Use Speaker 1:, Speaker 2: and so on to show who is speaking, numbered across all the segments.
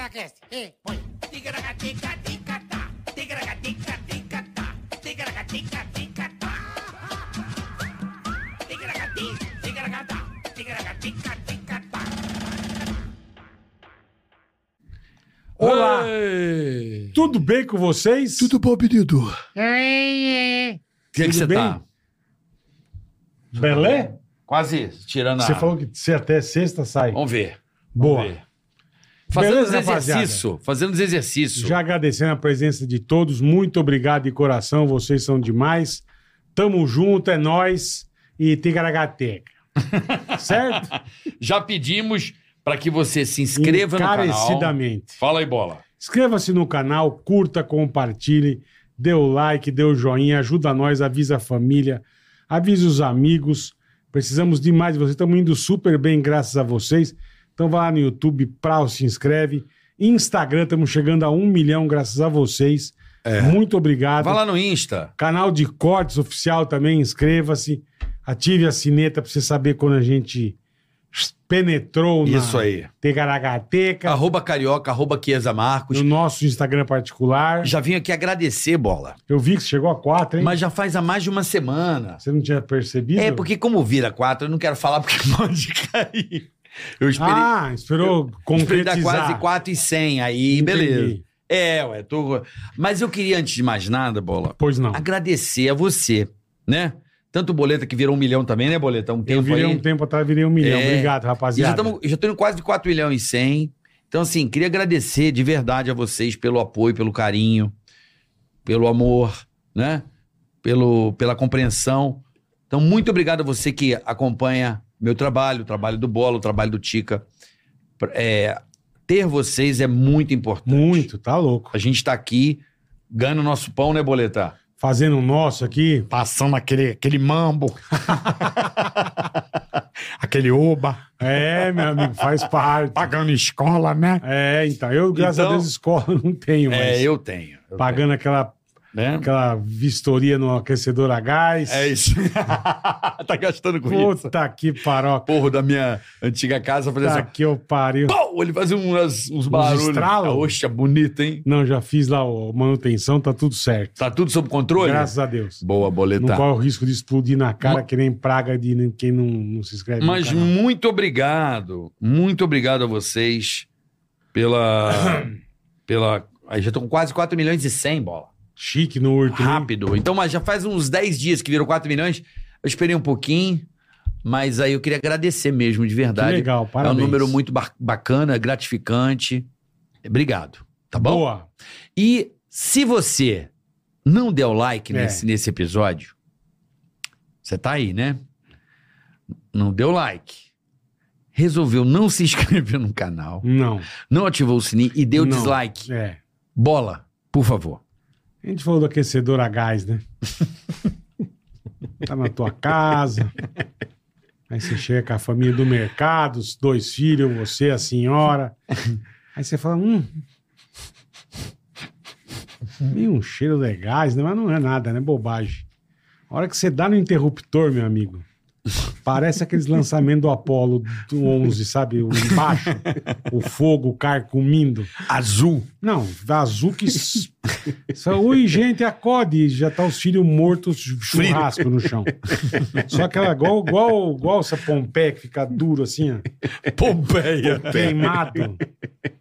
Speaker 1: Ticaracast, e põe.
Speaker 2: Ticaracatica-ticatá, ticaracatica-ticatá, ticaracatica-ticatá. Ticaracati, ticaracatá, ticaracatica-ticatá.
Speaker 3: Olá,
Speaker 4: Ei.
Speaker 3: tudo bem com vocês?
Speaker 5: Tudo bom, pedido?
Speaker 1: Ai, ai.
Speaker 4: Que que
Speaker 3: Tudo
Speaker 4: você
Speaker 3: bem?
Speaker 4: tá?
Speaker 3: Belé?
Speaker 4: Quase tirando a...
Speaker 3: Você falou que você até sexta sai.
Speaker 4: Tá. Vamos ver.
Speaker 3: Boa.
Speaker 4: ver. Fazendo
Speaker 3: Beleza,
Speaker 4: os exercícios. Fazendo os exercícios.
Speaker 3: Já agradecendo a presença de todos, muito obrigado de coração, vocês são demais. Tamo junto, é nós e Ticaracateca. certo?
Speaker 4: Já pedimos para que você se inscreva no canal.
Speaker 3: Encarecidamente.
Speaker 4: Fala aí, bola.
Speaker 3: Inscreva-se no canal, curta, compartilhe, dê o like, dê o joinha, ajuda nós, avisa a família, avisa os amigos. Precisamos demais de vocês, estamos indo super bem graças a vocês. Então vai lá no YouTube, Prau, se inscreve. Instagram, estamos chegando a um milhão graças a vocês. Muito obrigado.
Speaker 4: É. Vai lá no Insta.
Speaker 3: Canal de cortes oficial também, inscreva-se. Ative a sineta para você saber quando a gente penetrou
Speaker 4: Isso
Speaker 3: na
Speaker 4: aí. Ah,
Speaker 3: Tegaragateca,
Speaker 4: Arroba Carioca, arroba Chiesa Marcos.
Speaker 3: no nosso Instagram particular.
Speaker 4: Já vim aqui agradecer, bola.
Speaker 3: Eu vi que chegou a quatro, hein?
Speaker 4: Mas já faz há mais de uma semana.
Speaker 3: Você não tinha percebido?
Speaker 4: É, porque como vira quatro, eu não quero falar porque pode cair. Eu esperei,
Speaker 3: Ah, esperou
Speaker 4: esperei
Speaker 3: concretizar.
Speaker 4: dar quase quatro e cem, aí beleza.
Speaker 3: Entendi.
Speaker 4: É, ué, tô... Mas eu queria, antes de mais nada, Bola,
Speaker 3: Pois não.
Speaker 4: agradecer a você, né? Tanto o Boleta, que virou um milhão também, né, Boleta? Um
Speaker 3: Eu
Speaker 4: tempo
Speaker 3: virei
Speaker 4: aí.
Speaker 3: um tempo atrás, virei um milhão.
Speaker 4: É.
Speaker 3: Obrigado,
Speaker 4: E já,
Speaker 3: rapaziada.
Speaker 4: tamo, já tô indo quase de 4 milhões e 100. Então, assim, queria agradecer de verdade a vocês pelo apoio, pelo carinho, pelo amor, né? Pelo, pela compreensão. Então, muito obrigado a você que acompanha meu trabalho, o trabalho do Bola, o trabalho do Tica. Pra- é, ter vocês é muito importante.
Speaker 3: Muito, tá louco.
Speaker 4: A gente tá aqui ganhando o nosso pão, né, Boleta?
Speaker 3: Fazendo o nosso aqui.
Speaker 4: Passando aquele, aquele mambo. aquele oba.
Speaker 3: É, meu amigo, faz parte.
Speaker 4: Pagando escola, né?
Speaker 3: É, então. Eu, graças
Speaker 4: Então-
Speaker 3: a Deus, escola não tenho, mas
Speaker 4: É, eu tenho. eu
Speaker 3: pagando aquela,
Speaker 4: tenho, né?
Speaker 3: aquela vistoria no aquecedor a gás.
Speaker 4: É isso. tá gastando com isso.
Speaker 3: Puta que paroca.
Speaker 4: Porra, da minha antiga casa fazia
Speaker 3: Puta
Speaker 4: assim.
Speaker 3: que eu pariu.
Speaker 4: Pau! Ele fazia umas, uns barulhos.
Speaker 3: estralos?
Speaker 4: Oxa, bonito, hein?
Speaker 3: Não, já fiz lá a manutenção, tá tudo certo.
Speaker 4: Tá tudo sob controle?
Speaker 3: Graças a Deus.
Speaker 4: Boa,
Speaker 3: Não
Speaker 4: boleta.
Speaker 3: corre o risco de explodir na cara,
Speaker 4: Tá. Mas-
Speaker 3: que nem praga de nem- quem não, não se inscreve
Speaker 4: Mas
Speaker 3: no canal.
Speaker 4: muito obrigado. Muito obrigado a vocês pela. pela. Aí já estão quase 4 milhões e 100 bola.
Speaker 3: Chique no né? Urto. hein?
Speaker 4: Rápido. Então, mas já faz uns 10 dias que virou 4 milhões. Eu esperei um pouquinho, mas aí eu queria agradecer mesmo, de
Speaker 3: Que
Speaker 4: verdade.
Speaker 3: legal, parabéns.
Speaker 4: É um número muito ba- bacana, gratificante. Obrigado, tá bom?
Speaker 3: Boa.
Speaker 4: E se você não der o like
Speaker 3: É.
Speaker 4: nesse, nesse episódio, você tá aí, né? Não deu like. Resolveu não se inscrever no canal,
Speaker 3: Não,
Speaker 4: não ativou o sininho e deu
Speaker 3: Não.
Speaker 4: dislike.
Speaker 3: é.
Speaker 4: Bola, por favor.
Speaker 3: A gente falou do aquecedor a gás, né? tá na tua casa. Aí você chega com a família do mercado, os dois filhos, você, a senhora. Aí você fala, hum... Meio um cheiro de gás, né? mas não é nada, né? Bobagem. A hora que você dá no interruptor, meu amigo, parece aqueles lançamentos do Apollo do 11, sabe? O Embaixo, o fogo carcomindo.
Speaker 4: Azul.
Speaker 3: Não, da azul que. s- Só, Oi, gente, acode. Já tá os filhos mortos, churrasco no chão. Só aquela, igual, igual, igual essa Pompeia que fica duro assim, ó,
Speaker 4: Pompeia.
Speaker 3: queimado.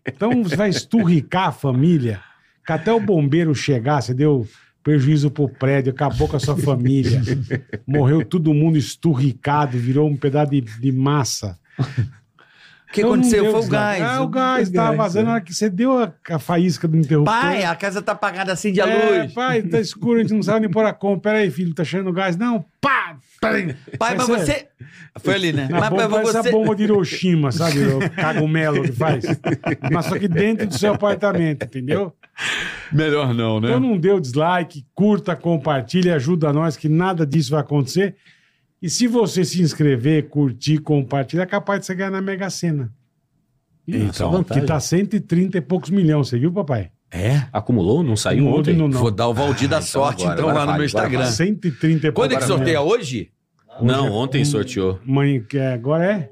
Speaker 3: Então você vai esturricar a família, que até o bombeiro chegar, você deu prejuízo pro prédio, acabou com a sua família. Morreu todo mundo esturricado, virou um pedaço de, de massa.
Speaker 4: O que
Speaker 3: Então, não
Speaker 4: aconteceu
Speaker 3: deu
Speaker 4: foi o
Speaker 3: deslike.
Speaker 4: gás. é.
Speaker 3: Ah, o gás tava vazando na hora que você deu a, a faísca do interruptor.
Speaker 4: Pai, a casa tá apagada assim de
Speaker 3: É,
Speaker 4: luz.
Speaker 3: pai, tá escuro, a gente não sabe nem pôr a compra. Pera aí, filho, tá cheirando gás? Não, pá! plim.
Speaker 4: Pai,
Speaker 3: Parece-
Speaker 4: mas você. Foi ali, né?
Speaker 3: Na
Speaker 4: Mas
Speaker 3: bomba,
Speaker 4: mas
Speaker 3: parece
Speaker 4: você.
Speaker 3: a bomba de Hiroshima, sabe? O cagumelo que faz. Mas só que dentro do seu apartamento, entendeu?
Speaker 4: Melhor não,
Speaker 6: né?
Speaker 3: Então não dê o dislike, curta, compartilha, ajuda nós que nada disso vai acontecer. E se você se inscrever, curtir, compartilhar, é capaz de você ganhar na Mega Sena.
Speaker 4: Então,
Speaker 3: Que tá 130 e poucos milhões, você viu, papai?
Speaker 4: é?
Speaker 6: Acumulou? Não saiu
Speaker 3: Não,
Speaker 6: ontem?
Speaker 3: não, não.
Speaker 4: Vou dar o Valdir da sorte,
Speaker 6: Ah, agora,
Speaker 4: então,
Speaker 6: agora
Speaker 4: lá no
Speaker 6: vai,
Speaker 4: meu
Speaker 6: agora
Speaker 4: Instagram.
Speaker 3: 130 e poucos
Speaker 4: Quando é que
Speaker 3: milhões.
Speaker 4: sorteia hoje?
Speaker 6: Não, ontem sorteou.
Speaker 3: Mãe, que é- agora é?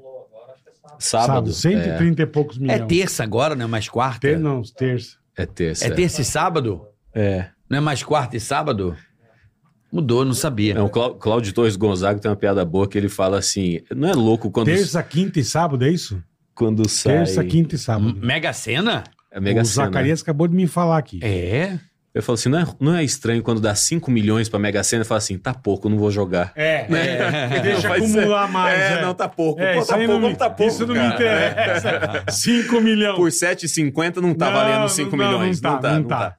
Speaker 5: Sábado.
Speaker 3: Sábado, 130 e poucos
Speaker 4: É
Speaker 3: milhões.
Speaker 4: terça agora, não é mais quarta?
Speaker 3: Ter- não, terça.
Speaker 5: É terça.
Speaker 4: É terça e sábado?
Speaker 5: É.
Speaker 4: Não é mais quarta e sábado? Mudou, não sabia.
Speaker 5: É, o Clá- Cláudio Torres Gonzaga tem uma piada boa que ele fala assim: não é louco quando,
Speaker 3: Terça, quinta e sábado, é isso?
Speaker 5: quando sai.
Speaker 3: Terça, quinta e sábado.
Speaker 4: Mega Sena?
Speaker 5: É Hum, mega
Speaker 3: o
Speaker 5: Sena.
Speaker 3: Zacarias acabou de me falar aqui.
Speaker 4: É.
Speaker 5: Eu falo assim: não é, não é estranho quando dá 5 milhões pra Mega Sena e fala assim: tá pouco, não vou jogar.
Speaker 3: É,
Speaker 4: É.
Speaker 3: deixa
Speaker 5: Não, mas
Speaker 3: acumular mais.
Speaker 5: é,
Speaker 3: é.
Speaker 5: não, tá pouco.
Speaker 3: É,
Speaker 5: Pô,
Speaker 3: isso
Speaker 5: tá
Speaker 3: aí
Speaker 5: pouco,
Speaker 3: não me,
Speaker 5: tá pouco.
Speaker 3: Isso não me
Speaker 5: cara. É.
Speaker 3: interessa. 5 milhões.
Speaker 5: Por 7,50 não tá
Speaker 3: Não,
Speaker 5: valendo 5
Speaker 3: não,
Speaker 5: milhões. Não, tá, não, tá.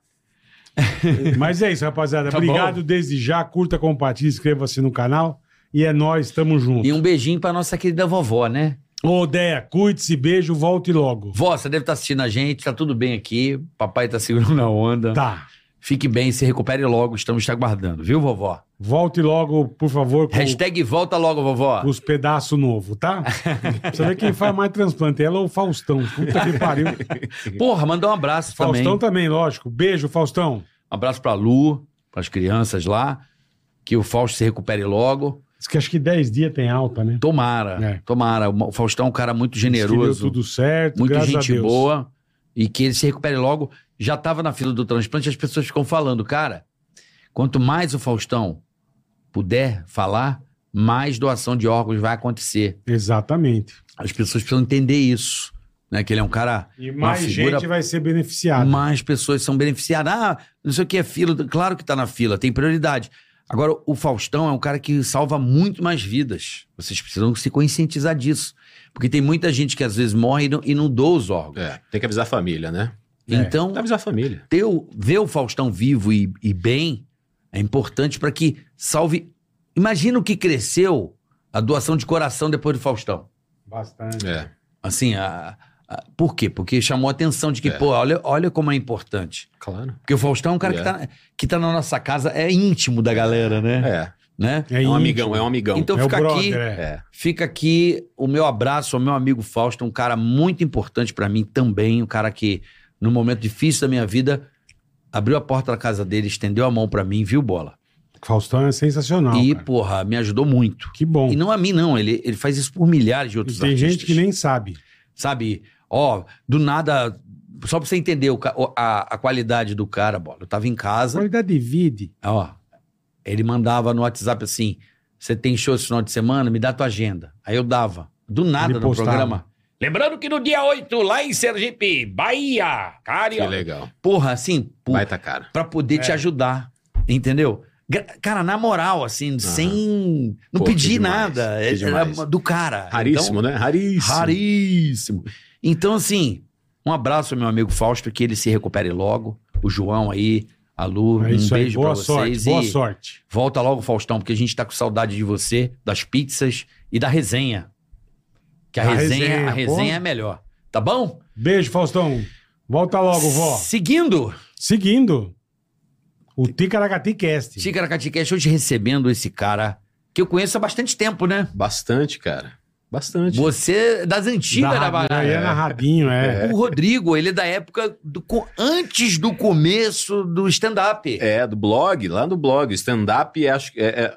Speaker 3: Mas é isso, rapaziada.
Speaker 4: Tá
Speaker 3: Obrigado
Speaker 4: bom.
Speaker 3: desde já. Curta, compartilhe, inscreva-se no canal. E é nóis, tamo junto.
Speaker 4: E um beijinho pra nossa querida vovó, né?
Speaker 3: Ô, Deia, cuide-se, beijo, volte logo.
Speaker 4: Vó, você deve estar assistindo a gente, tá tudo bem aqui. Papai tá segurando na onda.
Speaker 3: Tá.
Speaker 4: Fique bem, se recupere logo, estamos te aguardando, viu, vovó?
Speaker 3: Volte logo, por favor, com,
Speaker 4: Hashtag volta logo, vovó.
Speaker 3: com os pedaços novos, tá? Você vê quem faz mais transplante, ela ou o Faustão. Puta que pariu.
Speaker 4: Porra, mandar um abraço também.
Speaker 3: Faustão tá- também, lógico. Beijo, Faustão.
Speaker 4: Um abraço pra Lu, pras crianças lá. Que o Fausto se recupere logo.
Speaker 3: Diz que acho que 10 dias tem alta, né?
Speaker 4: Tomara,
Speaker 3: É.
Speaker 4: tomara. O Faustão é um cara muito
Speaker 3: Diz que deu
Speaker 4: generoso.
Speaker 3: tudo certo,
Speaker 4: muita
Speaker 3: graças a
Speaker 4: gente
Speaker 3: Deus.
Speaker 4: boa e que ele se recupere logo. Já estava na fila do transplante, as pessoas ficam falando, cara, quanto mais o Faustão puder falar, mais doação de órgãos vai acontecer.
Speaker 3: Exatamente.
Speaker 4: As pessoas precisam entender isso, né? Que ele é um cara,
Speaker 3: E mais
Speaker 4: figura-
Speaker 3: gente vai ser beneficiada.
Speaker 4: mais pessoas são beneficiadas. Ah, não sei o que é fila, claro que tá na fila, tem prioridade. Agora, o Faustão é um cara que salva muito mais vidas. Vocês precisam se conscientizar disso. Porque tem muita gente que às vezes morre e não, e não doa os órgãos.
Speaker 5: É, tem que avisar a família, né?
Speaker 3: É.
Speaker 4: Então,
Speaker 5: Tem que avisar a família.
Speaker 4: ter o- ver o Faustão vivo e, e bem é importante para que salve. Imagina o que cresceu a doação de coração depois do Faustão.
Speaker 3: Bastante.
Speaker 5: É.
Speaker 4: Assim, a, a- por quê? Porque chamou a atenção de que,
Speaker 5: É.
Speaker 4: pô, olha, olha como é importante.
Speaker 5: Claro.
Speaker 4: Porque o Faustão é um cara que, tá, que tá na nossa casa, é íntimo da galera, né?
Speaker 5: É.
Speaker 4: né?
Speaker 5: É, um
Speaker 3: íntimo.
Speaker 5: amigão, é um amigão.
Speaker 4: Então
Speaker 3: é o
Speaker 4: fica aqui.
Speaker 3: brother, é.
Speaker 5: é.
Speaker 4: Fica aqui o meu abraço ao meu amigo Fausto, um cara muito importante pra mim também, um cara que, num momento difícil da minha vida, abriu a porta da casa dele, estendeu a mão pra mim, viu bola.
Speaker 3: Faustão é sensacional.
Speaker 4: e,
Speaker 3: cara.
Speaker 4: porra, me ajudou muito.
Speaker 3: Que bom.
Speaker 4: E não a mim, não, ele, ele faz isso por milhares de
Speaker 3: E
Speaker 4: outros
Speaker 3: tem
Speaker 4: artistas.
Speaker 3: gente que nem sabe.
Speaker 4: Sabe, ó, do nada, só pra você entender o ca- o- a, a qualidade do cara, bola. Eu tava em casa,
Speaker 3: Qualidade divide.
Speaker 4: ó, ele mandava no WhatsApp assim: você tem show esse final de semana? Me dá tua agenda. Aí eu dava. Do nada
Speaker 3: Ele
Speaker 4: no
Speaker 3: postava.
Speaker 4: programa.
Speaker 2: Lembrando que no dia 8, lá em Sergipe, Bahia,
Speaker 5: Que
Speaker 2: Carioca. É.
Speaker 5: legal.
Speaker 4: Porra, assim, pu-
Speaker 5: Vai tá cara.
Speaker 4: pra poder te ajudar. Entendeu? Gra- Cara, na moral, assim, sem. Não
Speaker 5: Pô, que
Speaker 4: pedi
Speaker 5: demais,
Speaker 4: nada.
Speaker 5: que
Speaker 4: é- Era
Speaker 5: demais.
Speaker 4: do cara.
Speaker 3: então,
Speaker 5: Raríssimo, né?
Speaker 4: Então,
Speaker 5: Raríssimo.
Speaker 4: raríssimo. Então, assim, um abraço ao meu amigo Fausto, que ele se recupere logo. O João aí, a Lu,
Speaker 3: É
Speaker 4: um
Speaker 3: isso aí.
Speaker 4: beijo
Speaker 3: Boa
Speaker 4: pra
Speaker 3: sorte.
Speaker 4: vocês.
Speaker 3: Boa
Speaker 4: e
Speaker 3: sorte.
Speaker 4: volta logo, Faustão, porque a gente tá com saudade de você, das pizzas e da resenha. Que a,
Speaker 3: A
Speaker 4: resenha,
Speaker 3: resenha,
Speaker 4: a resenha
Speaker 3: pô.
Speaker 4: é melhor. Tá bom?
Speaker 3: Beijo, Faustão. Volta logo, vó.
Speaker 4: Seguindo.
Speaker 3: Seguindo. O Ticaracati Cast.
Speaker 4: Ticaracati Cash hoje recebendo esse cara que eu conheço há bastante tempo, né?
Speaker 5: Bastante, cara. Bastante.
Speaker 4: Você é das antigas da,
Speaker 3: Narra-
Speaker 4: Bahia.
Speaker 3: Aí é narradinho, é.
Speaker 4: O Rodrigo, ele é da época do co- antes do começo do stand-up.
Speaker 5: É, do blog, lá no blog. Stand-up, acho que. É, é-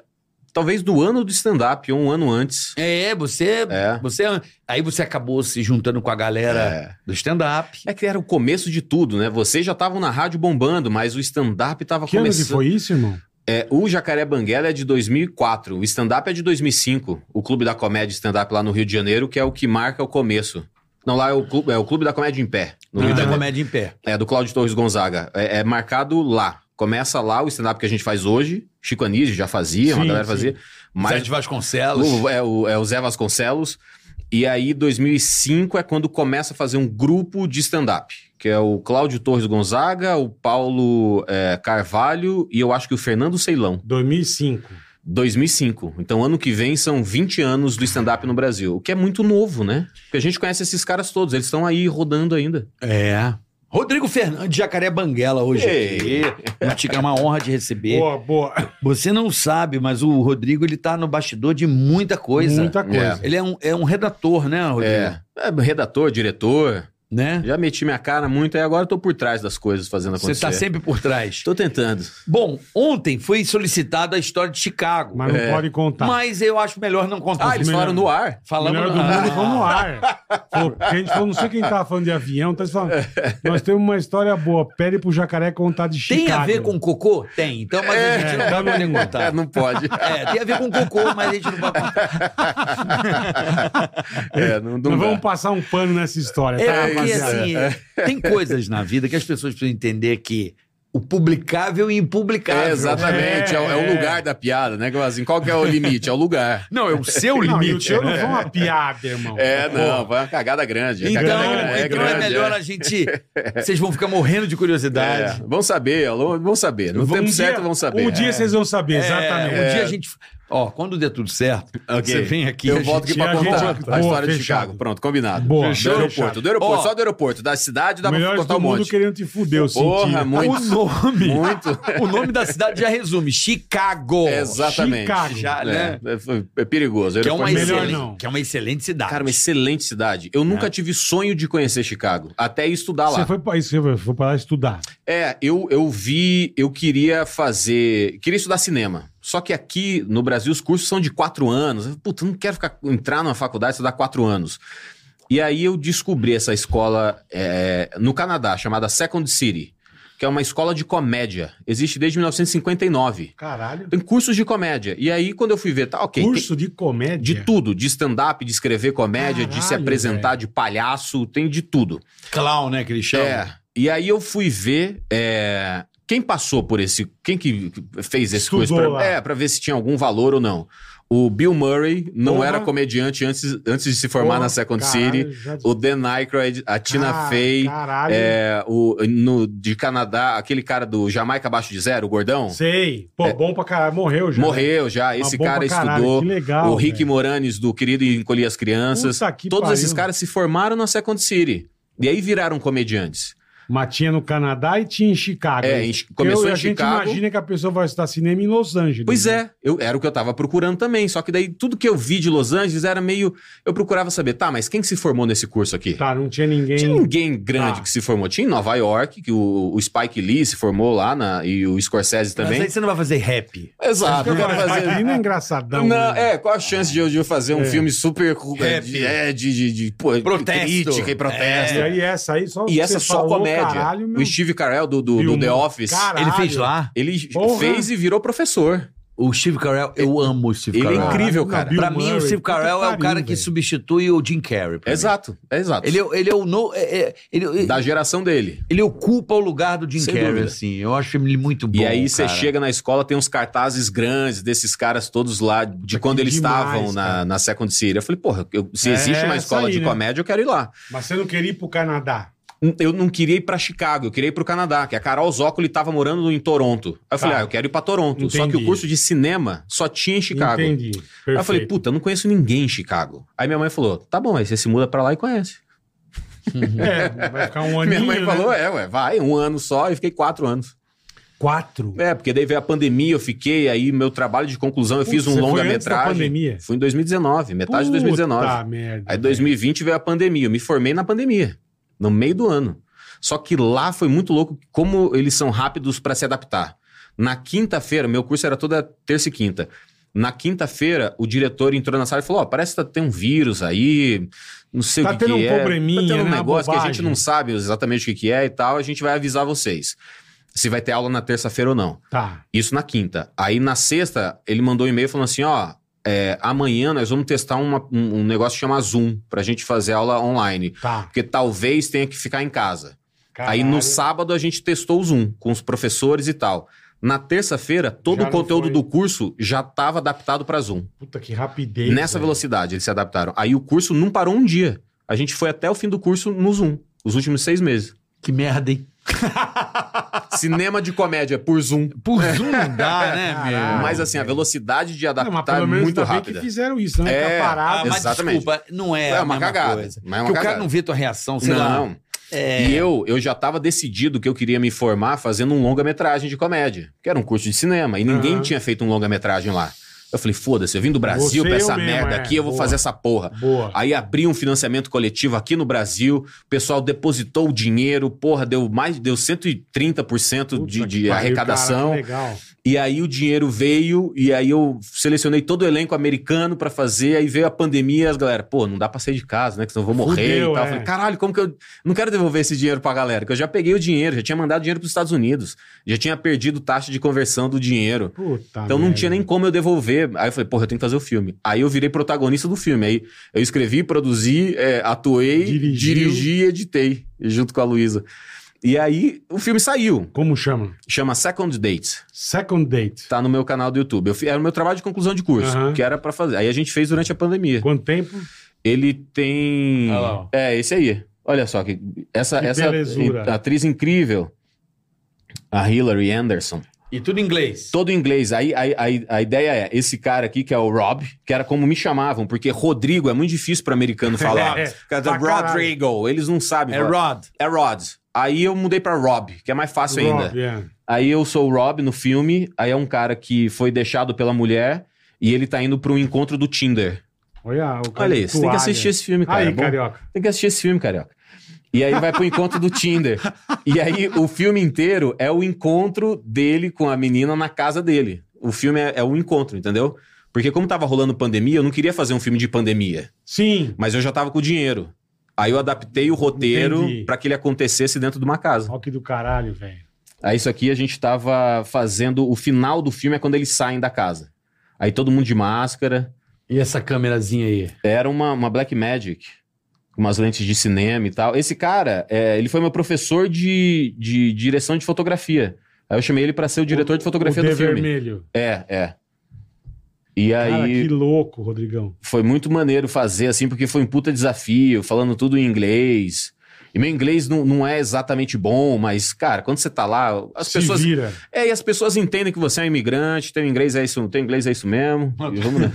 Speaker 5: talvez do ano do stand-up, ou um ano antes.
Speaker 4: É, você,
Speaker 5: É.
Speaker 4: você. Aí você acabou se juntando com a galera
Speaker 5: É.
Speaker 4: do stand-up.
Speaker 5: É que era o começo de tudo, né? Vocês já estavam na rádio bombando, mas o stand-up tava
Speaker 3: Que ano que
Speaker 5: começando.
Speaker 3: foi isso, irmão?
Speaker 5: É, o Jacaré Banguela é de 2004, o stand-up é de 2005. O Clube da Comédia Stand-up lá no Rio de Janeiro, que é o que marca o começo. Não, lá é o Clube, é o clube da Comédia em Pé. No
Speaker 4: Clube
Speaker 5: Rio de
Speaker 4: da
Speaker 5: Janeiro.
Speaker 4: comédia em pé.
Speaker 5: É, do Cláudio Torres Gonzaga. É, é marcado lá. Começa lá o stand-up que a gente faz hoje. Chico Anísio já fazia, uma
Speaker 3: Sim,
Speaker 5: galera
Speaker 3: sim.
Speaker 5: fazia.
Speaker 4: Zé
Speaker 5: Mas
Speaker 4: de Vasconcelos.
Speaker 5: o, é, o, é o Zé Vasconcelos. E aí, 2005 é quando começa a fazer um grupo de stand-up, que é o Cláudio Torres Gonzaga, o Paulo é, Carvalho e eu acho que o Fernando Ceilão.
Speaker 3: 2005.
Speaker 5: 2005. Então, ano que vem são 20 anos do stand-up no Brasil, o que é muito novo, né? Porque a gente conhece esses caras todos, eles estão aí rodando ainda.
Speaker 4: É. Rodrigo Fernandes, Jacaré Banguela hoje.
Speaker 5: Ei.
Speaker 4: aqui. É uma honra de receber.
Speaker 3: Boa, boa.
Speaker 4: Você não sabe, mas o Rodrigo ele tá no bastidor de muita coisa.
Speaker 3: Muita coisa.
Speaker 4: é Ele é um, é um redator, né, Rodrigo?
Speaker 5: É, é redator, diretor,
Speaker 4: né?
Speaker 5: Já meti minha cara muito, aí agora eu tô por trás das coisas fazendo
Speaker 4: Você
Speaker 5: acontecer.
Speaker 4: tá sempre por trás.
Speaker 5: Tô tentando.
Speaker 4: Bom, ontem foi solicitada a história de Chicago.
Speaker 3: Mas tá. não pode contar.
Speaker 4: É. Mas eu acho melhor não contar.
Speaker 5: Ah, eles
Speaker 3: melhor-
Speaker 5: falaram no ar.
Speaker 4: Falamos
Speaker 3: Melhor do
Speaker 4: Ah,
Speaker 3: mundo, vamos no ar. Falou, porque a gente falou, não sei quem tava falando de avião, tá falando, nós temos uma história boa, pede pro jacaré contar de Chicago.
Speaker 4: Tem a ver com cocô? Tem. Então, mas a gente não vai poder
Speaker 5: É,
Speaker 4: contar.
Speaker 5: não pode.
Speaker 4: Tá. É, tem a ver com cocô, mas a gente não vai contar.
Speaker 5: é, não, não
Speaker 3: Nós
Speaker 5: dá.
Speaker 3: vamos passar um pano nessa história, tá,
Speaker 4: É porque,
Speaker 3: rapaziada?
Speaker 4: assim, tem coisas na vida que as pessoas precisam entender que o publicável e
Speaker 5: É,
Speaker 4: impublicável.
Speaker 5: exatamente. É, o- é o
Speaker 3: É.
Speaker 5: lugar da piada, né? Assim, qual que é o limite? É o lugar.
Speaker 4: Não, é o seu
Speaker 3: Não, e o
Speaker 4: limite. né?
Speaker 3: teu não foi uma piada, irmão.
Speaker 5: É, não, vai uma cagada grande. A
Speaker 4: Então,
Speaker 5: cagada
Speaker 4: então
Speaker 5: grande,
Speaker 4: é, melhor a gente. Vocês vão ficar morrendo de
Speaker 5: É,
Speaker 4: curiosidade.
Speaker 5: vão saber, alô, vão saber. No
Speaker 3: Um
Speaker 5: tempo
Speaker 3: dia-
Speaker 5: certo vão saber.
Speaker 3: Um dia
Speaker 5: É.
Speaker 3: vocês vão saber, exatamente.
Speaker 4: É, um dia a gente. Ó, quando der tudo certo,
Speaker 5: Ok.
Speaker 4: você vem aqui. a
Speaker 5: Eu
Speaker 4: gente-
Speaker 5: volto aqui
Speaker 3: e
Speaker 5: pra
Speaker 3: a gente-
Speaker 5: contar
Speaker 3: Boa,
Speaker 5: a história de
Speaker 3: fechado.
Speaker 5: Chicago. Pronto, combinado.
Speaker 3: Boa,
Speaker 5: Do
Speaker 3: fechado.
Speaker 5: aeroporto, do aeroporto,
Speaker 4: Ó.
Speaker 5: só do aeroporto. Da cidade dá pra
Speaker 3: Melhores
Speaker 5: contar
Speaker 3: do
Speaker 5: um
Speaker 3: mundo
Speaker 5: monte.
Speaker 3: querendo te fuder, eu senti.
Speaker 5: Porra,
Speaker 3: né?
Speaker 5: muito.
Speaker 4: O nome.
Speaker 5: Muito.
Speaker 4: O nome da cidade já resume: Chicago.
Speaker 5: Exatamente.
Speaker 3: Chicago.
Speaker 4: Já,
Speaker 5: É,
Speaker 4: né?
Speaker 5: é, foi- é perigoso.
Speaker 4: Que é, uma
Speaker 5: Aeroporto-
Speaker 3: Melhor
Speaker 4: excelente,
Speaker 3: não.
Speaker 4: que é uma excelente cidade.
Speaker 5: Cara, uma excelente cidade. Eu nunca tive sonho de conhecer Chicago, até ir estudar lá.
Speaker 3: Você foi pra, isso, você foi pra lá estudar.
Speaker 5: É, eu, eu vi, eu queria fazer, queria estudar cinema. Só que aqui no Brasil os cursos são de quatro anos. Eu, Puta, eu não quero ficar, entrar numa faculdade e estudar quatro anos. E aí eu descobri essa escola é, no Canadá, chamada Second City, que é uma escola de comédia. Existe desde 1959.
Speaker 3: Caralho.
Speaker 5: Tem cursos de comédia. E aí quando eu fui ver, tá, ok. tem-
Speaker 3: Curso de comédia.
Speaker 5: de tudo, de stand-up, de escrever comédia, de se
Speaker 3: É. Caralho,
Speaker 5: apresentar de palhaço, tem de tudo.
Speaker 4: Clown, né, que eles chamam?
Speaker 5: É. E aí eu fui ver é, quem passou por esse. Quem que fez esse
Speaker 3: Estudou
Speaker 5: curso pra,
Speaker 3: lá.
Speaker 5: é, pra ver se tinha algum valor ou não. O Bill Murray não
Speaker 3: Porra.
Speaker 5: era comediante antes, antes de se formar na Second City. O Dan Aykroyd, a Tina Fey,
Speaker 3: Caralho.
Speaker 5: é, o, no, de Canadá, aquele cara do Jamaica Abaixo de Zero, o gordão.
Speaker 3: Sei. Pô, bom pra caralho. Morreu já.
Speaker 5: é, Morreu já,
Speaker 3: Mas
Speaker 5: esse
Speaker 3: bom
Speaker 5: cara
Speaker 3: pra caralho,
Speaker 5: estudou.
Speaker 3: Que legal,
Speaker 5: o Rick
Speaker 3: velho.
Speaker 5: Moranes, do Querido e Encolhi as Crianças.
Speaker 3: Puta que
Speaker 5: Todos
Speaker 3: pariu.
Speaker 5: esses caras se formaram na Second City. E aí viraram comediantes.
Speaker 3: Mas tinha no Canadá e tinha em Chicago.
Speaker 5: É, em-
Speaker 3: Porque
Speaker 5: começou
Speaker 3: eu-
Speaker 5: em
Speaker 3: A
Speaker 5: Chicago.
Speaker 3: gente imagina que a pessoa vai estudar cinema em Los Angeles.
Speaker 5: Pois
Speaker 3: né?
Speaker 5: é, eu, era o que eu tava procurando também. Só que daí tudo que eu vi de Los Angeles era meio. Eu procurava saber, tá, mas quem que se formou nesse curso aqui?
Speaker 3: Tá, não tinha ninguém.
Speaker 5: é. Tinha ninguém grande
Speaker 3: Tá.
Speaker 5: que se formou. Tinha em Nova York, que o, o Spike Lee se formou lá na- e o Scorsese
Speaker 4: Mas
Speaker 5: também.
Speaker 4: aí você não vai fazer rap.
Speaker 5: Exato, eu quero
Speaker 3: Mas
Speaker 5: fazer.
Speaker 3: ele não é
Speaker 4: então.
Speaker 3: engraçadão.
Speaker 5: Não,
Speaker 3: né?
Speaker 5: é, qual a chance de eu, de eu fazer um
Speaker 3: É.
Speaker 5: filme super. É,
Speaker 4: Rap.
Speaker 5: de, é, de, de, de, pô,
Speaker 4: Protesto. É.
Speaker 5: crítica e protesto.
Speaker 3: E aí essa aí só.
Speaker 5: E
Speaker 3: Então você
Speaker 5: essa só
Speaker 3: falou,
Speaker 5: comédia.
Speaker 3: Caralho, meu.
Speaker 5: o Steve Carell do, do, do
Speaker 3: Filmou.
Speaker 5: The Office,
Speaker 3: Caralho.
Speaker 4: Ele fez lá.
Speaker 5: ele
Speaker 3: Porra.
Speaker 5: fez e virou professor.
Speaker 4: O Steve Carell, eu amo o Steve
Speaker 5: Ele é
Speaker 4: Carell.
Speaker 3: Caralho,
Speaker 5: incrível, cara.
Speaker 3: Bill
Speaker 4: Pra mim, o
Speaker 3: Murray,
Speaker 4: Steve
Speaker 3: puta
Speaker 4: Carell é o
Speaker 3: pariu,
Speaker 4: cara que
Speaker 3: velho.
Speaker 4: substitui o Jim Carrey. pra mim.
Speaker 5: Exato, é exato.
Speaker 4: Ele, é- ele é o no, é- é- ele,
Speaker 5: Da geração dele.
Speaker 4: ele ocupa o lugar do Jim
Speaker 5: Sem
Speaker 4: Carrey,
Speaker 5: dúvida.
Speaker 4: assim. Eu acho ele muito bom.
Speaker 5: E aí você
Speaker 4: cara.
Speaker 5: chega na escola, tem uns cartazes grandes desses caras todos lá, de
Speaker 3: que
Speaker 5: quando eles
Speaker 3: demais,
Speaker 5: estavam na,
Speaker 3: cara.
Speaker 5: na Second City. Eu falei, porra, eu- se
Speaker 3: É,
Speaker 5: existe uma
Speaker 3: essa
Speaker 5: escola
Speaker 3: aí,
Speaker 5: de
Speaker 3: né?
Speaker 5: comédia, eu quero ir lá. Hum,
Speaker 3: Mas você não queria ir pro Canadá.
Speaker 5: Eu não queria ir pra Chicago, eu queria ir pro Canadá, que a Carol Zócoli tava morando em Toronto. Aí eu falei, ah, eu quero ir pra Toronto. Só que o
Speaker 3: Tá. Entendi.
Speaker 5: curso de cinema só tinha em Chicago.
Speaker 3: Entendi.
Speaker 5: Aí
Speaker 3: Perfeito.
Speaker 5: eu falei, puta, eu não conheço ninguém em Chicago. Aí minha mãe falou, tá bom, aí você se muda pra lá e conhece.
Speaker 3: É, vai ficar um
Speaker 5: minha
Speaker 3: aninho.
Speaker 5: mãe
Speaker 3: né?
Speaker 5: falou, é, ué, vai, um ano só, e fiquei quatro anos.
Speaker 3: Quatro.
Speaker 5: É, porque daí veio a pandemia, eu fiquei, aí meu trabalho de conclusão, eu fiz
Speaker 3: Putz, você
Speaker 5: um
Speaker 3: foi antes da
Speaker 5: longa-metragem.
Speaker 3: pandemia?
Speaker 5: Fui em 2019, metade de
Speaker 3: Puta
Speaker 5: 2019.
Speaker 3: merda. né?
Speaker 5: Aí 2020 veio a pandemia, eu me formei na pandemia, no meio do ano. Só que lá foi muito louco como eles são rápidos pra se adaptar. Na quinta-feira, meu curso era toda terça e quinta. Na quinta-feira, o diretor entrou na sala e falou: Ó, parece que tá- tem um vírus aí, não sei
Speaker 3: Tá
Speaker 5: o que,
Speaker 3: tendo
Speaker 5: que
Speaker 3: um
Speaker 5: é.
Speaker 3: probleminha,
Speaker 5: Tá tendo um
Speaker 3: né, uma
Speaker 5: negócio que a gente
Speaker 3: bobagem."
Speaker 5: não sabe exatamente o que, que é e tal, a gente vai avisar vocês se vai ter aula na terça-feira ou não.
Speaker 3: Tá.
Speaker 5: Isso na quinta. Aí na sexta, ele mandou um e-mail falando assim: ó, é, amanhã nós vamos testar uma- um, um negócio que chama Zoom, pra gente fazer aula online.
Speaker 3: Tá.
Speaker 5: Porque talvez tenha que ficar em casa. Aí
Speaker 3: Caralho.
Speaker 5: no sábado a gente testou o Zoom com os professores e tal. Na terça-feira, todo
Speaker 3: Já
Speaker 5: o
Speaker 3: não
Speaker 5: conteúdo
Speaker 3: foi.
Speaker 5: do curso já estava adaptado pra Zoom.
Speaker 3: Puta que rapidez.
Speaker 5: Nessa
Speaker 3: velho.
Speaker 5: velocidade eles se adaptaram. Aí o curso não parou um dia. A gente foi até o fim do curso no Zoom, os últimos seis meses.
Speaker 4: Que merda, hein?
Speaker 5: Cinema de comédia por Zoom.
Speaker 4: Por Zoom não dá, né,
Speaker 3: Caralho.
Speaker 4: meu?
Speaker 5: Mas assim, a velocidade de
Speaker 3: Não, mas
Speaker 5: adaptar é
Speaker 3: pelo menos
Speaker 5: muito
Speaker 3: ainda bem
Speaker 5: rápida.
Speaker 3: que fizeram isso, né?
Speaker 5: É,
Speaker 3: É,
Speaker 4: Ah,
Speaker 3: parado.
Speaker 4: mas
Speaker 5: Exatamente.
Speaker 4: desculpa, não é.
Speaker 5: É
Speaker 4: a
Speaker 5: uma
Speaker 4: mesma
Speaker 5: cagada.
Speaker 4: Coisa.
Speaker 5: Mas é uma
Speaker 4: Porque o
Speaker 5: cagada.
Speaker 4: cara não vê tua reação, sei lá.
Speaker 5: não.
Speaker 4: É.
Speaker 5: E eu, eu já tava decidido que eu queria me formar fazendo um longa-metragem de comédia, que era um curso de cinema, e ninguém
Speaker 3: Aham.
Speaker 5: tinha feito um longa-metragem lá. Eu falei, foda-se, eu vim do Brasil
Speaker 3: Você eu
Speaker 5: pra essa
Speaker 3: mesmo,
Speaker 5: merda
Speaker 3: é.
Speaker 5: aqui, eu vou
Speaker 3: Boa.
Speaker 5: fazer essa porra.
Speaker 3: Boa.
Speaker 5: Aí abri um financiamento coletivo aqui no Brasil, o pessoal depositou o dinheiro, porra, deu mais, deu 130%
Speaker 3: Puta
Speaker 5: de,
Speaker 3: que
Speaker 5: de
Speaker 3: pariu,
Speaker 5: arrecadação.
Speaker 3: cara, que legal.
Speaker 5: E aí o dinheiro veio, e aí eu selecionei todo o elenco americano pra fazer, aí veio a pandemia, as galera, pô, não dá pra sair de casa, né? Que senão eu vou morrer
Speaker 3: Fudeu,
Speaker 5: e tal.
Speaker 3: é.
Speaker 5: Eu falei, caralho, como que eu. Não quero devolver esse dinheiro pra galera, que eu já peguei o dinheiro, já tinha mandado dinheiro pros Estados Unidos, já tinha perdido taxa de conversão do dinheiro.
Speaker 3: Puta
Speaker 5: Então não
Speaker 3: merda.
Speaker 5: tinha nem como eu devolver. Aí eu falei, porra, eu tenho que fazer o filme. Aí eu virei protagonista do filme. Aí eu escrevi, produzi, é, atuei,
Speaker 3: Dirigiu.
Speaker 5: dirigi e editei, junto com a Luísa. E aí o filme saiu.
Speaker 3: Como chama?
Speaker 5: Chama Second Date.
Speaker 3: Second Date.
Speaker 5: Tá no meu canal do YouTube. Eu fi- era o meu trabalho de conclusão de curso,
Speaker 3: Aham.
Speaker 5: que era pra fazer. Aí a gente fez durante a pandemia.
Speaker 3: Quanto tempo?
Speaker 5: Ele tem.
Speaker 3: Olha lá, ó.
Speaker 5: É, esse aí. Olha só que essa,
Speaker 3: Que
Speaker 5: essa
Speaker 3: belezura.
Speaker 5: atriz incrível, a Hillary Anderson.
Speaker 4: E tudo em inglês.
Speaker 5: Todo em inglês. Aí, aí- aí- a ideia é esse cara aqui, que é o Rob, que era como me chamavam, porque Rodrigo é muito difícil para americano falar.
Speaker 3: É,
Speaker 5: Cada
Speaker 3: pra caralho.
Speaker 5: Rodrigo, eles não sabem.
Speaker 4: É
Speaker 5: falar.
Speaker 4: Rod.
Speaker 5: É Rod. Aí eu mudei para Rob, que é mais fácil ainda.
Speaker 3: Rob, é.
Speaker 5: Aí eu sou o Rob no filme, aí é um cara que foi deixado pela mulher e ele tá indo pra um encontro do Tinder.
Speaker 3: Olha, o cara
Speaker 5: Olha
Speaker 3: de
Speaker 5: isso, tem
Speaker 3: toalha.
Speaker 5: que assistir esse filme, cara. é
Speaker 3: Aí,
Speaker 5: bom?
Speaker 3: carioca.
Speaker 5: Tem que assistir esse filme, carioca. E aí vai pro encontro do Tinder. E aí o filme inteiro é o encontro dele com a menina na casa dele. O filme é, é um encontro, entendeu? Porque como tava rolando pandemia, eu não queria fazer um filme de pandemia,
Speaker 3: Sim.
Speaker 5: mas eu já tava com o dinheiro. Aí eu adaptei o roteiro
Speaker 3: Entendi.
Speaker 5: pra que ele acontecesse dentro de uma casa.
Speaker 3: Olha que do caralho, velho.
Speaker 5: Aí isso aqui a gente tava fazendo. O final do filme é quando eles saem da casa. Aí todo mundo de máscara.
Speaker 4: E essa câmerazinha aí?
Speaker 5: Era uma, uma Black Magic, com umas lentes de cinema e tal. Esse cara, é, ele foi meu professor de, de direção de fotografia. Aí eu chamei ele pra ser o diretor de fotografia
Speaker 3: o
Speaker 5: do
Speaker 3: D
Speaker 5: filme.
Speaker 3: vermelho.
Speaker 5: É, é. E
Speaker 3: Cara,
Speaker 5: aí
Speaker 3: que louco, Rodrigão.
Speaker 5: foi muito maneiro fazer, assim, porque foi um puta desafio, falando tudo em inglês. E meu inglês não, não é exatamente bom, mas, cara, quando você tá lá, as
Speaker 3: Se
Speaker 5: pessoas
Speaker 3: vira.
Speaker 5: é, e as pessoas entendem que você é um imigrante, teu inglês é isso, teu inglês é isso mesmo. E vamos lá.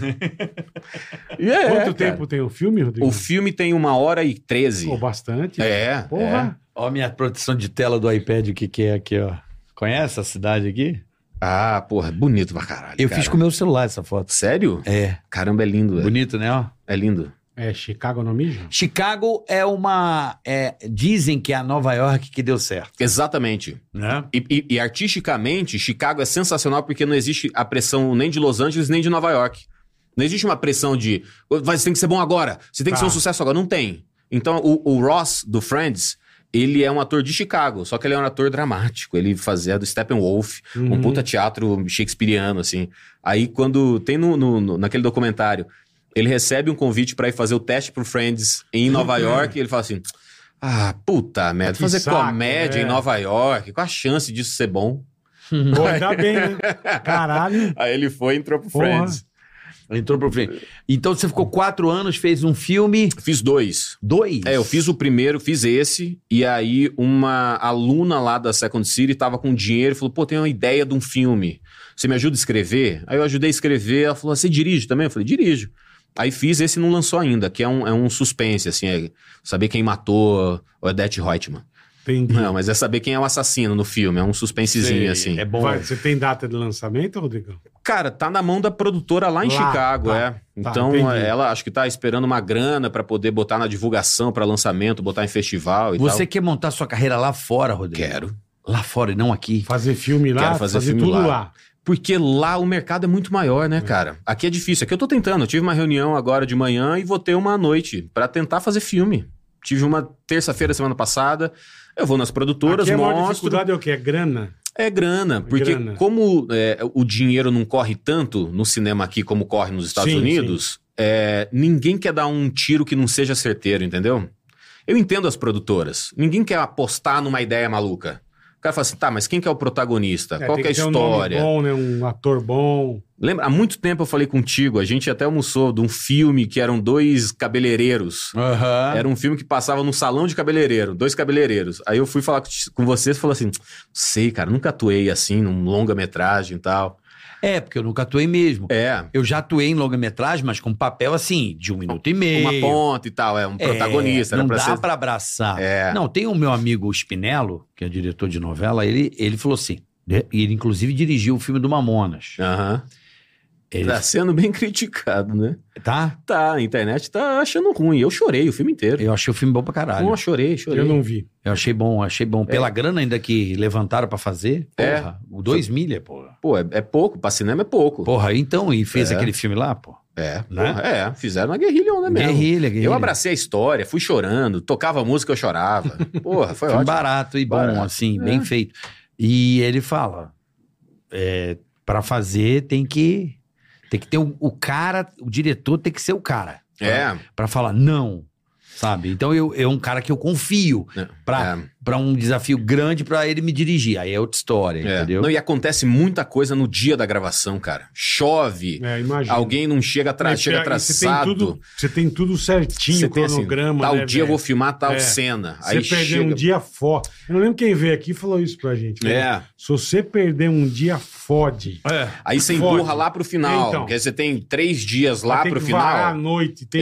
Speaker 5: E é,
Speaker 3: Quanto
Speaker 5: cara.
Speaker 3: tempo tem o filme, Rodrigão?
Speaker 5: O filme tem uma hora e treze.
Speaker 3: Pô, bastante.
Speaker 5: É. é.
Speaker 3: Porra.
Speaker 4: Ó, a minha proteção de tela do iPad, o que, que é aqui, ó. Conhece a cidade aqui?
Speaker 5: Ah, porra, bonito pra caralho.
Speaker 4: Eu
Speaker 5: cara.
Speaker 4: fiz com o meu celular essa foto.
Speaker 5: Sério?
Speaker 4: É.
Speaker 5: Caramba, é lindo, velho.
Speaker 4: Bonito, né? Ó.
Speaker 5: É lindo.
Speaker 3: É, Chicago não mija?
Speaker 4: Chicago é uma. é, dizem que é a Nova York que deu certo.
Speaker 5: Exatamente.
Speaker 4: Né?
Speaker 5: E, e- e artisticamente, Chicago é sensacional porque não existe a pressão nem de Los Angeles nem de Nova York. Não existe uma pressão de "Vai, você tem que ser bom agora, você tem que
Speaker 3: Tá.
Speaker 5: ser um sucesso agora. Não tem. Então, o, o Ross do Friends, ele é um ator de Chicago, só que ele é um ator dramático. Ele fazia do Steppenwolf, um
Speaker 3: Uhum.
Speaker 5: puta teatro shakespeariano, assim. Aí, quando tem no, no- no- naquele documentário, ele recebe um convite pra ir fazer o teste pro Friends em Nova York, e ele fala assim: Ah, puta merda,
Speaker 3: Uhum. Que
Speaker 5: fazer
Speaker 3: saco,
Speaker 5: comédia
Speaker 3: né?"
Speaker 5: em Nova York, qual a chance disso ser bom?
Speaker 3: Pô, ainda bem, né? Caralho.
Speaker 5: Aí ele foi e entrou pro
Speaker 3: Porra.
Speaker 5: Friends.
Speaker 4: Entrou pro fim. Então você ficou quatro anos, fez um filme.
Speaker 5: Fiz dois.
Speaker 4: Dois?
Speaker 5: É, eu fiz o primeiro, fiz esse, e aí uma aluna lá da Second City tava com dinheiro e falou: pô, tem uma ideia de um filme. Você me ajuda a escrever? Aí eu ajudei a escrever, ela falou: "Ah, você dirige também? Eu falei, dirijo. Aí fiz esse e não lançou ainda, que é um, é um suspense, assim, é saber quem matou o Odette Reutemann.
Speaker 3: Entendi.
Speaker 5: Não, mas é saber quem é o assassino no filme, é um suspensezinho,
Speaker 4: Sei,
Speaker 5: assim.
Speaker 4: É bom.
Speaker 3: Vai, você tem data de lançamento, Rodrigão?
Speaker 5: Cara, tá na mão da produtora lá em
Speaker 3: Lá,
Speaker 5: Chicago,
Speaker 3: tá,
Speaker 5: é. Então,
Speaker 3: entendi.
Speaker 5: ela acho que tá esperando uma grana pra poder botar na divulgação, pra lançamento, botar em festival e
Speaker 4: Você
Speaker 5: tal.
Speaker 4: quer montar sua carreira lá fora, Rodrigo?
Speaker 5: Quero.
Speaker 4: Lá fora e não aqui.
Speaker 3: Fazer filme lá,
Speaker 5: Quero
Speaker 3: fazer,
Speaker 5: fazer filme
Speaker 3: tudo lá.
Speaker 5: lá. Porque lá o mercado é muito maior, né, cara? Aqui é difícil. Aqui eu tô tentando. Eu tive uma reunião agora de manhã e vou ter uma à noite pra tentar fazer filme. Tive uma terça-feira semana passada. Eu vou nas produtoras,
Speaker 3: Aqui a maior
Speaker 5: mostro.
Speaker 3: dificuldade é o quê? É grana?
Speaker 5: É grana, porque
Speaker 3: grana.
Speaker 5: como é, o dinheiro não corre tanto no cinema aqui como corre nos Estados
Speaker 3: Sim,
Speaker 5: Unidos, é, ninguém quer dar um tiro que não seja certeiro, entendeu? Eu entendo as produtoras. Ninguém quer apostar numa ideia maluca. O cara fala assim, tá, mas quem que é o protagonista? Qual
Speaker 3: tem
Speaker 5: que é a
Speaker 3: ter um nome
Speaker 5: história?
Speaker 3: bom, né? Um ator bom.
Speaker 5: Lembra, há muito tempo eu falei contigo, a gente até almoçou de um filme que eram dois cabeleireiros.
Speaker 4: Aham.
Speaker 5: Era um filme que passava num salão de cabeleireiro, dois cabeleireiros. Aí eu fui falar com- com vocês e falou assim: sei, cara, nunca atuei assim, num longa-metragem e tal.
Speaker 4: É, porque eu nunca atuei mesmo.
Speaker 5: É,
Speaker 4: Eu já atuei em longa-metragem, mas com papel assim, de um minuto e meio.
Speaker 5: uma ponta e tal, é um
Speaker 4: É,
Speaker 5: protagonista,
Speaker 4: não
Speaker 5: era pra
Speaker 4: dá
Speaker 5: ser.
Speaker 4: pra abraçar.
Speaker 5: É.
Speaker 4: Não, tem o meu amigo Spinello, que é diretor de novela, ele, ele falou assim, né, e ele inclusive dirigiu o filme do Mamonas.
Speaker 5: Aham. Tá sendo bem criticado, né?
Speaker 4: Tá?
Speaker 5: Tá, a internet tá achando ruim. Eu chorei o filme inteiro.
Speaker 4: Eu achei o filme bom pra caralho.
Speaker 5: Eu chorei, chorei.
Speaker 3: Eu não vi.
Speaker 4: Eu achei bom, achei bom. Pela grana ainda que levantaram pra fazer,
Speaker 5: É.
Speaker 4: porra, o dois milha, porra.
Speaker 5: Pô, é, é pouco, pra cinema é pouco.
Speaker 4: Porra, então, e fez
Speaker 5: É.
Speaker 4: aquele filme lá, pô.
Speaker 5: É,
Speaker 4: Né?
Speaker 5: porra, é, fizeram a guerrilha, né mesmo?
Speaker 4: Guerrilha, guerrilha.
Speaker 5: Eu abracei a história, fui chorando, tocava a música, eu chorava. Porra, foi
Speaker 4: Filme
Speaker 5: ótimo.
Speaker 4: barato e bom,
Speaker 5: Barato,
Speaker 4: assim,
Speaker 5: é.
Speaker 4: bem feito. E ele fala, é, pra fazer tem que tem que ter o, o cara, o diretor tem que ser o cara.
Speaker 5: É,
Speaker 4: Pra falar não, sabe? Então eu é um cara que eu confio
Speaker 5: É.
Speaker 4: pra
Speaker 5: é,
Speaker 4: para um desafio grande pra ele me dirigir. Aí é outra história,
Speaker 5: é.
Speaker 4: entendeu?
Speaker 5: Não, e acontece muita coisa no dia da gravação, cara. Chove,
Speaker 3: É, imagina.
Speaker 5: alguém não chega, atra-
Speaker 3: Mas, é,
Speaker 5: chega
Speaker 3: e Você tem
Speaker 5: atrasado.
Speaker 3: tudo, você tem tudo certinho,
Speaker 5: Você tem assim,
Speaker 3: cronograma,
Speaker 5: tal
Speaker 3: né,
Speaker 5: dia eu
Speaker 3: velho?
Speaker 5: vou filmar tal
Speaker 3: É.
Speaker 5: cena.
Speaker 3: Se
Speaker 5: Aí
Speaker 3: você perder um
Speaker 5: chega.
Speaker 3: dia foda. Eu não lembro quem veio aqui e falou isso pra gente. né?
Speaker 5: É.
Speaker 3: Se você perder um dia, fode.
Speaker 4: É.
Speaker 5: Aí você
Speaker 3: Fode.
Speaker 5: empurra lá pro final.
Speaker 3: Então.
Speaker 5: Quer dizer, tem três dias lá
Speaker 3: Tem
Speaker 5: pro
Speaker 3: que varar à
Speaker 5: final.
Speaker 3: noite. Tem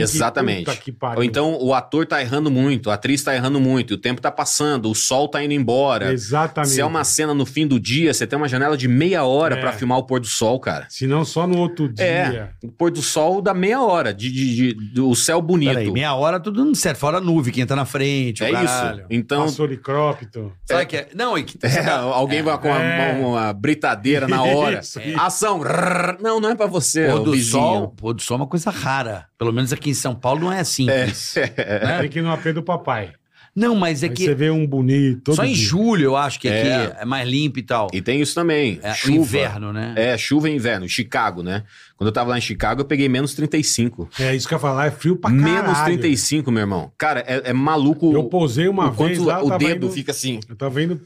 Speaker 3: Que,
Speaker 5: Exatamente.
Speaker 3: puta que pariu.
Speaker 5: Ou então o ator tá errando muito, a atriz tá errando muito, o tempo tá passando, o sol tá indo embora.
Speaker 3: Exatamente.
Speaker 5: Se é uma cena no fim do dia, você tem uma janela de meia hora
Speaker 3: É.
Speaker 5: pra filmar o pôr do sol, cara.
Speaker 3: Se não, só no outro dia.
Speaker 5: É. O pôr do sol dá meia hora de, de- de- do céu bonito.
Speaker 4: Peraí, meia hora tudo não serve. Fora a nuvem que entra na frente,
Speaker 5: é
Speaker 4: o caralho.
Speaker 5: isso. Então,
Speaker 3: Então... Solicrópito.
Speaker 4: Sabe que é? Não, e que
Speaker 5: é, alguém vai com uma,
Speaker 3: É.
Speaker 5: uma- uma britadeira na hora.
Speaker 3: Isso, isso.
Speaker 5: Ação. Rrr. Não, não é pra você.
Speaker 4: É. pôr
Speaker 5: ô
Speaker 4: do
Speaker 5: vizinho.
Speaker 4: sol, pôr do sol é uma coisa rara. Pelo menos aqui em São Paulo não é simples.
Speaker 5: É.
Speaker 4: né?
Speaker 3: Tem que ir no apê do papai.
Speaker 4: Não, mas é
Speaker 3: Aí você
Speaker 4: que
Speaker 3: vê um bonito. todo
Speaker 4: só em
Speaker 3: dia.
Speaker 4: julho eu acho que aqui
Speaker 5: É.
Speaker 4: é, mais limpo e tal.
Speaker 5: E tem isso também.
Speaker 4: É, o
Speaker 5: chuva.
Speaker 4: inverno, né?
Speaker 5: É, chuva e inverno. Chicago, né? Quando eu tava lá em Chicago, eu peguei menos 35.
Speaker 3: É isso que eu ia falar. É frio pra caralho.
Speaker 5: Menos 35, meu irmão. Cara, é, é maluco.
Speaker 3: Eu posei uma
Speaker 5: o quanto
Speaker 3: vez lá. eu
Speaker 5: o
Speaker 3: tava
Speaker 5: dedo
Speaker 3: indo-
Speaker 5: fica assim.
Speaker 3: Eu tava indo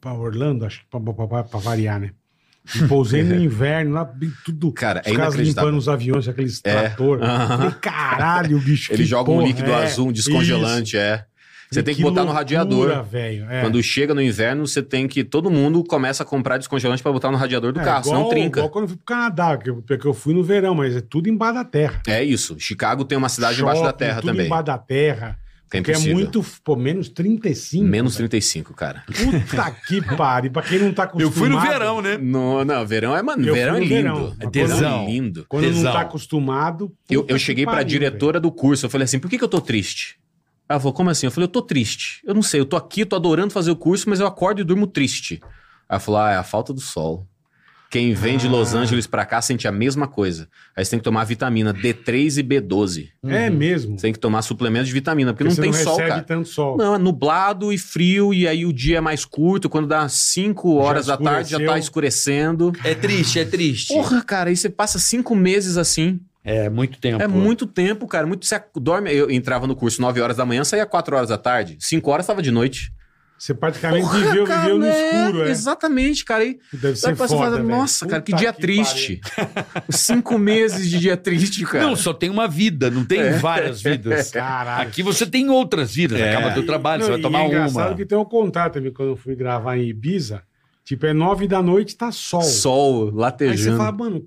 Speaker 3: pra Orlando, acho que pra, pra- pra- pra variar, né? E pousei no inverno, lá bem tudo.
Speaker 5: É. Cara, é
Speaker 3: os caras
Speaker 5: inacreditável.
Speaker 3: limpando os aviões, aqueles
Speaker 5: É.
Speaker 3: trator.
Speaker 5: Aham.
Speaker 3: Falei, caralho, bicho.
Speaker 5: Ele
Speaker 3: que
Speaker 5: joga um
Speaker 3: porra
Speaker 5: líquido
Speaker 3: é
Speaker 5: azul, um descongelante, é.
Speaker 3: isso?
Speaker 5: Você tem que
Speaker 3: Que
Speaker 5: botar no
Speaker 3: loucura,
Speaker 5: radiador.
Speaker 3: velho. É.
Speaker 5: Quando chega no inverno, você tem que. Todo mundo começa a comprar descongelante pra botar no radiador do
Speaker 3: É,
Speaker 5: carro, senão trinca.
Speaker 3: Igual quando eu fui pro Canadá, que eu, é que eu fui no verão, mas é tudo embaixo da terra.
Speaker 5: É isso. Chicago tem uma cidade embaixo da
Speaker 3: Shopping,
Speaker 5: terra
Speaker 3: tudo
Speaker 5: também.
Speaker 3: embaixo da terra.
Speaker 5: Que é
Speaker 3: que é
Speaker 5: impossível.
Speaker 3: muito, pô, menos 35.
Speaker 5: Menos 35, cara.
Speaker 3: velho. né? Puta que pariu. Pra quem não tá acostumado.
Speaker 4: né?
Speaker 5: Não, não, verão é, mano,
Speaker 3: Eu
Speaker 5: verão é
Speaker 3: fui no verão.
Speaker 5: lindo.
Speaker 3: É
Speaker 5: Verão
Speaker 4: tesão.
Speaker 5: lindo.
Speaker 3: Quando não
Speaker 4: Tesão.
Speaker 3: tá acostumado.
Speaker 5: Eu,
Speaker 3: puta
Speaker 5: eu
Speaker 3: que
Speaker 5: cheguei pra
Speaker 3: pariu,
Speaker 5: diretora do curso, eu falei assim, por que, que eu tô triste? Ela falou, como assim? Eu falei, eu tô triste. Eu não sei, eu tô aqui, tô adorando fazer o curso, mas eu acordo e durmo triste. Ela falou, ah, é a falta do sol. Quem vem de Los
Speaker 3: Ah.
Speaker 5: Angeles pra cá sente a mesma coisa. Aí você tem que tomar vitamina D3 e B12.
Speaker 3: velho.
Speaker 4: Uhum.
Speaker 3: É mesmo.
Speaker 5: Você tem que tomar suplemento de vitamina, porque,
Speaker 3: Porque
Speaker 5: não tem
Speaker 3: você
Speaker 5: sol,
Speaker 3: recebe
Speaker 5: cara.
Speaker 3: tanto sol.
Speaker 5: Não, é nublado e frio, e aí o dia é mais curto. Quando dá 5
Speaker 3: Já
Speaker 5: horas da tarde, já tá
Speaker 3: escureceu.
Speaker 5: escurecendo.
Speaker 4: É triste, é triste.
Speaker 5: Porra, cara, aí você passa cinco meses assim.
Speaker 4: É muito tempo.
Speaker 5: É muito tempo, cara. Muito você ac- dorme. Eu entrava no curso 9 horas da manhã, saía 4 horas da tarde. 5 horas tava de noite.
Speaker 3: Você praticamente viveu, viveu no
Speaker 5: né?
Speaker 3: escuro, é.
Speaker 5: Exatamente, cara. E
Speaker 3: Deve
Speaker 5: aí
Speaker 3: ser
Speaker 5: você
Speaker 3: foda,
Speaker 5: fala,
Speaker 3: velho.
Speaker 5: nossa, cara, que
Speaker 3: Puta
Speaker 5: dia triste. Cinco meses de dia triste, cara.
Speaker 4: Não, só tem uma vida, não tem várias vidas.
Speaker 3: pariu. Caralho.
Speaker 4: Aqui você tem outras vidas.
Speaker 5: É.
Speaker 4: Acaba teu trabalho,
Speaker 3: Não,
Speaker 4: você vai
Speaker 3: e
Speaker 4: tomar
Speaker 3: é engraçado
Speaker 4: uma.
Speaker 3: que tem um contato também, quando eu fui gravar em Ibiza, tipo, é nove da noite, tá sol.
Speaker 5: Sol,
Speaker 3: Aí você
Speaker 5: latejando.
Speaker 3: fala, mano,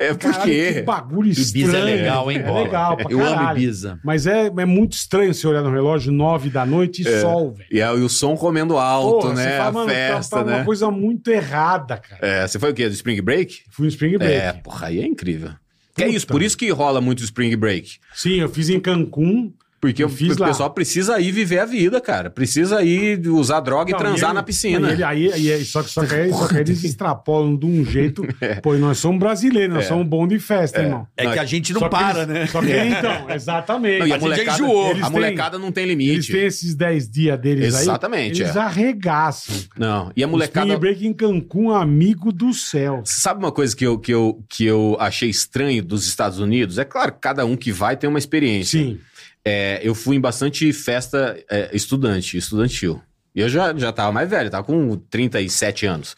Speaker 5: é
Speaker 3: caralho, que
Speaker 5: porque.
Speaker 3: bagulho estranho.
Speaker 4: Ibiza é legal, hein,
Speaker 3: É
Speaker 4: bola?
Speaker 3: legal pra
Speaker 4: Eu
Speaker 3: caralho.
Speaker 4: amo Ibiza.
Speaker 3: Mas é, é muito estranho você olhar no relógio, nove da noite e sol, velho.
Speaker 5: E aí o som comendo alto,
Speaker 3: Porra,
Speaker 5: né?
Speaker 3: fala,
Speaker 5: a
Speaker 3: mano, tá-
Speaker 5: festa,
Speaker 3: tá
Speaker 5: né?
Speaker 3: uma coisa muito errada, cara.
Speaker 5: É, você foi o quê? Do Spring Break?
Speaker 3: Fui no Spring Break.
Speaker 5: É, porra, aí é incrível. Que é
Speaker 3: Puta.
Speaker 5: isso, por isso que rola muito Spring Break.
Speaker 3: Sim, eu fiz em Cancún.
Speaker 5: Porque
Speaker 3: Eu
Speaker 5: o
Speaker 3: fiz
Speaker 5: o
Speaker 3: lá.
Speaker 5: pessoal precisa ir viver a vida, cara. Precisa ir usar droga e
Speaker 3: Não,
Speaker 5: transar
Speaker 3: ele-
Speaker 5: na piscina.
Speaker 3: Ele, aí, aí- aí- só que, só que, aí- só que aí eles extrapolam de um jeito.
Speaker 5: É.
Speaker 3: Pô, e nós somos brasileiros, nós somos bom de festa, irmão.
Speaker 4: É
Speaker 5: Não, É.
Speaker 4: que a gente não
Speaker 3: Só que
Speaker 4: para,
Speaker 3: eles-
Speaker 4: né?
Speaker 3: Só que então, exatamente.
Speaker 5: Não, e a
Speaker 4: A gente
Speaker 5: molecada,
Speaker 4: enjoou.
Speaker 5: a
Speaker 3: Eles têm-
Speaker 5: molecada não tem
Speaker 3: Eles
Speaker 5: limite.
Speaker 3: têm esses 10 dias deles
Speaker 5: Exatamente,
Speaker 3: aí. Eles
Speaker 5: é.
Speaker 3: arregaçam.
Speaker 5: Não, e a
Speaker 3: Spring
Speaker 5: molecada...
Speaker 3: Break em Cancún, amigo do céu.
Speaker 5: Sabe uma coisa que eu, que, eu, que eu achei estranho dos Estados Unidos? É claro, que cada um que vai tem uma experiência.
Speaker 3: Sim.
Speaker 5: É, eu fui em bastante festa é, estudante, estudantil. E eu já, já tava mais velho, tava com 37 anos.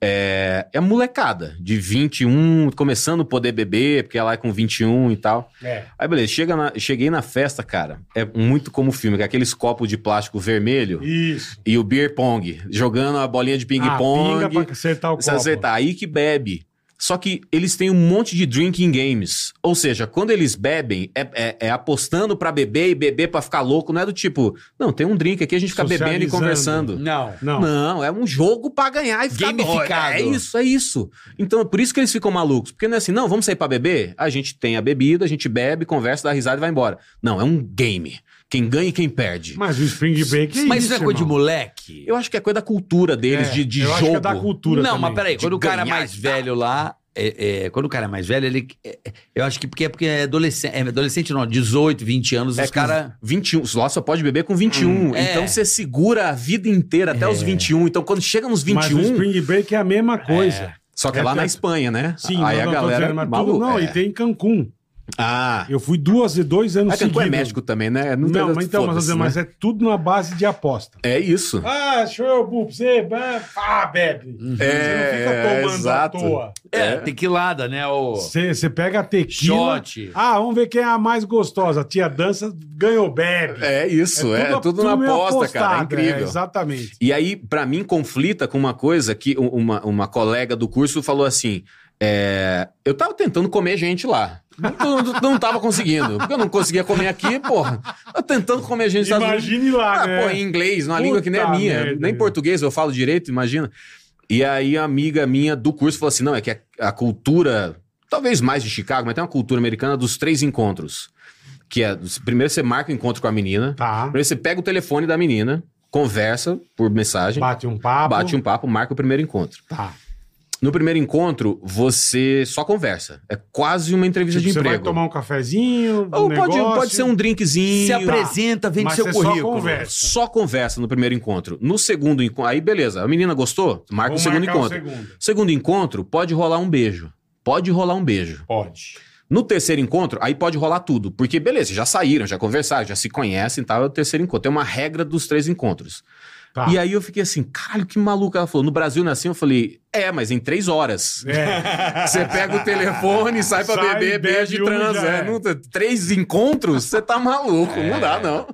Speaker 5: É, é molecada, de 21, começando a poder beber, porque ela é com 21 e tal.
Speaker 3: É.
Speaker 5: Aí, beleza, chega na- cheguei na festa, cara. É muito como o filme, que é aqueles copos de plástico vermelho
Speaker 3: Isso.
Speaker 5: e o beer pong, jogando a bolinha de
Speaker 3: Ah, pinga
Speaker 5: ping-pong.
Speaker 3: pra acertar o
Speaker 5: se
Speaker 3: copo.
Speaker 5: acertar, aí que bebe. Só que eles têm um monte de drinking games. Ou seja, quando eles bebem, é, é- é apostando pra beber e beber pra ficar louco. Não é do tipo, não, tem um drink aqui, a gente fica bebendo e
Speaker 3: Socializando.
Speaker 5: conversando.
Speaker 4: Não.
Speaker 3: Não.
Speaker 5: Não, é um jogo pra ganhar e ficar
Speaker 4: Gamificado.
Speaker 5: doido. É isso, é isso. Então é por isso que eles ficam malucos. Porque não é assim, não, vamos sair pra beber? A gente tem a bebida, a gente bebe, conversa, dá risada e vai embora. Não, é um game. Quem ganha e quem perde.
Speaker 3: Mas o Spring Break é
Speaker 4: Mas isso não é coisa de
Speaker 3: irmão.
Speaker 4: moleque?
Speaker 5: Eu acho que é coisa da cultura deles,
Speaker 3: É,
Speaker 5: de, de
Speaker 3: eu
Speaker 5: jogo.
Speaker 3: acho que é da cultura
Speaker 4: não,
Speaker 3: também.
Speaker 4: mas peraí,
Speaker 5: de
Speaker 4: quando o cara é
Speaker 5: ganhar
Speaker 4: mais
Speaker 5: e tal.
Speaker 4: velho lá. é- é, quando o cara é mais velho, ele. é- é, eu acho que porque é porque é adolescente. É adolescente não, 18, 20 anos,
Speaker 5: É
Speaker 4: os
Speaker 5: que
Speaker 4: caras.
Speaker 5: 21, os lá só pode beber com 21.
Speaker 3: Hum,
Speaker 4: é.
Speaker 5: Então você segura a vida inteira até os 21. Então quando chega nos
Speaker 3: É. Mas o
Speaker 5: 21,
Speaker 3: Spring Break é a mesma coisa.
Speaker 5: só que é
Speaker 3: é
Speaker 5: lá
Speaker 3: que-
Speaker 5: na Espanha, né?
Speaker 3: Sim,
Speaker 5: aí
Speaker 3: mas
Speaker 5: a
Speaker 3: não, tô
Speaker 5: galera
Speaker 3: dizendo, mas tudo-
Speaker 5: maluca.
Speaker 3: não,
Speaker 5: é.
Speaker 3: e tem em Cancún.
Speaker 5: Ah,
Speaker 3: Eu fui duas e dois anos
Speaker 5: a Cancún é
Speaker 3: seguidos.
Speaker 5: México também, né?
Speaker 3: Não,
Speaker 5: tem-
Speaker 3: mas então, mas,
Speaker 5: foda-se,
Speaker 3: mas,
Speaker 5: né?
Speaker 3: é tudo na base de aposta.
Speaker 5: é isso.
Speaker 3: Ah, show, bups, eba, ah, bebe.
Speaker 5: Uhum. É, é, exato.
Speaker 4: É, tequilada, né? O
Speaker 3: Você pega a tequila.
Speaker 4: shot.
Speaker 3: Ah, vamos ver quem é a mais gostosa. A tia dança ganhou, bebe.
Speaker 5: É isso, é, tudo, na
Speaker 3: meio
Speaker 5: aposta, cara. É
Speaker 3: apostado,
Speaker 5: incrível.
Speaker 3: exatamente.
Speaker 5: E aí, pra mim, conflita com uma coisa que u- uma, uma colega do curso falou assim. é, eu tava tentando comer gente lá. Não, não, não tava conseguindo. Porque eu não conseguia comer aqui, porra. Eu tentando comer gente nos Estados Unidos.
Speaker 3: Imagine lá,
Speaker 5: Ah,
Speaker 3: né?
Speaker 5: pô, em inglês, numa
Speaker 3: Puta
Speaker 5: língua que nem a minha.
Speaker 3: merda,
Speaker 5: nem
Speaker 3: meu.
Speaker 5: português eu falo direito, imagina. E aí a amiga minha do curso falou assim: não, é que a, a cultura, talvez mais de Chicago, mas tem uma cultura americana dos três encontros. Que é, primeiro você marca o encontro com a menina,
Speaker 3: Tá.
Speaker 5: primeiro você pega o telefone da menina, conversa por mensagem, bate,
Speaker 3: Bate um papo.
Speaker 5: um papo, marca o primeiro encontro.
Speaker 3: Tá.
Speaker 5: No primeiro encontro, você só conversa. É quase uma entrevista
Speaker 3: Tipo,
Speaker 5: de
Speaker 3: você vai
Speaker 5: emprego.
Speaker 3: tomar um cafezinho.
Speaker 5: Ou
Speaker 3: um
Speaker 5: pode,
Speaker 3: negócio,
Speaker 5: pode ser um drinkzinho.
Speaker 4: Se apresenta, vende
Speaker 3: mas
Speaker 4: seu
Speaker 3: você só
Speaker 4: currículo.
Speaker 3: conversa.
Speaker 5: Só conversa no primeiro encontro. No segundo encontro, aí beleza, a menina gostou, marca
Speaker 3: Vou
Speaker 5: o segundo
Speaker 3: marcar o
Speaker 5: encontro.
Speaker 3: segundo.
Speaker 5: Segundo encontro, pode rolar um beijo. Pode rolar um beijo.
Speaker 3: Pode.
Speaker 5: No terceiro encontro, aí pode rolar tudo. Porque, beleza, já saíram, já conversaram, já se conhecem e tal. É o terceiro encontro. Tem uma regra dos três encontros.
Speaker 3: Tá.
Speaker 5: E aí eu fiquei assim, caralho, que maluco. Ela falou, no Brasil não é assim? Eu falei, é, mas em três horas.
Speaker 3: É.
Speaker 5: Você pega o telefone, sai pra
Speaker 3: Sai,
Speaker 5: beber,
Speaker 3: bebe
Speaker 5: beijo e
Speaker 3: um,
Speaker 5: transa.
Speaker 3: já
Speaker 5: É,
Speaker 3: é.
Speaker 5: não- três encontros? Você tá maluco. Não dá, não.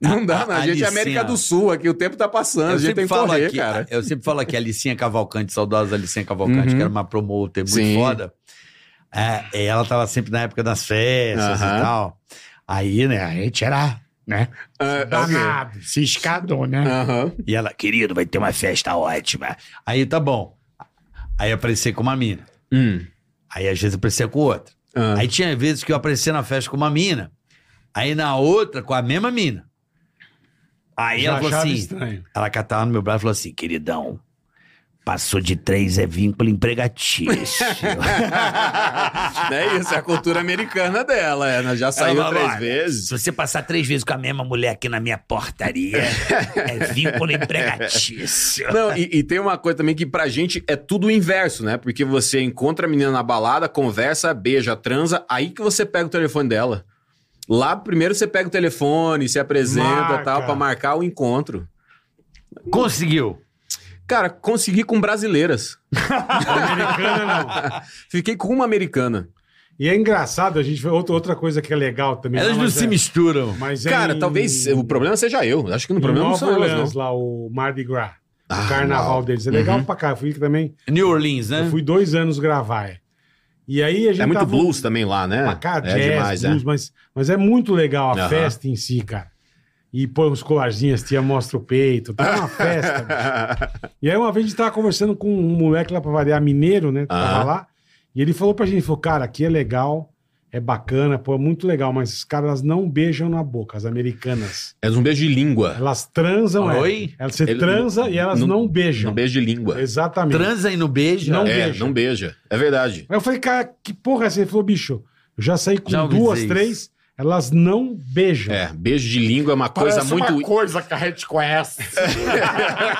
Speaker 5: Não dá, não.
Speaker 4: A-
Speaker 5: A,
Speaker 4: a
Speaker 5: gente é
Speaker 4: Alicinha-
Speaker 5: América do Sul aqui, o tempo tá passando, a
Speaker 4: Eu
Speaker 5: gente tem
Speaker 4: sempre,
Speaker 5: que
Speaker 4: falo
Speaker 5: correr,
Speaker 4: aqui,
Speaker 5: cara.
Speaker 4: eu sempre falo aqui, a Licinha Cavalcante, saudosa Licinha Cavalcante,
Speaker 5: Uhum.
Speaker 4: que era uma promoter muito
Speaker 5: Sim.
Speaker 4: foda. É, ela tava sempre na época das festas
Speaker 5: Aham.
Speaker 4: e tal. Aí, né, a gente era, né,
Speaker 5: Ah, ok.
Speaker 3: Danado.
Speaker 4: ciscador, né?
Speaker 5: Aham.
Speaker 4: E ela, querido, vai ter uma festa ótima. Aí, tá bom. Aí eu aparecia com uma mina.
Speaker 5: Hum.
Speaker 4: Aí, às vezes, eu aparecia com outra.
Speaker 5: Ah.
Speaker 4: Aí tinha vezes que eu aparecia na festa com uma mina, aí na outra com a mesma mina. Aí
Speaker 3: Já
Speaker 4: ela falou
Speaker 3: achava
Speaker 4: assim,
Speaker 3: estranho.
Speaker 4: ela catava no meu braço e falou assim, queridão, passou de três é vínculo empregatício.
Speaker 5: é isso, é a cultura americana dela. Ela já saiu
Speaker 4: Ela,
Speaker 5: três
Speaker 4: olha,
Speaker 5: vezes.
Speaker 4: Se você passar três vezes com a mesma mulher aqui na minha portaria, é vínculo empregatício.
Speaker 5: Não, e, e tem uma coisa também que pra gente é tudo o inverso, né? Porque você encontra a menina na balada, conversa, beija, transa, aí que você pega o telefone dela. Lá primeiro você pega o telefone, se apresenta
Speaker 3: Marca.
Speaker 5: e tal, pra marcar o encontro.
Speaker 4: Conseguiu.
Speaker 5: Cara, consegui com brasileiras.
Speaker 3: Americana não.
Speaker 5: Fiquei com uma americana.
Speaker 3: E é engraçado, a gente vê outra, outra coisa que é legal também.
Speaker 4: Elas não
Speaker 3: mas
Speaker 4: se
Speaker 3: é-
Speaker 4: misturam.
Speaker 3: Mas é
Speaker 5: Cara,
Speaker 3: em-
Speaker 5: talvez o problema seja eu. Acho que no
Speaker 3: em
Speaker 5: problema não
Speaker 3: Nova
Speaker 5: são elas,
Speaker 3: Orleans,
Speaker 5: não.
Speaker 3: lá o Mardi Gras.
Speaker 5: Ah,
Speaker 3: o carnaval
Speaker 5: uau.
Speaker 3: deles. É legal
Speaker 5: Uhum.
Speaker 3: pra cá. Eu fui também.
Speaker 4: New Orleans, né?
Speaker 3: Eu fui dois anos gravar. é. E aí a gente. tá
Speaker 5: É muito
Speaker 3: tava-
Speaker 5: blues também lá, né?
Speaker 3: Pra cá,
Speaker 5: é
Speaker 3: jazz,
Speaker 5: demais, né?
Speaker 3: blues, mas, mas é muito legal a
Speaker 5: Aham.
Speaker 3: festa em si, cara. E põe uns colarzinhos, tia mostra o peito. Tá uma festa. bicho. E aí uma vez a gente tava conversando com um moleque lá pra variar, mineiro, né? que Tava
Speaker 5: Aham.
Speaker 3: lá. E ele falou pra gente, falou, cara, aqui é legal, é bacana, pô, é muito legal, mas os caras elas não beijam na boca, as americanas.
Speaker 5: É um beijo de língua.
Speaker 3: Elas transam,
Speaker 4: Oi?
Speaker 3: É, elas se
Speaker 5: Ele-
Speaker 3: transa e elas não,
Speaker 5: não-
Speaker 3: beijam.
Speaker 5: Um beijo de língua.
Speaker 3: Exatamente.
Speaker 4: Transa e não beija.
Speaker 3: Não
Speaker 5: é,
Speaker 3: beija.
Speaker 5: não beija. É verdade.
Speaker 3: Aí eu falei, cara, que porra é essa? Ele falou, bicho, eu já saí com
Speaker 4: Já ouvi
Speaker 3: duas,
Speaker 4: dizer
Speaker 3: três, elas não beijam.
Speaker 5: É, beijo de língua é uma coisa
Speaker 6: Parece
Speaker 5: muito.
Speaker 6: uma coisa que a gente conhece.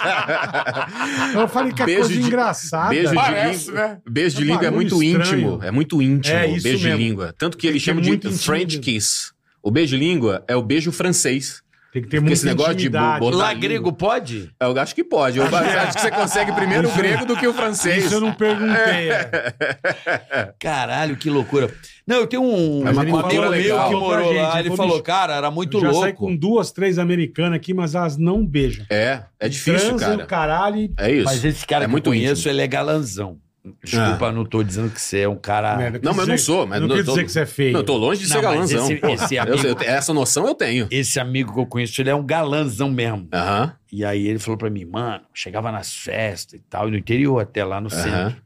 Speaker 3: Aí Eu falei, que
Speaker 5: Beijo
Speaker 3: coisa
Speaker 5: de-
Speaker 3: engraçada.
Speaker 5: beijo de
Speaker 6: Parece,
Speaker 5: língua.
Speaker 6: né?
Speaker 5: Beijo de
Speaker 3: É
Speaker 5: língua é
Speaker 3: barulho
Speaker 5: muito
Speaker 3: estranho.
Speaker 5: íntimo. É muito íntimo.
Speaker 3: É, isso
Speaker 5: beijo
Speaker 3: mesmo.
Speaker 5: de língua. Tanto que
Speaker 3: Tem
Speaker 5: eles
Speaker 3: que
Speaker 5: chamam
Speaker 3: ter
Speaker 5: de
Speaker 3: muito íntimo
Speaker 5: French
Speaker 3: mesmo.
Speaker 5: kiss. O beijo de língua é o beijo francês.
Speaker 3: Tem que ter
Speaker 5: Porque
Speaker 3: muita
Speaker 5: esse negócio de
Speaker 3: intimidade.
Speaker 5: botar-
Speaker 4: Lá grego pode?
Speaker 5: Eu É acho que pode. Eu acho que você consegue primeiro o grego do que o francês.
Speaker 3: Isso eu não perguntei. é.
Speaker 4: Caralho, que loucura. Não, eu tenho um,
Speaker 5: Mas
Speaker 4: um
Speaker 5: ele
Speaker 4: amigo
Speaker 5: falou
Speaker 4: meu
Speaker 5: legal.
Speaker 4: que morou
Speaker 3: Pra gente,
Speaker 4: lá,
Speaker 3: ele
Speaker 4: ele
Speaker 3: falou,
Speaker 4: falou,
Speaker 3: bicho,
Speaker 4: cara, era muito
Speaker 3: eu já saí
Speaker 4: louco.
Speaker 3: com duas, três americanas aqui, mas elas não beijam.
Speaker 5: É, é difícil,
Speaker 3: Transam,
Speaker 5: cara.
Speaker 3: caralho. e-
Speaker 5: É isso.
Speaker 4: Mas esse cara
Speaker 5: É
Speaker 4: que
Speaker 5: muito
Speaker 4: eu conheço,
Speaker 5: íntimo. Ah.
Speaker 4: ele é galanzão. Desculpa, não tô dizendo que você é um cara.
Speaker 3: quis
Speaker 5: Não, mas eu não
Speaker 3: dizer-
Speaker 5: sou, mas
Speaker 3: não
Speaker 5: não
Speaker 3: quer
Speaker 5: tô-
Speaker 3: dizer que você é feio.
Speaker 5: Não, eu tô longe de
Speaker 4: Não,
Speaker 5: ser
Speaker 4: mas
Speaker 5: galãzão.
Speaker 4: esse-
Speaker 5: pô.
Speaker 4: esse
Speaker 5: Eu
Speaker 4: amigo-
Speaker 5: sei, eu te- essa noção eu tenho.
Speaker 4: Esse amigo que eu conheço, ele é um galãzão mesmo.
Speaker 5: Aham.
Speaker 4: E aí ele falou pra mim, mano, chegava nas festas e tal, e no interior até lá no
Speaker 5: Aham.
Speaker 4: centro.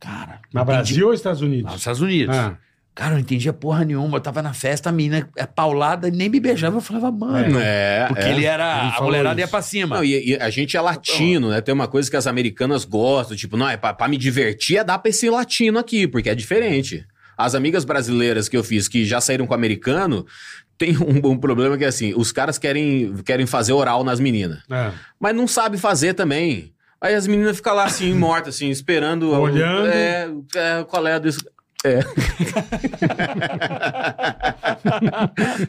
Speaker 4: Cara.
Speaker 3: Na
Speaker 4: não entendi-
Speaker 3: Brasil ou Estados Unidos?
Speaker 4: Lá nos Estados Unidos.
Speaker 3: Ah,
Speaker 4: Cara, eu não entendia porra nenhuma. Eu tava na festa, a mina é paulada, nem me beijava. Eu falava, mano.
Speaker 5: É,
Speaker 4: Porque
Speaker 5: é.
Speaker 4: ele era.
Speaker 3: Ele
Speaker 4: a
Speaker 3: falou
Speaker 4: mulherada
Speaker 3: isso.
Speaker 4: ia pra cima.
Speaker 5: Não, e, e a gente é latino, né? Tem uma coisa que as americanas gostam, tipo, não, é pra, pra me divertir é dar pra esse latino aqui, porque é diferente. As amigas brasileiras que eu fiz que já saíram com americano, tem um, um problema que é assim, os caras querem, querem fazer oral nas meninas,
Speaker 3: ah.
Speaker 5: mas não sabe fazer também. Aí as meninas ficam lá assim, mortas, assim, esperando. o-
Speaker 3: Olhando.
Speaker 5: É, é, qual é a desse...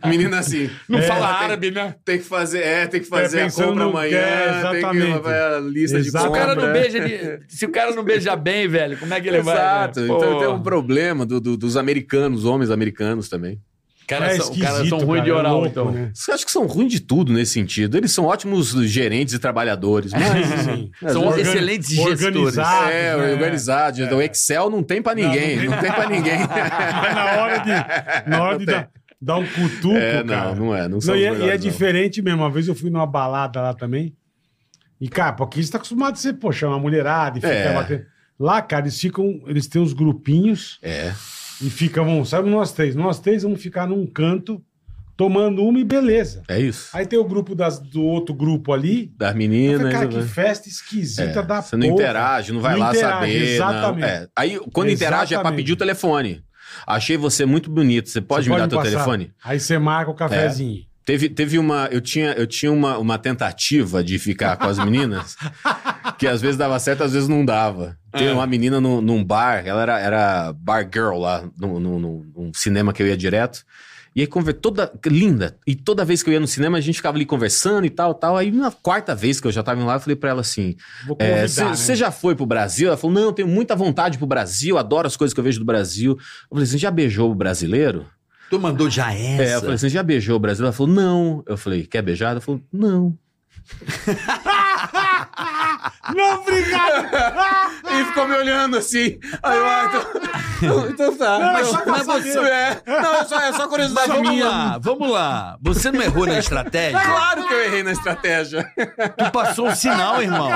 Speaker 5: É. Menina assim.
Speaker 4: Não
Speaker 5: é,
Speaker 4: fala
Speaker 5: tem-
Speaker 4: árabe, né?
Speaker 5: Tem que fazer, é, tem que fazer a
Speaker 3: Tá pensando
Speaker 5: compra
Speaker 3: no-
Speaker 5: amanhã,
Speaker 3: é,
Speaker 5: tem que
Speaker 3: exatamente.
Speaker 5: fazer a lista
Speaker 3: Exato.
Speaker 5: de
Speaker 4: Se o
Speaker 5: compra.
Speaker 4: cara não beija, ele- se o cara não beija bem, velho, como é que ele
Speaker 5: Exato.
Speaker 4: vai? né?
Speaker 5: Então
Speaker 4: Pô,
Speaker 5: tem um problema do- do- dos americanos, homens americanos também.
Speaker 4: cara,
Speaker 3: é
Speaker 4: são,
Speaker 3: esquisito,
Speaker 4: caras são ruins de
Speaker 3: é
Speaker 4: oral,
Speaker 3: louco,
Speaker 4: então.
Speaker 3: né?
Speaker 5: Vocês acham que são ruins de tudo nesse sentido? Eles são ótimos gerentes e trabalhadores, mas.
Speaker 3: Sim.
Speaker 4: São
Speaker 3: Organi-
Speaker 4: excelentes gestores.
Speaker 3: organizados,
Speaker 5: É,
Speaker 3: É. né?
Speaker 5: organizados. O Excel não tem pra
Speaker 3: Não, não
Speaker 5: ninguém.
Speaker 3: tem.
Speaker 5: Não, tem pra ninguém.
Speaker 3: Mas na hora de, na hora de
Speaker 5: Não
Speaker 3: dar, dar um cutuco,
Speaker 5: É,
Speaker 3: cara.
Speaker 5: não, não é. Não
Speaker 3: Não,
Speaker 5: são
Speaker 3: e,
Speaker 5: os
Speaker 3: é, e é
Speaker 5: melhores, não.
Speaker 3: diferente mesmo. Uma vez eu fui numa balada lá também. E, cara, porque você tá acostumado a ser, poxa, uma mulherada e fica
Speaker 5: É.
Speaker 3: batendo. Lá, cara, eles ficam. Eles têm uns grupinhos
Speaker 5: É.
Speaker 3: e ficam, vamos, sabe, nós três. Nós três vamos ficar num canto, tomando uma e beleza.
Speaker 5: É isso.
Speaker 3: Aí tem o grupo das, do outro grupo ali.
Speaker 5: Das
Speaker 3: Eu falei,
Speaker 5: meninas.
Speaker 3: cara,
Speaker 5: né?
Speaker 3: que festa esquisita
Speaker 5: É,
Speaker 3: da
Speaker 5: Você não
Speaker 3: porra.
Speaker 5: interage, não vai
Speaker 3: Não
Speaker 5: lá
Speaker 3: interage,
Speaker 5: saber.
Speaker 3: exatamente.
Speaker 5: Não. É, Aí, quando interage, é pra
Speaker 3: Exatamente.
Speaker 5: pedir o telefone. Achei você muito bonito. Você pode
Speaker 3: Você
Speaker 5: me dar teu
Speaker 3: passar.
Speaker 5: telefone?
Speaker 3: Aí você
Speaker 5: É.
Speaker 3: marca o cafezinho.
Speaker 5: Teve, teve uma. Eu tinha, eu tinha uma, uma tentativa de ficar com as meninas, que às vezes dava certo, às vezes não dava.
Speaker 3: É.
Speaker 5: Tem uma menina no, num bar, ela era, era bar girl lá, num, num- num- num cinema que eu ia direto. E aí, conver- toda, linda. E toda vez que eu ia no cinema, a gente ficava ali conversando e tal, tal. Aí, na quarta vez que eu já tava indo lá, eu falei pra ela assim:
Speaker 3: Vou convidar,
Speaker 5: você
Speaker 3: né?
Speaker 5: já foi pro Brasil? Ela falou: Não, eu tenho muita vontade pro Brasil, adoro as coisas que eu vejo do Brasil. Eu falei: Você já beijou o brasileiro?
Speaker 4: Tu mandou já
Speaker 5: É, eu
Speaker 4: essa.
Speaker 5: falei: Você já beijou o brasileiro? Ela falou: Não. Eu falei: Quer beijar? Ela falou: Não.
Speaker 3: Não, obrigado!
Speaker 5: Ele ficou me olhando assim. Aí eu, ah, então, então tá.
Speaker 3: Não, é só pra saber.
Speaker 5: é. Não, é só, é só
Speaker 4: Mas
Speaker 5: curiosidade
Speaker 4: vamos lá, vamos lá. Você não errou na estratégia?
Speaker 5: Claro que eu errei na estratégia.
Speaker 4: Tu passou o sinal, irmão.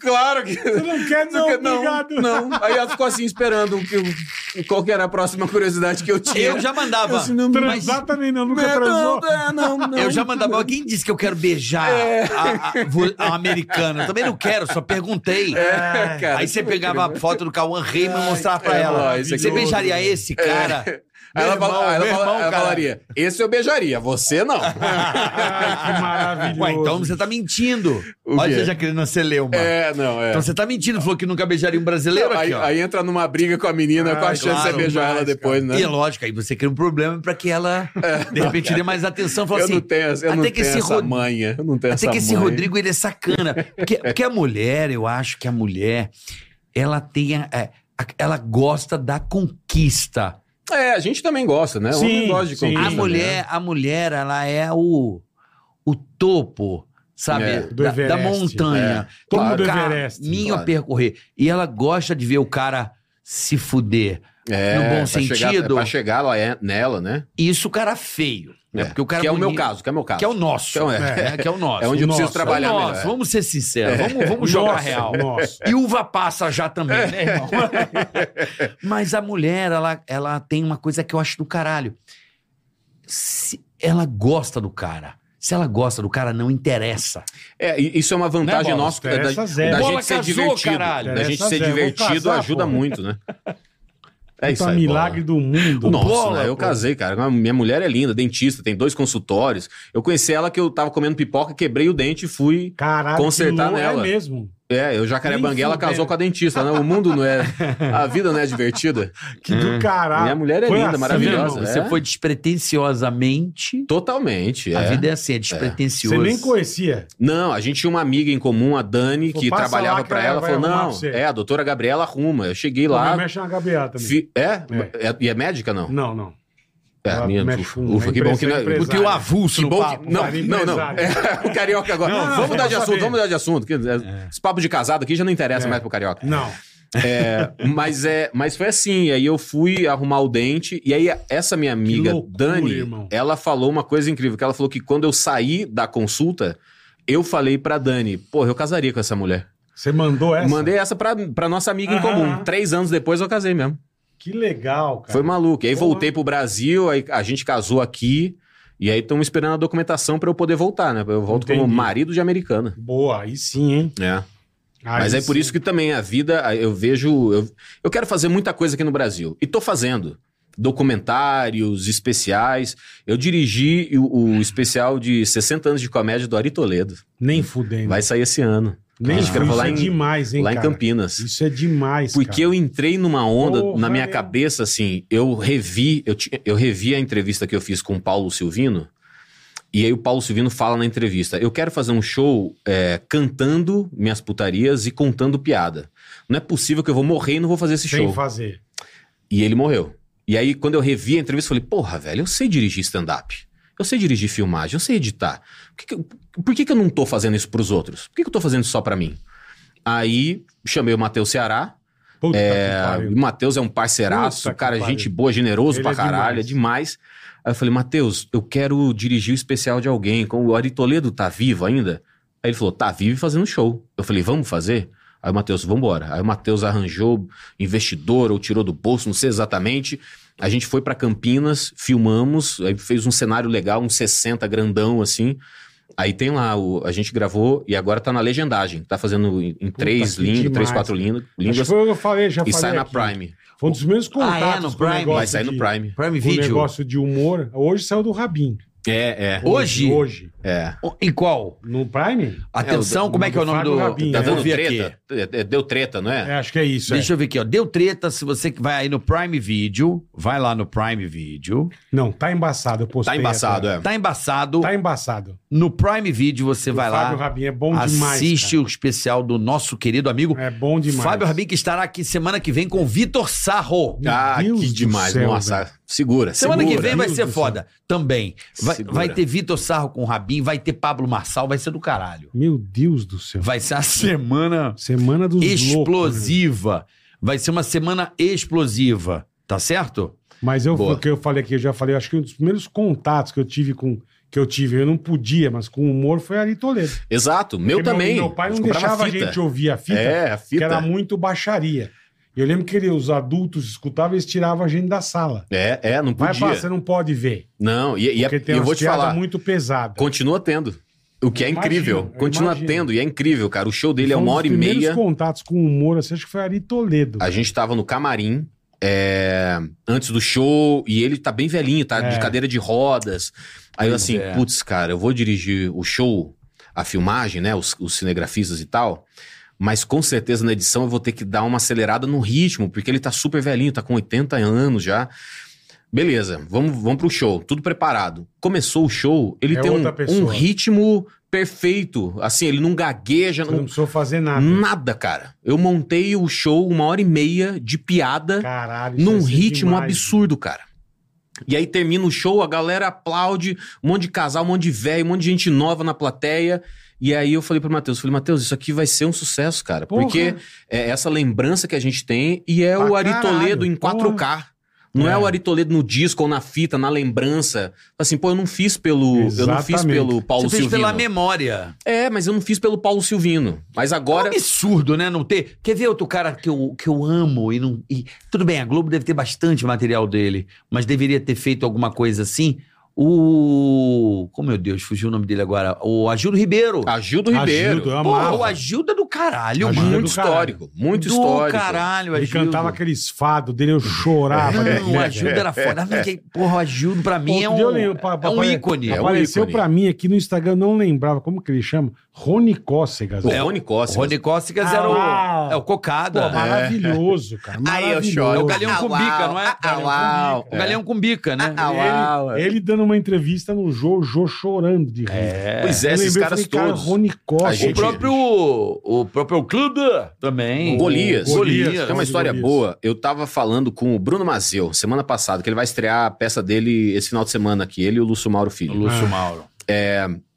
Speaker 5: Claro que.
Speaker 3: Você não quer, não,
Speaker 5: não,
Speaker 3: obrigado.
Speaker 5: não. Aí ela ficou assim esperando o que- qual que era a próxima curiosidade que eu tinha.
Speaker 4: Eu já mandava.
Speaker 5: Esse não-
Speaker 4: Mas
Speaker 3: Transar também não, nunca
Speaker 5: Não,
Speaker 3: transou.
Speaker 5: não, é, não, não.
Speaker 4: eu já mandava. Quem disse que eu quero beijar
Speaker 5: É.
Speaker 4: a, a- vo- a americana? Eu também não quero, só perguntei.
Speaker 5: É, cara.
Speaker 4: Aí você pegava a foto do Cauã Raymond e mostrava pra
Speaker 5: é,
Speaker 4: ela.
Speaker 5: ó, isso aqui
Speaker 4: Você
Speaker 5: é
Speaker 4: beijaria esse cara?
Speaker 5: Aí ela,
Speaker 4: Meu
Speaker 5: fala- aí ela
Speaker 4: meu
Speaker 5: fala- ela
Speaker 4: cara.
Speaker 5: falaria: Esse eu beijaria, você não.
Speaker 3: Ai, que maravilhoso.
Speaker 4: Ué, então você tá mentindo.
Speaker 5: O
Speaker 4: Olha,
Speaker 5: quê?
Speaker 4: você já querendo ser leuba.
Speaker 5: é, não, é.
Speaker 4: Então você tá mentindo, falou que nunca beijaria um brasileiro
Speaker 5: Não,
Speaker 4: aqui,
Speaker 5: aí,
Speaker 4: ó.
Speaker 5: aí entra numa briga com a menina,
Speaker 3: Ah,
Speaker 5: com a chance de
Speaker 4: claro,
Speaker 5: você beijar
Speaker 3: demais,
Speaker 5: ela depois, né? É.
Speaker 4: E é lógico, aí você cria um problema pra que ela, de repente, dê mais atenção. Fala
Speaker 5: eu
Speaker 4: assim,
Speaker 5: não tenho, essa- eu
Speaker 4: até
Speaker 5: não
Speaker 4: que
Speaker 5: tenho
Speaker 4: esse
Speaker 5: essa
Speaker 4: Rod-
Speaker 5: manha. Eu não tenho
Speaker 4: até
Speaker 5: essa
Speaker 4: que esse
Speaker 5: manha.
Speaker 4: Rodrigo, ele é sacana. Porque, porque a mulher, eu acho que a mulher, ela tem a- é, a- ela gosta da conquista.
Speaker 5: É, a gente também gosta, né?
Speaker 3: Sim,
Speaker 5: o homem gosta de
Speaker 3: sim.
Speaker 5: conquista.
Speaker 4: A
Speaker 3: Isso,
Speaker 5: né?
Speaker 4: mulher, a mulher, ela é o, o topo, sabe?
Speaker 5: É,
Speaker 3: do
Speaker 4: da, da
Speaker 3: Everest,
Speaker 4: montanha.
Speaker 3: Topo
Speaker 4: Tem um
Speaker 3: do
Speaker 4: cara
Speaker 3: Everest,
Speaker 4: Caminho a
Speaker 5: claro.
Speaker 4: percorrer. E ela gosta de ver o cara se fuder.
Speaker 5: É,
Speaker 4: no bom
Speaker 5: pra Chegar,
Speaker 4: sentido.
Speaker 5: pra chegar lá é, nela, né?
Speaker 4: Isso o cara feio. Né? Porque o cara
Speaker 5: que é o meu
Speaker 4: bonito-
Speaker 5: caso, que é o meu caso.
Speaker 4: Que é o nosso.
Speaker 5: Então, é.
Speaker 4: né? Que é o nosso.
Speaker 5: É onde eu
Speaker 3: Nossa,
Speaker 5: preciso trabalhar
Speaker 4: Nossa,
Speaker 5: melhor. é.
Speaker 4: vamos ser sinceros, vamos,
Speaker 5: tá
Speaker 4: vamos jogar
Speaker 3: Nossa,
Speaker 4: real.
Speaker 3: Nossa.
Speaker 4: E uva passa já também, né, irmão? Mas a mulher, ela, ela tem uma coisa que eu acho do caralho. Se ela gosta do cara. Se ela gosta do cara, não interessa.
Speaker 5: É, e isso é uma vantagem
Speaker 4: Né, Bola?
Speaker 5: nossa. Da, da
Speaker 3: Interessa zero.
Speaker 5: gente
Speaker 4: Bola
Speaker 5: ser
Speaker 4: casou,
Speaker 5: divertido.
Speaker 4: caralho.
Speaker 5: Da gente
Speaker 3: Interessa
Speaker 5: ser
Speaker 3: zero. Vou
Speaker 5: divertido
Speaker 3: casar,
Speaker 5: ajuda
Speaker 3: pô.
Speaker 5: muito, né? É
Speaker 3: É
Speaker 5: isso
Speaker 3: um
Speaker 5: aí.
Speaker 3: milagre
Speaker 5: Bola.
Speaker 3: do mundo.
Speaker 5: Nossa,
Speaker 4: Bola,
Speaker 5: né?
Speaker 4: pô.
Speaker 5: Eu casei, cara. Minha mulher é linda, dentista, tem dois consultórios. Eu conheci ela que eu tava comendo pipoca, quebrei o dente e fui
Speaker 3: Caralho,
Speaker 5: Consertar
Speaker 3: que louco,
Speaker 5: nela.
Speaker 3: É mesmo.
Speaker 5: É, eu
Speaker 3: Nem
Speaker 5: Jacarebangue, ela
Speaker 3: fudendo.
Speaker 5: casou com a dentista, né? O mundo não é. A vida não é divertida.
Speaker 3: Que do caralho.
Speaker 5: Minha mulher é
Speaker 3: Foi
Speaker 5: linda,
Speaker 3: assim,
Speaker 5: maravilhosa.
Speaker 3: irmão.
Speaker 5: É?
Speaker 4: Você foi despretensiosamente.
Speaker 5: Totalmente.
Speaker 4: A
Speaker 5: é.
Speaker 4: vida é assim, é
Speaker 3: Você
Speaker 4: despretensioso.
Speaker 3: nem conhecia.
Speaker 5: Não, a gente tinha uma amiga em comum, a Dani,
Speaker 3: Pô,
Speaker 5: que
Speaker 3: passa lá
Speaker 5: trabalhava
Speaker 3: que
Speaker 5: pra
Speaker 3: ela
Speaker 5: ela.
Speaker 3: vai
Speaker 5: Falou:
Speaker 3: arrumar
Speaker 5: não,
Speaker 3: pra você."
Speaker 5: é, a doutora Gabriela arruma. Eu cheguei
Speaker 3: Lá...
Speaker 5: lá.
Speaker 3: Mexe na Gabriela também.
Speaker 5: fi- é? é? E é médica, não?
Speaker 3: Não, não.
Speaker 5: É,
Speaker 3: Ela
Speaker 5: minha,
Speaker 3: mexe
Speaker 5: ufa,
Speaker 3: com
Speaker 5: ufa, que bom que
Speaker 3: empresa-
Speaker 5: não é.
Speaker 3: empresa.
Speaker 4: O teu avulso
Speaker 5: Que
Speaker 4: no
Speaker 5: bom
Speaker 4: papo.
Speaker 5: que... Não,
Speaker 3: Cara,
Speaker 5: não, não.
Speaker 3: empresário.
Speaker 5: É, o carioca agora.
Speaker 3: Não, não,
Speaker 5: vamos mudar de
Speaker 3: quero
Speaker 5: assunto,
Speaker 3: saber. É.
Speaker 5: vamos mudar de assunto. que, é, Esse papo de casado aqui já não interessa mais pro carioca.
Speaker 3: Não.
Speaker 5: É, mas, é, mas foi assim. Aí eu fui arrumar o dente. E aí essa minha amiga,
Speaker 3: loucura,
Speaker 5: Dani,
Speaker 3: irmão.
Speaker 5: ela falou uma coisa incrível. Que ela falou que quando eu saí da consulta, eu falei pra Dani, porra, eu casaria com essa mulher.
Speaker 3: Você mandou essa?
Speaker 5: Mandei essa pra, pra nossa amiga em
Speaker 3: Aham,
Speaker 5: comum.
Speaker 3: aham.
Speaker 5: Três anos depois eu casei mesmo.
Speaker 3: Que legal, cara.
Speaker 5: Foi maluco. E aí
Speaker 3: Porra.
Speaker 5: voltei pro Brasil, aí a gente casou aqui. E aí estamos esperando a documentação pra eu poder voltar, né? Eu volto como
Speaker 3: Entendi.
Speaker 5: marido de americana.
Speaker 3: Boa, aí sim, hein?
Speaker 5: É. Mas é por isso que também a vida, a- eu vejo. Eu, eu quero fazer muita coisa aqui no Brasil. E tô fazendo. Documentários, especiais. Eu dirigi o, o especial de 60 anos de comédia do Ari Toledo.
Speaker 3: Nem fudendo.
Speaker 5: Vai sair esse ano,
Speaker 3: Nem
Speaker 5: Caralho.
Speaker 3: fudendo. Isso
Speaker 5: Lá
Speaker 3: é
Speaker 5: em-
Speaker 3: demais, hein,
Speaker 5: lá em
Speaker 3: cara?
Speaker 5: Campinas.
Speaker 3: Isso é demais,
Speaker 5: Porque eu entrei numa onda
Speaker 3: Porra,
Speaker 5: na minha
Speaker 3: meu.
Speaker 5: cabeça, assim, eu revi, eu, ti- eu revi a entrevista que eu fiz com o Paulo Silvino, e aí o Paulo Silvino fala na entrevista: eu quero fazer um show é, cantando minhas putarias e contando piada. Não é possível que eu vou morrer e não vou fazer esse
Speaker 3: Sem
Speaker 5: show.
Speaker 3: fazer.
Speaker 5: E ele morreu. E aí, quando eu revi a entrevista, eu falei: porra, velho, eu sei dirigir stand-up. Eu sei dirigir filmagem, eu sei editar. Por que, que eu- por que que eu não tô fazendo isso pros outros? Por que, que eu tô fazendo isso só pra mim? Aí chamei o Matheus Ceará.
Speaker 3: Puta
Speaker 5: É,
Speaker 3: que
Speaker 5: o
Speaker 3: pariu.
Speaker 5: Matheus é um parceiraço,
Speaker 3: Puta que
Speaker 5: cara,
Speaker 3: pariu.
Speaker 5: gente boa, generoso
Speaker 3: Ele
Speaker 5: pra
Speaker 3: é
Speaker 5: caralho, é demais. Aí eu falei, Matheus, eu quero dirigir o especial de alguém. Como o Ari Toledo tá vivo ainda? Aí ele falou, tá vivo e fazendo show. Eu falei, vamos fazer? Aí o Matheus, vambora. Aí o Matheus arranjou investidor ou tirou do bolso, não sei exatamente. A gente foi pra Campinas, filmamos, aí fez um cenário legal, um 60 grandão assim. Aí tem lá, o- a gente gravou e agora tá na legendagem. Tá fazendo em, em três
Speaker 3: que
Speaker 5: línguas,
Speaker 3: demais.
Speaker 5: três, quatro línguas.
Speaker 3: Acho que
Speaker 5: línguas
Speaker 3: foi o que eu falei, já
Speaker 5: e
Speaker 3: falei
Speaker 5: sai na
Speaker 3: aqui.
Speaker 5: Prime.
Speaker 3: Foi um dos meus contatos
Speaker 4: Ah, é, no
Speaker 3: com o
Speaker 4: Prime?
Speaker 3: negócio
Speaker 5: Vai sair
Speaker 3: de-
Speaker 5: no Prime.
Speaker 4: Prime
Speaker 3: com o
Speaker 4: Video.
Speaker 3: negócio de humor. Hoje saiu do Rabin.
Speaker 5: É, é,
Speaker 4: Hoje?
Speaker 3: Hoje.
Speaker 5: é.
Speaker 4: O- Em qual?
Speaker 3: No Prime?
Speaker 4: Atenção,
Speaker 5: É, o-
Speaker 4: como é que é o
Speaker 3: do
Speaker 4: nome
Speaker 3: Fábio
Speaker 4: do.
Speaker 3: Rabin,
Speaker 5: Tá
Speaker 3: É.
Speaker 4: Eu vou
Speaker 5: dando
Speaker 4: ver
Speaker 5: treta? É, é, Deu treta, não
Speaker 3: É,
Speaker 5: é?
Speaker 3: acho que é isso. é.
Speaker 4: Deixa eu ver aqui, ó. Deu treta, se você que vai aí no Prime Video, vai lá no Prime Video.
Speaker 3: Não, tá embaçado. Eu postei
Speaker 5: Tá embaçado,
Speaker 3: essa.
Speaker 5: é.
Speaker 4: Tá embaçado.
Speaker 3: Tá embaçado.
Speaker 4: No Prime Video você
Speaker 3: O
Speaker 4: vai
Speaker 3: Fábio
Speaker 4: lá,
Speaker 3: Rabin é bom demais.
Speaker 4: assiste
Speaker 3: cara.
Speaker 4: o especial do nosso querido amigo
Speaker 3: É bom demais.
Speaker 4: Fábio Rabin, que estará aqui semana que vem com o Vitor Sarro.
Speaker 3: Meu
Speaker 5: Ah,
Speaker 3: Deus
Speaker 5: que
Speaker 3: do
Speaker 5: demais.
Speaker 3: céu,
Speaker 5: Nossa, segura,
Speaker 4: Semana
Speaker 5: segura.
Speaker 4: que vem vai
Speaker 3: Deus
Speaker 4: ser
Speaker 3: do
Speaker 4: foda. Também. Vai,
Speaker 5: Segura.
Speaker 4: vai ter Vitor Sarro com o Rabin, vai ter Pablo Marçal, vai ser do caralho.
Speaker 3: Meu Deus do céu.
Speaker 4: Vai ser a semana
Speaker 3: Semana dos Loucos, né?
Speaker 4: explosiva. Vai ser uma semana explosiva. Tá certo?
Speaker 3: Mas eu,
Speaker 4: Boa.
Speaker 3: o que eu falei aqui, eu já falei, eu acho que um dos primeiros contatos que eu tive com. Que eu tive, eu não podia, mas com humor foi Ari Toledo.
Speaker 5: Exato, meu
Speaker 3: Porque
Speaker 5: também.
Speaker 3: Meu, meu pai
Speaker 5: A
Speaker 3: não
Speaker 5: gente comprava
Speaker 3: deixava a
Speaker 5: fita.
Speaker 3: gente ouvir a fita,
Speaker 5: É, a
Speaker 3: que era
Speaker 5: fita.
Speaker 3: muito baixaria. E eu lembro que ele- os adultos escutavam e eles tiravam a gente da sala.
Speaker 5: É, é, não
Speaker 3: Vai,
Speaker 5: podia.
Speaker 3: pá, você não pode ver.
Speaker 5: Não, e, e,
Speaker 3: Porque
Speaker 5: e
Speaker 3: tem
Speaker 5: eu
Speaker 3: uma
Speaker 5: vou te falar,
Speaker 3: muito pesada.
Speaker 5: continua tendo. O que é
Speaker 3: Eu
Speaker 5: incrível.
Speaker 3: imagino, eu
Speaker 5: continua
Speaker 3: imagino.
Speaker 5: tendo, e é incrível, cara. O show dele
Speaker 3: Foi
Speaker 5: é
Speaker 3: um
Speaker 5: uma
Speaker 3: dos
Speaker 5: hora e
Speaker 3: primeiros
Speaker 5: meia.
Speaker 3: contatos com humor, assim, acho que foi Ari Toledo.
Speaker 5: A gente tava no camarim é, antes do show e ele tá bem velhinho, tá
Speaker 3: É.
Speaker 5: de cadeira de rodas. Aí eu
Speaker 4: Pois
Speaker 5: assim,
Speaker 4: é.
Speaker 5: putz, cara, eu vou dirigir o show, a filmagem, né? Os, os cinegrafistas e tal. Mas com certeza na edição eu vou ter que dar uma acelerada no ritmo, porque ele tá super velhinho, tá com 80 anos já. Beleza, vamos, vamos pro show, tudo preparado. Começou o show, ele
Speaker 3: É
Speaker 5: tem um,
Speaker 3: outra pessoa.
Speaker 5: um ritmo perfeito. Assim, ele não gagueja,
Speaker 3: Você não
Speaker 5: não,
Speaker 3: precisou fazer nada.
Speaker 5: Nada, cara. Eu montei o show uma hora e meia de piada
Speaker 3: Caralho, isso
Speaker 5: num
Speaker 3: vai ser
Speaker 5: ritmo
Speaker 3: demais.
Speaker 5: absurdo, cara. E aí termina o show, a galera aplaude, um monte de casal, um monte de velho, um monte de gente nova na plateia. E aí eu falei pro Matheus, falei, Matheus, isso aqui vai ser um sucesso, cara.
Speaker 3: Porra.
Speaker 5: Porque é essa lembrança que a gente tem e é
Speaker 3: Pra
Speaker 5: o Ari
Speaker 3: caralho,
Speaker 5: Toledo em 4K. Não é.
Speaker 3: É.
Speaker 5: o Ari Toledo no disco ou na fita, na lembrança. Assim, pô, eu não fiz pelo. Eu não fiz
Speaker 3: Exatamente.
Speaker 5: pelo Paulo
Speaker 4: você fez
Speaker 5: Silvino.
Speaker 4: pela memória.
Speaker 5: É, mas eu não fiz pelo Paulo Silvino. Mas
Speaker 4: Agora...
Speaker 5: agora.
Speaker 4: É um absurdo, né? Não ter. Quer ver outro cara que eu, que eu amo e não. e- Tudo bem, a Globo deve ter bastante material dele, mas deveria ter feito alguma coisa assim. O. Como meu Deus, fugiu o nome dele agora. O Agildo Ribeiro.
Speaker 5: Agildo Ribeiro. um
Speaker 3: Agildo, Ah, eu amava.
Speaker 4: Porra, o Agildo é do caralho,
Speaker 3: Agildo
Speaker 4: mano.
Speaker 5: Muito
Speaker 3: do caralho.
Speaker 5: histórico, muito
Speaker 4: do
Speaker 5: histórico.
Speaker 4: caralho,
Speaker 3: Ele
Speaker 4: Agildo.
Speaker 3: cantava aqueles fados dele, eu chorava. de
Speaker 4: Não, o
Speaker 3: rir,
Speaker 4: Agildo
Speaker 3: velho.
Speaker 4: era foda. Mas que- Porra, o Agildo pra mim é
Speaker 3: Outro dia eu
Speaker 4: um,
Speaker 3: lembro, pa-
Speaker 4: é
Speaker 3: pa-
Speaker 4: um
Speaker 3: pare-
Speaker 4: ícone.
Speaker 5: É um
Speaker 3: Apareceu
Speaker 5: ícone.
Speaker 3: pra mim aqui no Instagram, eu não lembrava como que ele chama. Rony Cócegas.
Speaker 5: O
Speaker 3: velho.
Speaker 5: Rony
Speaker 4: O
Speaker 5: Costa.
Speaker 4: É, Rony Cócegas era
Speaker 3: Ah,
Speaker 4: o, é o
Speaker 3: Pô,
Speaker 4: Cocada.
Speaker 3: maravilhoso, cara.
Speaker 5: Aí eu
Speaker 3: maravilhoso.
Speaker 5: choro.
Speaker 4: É o Galeão com bica, não é?
Speaker 5: Ah, uau.
Speaker 4: o
Speaker 3: É.
Speaker 4: Galeão com bica, né?
Speaker 5: Ah, uau.
Speaker 3: Ele, ele dando uma entrevista no Jojo chorando de rir.
Speaker 4: É.
Speaker 5: Pois é,
Speaker 3: Eu
Speaker 5: esses
Speaker 3: lembrei,
Speaker 5: caras
Speaker 3: falei, cara,
Speaker 5: todos.
Speaker 3: Rony
Speaker 5: A
Speaker 3: Cócegas.
Speaker 5: gente-
Speaker 4: O próprio. O próprio Clube também.
Speaker 5: Golias.
Speaker 3: Golias.
Speaker 5: Tem uma história
Speaker 3: Golias.
Speaker 5: boa. Eu tava falando com o Bruno Mazeu semana passada, que ele vai estrear a peça dele esse final de semana aqui, ele e o Lúcio Mauro
Speaker 4: O
Speaker 5: Filho.
Speaker 4: Lúcio
Speaker 3: Ah.
Speaker 4: Mauro.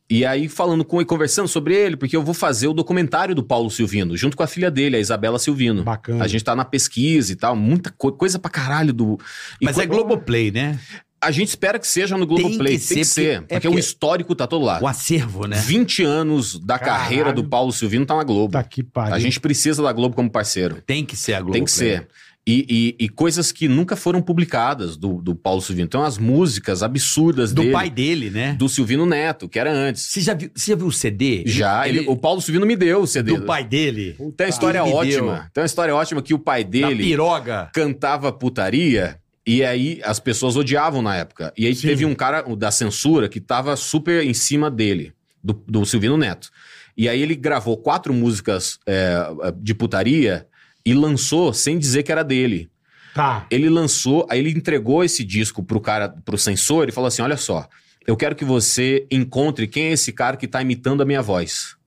Speaker 5: E aí, falando com e conversando sobre ele, porque eu vou fazer o documentário do Paulo Silvino, junto com a filha dele, a Isabela Silvino.
Speaker 3: Bacana.
Speaker 5: A gente tá na pesquisa e tal, muita co- coisa pra caralho do. e
Speaker 4: Mas
Speaker 5: co-
Speaker 4: é Globoplay, né?
Speaker 5: A gente espera que seja no
Speaker 4: que
Speaker 5: Globoplay, tem
Speaker 4: ser,
Speaker 5: que ser,
Speaker 4: porque-
Speaker 5: porque,
Speaker 4: é porque-
Speaker 5: o histórico tá todo lá.
Speaker 4: O acervo, né?
Speaker 5: 20 anos da
Speaker 3: Caralho.
Speaker 5: carreira do Paulo Silvino tá na Globo.
Speaker 3: Tá que pariu.
Speaker 5: a gente precisa da Globo como parceiro.
Speaker 4: Tem que ser a Globoplay.
Speaker 5: Tem que ser. E, e- e coisas que nunca foram publicadas do, do Paulo Silvino. Então, as músicas absurdas
Speaker 4: Do
Speaker 5: dele,
Speaker 4: pai dele, né?
Speaker 5: do Silvino Neto, que era antes.
Speaker 4: Você já viu, você já viu o CD?
Speaker 5: Já, ele- o Paulo Silvino me deu o CD.
Speaker 4: Do pai dele?
Speaker 5: Tem
Speaker 3: Tá,
Speaker 5: uma história
Speaker 4: Ele me
Speaker 5: ótima.
Speaker 4: deu.
Speaker 5: Tem uma história ótima que o pai
Speaker 4: Da
Speaker 5: dele
Speaker 4: piroga?
Speaker 5: cantava putaria e aí as pessoas odiavam na época. E aí
Speaker 3: Sim.
Speaker 5: teve um cara o da censura que tava super em cima dele, do, do Silvino Neto. E aí ele gravou quatro músicas é, de putaria e lançou sem dizer que era dele.
Speaker 3: Tá.
Speaker 5: Ele lançou, aí ele entregou esse disco pro cara, pro censor e falou assim: "Olha só, eu quero que você encontre quem é esse cara que tá imitando a minha voz".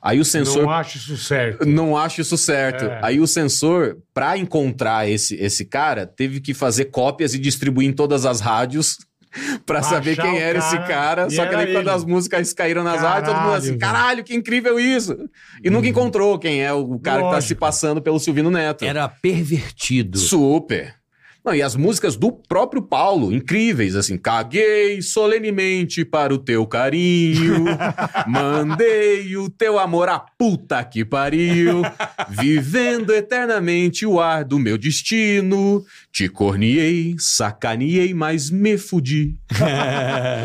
Speaker 5: Aí o censor
Speaker 3: Não
Speaker 5: não,
Speaker 3: acho isso certo.
Speaker 5: acha isso certo.
Speaker 3: É.
Speaker 5: Aí o censor, pra encontrar esse esse cara, teve que fazer cópias e distribuir em todas as rádios. Pra
Speaker 3: Pra
Speaker 5: saber
Speaker 3: achar
Speaker 5: quem
Speaker 3: o
Speaker 5: era esse
Speaker 3: cara,
Speaker 5: cara,
Speaker 3: e
Speaker 5: só que
Speaker 3: era
Speaker 5: daí quando
Speaker 3: ele.
Speaker 5: as músicas caíram nas rádios, todo mundo
Speaker 3: Caralho,
Speaker 5: assim,
Speaker 3: velho. Uhum.
Speaker 5: caralho, que incrível isso! E nunca encontrou quem é o cara que tá se
Speaker 3: Lógico.
Speaker 5: passando pelo Silvino Neto.
Speaker 4: Era pervertido.
Speaker 5: Super. Não, e as músicas do próprio Paulo, incríveis, assim, caguei solenemente para o teu carinho, mandei o teu amor à puta que pariu, vivendo eternamente o ar do meu destino, te corniei, sacaneei, mas me fudi.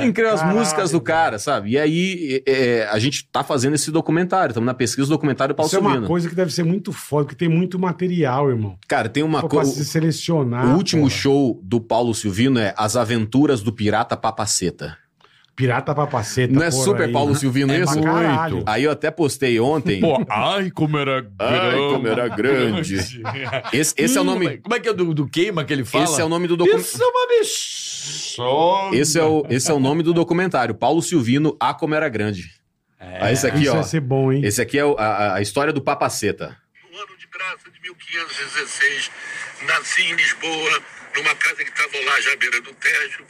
Speaker 5: Incrível as
Speaker 3: Caralho,
Speaker 5: músicas do cara, sabe? E aí, é, é, a gente tá fazendo esse documentário, estamos na pesquisa do documentário do Paulo
Speaker 3: Isso é uma
Speaker 5: Silvino.
Speaker 3: coisa que deve ser muito foda, porque tem muito material, irmão.
Speaker 5: Cara, tem uma
Speaker 3: Pô, pra
Speaker 5: coisa...
Speaker 3: se selecionar.
Speaker 5: o último
Speaker 3: Ah, porra.
Speaker 5: show do Paulo Silvino é As Aventuras do Pirata Papaceta.
Speaker 3: Pirata papaceta.
Speaker 5: Não é
Speaker 3: porra,
Speaker 5: super
Speaker 3: aí. né?
Speaker 5: Paulo Silvino
Speaker 4: É
Speaker 5: isso?
Speaker 3: pra caralho.
Speaker 5: Aí eu até postei ontem.
Speaker 4: ai, como era
Speaker 5: Ai, como é era grande. Esse, esse é o nome.
Speaker 4: Como é que é do, do queima que ele fala?
Speaker 5: Esse é o nome do documentário.
Speaker 4: é uma bichona.
Speaker 5: Esse é o, esse é o nome do documentário. Paulo Silvino, A Como Era Grande. Ah, esse aqui,
Speaker 3: Isso
Speaker 5: ó.
Speaker 3: ia ser bom, hein?
Speaker 5: Esse aqui é o- a, a- a história do Papaceta.
Speaker 7: No ano de graça de 1516, nasci em Lisboa, numa casa que estava lá já à beira do Tejo,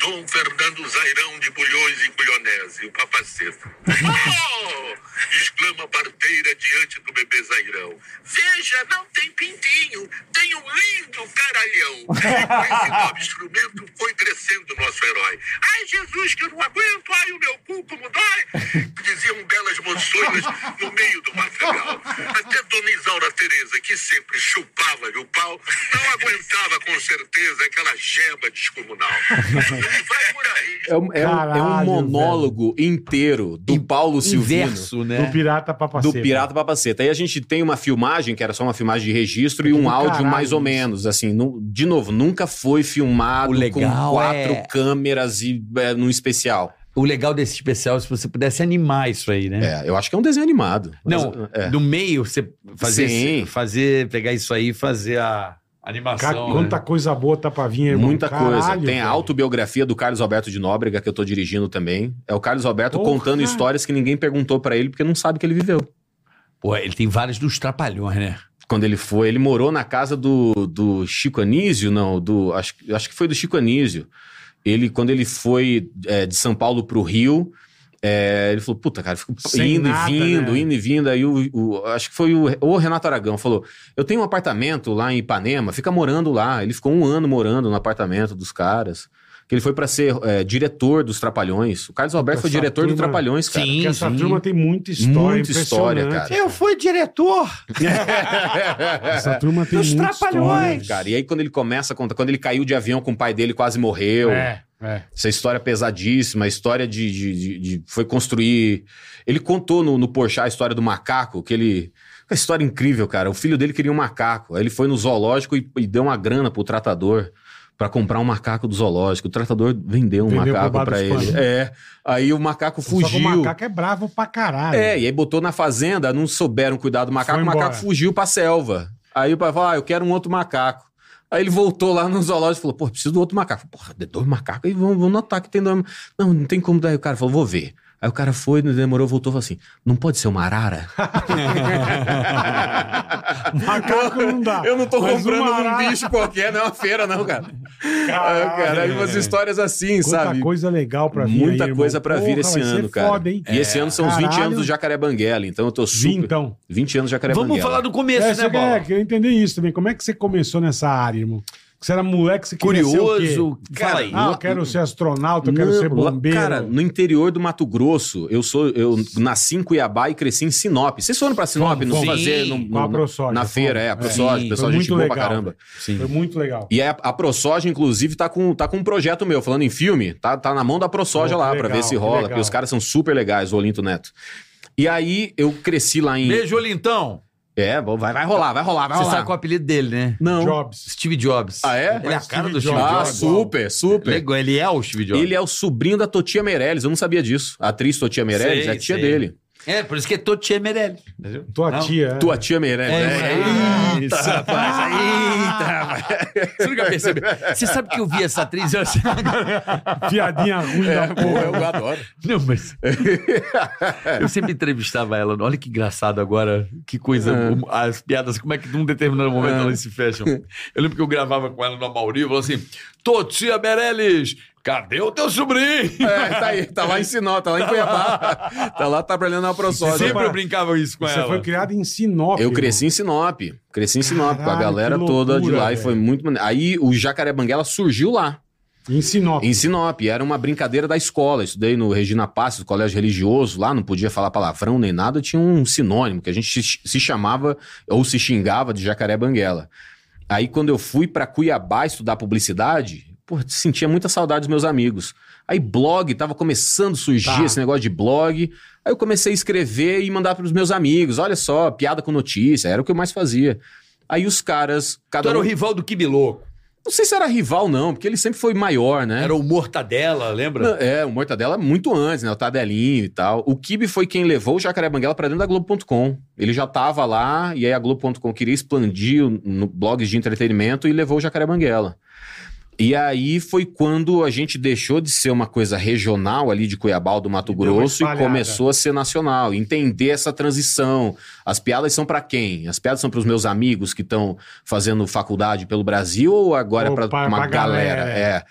Speaker 7: Dom Fernando Zairão de Bulhões e Bulhonese, o papaceta. Oh! exclama a parteira diante do bebê Zairão. Veja, não tem pintinho, tem um lindo caralhão. Com esse novo instrumento foi crescendo o nosso herói. Ai, Jesus, que eu não aguento, ai, o meu cu como dói, diziam belas moçoilas no meio do matagal. Até Dona Isaura Tereza, que sempre chupava-lhe o pau, não aguentava com certeza aquela gema descomunal. Vai por aí.
Speaker 5: É um, é um- é um
Speaker 3: Caralho,
Speaker 5: monólogo inteiro do Paulo Silvino.
Speaker 4: Inverso,
Speaker 3: Do
Speaker 4: né?
Speaker 3: Pirata
Speaker 5: Do
Speaker 3: papaceta.
Speaker 5: Pirata Papaceta. Aí a gente tem uma filmagem, que era só uma filmagem de registro, e
Speaker 3: É Que
Speaker 5: um
Speaker 3: do
Speaker 5: áudio
Speaker 3: caralho
Speaker 5: mais ou
Speaker 3: isso.
Speaker 5: menos. Assim, nu- de novo, nunca foi filmado
Speaker 4: O legal
Speaker 5: com quatro
Speaker 4: é-
Speaker 5: câmeras e é, num especial.
Speaker 4: O legal desse especial é se você pudesse animar isso aí, né?
Speaker 5: É, eu acho que é um desenho animado. Mas,
Speaker 4: Não,
Speaker 5: é.
Speaker 4: do meio você fazer,
Speaker 5: Sim.
Speaker 4: fazer, pegar isso aí e fazer a
Speaker 3: Ca-
Speaker 4: animação.
Speaker 3: Quanta
Speaker 4: né?
Speaker 3: coisa boa tá pra vir, irmão.
Speaker 5: Muita coisa.
Speaker 3: Caralho,
Speaker 5: Tem a
Speaker 3: velho.
Speaker 5: autobiografia do Carlos Alberto de Nóbrega, que eu tô dirigindo também. É o Carlos Alberto
Speaker 3: Porra.
Speaker 5: contando histórias que ninguém perguntou pra ele, porque não sabe que ele viveu.
Speaker 4: Pô, ele tem vários dos trapalhões, né?
Speaker 5: Quando ele foi, ele morou na casa do, do Chico Anísio, não, do. Acho, acho que foi do Chico Anísio. Ele, quando ele foi é, de São Paulo pro Rio, é, ele falou: puta, cara, eu fico
Speaker 3: Sem
Speaker 5: indo
Speaker 3: nada,
Speaker 5: e vindo,
Speaker 3: né?
Speaker 5: indo e vindo. Aí o, o- acho que foi o, o Renato Aragão falou: Eu tenho um apartamento lá em Ipanema, fica morando lá. Ele ficou um ano morando no apartamento dos caras. Que ele foi pra ser é, diretor dos Trapalhões. O Carlos Alberto foi
Speaker 3: Essa
Speaker 5: diretor do
Speaker 3: turma-
Speaker 5: Trapalhões, cara.
Speaker 3: Porque essa turma tem muita
Speaker 5: Muita
Speaker 3: história.
Speaker 5: história,
Speaker 3: impressionante,
Speaker 5: cara.
Speaker 4: Eu fui diretor.
Speaker 3: Essa turma tem
Speaker 4: Dos
Speaker 3: muita
Speaker 4: Trapalhões.
Speaker 3: história.
Speaker 5: Cara, e aí quando ele começa a contar, quando ele caiu de avião com o pai dele, quase morreu.
Speaker 3: É, é.
Speaker 5: Essa história pesadíssima, a história de, de- de- de- Foi construir. Ele contou no, no Porchat a história do macaco, que ele. Uma história incrível, cara. O filho dele queria um macaco. Aí ele foi no zoológico e, e deu uma grana pro tratador pra comprar um macaco do zoológico. O tratador vendeu
Speaker 3: Vendeu
Speaker 5: um
Speaker 3: pro
Speaker 5: macaco
Speaker 3: Barba
Speaker 5: pra
Speaker 3: dos
Speaker 5: ele.
Speaker 3: Panos.
Speaker 5: É. Aí o macaco
Speaker 3: Só que o
Speaker 5: fugiu.
Speaker 3: macaco é bravo pra caralho.
Speaker 5: É, e aí botou na fazenda, não souberam cuidar do macaco,
Speaker 3: Ah, Foi
Speaker 5: o macaco
Speaker 3: embora.
Speaker 5: fugiu pra selva. Aí o pai falou: ah, eu quero um outro macaco. Aí ele voltou lá no zoológico e falou: pô, preciso do outro macaco. Porra, de dois macacos, aí vão, vão notar que tem dois. ma- Não, não tem como dar. Aí o cara falou: vou ver. Aí o cara foi, não demorou, voltou e falou assim: não pode ser uma arara?
Speaker 3: Macaco não dá.
Speaker 5: Eu não tô
Speaker 3: Mas
Speaker 5: comprando
Speaker 3: uma
Speaker 5: um
Speaker 3: arara-
Speaker 5: bicho qualquer, não é uma feira, não, cara. Ah, cara, umas histórias assim,
Speaker 3: Quanta
Speaker 5: sabe?
Speaker 3: coisa legal pra vir
Speaker 5: Muita
Speaker 3: aí, irmão.
Speaker 5: coisa pra vir
Speaker 3: Porra,
Speaker 5: esse
Speaker 3: vai ser
Speaker 5: ano, cara.
Speaker 3: foda, hein?
Speaker 5: E esse ano são os 20
Speaker 3: Caralho.
Speaker 5: anos do Jacaré Banguela, então eu tô
Speaker 3: Vim,
Speaker 5: super.
Speaker 3: então.
Speaker 5: 20 anos do Jacaré
Speaker 4: Vamos
Speaker 5: Banguela.
Speaker 4: falar do começo,
Speaker 3: É,
Speaker 4: né,
Speaker 3: você
Speaker 4: Bola?
Speaker 3: quer, queria entender isso também. Como é que você começou nessa área, irmão? Que você era moleque, você queria ser o quê?
Speaker 4: Curioso.
Speaker 5: Cara,
Speaker 4: Fala aí.
Speaker 3: Ah, eu quero ser astronauta, eu quero ser
Speaker 5: Lá-
Speaker 3: bombeiro.
Speaker 5: Cara, no interior do Mato Grosso, eu sou eu nasci em Cuiabá e cresci em Sinop. Vocês foram pra Sinop
Speaker 3: Fomos,
Speaker 5: não
Speaker 4: fomos.
Speaker 5: fazer
Speaker 4: Sim.
Speaker 5: no- no-
Speaker 3: Com a
Speaker 5: na-
Speaker 3: ProSoja,
Speaker 5: na
Speaker 3: fomos.
Speaker 5: feira, é,
Speaker 3: É.
Speaker 5: a ProSoja,
Speaker 4: Sim,
Speaker 5: pessoal,
Speaker 3: foi
Speaker 5: gente
Speaker 3: muito
Speaker 5: boa pra
Speaker 3: legal,
Speaker 5: caramba.
Speaker 4: Sim.
Speaker 3: Foi muito legal.
Speaker 5: E a, a ProSoja, inclusive, tá com, tá com um projeto meu, falando em filme, tá, tá na mão da ProSoja
Speaker 3: Pô, que
Speaker 5: lá, pra
Speaker 3: legal,
Speaker 5: ver se
Speaker 3: que
Speaker 5: rola,
Speaker 3: legal.
Speaker 5: porque os caras são super legais, o Olinto Neto. E aí, eu cresci lá em...
Speaker 4: Beijo, Olintão.
Speaker 5: É, bom, vai, vai rolar, vai rolar, vai
Speaker 4: Você
Speaker 5: rolar.
Speaker 4: sabe qual é o apelido dele, né?
Speaker 5: Não.
Speaker 3: Jobs.
Speaker 4: Steve Jobs.
Speaker 5: Ah, é?
Speaker 4: Ele é a cara do Steve
Speaker 3: Steve
Speaker 5: Ah,
Speaker 4: Jobs.
Speaker 3: Jobs.
Speaker 5: super, super.
Speaker 4: Legal, ele é o Steve Jobs.
Speaker 5: Ele é o sobrinho da Totia Meirelles, eu não sabia disso. A atriz Totia Meirelles
Speaker 4: Sei,
Speaker 5: é a tia
Speaker 4: sei.
Speaker 5: dele.
Speaker 4: É, por isso que é Totier Merelli. Entendeu?
Speaker 3: Tua
Speaker 4: Não.
Speaker 3: tia. é.
Speaker 5: Tua tia Meirelles. É,
Speaker 4: isso, rapaz. Eita, rapaz. Você nunca percebeu. Você sabe que eu vi essa atriz? Eu...
Speaker 3: Piadinha ruim da
Speaker 5: Pô,
Speaker 3: porra.
Speaker 5: eu adoro.
Speaker 4: Não, mas. Eu sempre entrevistava ela. Olha que engraçado agora. Que coisa. o- As piadas, como é que num determinado momento elas se fecham. Eu lembro que eu gravava com ela no Amauri e falava assim: Totia Meirelles, cadê o teu sobrinho?
Speaker 5: É, tá aí, tá lá em Sinop, tá lá em Cuiabá. Tá lá trabalhando na ProSoja.
Speaker 4: Sempre eu brincava isso com
Speaker 3: Você
Speaker 4: ela.
Speaker 3: foi criado em Sinop.
Speaker 5: Eu cresci
Speaker 3: irmão.
Speaker 5: em Sinop. Cresci em Sinop com a
Speaker 3: Caralho,
Speaker 5: galera
Speaker 3: que
Speaker 5: toda de
Speaker 3: loucura,
Speaker 5: lá e
Speaker 3: velho.
Speaker 5: foi muito maneiro. Aí o Jacaré Banguela surgiu lá,
Speaker 3: em Sinop.
Speaker 5: em Sinop. e Era uma brincadeira da escola. Eu estudei no Regina Passos, no colégio religioso lá, não podia falar palavrão nem nada. Tinha um sinônimo que a gente se- se chamava ou se xingava de Jacaré Banguela. Aí quando eu fui pra Cuiabá estudar publicidade, pô, sentia muita saudade dos meus amigos. Aí blog, tava começando a surgir
Speaker 3: Tá.
Speaker 5: esse negócio de blog. Aí eu comecei a escrever e mandar pros meus amigos. Olha só, piada com notícia, era o que eu mais fazia. Aí os caras,
Speaker 4: Tu
Speaker 5: cada
Speaker 4: Então era o
Speaker 5: um,
Speaker 4: rival do Kibiloco.
Speaker 5: não sei se era rival não, porque ele sempre foi maior, né?
Speaker 4: Era o Mortadela, lembra?
Speaker 5: Não, É, o Mortadela muito antes, né? O Tadelinho e tal. O Kibe foi quem levou o Jacaré Banguela pra dentro da Globo.com. Ele já tava lá, e aí a Globo.com queria expandir o- no blogs de entretenimento e levou o Jacaré Banguela. E aí foi quando a gente deixou de ser uma coisa regional ali de Cuiabá, do Mato
Speaker 3: E deu uma
Speaker 5: Grosso, e
Speaker 3: espalhada.
Speaker 5: começou a ser nacional. Entender essa transição. As piadas são pra quem? As piadas são pros meus amigos que estão fazendo faculdade pelo Brasil ou agora é
Speaker 3: Ou
Speaker 5: pra
Speaker 3: pra-
Speaker 5: uma
Speaker 3: pra
Speaker 5: galera?
Speaker 3: galera,
Speaker 5: É.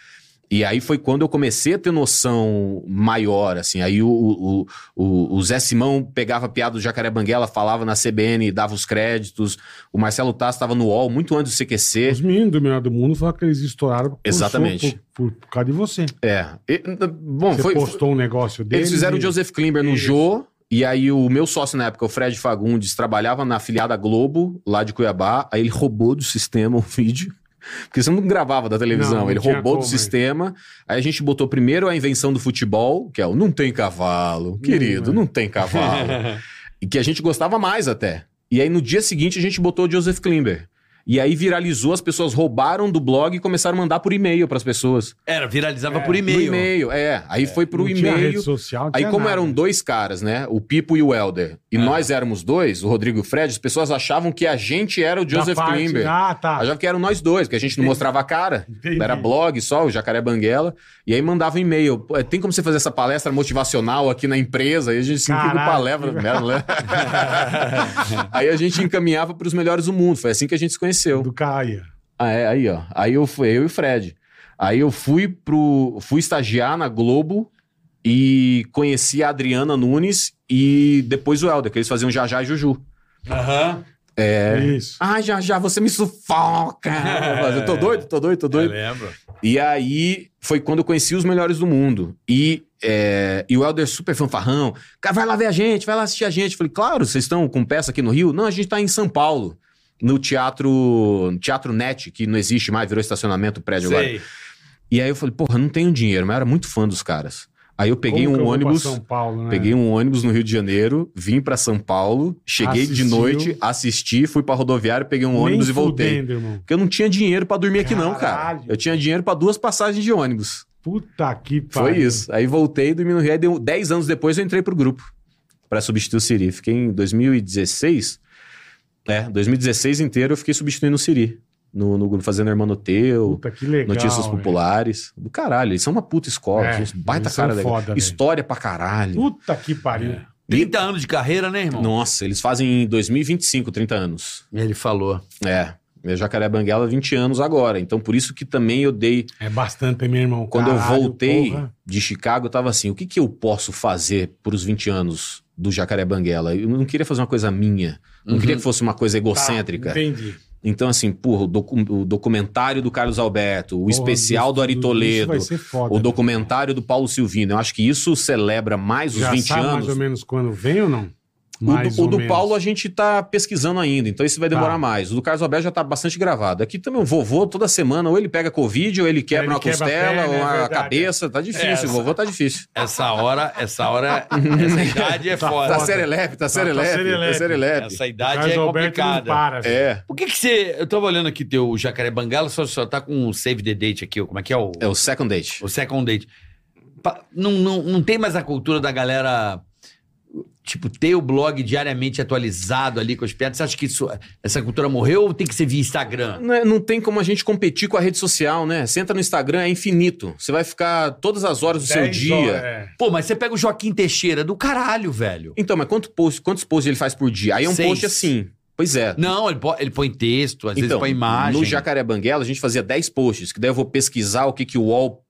Speaker 5: E aí foi quando eu comecei a ter noção maior, assim. Aí o, o, o, o Zé Simão pegava a piada do Jacaré Banguela, falava na CBN, e dava os créditos. O Marcelo Tassi estava no UOL muito antes do CQC.
Speaker 3: Os meninos do melhor do mundo falaram que eles estouraram por,
Speaker 5: Exatamente.
Speaker 3: Por, por- por causa de você.
Speaker 5: É. E, bom,
Speaker 3: Você
Speaker 5: foi,
Speaker 3: postou um negócio dele.
Speaker 5: eles fizeram o Joseph Klimber no
Speaker 3: Isso.
Speaker 5: Jô. E aí o meu sócio na época, o Fred Fagundes, trabalhava na afiliada Globo, lá de Cuiabá. Aí ele roubou do sistema o vídeo. Porque você não gravava da televisão,
Speaker 3: Não, não
Speaker 5: ele
Speaker 3: tinha
Speaker 5: roubou do
Speaker 3: como, hein?
Speaker 5: sistema. Aí a gente botou primeiro a invenção do futebol, que é o não tem cavalo, querido,
Speaker 3: é.
Speaker 5: não tem cavalo. e que a gente gostava mais até. E aí no dia seguinte a gente botou o Joseph Klimber. E aí viralizou, as pessoas roubaram do blog e começaram a mandar por e-mail pras pessoas.
Speaker 4: Era, viralizava
Speaker 3: É,
Speaker 4: por
Speaker 5: No
Speaker 4: e-mail.
Speaker 5: e-mail, é. Aí foi pro
Speaker 3: Não tinha rede
Speaker 5: e-mail.
Speaker 3: social, não
Speaker 5: Aí,
Speaker 3: tinha
Speaker 5: como um
Speaker 3: nada. É.
Speaker 5: eram dois caras, né? O Pipo e o Helder, e nós éramos dois, o Rodrigo e o Fred, as pessoas achavam que a gente era o
Speaker 3: Da
Speaker 5: Joseph
Speaker 3: parte-
Speaker 5: Klimber.
Speaker 3: Ah, tá.
Speaker 5: Achavam que eram nós dois, porque a gente não mostrava a cara.
Speaker 3: Entendi.
Speaker 5: Era blog só, o Jacaré Banguela. E aí mandava um e-mail. Pô, Tem como você fazer essa palestra motivacional aqui na empresa? Aí a gente se
Speaker 3: Caralho,
Speaker 5: palestra.
Speaker 3: que-
Speaker 5: merda, né? aí a gente encaminhava para os melhores do mundo. Foi assim que a gente se conheceu.
Speaker 3: Do Caia.
Speaker 5: Ah, é, aí, ó. Aí eu fui, eu e o Fred. Aí eu fui pro. fui estagiar na Globo e conheci a Adriana Nunes e depois o Helder, que eles faziam já já e Juju.
Speaker 4: Aham.
Speaker 3: É. Isso.
Speaker 5: Ai, Ah, já já, você me sufoca! Eu tô doido, tô doido, tô
Speaker 4: Eu
Speaker 2: É, né?
Speaker 5: doido.
Speaker 4: lembro.
Speaker 5: E aí foi quando eu conheci os melhores do mundo. E, é, e o Helder super fanfarrão. Cara, vai lá ver a gente, vai lá assistir a gente. Eu falei, claro, vocês estão com peça aqui no Rio? Não, a gente tá em São Paulo. No teatro, no teatro Net, que não existe mais, virou estacionamento prédio agora.
Speaker 4: Sei.
Speaker 5: E aí eu falei, porra, não tenho dinheiro, mas eu era muito fã dos caras. Aí eu peguei
Speaker 3: Como que é eu
Speaker 5: um
Speaker 3: vou pra
Speaker 5: ônibus,
Speaker 3: São Paulo, né?
Speaker 5: peguei um ônibus no Rio de Janeiro, vim pra São Paulo, cheguei de
Speaker 3: Assistiu.
Speaker 5: noite, assisti, fui pra rodoviária, peguei um ônibus e voltei.
Speaker 3: fudendo, irmão.
Speaker 5: Porque eu não tinha dinheiro pra dormir aqui não, cara.
Speaker 3: Caralho.
Speaker 5: Eu tinha dinheiro pra duas passagens de ônibus.
Speaker 3: Puta que
Speaker 5: Foi isso. Aí voltei, dormi no Rio, aí deu 10 anos depois eu entrei pro grupo pra substituir o Siri. Fiquei em 2016, é, 2016 inteiro eu fiquei substituindo o Siri no, no grupo, fazendo Hermanoteu,
Speaker 3: Puta que legal.
Speaker 5: Notícias
Speaker 3: velho.
Speaker 5: Populares. Do caralho, eles são uma puta escola,
Speaker 3: É,
Speaker 5: são uns baita
Speaker 3: eles são
Speaker 5: cara legal.
Speaker 3: foda, velho.
Speaker 5: História pra caralho.
Speaker 3: Puta que pariu.
Speaker 5: É.
Speaker 4: 30 anos de carreira, né, irmão?
Speaker 5: Nossa, eles fazem em 2025, 30 anos.
Speaker 4: Ele falou.
Speaker 5: É. Meu Jacaré Banguela, 20 anos agora. Então, por isso que também eu dei.
Speaker 3: É bastante, meu irmão.
Speaker 5: Quando
Speaker 3: Caralho,
Speaker 5: eu voltei
Speaker 3: porra.
Speaker 5: de Chicago, eu tava assim: o que, que eu posso fazer pros 20 anos do Jacaré Banguela? Eu não queria fazer uma coisa minha. Não
Speaker 4: Uhum.
Speaker 5: queria que fosse uma coisa
Speaker 3: Tá,
Speaker 5: egocêntrica.
Speaker 3: entendi.
Speaker 5: Então, assim, porra, o, docu- o documentário do Carlos Alberto, o
Speaker 3: Porra,
Speaker 5: especial
Speaker 3: isso-
Speaker 5: do Ari
Speaker 3: isso
Speaker 5: Toledo,
Speaker 3: vai ser foda,
Speaker 5: o
Speaker 3: né?
Speaker 5: documentário do Paulo Silvino. Eu acho que isso celebra mais os
Speaker 3: Já
Speaker 5: 20
Speaker 3: sabe mais
Speaker 5: anos.
Speaker 3: ou menos quando vem ou não?
Speaker 5: O
Speaker 3: Mais
Speaker 5: do, o
Speaker 3: ou
Speaker 5: do
Speaker 3: menos.
Speaker 5: Paulo a gente tá pesquisando ainda, então isso vai demorar
Speaker 3: Tá.
Speaker 5: mais. O do Carlos Alberto já tá bastante gravado. Aqui também o vovô, toda semana, ou ele pega Covid, ou ele quebra
Speaker 3: ele
Speaker 5: uma
Speaker 3: quebra a
Speaker 5: costela,
Speaker 3: perna,
Speaker 5: ou
Speaker 3: é
Speaker 5: a
Speaker 3: verdade.
Speaker 5: cabeça. Tá difícil,
Speaker 2: Essa.
Speaker 5: o vovô tá difícil.
Speaker 4: Essa hora, essa hora, essa idade é
Speaker 3: Tá
Speaker 4: foda.
Speaker 5: Tá
Speaker 3: foda.
Speaker 5: serelepe, tá
Speaker 3: serelepe.
Speaker 5: serelepe, tá serelepe.
Speaker 4: Essa
Speaker 3: O
Speaker 4: idade
Speaker 3: Carlos
Speaker 4: é
Speaker 3: Alberto não
Speaker 4: complicada.
Speaker 3: para. velho.
Speaker 5: É,
Speaker 4: Por que que você... Eu tava olhando aqui teu Jacaré Bangala, só, só tá com um save the date aqui, ó, como é que é o...
Speaker 5: é o second date.
Speaker 4: O second date. Pa- Não, não, não tem mais a cultura da galera. Tipo, ter o blog diariamente atualizado ali com as piadas. Você acha que isso, essa cultura morreu ou tem que ser via Instagram?
Speaker 5: Não, é- não tem como a gente competir com a rede social, né? Você entra no Instagram, é infinito. Você vai ficar todas as horas do seu
Speaker 3: Dez
Speaker 5: dia.
Speaker 3: horas, é.
Speaker 4: Pô, mas você pega o Joaquim Teixeira do caralho, velho.
Speaker 5: Então, mas quanto post, quantos posts ele faz por dia? Aí é um
Speaker 4: Seis.
Speaker 5: post assim. Pois é.
Speaker 4: Não, ele, po- ele põe texto, às vezes
Speaker 5: então,
Speaker 4: põe imagem.
Speaker 5: no Jacaré Banguela, a gente fazia 10 posts, que daí eu vou pesquisar o que, que o UOL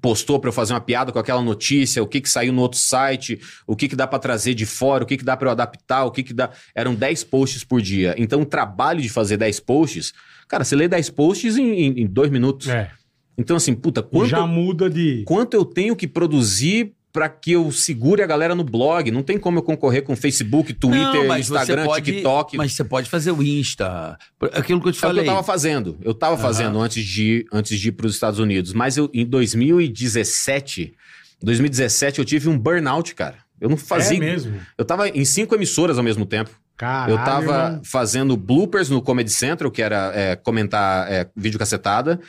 Speaker 5: postou pra eu fazer uma piada com aquela notícia, o que, que saiu no outro site, o que, que dá pra trazer de fora, o que, que dá pra eu adaptar, o que, que dá. Eram 10 posts por dia. Então, o trabalho de fazer 10 posts, cara, você lê 10 posts em, em, em dois minutos.
Speaker 3: É.
Speaker 5: Então, assim, puta,
Speaker 3: E
Speaker 5: quanto,
Speaker 3: Já muda de.
Speaker 5: quanto eu tenho que produzir pra que eu segure a galera no blog? Não tem como eu concorrer com Facebook, Twitter,
Speaker 4: Não, mas você
Speaker 5: Instagram,
Speaker 4: pode-
Speaker 5: TikTok.
Speaker 4: Mas você pode fazer o Insta. Aquilo que eu te
Speaker 5: É o que
Speaker 4: falei.
Speaker 5: eu tava fazendo. Eu tava
Speaker 4: Aham.
Speaker 5: fazendo antes de, antes de ir para os Estados Unidos. Mas eu, em 2017, 2017 eu tive um burnout, cara. Eu não fazia.
Speaker 3: É mesmo.
Speaker 5: eu tava em cinco emissoras ao mesmo tempo.
Speaker 3: Caralho. né?
Speaker 5: eu tava
Speaker 3: irmão.
Speaker 5: fazendo bloopers no Comedy Central, que era é, comentar é, vídeo cacetada.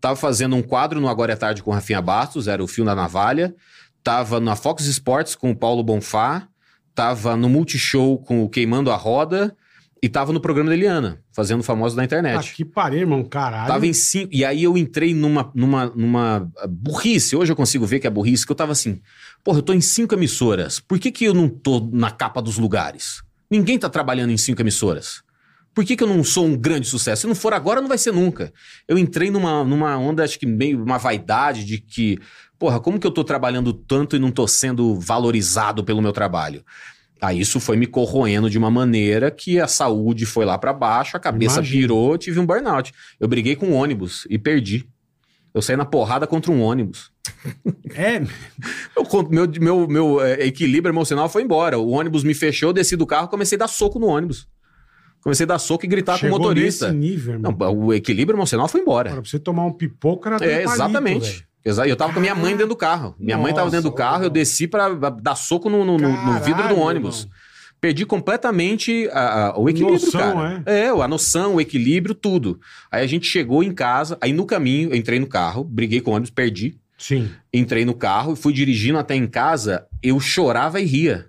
Speaker 5: Tava fazendo um quadro no Agora é Tarde com o Rafinha Bastos, era o Fio na Navalha. Tava na Fox Sports com o Paulo Bonfá. Tava no Multishow com o Queimando a Roda. E tava no programa da Eliana, fazendo o famoso da internet.
Speaker 3: Ah, que pariu, irmão. Caralho.
Speaker 5: Tava em cinco. E aí eu entrei numa, numa, numa burrice. Hoje eu consigo ver que é burrice, que eu tava assim, porra, eu tô em cinco emissoras. Por que, que eu não tô na capa dos lugares? Ninguém tá trabalhando em cinco emissoras. Por que, que eu não sou um grande sucesso? Se não for agora, não vai ser nunca. Eu entrei numa, numa onda, acho que meio uma vaidade de que, porra, como que eu tô trabalhando tanto e não tô sendo valorizado pelo meu trabalho? Aí isso foi me corroendo de uma maneira que a saúde foi lá pra baixo, a cabeça
Speaker 3: Imagino.
Speaker 5: virou, eu tive um burnout. Eu briguei com um ônibus e perdi. Eu saí na porrada contra um ônibus.
Speaker 3: É,
Speaker 5: Eu con- meu meu, meu é, equilíbrio emocional foi embora. O ônibus me fechou, eu desci do carro, comecei a dar soco no ônibus. Comecei a dar soco e gritar
Speaker 3: chegou
Speaker 5: com o motorista.
Speaker 3: nesse nível, irmão.
Speaker 5: Não, o equilíbrio emocional foi embora.
Speaker 3: Cara, pra você tomar um pipoco era
Speaker 5: É,
Speaker 3: dois palitos,
Speaker 5: exatamente.
Speaker 3: velho.
Speaker 5: Exa- Eu tava com a minha mãe dentro do carro. Minha mãe tava
Speaker 3: Nossa,
Speaker 5: dentro do carro, eu
Speaker 3: irmão.
Speaker 5: desci pra pra dar soco no, no- no- no vidro do
Speaker 3: Caralho,
Speaker 5: ônibus.
Speaker 3: irmão.
Speaker 5: Perdi completamente a- a- o equilíbrio,
Speaker 3: Noção,
Speaker 5: cara. É. a noção, o equilíbrio, tudo. Aí a gente chegou em casa, aí no caminho, eu entrei no carro, briguei com o ônibus, perdi.
Speaker 3: Sim.
Speaker 5: Entrei no carro e fui dirigindo até em casa, eu chorava e ria.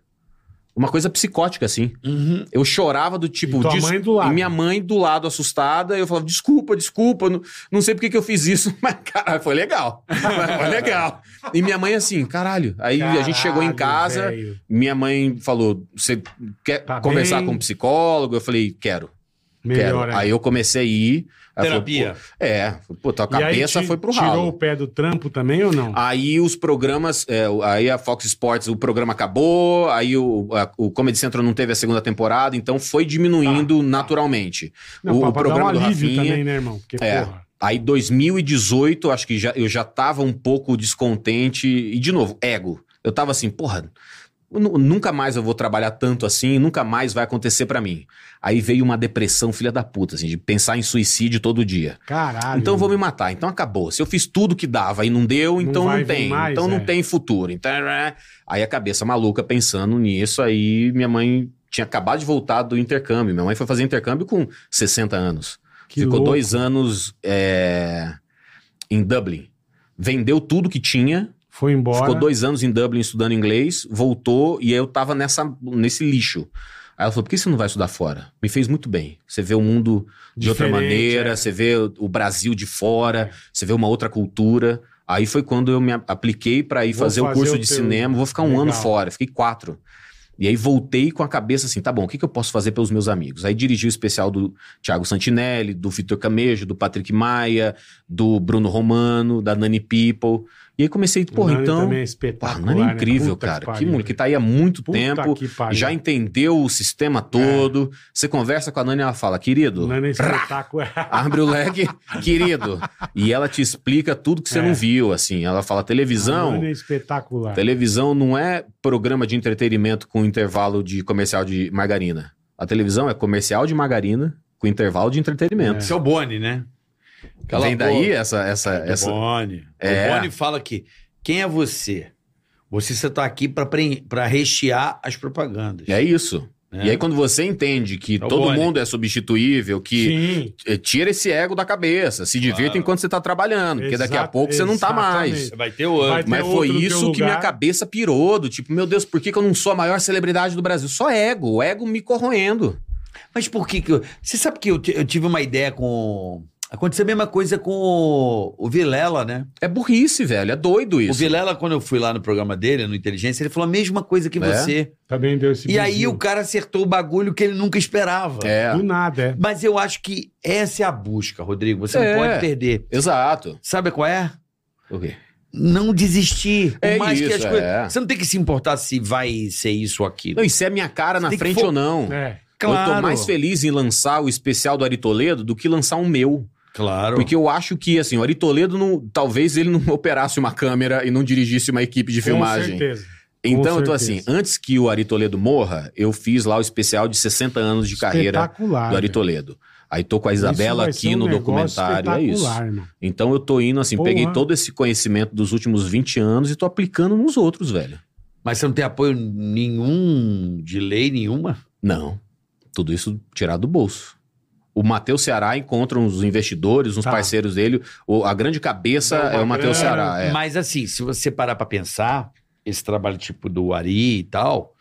Speaker 5: Uma coisa psicótica, assim.
Speaker 4: Uhum.
Speaker 5: Eu chorava do tipo.
Speaker 3: E tua
Speaker 5: des-
Speaker 3: mãe do lado.
Speaker 5: E minha mãe do lado, assustada. Eu falava, desculpa, desculpa. Não, não sei por que que eu fiz isso. Mas, caralho, foi legal. Mas foi legal. E minha mãe, assim, caralho. Aí a gente chegou em
Speaker 3: Caralho,
Speaker 5: casa.
Speaker 3: velho.
Speaker 5: Minha mãe falou, você quer
Speaker 3: Tá
Speaker 5: conversar
Speaker 3: bem?
Speaker 5: com um psicólogo? Eu falei, quero,
Speaker 3: Melhor
Speaker 5: quero.
Speaker 3: é.
Speaker 5: Aí eu comecei a ir. Aí ela
Speaker 4: Terapia.
Speaker 5: Falou, Pô, é. Pô, tua
Speaker 3: E aí
Speaker 5: cabeça
Speaker 3: ti-
Speaker 5: foi pro
Speaker 3: Tirou
Speaker 5: ralo. Ah,
Speaker 3: o pé do trampo também ou não?
Speaker 5: Aí os programas, é, o- aí a Fox Sports, o programa acabou, aí o, a- o Comedy Central não teve a segunda temporada, então foi diminuindo naturalmente.
Speaker 3: Tá, não,
Speaker 5: o-
Speaker 3: pra-
Speaker 5: o
Speaker 3: pra
Speaker 5: programa
Speaker 3: dar um
Speaker 5: do
Speaker 3: alívio
Speaker 5: Rafinha-
Speaker 3: também, né, irmão? Porque,
Speaker 5: É.
Speaker 3: porra.
Speaker 5: Aí 2018, acho que já, eu já tava um pouco descontente e de novo, ego. Eu tava assim, porra, eu nu- nunca mais eu vou trabalhar tanto assim, nunca mais vai acontecer pra mim. Aí veio uma depressão filha da puta, assim, de pensar em suicídio todo dia.
Speaker 3: Caralho.
Speaker 5: Então eu vou me
Speaker 3: irmão.
Speaker 5: matar. Então acabou. Se eu fiz tudo que dava e não deu, então
Speaker 3: vai
Speaker 5: não,
Speaker 3: vir
Speaker 5: tem.
Speaker 3: mais,
Speaker 5: então
Speaker 3: é.
Speaker 5: não tem futuro. Então, né? aí a cabeça maluca pensando nisso, aí minha mãe tinha acabado de voltar do intercâmbio. Minha mãe foi fazer intercâmbio com 60 anos.
Speaker 3: Que
Speaker 5: Ficou
Speaker 3: louco.
Speaker 5: dois anos é, em Dublin. Vendeu tudo que tinha,
Speaker 3: Foi embora.
Speaker 5: Ficou dois anos em Dublin estudando inglês, voltou e eu tava nessa, nesse lixo. Aí ela falou: por que você não vai estudar fora? Me fez muito bem. Você vê o mundo de outra
Speaker 3: Diferente,
Speaker 5: maneira,
Speaker 3: é.
Speaker 5: você vê o o Brasil de fora, você vê uma outra cultura. Aí foi quando eu me a- apliquei para ir
Speaker 3: Vou
Speaker 5: fazer, o
Speaker 3: fazer
Speaker 5: curso
Speaker 3: o
Speaker 5: de
Speaker 3: teu-
Speaker 5: cinema. Vou ficar um
Speaker 3: Legal.
Speaker 5: ano fora, fiquei quatro. E aí voltei com a cabeça assim, tá bom, o que, que eu posso fazer pelos meus amigos? Aí dirigi o especial do Thiago Santinelli, do Vitor Camejo, do Patrick Maia, do Bruno Romano, da Nani People. E aí comecei,
Speaker 3: O
Speaker 5: porra,
Speaker 3: Nani
Speaker 5: então...
Speaker 3: também é
Speaker 5: Pá,
Speaker 3: espetacular.
Speaker 5: o Nani é
Speaker 3: né?
Speaker 5: incrível,
Speaker 3: Puta
Speaker 5: cara. Que,
Speaker 3: pariu,
Speaker 5: moleque que tá aí há muito
Speaker 3: Puta
Speaker 5: tempo,
Speaker 3: que pariu. É.
Speaker 5: já entendeu o sistema todo. Você conversa com a Nani, ela fala,
Speaker 3: O
Speaker 5: querido,
Speaker 3: Nani é espetáculo.
Speaker 5: abre o leque, querido. E ela te explica tudo que você
Speaker 3: É.
Speaker 5: não viu, assim. Ela fala,
Speaker 3: O
Speaker 5: televisão...
Speaker 3: Nani é espetacular.
Speaker 5: Televisão não é programa de entretenimento com intervalo de comercial de margarina. A televisão é comercial de margarina com intervalo de entretenimento.
Speaker 4: Isso é o Boni, né? Aquela
Speaker 5: Vem
Speaker 4: porra.
Speaker 5: daí essa essa
Speaker 3: É
Speaker 4: Do
Speaker 5: essa
Speaker 4: Boni.
Speaker 5: É.
Speaker 4: O Boni fala que quem é você? Você está aqui para rechear as propagandas.
Speaker 5: é isso.
Speaker 4: né?
Speaker 5: E aí quando você entende que
Speaker 4: É o
Speaker 5: todo
Speaker 4: Boni.
Speaker 5: mundo é substituível, que
Speaker 3: Sim.
Speaker 5: eh, tira esse ego da cabeça, se divirta
Speaker 4: Claro.
Speaker 5: enquanto você tá trabalhando, porque daqui a
Speaker 3: Exato-
Speaker 5: pouco você não tá mais.
Speaker 3: exatamente.
Speaker 4: Vai ter o
Speaker 3: Vai
Speaker 4: ano.
Speaker 3: ter
Speaker 5: Mas foi
Speaker 3: outro no teu
Speaker 5: isso que minha
Speaker 3: lugar.
Speaker 5: cabeça pirou, do tipo, meu Deus, por que, que eu não sou a maior celebridade do Brasil? Só ego, o ego me corroendo.
Speaker 4: Mas por que que... eu- Você sabe que eu, ti- eu tive uma ideia com... Aconteceu a mesma coisa com o, o Vilela, né?
Speaker 5: É burrice, velho, é doido
Speaker 4: O
Speaker 5: isso.
Speaker 4: Vilela, quando eu fui lá no programa dele, no Inteligência, ele falou a mesma coisa que
Speaker 5: É?
Speaker 4: você.
Speaker 3: Também deu esse
Speaker 4: E aí
Speaker 3: bizinho.
Speaker 4: o cara acertou o bagulho que ele nunca esperava.
Speaker 5: É,
Speaker 3: Do nada, é.
Speaker 4: Mas eu acho que essa é a busca, Rodrigo. Você
Speaker 5: É.
Speaker 4: não pode perder.
Speaker 5: exato.
Speaker 4: Sabe qual é?
Speaker 5: O quê?
Speaker 4: Não desistir. Por
Speaker 5: É
Speaker 4: mais que
Speaker 5: isso,
Speaker 4: as coisas.
Speaker 5: é.
Speaker 4: Você não tem que se importar se vai ser isso ou aquilo.
Speaker 5: Não, e se é minha cara na
Speaker 4: tem que
Speaker 5: frente
Speaker 4: fo- Né?
Speaker 5: ou não.
Speaker 3: É.
Speaker 5: Eu tô mais feliz em lançar o especial do Ari Toledo do que lançar um meu.
Speaker 4: Claro.
Speaker 5: Porque eu acho que, assim, o Ari Toledo, não, talvez ele não operasse uma câmera e não dirigisse uma equipe de
Speaker 3: Com
Speaker 5: filmagem.
Speaker 3: certeza.
Speaker 5: Então, eu tô
Speaker 3: certeza.
Speaker 5: assim, antes que o Ari Toledo morra, eu fiz lá o especial de 60 anos de carreira
Speaker 3: Espetacular.
Speaker 5: do Ari
Speaker 3: velho.
Speaker 5: Toledo. Aí tô com a
Speaker 3: Isso
Speaker 5: Isabela
Speaker 3: vai ser
Speaker 5: aqui
Speaker 3: um
Speaker 5: no
Speaker 3: negócio
Speaker 5: documentário, é isso.
Speaker 3: espetacular, irmão.
Speaker 5: Então eu tô indo assim,
Speaker 3: Porra.
Speaker 5: peguei todo esse conhecimento dos últimos 20 anos e tô aplicando nos outros, velho.
Speaker 4: Mas você não tem apoio nenhum de lei nenhuma?
Speaker 5: Não. Tudo isso tirado do bolso. O Matheus Ceará encontra uns investidores, uns
Speaker 3: Tá.
Speaker 5: parceiros dele. O- a grande cabeça
Speaker 3: Dá uma
Speaker 5: é o Matheus
Speaker 3: grana.
Speaker 5: Ceará. é.
Speaker 4: Mas assim, se você parar pra pensar, esse trabalho tipo do Ari e tal,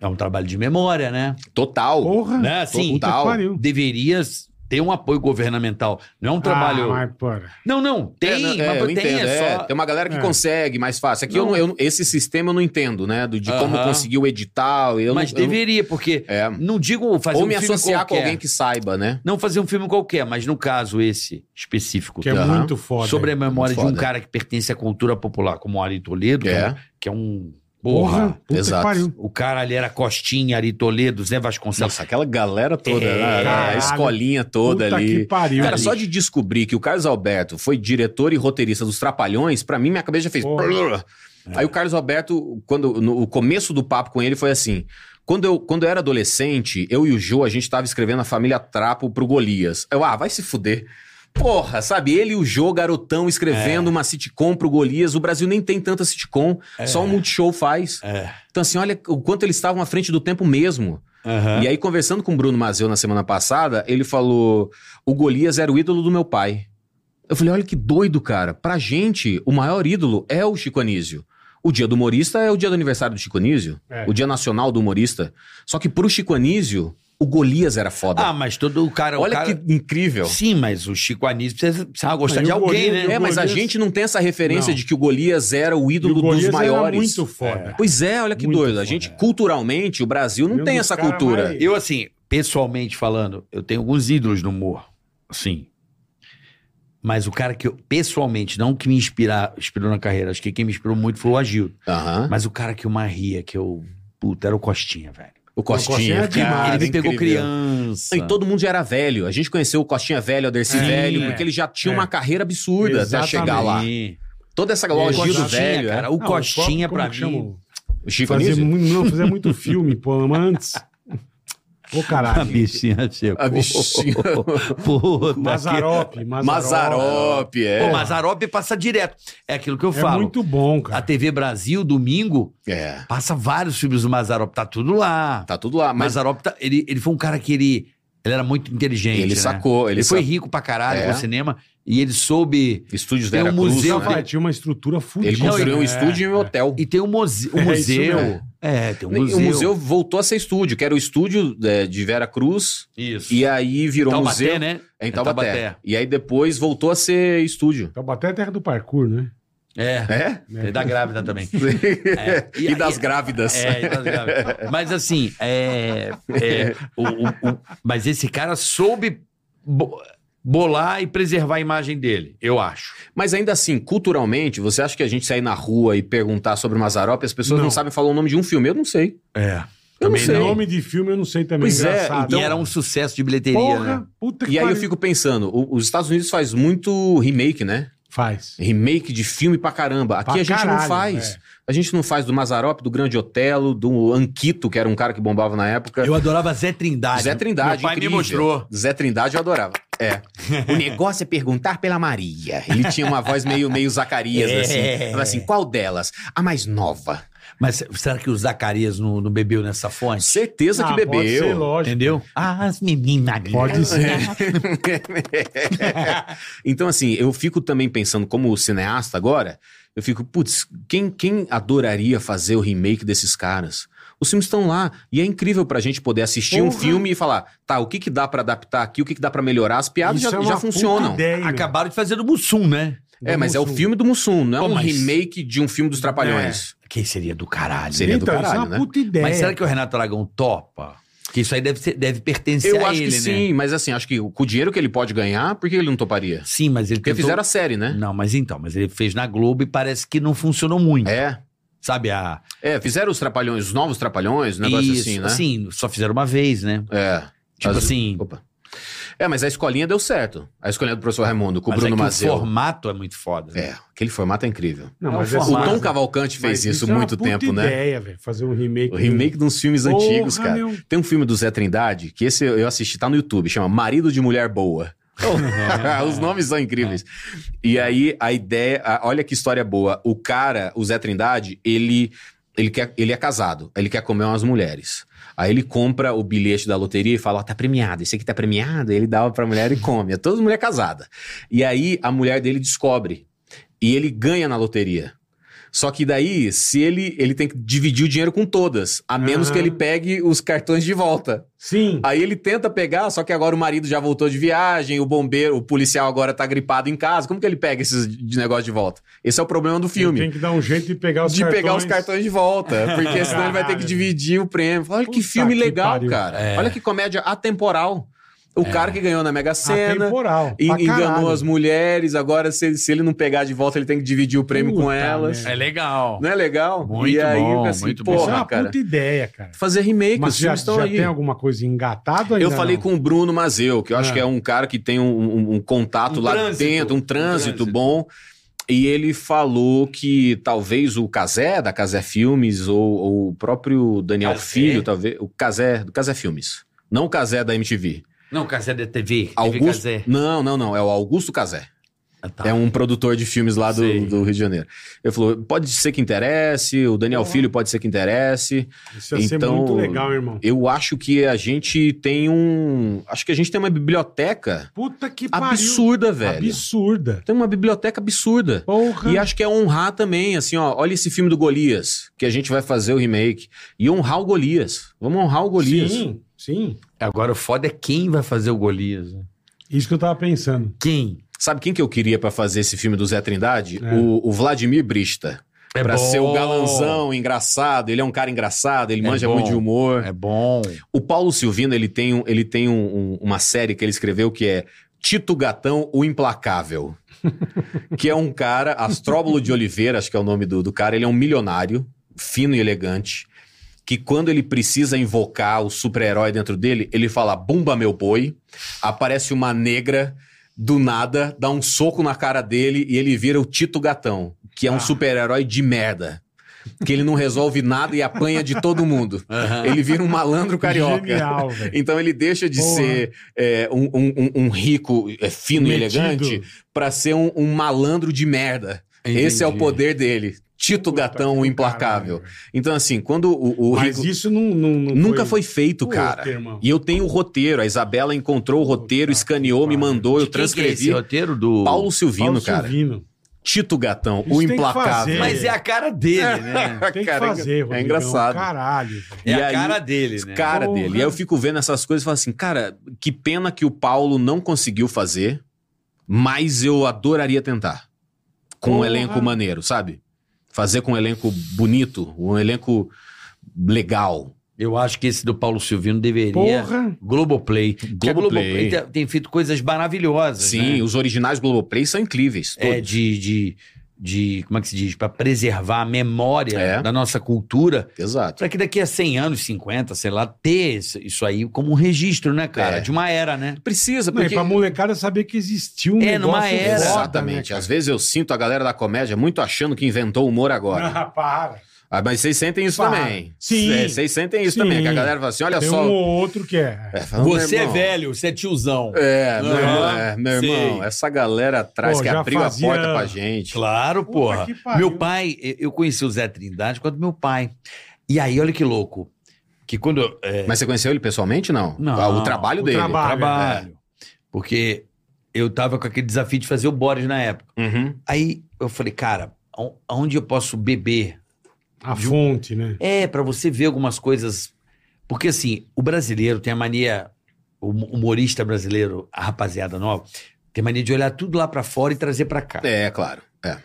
Speaker 4: é um trabalho de memória, né?
Speaker 5: Total.
Speaker 3: Porra.
Speaker 4: né? Assim,
Speaker 5: Puta que
Speaker 3: pariu.
Speaker 4: deveria ter um apoio governamental. Não é um trabalho.
Speaker 3: Ah, mas, porra.
Speaker 4: Não, não, tem,
Speaker 5: É, não, é,
Speaker 4: mas
Speaker 5: eu
Speaker 4: tem
Speaker 5: entendo,
Speaker 4: é
Speaker 5: é.
Speaker 4: só.
Speaker 5: Tem uma galera que
Speaker 3: É.
Speaker 5: consegue mais fácil. Aqui eu
Speaker 4: Não.
Speaker 5: não- eu não- esse sistema eu não entendo, né? Do, de como
Speaker 4: Aham.
Speaker 5: conseguir o edital. um- Eu
Speaker 4: mas
Speaker 5: não, eu não-
Speaker 4: deveria, porque
Speaker 5: é.
Speaker 4: não digo fazer
Speaker 5: Ou
Speaker 4: um
Speaker 5: me
Speaker 4: filme
Speaker 5: associar com
Speaker 4: qualquer.
Speaker 5: alguém que saiba, né?
Speaker 4: Não fazer um filme qualquer, mas no caso esse específico.
Speaker 3: Que é
Speaker 5: Aham.
Speaker 3: muito foda.
Speaker 4: sobre a memória de um
Speaker 5: Foda.
Speaker 4: cara que pertence à cultura popular, como o Ari Toledo,
Speaker 5: É.
Speaker 4: cara, que é um.
Speaker 3: Porra.
Speaker 4: Porra!
Speaker 3: Puta que
Speaker 5: Exato.
Speaker 3: pariu.
Speaker 4: O cara ali era Costinha, Ari Toledo, Zé Vasconcelos.
Speaker 5: Nossa, aquela galera toda,
Speaker 4: É,
Speaker 5: né? A
Speaker 3: caralho.
Speaker 5: escolinha toda
Speaker 3: Puta
Speaker 5: ali.
Speaker 3: que pariu.
Speaker 5: Cara, só
Speaker 3: bicho.
Speaker 5: de descobrir que o Carlos Alberto foi diretor e roteirista dos Trapalhões, pra mim minha cabeça já fez. É.
Speaker 3: Porra.
Speaker 5: Aí o Carlos Alberto, quando no o começo do papo com ele foi assim: quando eu, quando eu era adolescente, eu e o Jô, a gente tava escrevendo a família Trapo pro Golias. Eu, ah, vai se fuder. Porra, sabe? Ele e o Jô, garotão, escrevendo
Speaker 3: É.
Speaker 5: uma sitcom pro Golias. O Brasil nem tem tanta sitcom, só o Multishow faz.
Speaker 4: É.
Speaker 5: Então, assim, olha o quanto eles estavam à frente do tempo mesmo.
Speaker 4: Aham.
Speaker 5: E aí, conversando com o Bruno Mazeu na semana passada, ele falou: o Golias era o ídolo do meu pai. Eu falei: olha que doido, cara. Pra gente, o maior ídolo é o Chico Anísio. O dia do humorista é o dia do aniversário do Chico Anísio,
Speaker 3: É.
Speaker 5: o dia nacional do humorista. Só que pro Chico Anísio, o Golias era
Speaker 4: Ah,
Speaker 5: foda.
Speaker 4: mas todo o cara. o
Speaker 5: olha
Speaker 4: cara-
Speaker 5: que incrível.
Speaker 4: Sim, mas o Chico Anísio precisa, precisa gostar
Speaker 3: Mas
Speaker 4: de
Speaker 3: e o
Speaker 4: alguém,
Speaker 3: goleiro-
Speaker 4: né?
Speaker 5: É, mas a
Speaker 3: Golias-
Speaker 5: gente não tem essa referência
Speaker 3: Não.
Speaker 5: de que o Golias era o
Speaker 3: E o
Speaker 5: ídolo dos
Speaker 3: Golias era
Speaker 5: maiores.
Speaker 3: muito foda.
Speaker 5: Pois é, olha que
Speaker 3: Muito
Speaker 5: doido. A
Speaker 3: foda,
Speaker 5: gente,
Speaker 3: é.
Speaker 5: culturalmente, o Brasil não
Speaker 3: E um
Speaker 5: tem
Speaker 3: dos
Speaker 5: essa
Speaker 3: caras
Speaker 5: cultura.
Speaker 3: mais-
Speaker 4: Eu, assim, pessoalmente falando, eu tenho alguns ídolos no humor. Sim. Mas o cara que eu, pessoalmente, não que me inspirar, inspirou na carreira, acho que quem me inspirou muito foi o Agil.
Speaker 5: Aham.
Speaker 4: Mas o cara que eu mais ria, que eu. Puta, era o Costinha, velho.
Speaker 5: O Costinha.
Speaker 3: Costinha é demais.
Speaker 5: cara,
Speaker 4: ele me pegou
Speaker 5: incrível.
Speaker 4: criança.
Speaker 5: E todo mundo já era velho. A gente conheceu o Costinha Velho, o Dercy
Speaker 3: Sim,
Speaker 5: Velho,
Speaker 3: é.
Speaker 5: porque ele já tinha
Speaker 3: É.
Speaker 5: uma carreira absurda até
Speaker 3: Exatamente.
Speaker 5: chegar lá.
Speaker 4: Sim.
Speaker 5: Toda essa
Speaker 4: O
Speaker 5: logia do
Speaker 4: Costinha,
Speaker 5: velho.
Speaker 4: cara.
Speaker 5: é.
Speaker 4: O
Speaker 3: Não,
Speaker 4: Costinha,
Speaker 3: como
Speaker 4: pra
Speaker 3: que chama
Speaker 4: mim.
Speaker 3: o-
Speaker 5: O Chico
Speaker 3: Fazia
Speaker 5: Anísio?
Speaker 3: muito, não, fazia muito filme, pô, mas antes. Ô,
Speaker 4: A
Speaker 3: caralho.
Speaker 4: bichinha chegou.
Speaker 5: A bichinha.
Speaker 4: Puta que-
Speaker 3: Mazarope, Mazarope.
Speaker 5: Mazarope, é.
Speaker 4: Pô, Mazarope passa direto. É aquilo que eu
Speaker 3: É
Speaker 4: falo.
Speaker 3: muito bom,
Speaker 4: A
Speaker 3: cara.
Speaker 4: TV Brasil, domingo,
Speaker 5: É.
Speaker 4: passa vários filmes do Mazarope. Tá tudo lá.
Speaker 5: Tá tudo lá. Mas
Speaker 4: Mazzaropi, tá- ele, ele foi um cara que ele, ele era muito inteligente.
Speaker 5: ele
Speaker 4: né?
Speaker 5: sacou. Ele,
Speaker 4: Ele foi
Speaker 5: foi
Speaker 4: rico pra caralho
Speaker 5: É.
Speaker 4: com cinema e ele soube.
Speaker 5: Estúdios
Speaker 4: Tem um
Speaker 5: Vera
Speaker 4: museu,
Speaker 5: Cruz.
Speaker 4: vai-
Speaker 5: Né?
Speaker 3: Ele tinha uma estrutura fudida.
Speaker 5: Ele construiu
Speaker 3: né?
Speaker 5: um estúdio e um hotel.
Speaker 4: E tem um museu. Um
Speaker 3: É,
Speaker 4: museu.
Speaker 3: isso mesmo.
Speaker 4: É, tem um
Speaker 5: E
Speaker 4: museu.
Speaker 5: O museu voltou a ser estúdio, que era o estúdio é, de Vera Cruz,
Speaker 4: Isso.
Speaker 5: e aí virou um
Speaker 4: Taubaté,
Speaker 5: museu
Speaker 4: né?
Speaker 5: em
Speaker 4: Taubaté.
Speaker 5: Taubaté. E aí depois voltou a ser estúdio.
Speaker 3: Então, Taubaté é terra do parkour, né?
Speaker 4: É.
Speaker 5: É?
Speaker 4: E da grávida também. É.
Speaker 5: E, das grávidas.
Speaker 4: É, e das grávidas. Mas assim, é, é, o- o- o- mas esse cara soube bo- bolar e preservar a imagem dele, eu acho.
Speaker 5: Mas ainda assim, culturalmente, você acha que a gente sair na rua e perguntar sobre Mazarop, as pessoas não,
Speaker 3: Não.
Speaker 5: sabem falar o nome de um filme? Eu não sei.
Speaker 4: É.
Speaker 5: Eu
Speaker 4: Também
Speaker 5: não sei.
Speaker 3: Nome de filme eu não sei também.
Speaker 5: Pois é,
Speaker 3: engraçado.
Speaker 5: então-
Speaker 4: e era um sucesso de bilheteria,
Speaker 3: Porra,
Speaker 4: né?
Speaker 3: puta que
Speaker 5: E aí eu
Speaker 3: pariu.
Speaker 5: fico pensando, o- os Estados Unidos faz muito remake, né?
Speaker 3: Faz.
Speaker 5: Remake de filme pra caramba. Aqui
Speaker 3: Pra
Speaker 5: a gente não
Speaker 3: caralho,
Speaker 5: faz.
Speaker 3: é.
Speaker 5: A gente não faz do Mazarop, do Grande Otelo, do Anquito, que era um cara que bombava na época.
Speaker 4: Eu adorava Zé Trindade.
Speaker 5: Zé
Speaker 4: Meu
Speaker 5: Trindade,
Speaker 4: pai
Speaker 5: incrível.
Speaker 4: me mostrou.
Speaker 5: Zé Trindade eu adorava. É. O negócio é perguntar pela Maria. Ele tinha uma voz meio, meio Zacarias,
Speaker 4: É.
Speaker 5: assim. Falava assim, qual delas? A mais nova.
Speaker 4: Mas será que o Zacarias não, não bebeu nessa fonte?
Speaker 5: Certeza
Speaker 3: Ah,
Speaker 5: que bebeu. É,
Speaker 3: Pode ser, lógico.
Speaker 4: Entendeu? Ah, as meninas.
Speaker 3: Pode ser.
Speaker 5: então, assim, eu fico também pensando, como cineasta agora, eu fico, putz, quem, quem adoraria fazer o remake desses caras? Os filmes estão lá e é incrível pra gente poder assistir um
Speaker 3: Porra.
Speaker 5: filme e falar, tá, o que que dá pra adaptar aqui, o que que dá pra melhorar, as piadas
Speaker 3: Isso
Speaker 5: já,
Speaker 3: é uma
Speaker 5: já
Speaker 3: puta
Speaker 5: funcionam.
Speaker 3: Ideia, meu.
Speaker 4: Acabaram de fazer do Mussum, né?
Speaker 5: É, mas é o
Speaker 3: Mussum.
Speaker 5: filme do Mussum, não é
Speaker 4: Pô,
Speaker 5: um
Speaker 4: mas-
Speaker 5: remake de um filme dos Trapalhões.
Speaker 4: Quem seria do caralho?
Speaker 5: Seria do
Speaker 3: então, isso é
Speaker 5: caralho,
Speaker 3: uma
Speaker 5: né?
Speaker 3: puta ideia.
Speaker 4: Mas será que o Renato Aragão topa? Que isso aí deve, ser- deve pertencer
Speaker 3: é
Speaker 5: Eu
Speaker 4: a
Speaker 5: acho
Speaker 4: ele,
Speaker 5: que
Speaker 4: né?
Speaker 5: sim, mas assim, acho que com o dinheiro que ele pode ganhar, por que ele não toparia?
Speaker 4: Sim, mas ele
Speaker 5: Porque
Speaker 4: tentou...
Speaker 5: fizeram a série, né?
Speaker 4: Não, mas então, mas ele fez na Globo e parece que não funcionou muito.
Speaker 5: É.
Speaker 4: Sabe a
Speaker 5: É, fizeram os Trapalhões, os novos Trapalhões, um negócio
Speaker 4: Isso,
Speaker 5: assim, né?
Speaker 4: Sim, só fizeram uma vez, né?
Speaker 5: É.
Speaker 4: Tipo
Speaker 5: As-
Speaker 4: assim,
Speaker 5: Opa. É, mas a escolinha deu certo. A escolinha do professor Raimundo, com o
Speaker 4: mas
Speaker 5: Bruno
Speaker 4: é que
Speaker 5: Mazeu.
Speaker 4: o formato é muito foda. né?
Speaker 5: É, aquele formato é incrível.
Speaker 3: Não,
Speaker 4: é um
Speaker 3: mas
Speaker 4: formato.
Speaker 5: o
Speaker 3: essa-
Speaker 5: Tom Cavalcante
Speaker 3: mas
Speaker 5: fez isso
Speaker 3: é uma
Speaker 5: muito
Speaker 3: puta
Speaker 5: tempo, né?
Speaker 3: ideia, velho. Fazer um remake.
Speaker 5: O remake de uns filmes
Speaker 3: Porra,
Speaker 5: antigos, cara.
Speaker 3: meu.
Speaker 5: Tem um filme do Zé Trindade, que esse eu assisti, tá no YouTube, chama Marido de Mulher Boa. Os nomes são incríveis. E aí, a ideia. a- olha que história boa. O cara, o Zé Trindade, ele, ele, quer, ele é casado, ele quer comer umas mulheres. Aí ele compra o bilhete da loteria e fala: ó, tá premiado, esse aqui tá premiado. E ele dá pra mulher e come. É toda mulher casada. E aí a mulher dele descobre. E ele ganha na loteria. Só que daí, se ele, ele tem que dividir o dinheiro com todas, a menos
Speaker 3: Aham.
Speaker 5: que ele pegue os cartões de volta.
Speaker 3: Sim.
Speaker 5: Aí ele tenta pegar, só que agora o marido já voltou de viagem, o bombeiro, o policial agora tá gripado em casa. Como que ele pega esses de negócio de volta? Esse é o problema do filme.
Speaker 3: Tem que dar um jeito de pegar os
Speaker 5: de
Speaker 3: cartões.
Speaker 5: pegar os cartões de volta, porque senão ele vai ter que
Speaker 3: Caralho.
Speaker 5: dividir o prêmio. Olha que
Speaker 3: Puta
Speaker 5: filme
Speaker 3: que
Speaker 5: legal,
Speaker 3: pariu.
Speaker 5: cara.
Speaker 4: É.
Speaker 5: Olha que comédia atemporal. O cara que ganhou na Mega Sena,
Speaker 3: Atemporal.
Speaker 5: en-
Speaker 3: Ah, pra
Speaker 5: enganou
Speaker 3: caralho.
Speaker 5: as mulheres, agora se, se ele não pegar de volta, ele tem que dividir o prêmio com
Speaker 3: Puta
Speaker 5: elas.
Speaker 3: merda.
Speaker 4: É legal.
Speaker 5: Não é legal?
Speaker 4: Muito
Speaker 5: e aí,
Speaker 4: bom,
Speaker 5: assim,
Speaker 4: muito bom.
Speaker 3: Isso é
Speaker 5: porra,
Speaker 3: uma
Speaker 5: cara.
Speaker 3: puta ideia, cara.
Speaker 5: Fazer remake,
Speaker 3: Mas
Speaker 5: os
Speaker 3: já,
Speaker 5: filmes estão
Speaker 3: já
Speaker 5: aí.
Speaker 3: tem alguma coisa engatada ainda?
Speaker 5: Eu falei
Speaker 3: não?
Speaker 5: com o Bruno Mazeu, que eu acho
Speaker 3: Ah.
Speaker 5: que é um cara que tem um, um- um contato
Speaker 4: Um
Speaker 5: lá
Speaker 4: trânsito.
Speaker 5: dentro, um
Speaker 4: Um
Speaker 5: trânsito,
Speaker 4: trânsito.
Speaker 5: bom. E ele falou que talvez o Casé, da Casé Filmes, ou, ou o próprio Daniel
Speaker 4: Cazé?
Speaker 5: Filho, talvez. O Casé, do Casé Filmes. Não o Casé da MTV.
Speaker 4: Não, é Casé da TV. TV
Speaker 5: Augusto.
Speaker 4: Casé.
Speaker 5: Não, não, não. É o Augusto Casé.
Speaker 4: Ah, tá.
Speaker 5: É um produtor de filmes lá
Speaker 4: Sei.
Speaker 5: do, do Rio de Janeiro. Ele falou: pode ser que interesse, o Daniel Filho pode ser que interesse.
Speaker 3: Isso ia ser
Speaker 5: Então-
Speaker 3: muito legal, irmão.
Speaker 5: Eu acho que a gente tem um. Acho que a gente tem uma biblioteca
Speaker 3: Puta que pariu.
Speaker 5: absurda, velho.
Speaker 3: Absurda.
Speaker 5: Tem uma biblioteca absurda.
Speaker 3: Porra.
Speaker 5: E acho que é honrar também, assim, ó. Olha esse filme do Golias, que a gente vai fazer o remake. E honrar o Golias. Vamos honrar o Golias.
Speaker 3: Sim, sim.
Speaker 4: Agora o foda é quem vai fazer o Golias. né?
Speaker 3: Isso que eu tava pensando.
Speaker 4: Quem?
Speaker 5: Sabe quem que eu queria pra fazer esse filme do Zé Trindade?
Speaker 3: É.
Speaker 5: O, o Vladimir Brista.
Speaker 4: É
Speaker 5: pra
Speaker 4: bom.
Speaker 5: ser o galanzão engraçado. Ele é um cara engraçado, ele
Speaker 4: É
Speaker 5: manja
Speaker 4: bom.
Speaker 5: muito de humor.
Speaker 4: É bom.
Speaker 5: O Paulo Silvino, ele tem, um- ele tem um- um- uma série que ele escreveu que é Tito Gatão, o Implacável. que é um cara, Astróbolo de Oliveira, acho que é o nome do, do cara, ele é um milionário, fino e elegante, que quando ele precisa invocar o super-herói dentro dele, ele fala, bumba meu boi, aparece uma negra do nada, dá um soco na cara dele e ele vira o Tito Gatão, que é um
Speaker 3: Ah.
Speaker 5: super-herói de merda. Que ele não resolve nada e apanha de todo mundo. Ele vira um malandro carioca.
Speaker 3: Genial, velho.
Speaker 5: Então ele deixa de
Speaker 3: Porra.
Speaker 5: ser é, um, um- um- um rico é, fino
Speaker 3: Metido.
Speaker 5: e elegante pra ser um, um malandro de merda. Esse é o
Speaker 4: Entendi.
Speaker 5: poder dele. Tito
Speaker 3: Puta
Speaker 5: Gatão,
Speaker 3: que
Speaker 5: o
Speaker 3: do
Speaker 5: implacável.
Speaker 3: caralho, velho.
Speaker 5: Então, assim, quando o, o
Speaker 3: Mas
Speaker 5: rico-
Speaker 3: isso não, não, não
Speaker 5: Nunca foi feito,
Speaker 3: Puta,
Speaker 5: cara.
Speaker 3: irmão.
Speaker 5: E eu tenho o roteiro. A Isabela encontrou o roteiro,
Speaker 3: Puta
Speaker 5: escaneou,
Speaker 3: que
Speaker 5: me
Speaker 3: pariu.
Speaker 5: mandou, eu
Speaker 4: De quem que é
Speaker 5: transcrevi.
Speaker 4: esse roteiro do.
Speaker 5: Paulo Silvino,
Speaker 3: Paulo
Speaker 5: cara.
Speaker 3: Silvino.
Speaker 5: Tito Gatão,
Speaker 3: Isso
Speaker 5: o
Speaker 3: tem que
Speaker 5: implacável.
Speaker 3: fazer.
Speaker 4: Mas é a cara dele, né?
Speaker 3: Tem que
Speaker 5: Cara,
Speaker 3: fazer, Rodrigão.
Speaker 5: é engraçado.
Speaker 3: Caralho. velho.
Speaker 4: É
Speaker 5: E
Speaker 4: a
Speaker 5: aí-
Speaker 4: cara dele, né?
Speaker 5: cara
Speaker 3: Porra.
Speaker 5: dele. E aí eu fico vendo essas coisas e falo assim, cara, que pena que o Paulo não conseguiu fazer, mas eu adoraria tentar. com um
Speaker 3: Porra.
Speaker 5: elenco maneiro, sabe? Fazer com um elenco bonito, um elenco legal.
Speaker 4: Eu acho que esse do Paulo Silvino deveria.
Speaker 5: é
Speaker 3: Porra.
Speaker 4: Globoplay. Porque a
Speaker 5: Globoplay.
Speaker 4: tem- tem feito coisas maravilhosas.
Speaker 5: Sim,
Speaker 3: é.
Speaker 4: né?
Speaker 5: os originais Globoplay são incríveis.
Speaker 4: é,
Speaker 5: todos.
Speaker 4: de, de, de. Como é que se diz? Pra preservar a memória
Speaker 5: É.
Speaker 4: da nossa cultura.
Speaker 5: Exato.
Speaker 4: Pra que daqui a 100 anos, 50, sei lá, ter isso- isso aí como um registro, né, cara?
Speaker 5: É.
Speaker 4: De uma era, né?
Speaker 5: Precisa,
Speaker 3: Não, e
Speaker 5: porque...
Speaker 3: pra molecada saber que existiu um
Speaker 4: É,
Speaker 3: negócio
Speaker 4: numa era.
Speaker 3: foda,
Speaker 5: Exatamente.
Speaker 3: Né,
Speaker 5: Às vezes eu sinto a galera da comédia muito achando que inventou o humor agora.
Speaker 3: cara? Ah, para.
Speaker 5: Ah, mas vocês sentem isso
Speaker 3: Claro.
Speaker 5: também.
Speaker 3: Sim.
Speaker 5: É, Vocês sentem isso
Speaker 3: Sim.
Speaker 5: também. Que a galera fala assim: olha
Speaker 3: Tem
Speaker 5: só.
Speaker 3: um ou outro que é.
Speaker 5: É, fala,
Speaker 4: Você
Speaker 5: "Meu
Speaker 4: é
Speaker 5: irmão,
Speaker 4: velho, você é tiozão.
Speaker 5: É, meu,
Speaker 4: Aham,
Speaker 5: irmão, é, meu irmão,
Speaker 4: sei.
Speaker 5: essa galera atrás
Speaker 3: Pô,
Speaker 5: que
Speaker 3: já
Speaker 5: abriu
Speaker 3: fazia-
Speaker 5: a porta pra gente.
Speaker 4: Claro,
Speaker 3: Puta
Speaker 4: porra.
Speaker 3: que pariu.
Speaker 4: Meu pai, eu- eu conheci o Zé Trindade quando meu pai. E aí, olha que louco. Que quando. eu- é,
Speaker 5: Mas você conheceu ele pessoalmente? Não.
Speaker 4: Não,
Speaker 5: Ah, o trabalho
Speaker 3: o
Speaker 5: dele.
Speaker 3: trabalho. né?
Speaker 4: trabalho. Porque eu tava com aquele desafio de fazer o Boris na época.
Speaker 5: Uhum.
Speaker 4: Aí eu falei, cara, a- aonde eu posso beber?
Speaker 3: A fonte, né?
Speaker 4: É, pra você ver algumas coisas. Porque assim, o brasileiro tem a mania. O hum- humorista brasileiro, a rapaziada nova, tem mania de olhar tudo lá pra fora e trazer pra cá.
Speaker 5: É, claro. É.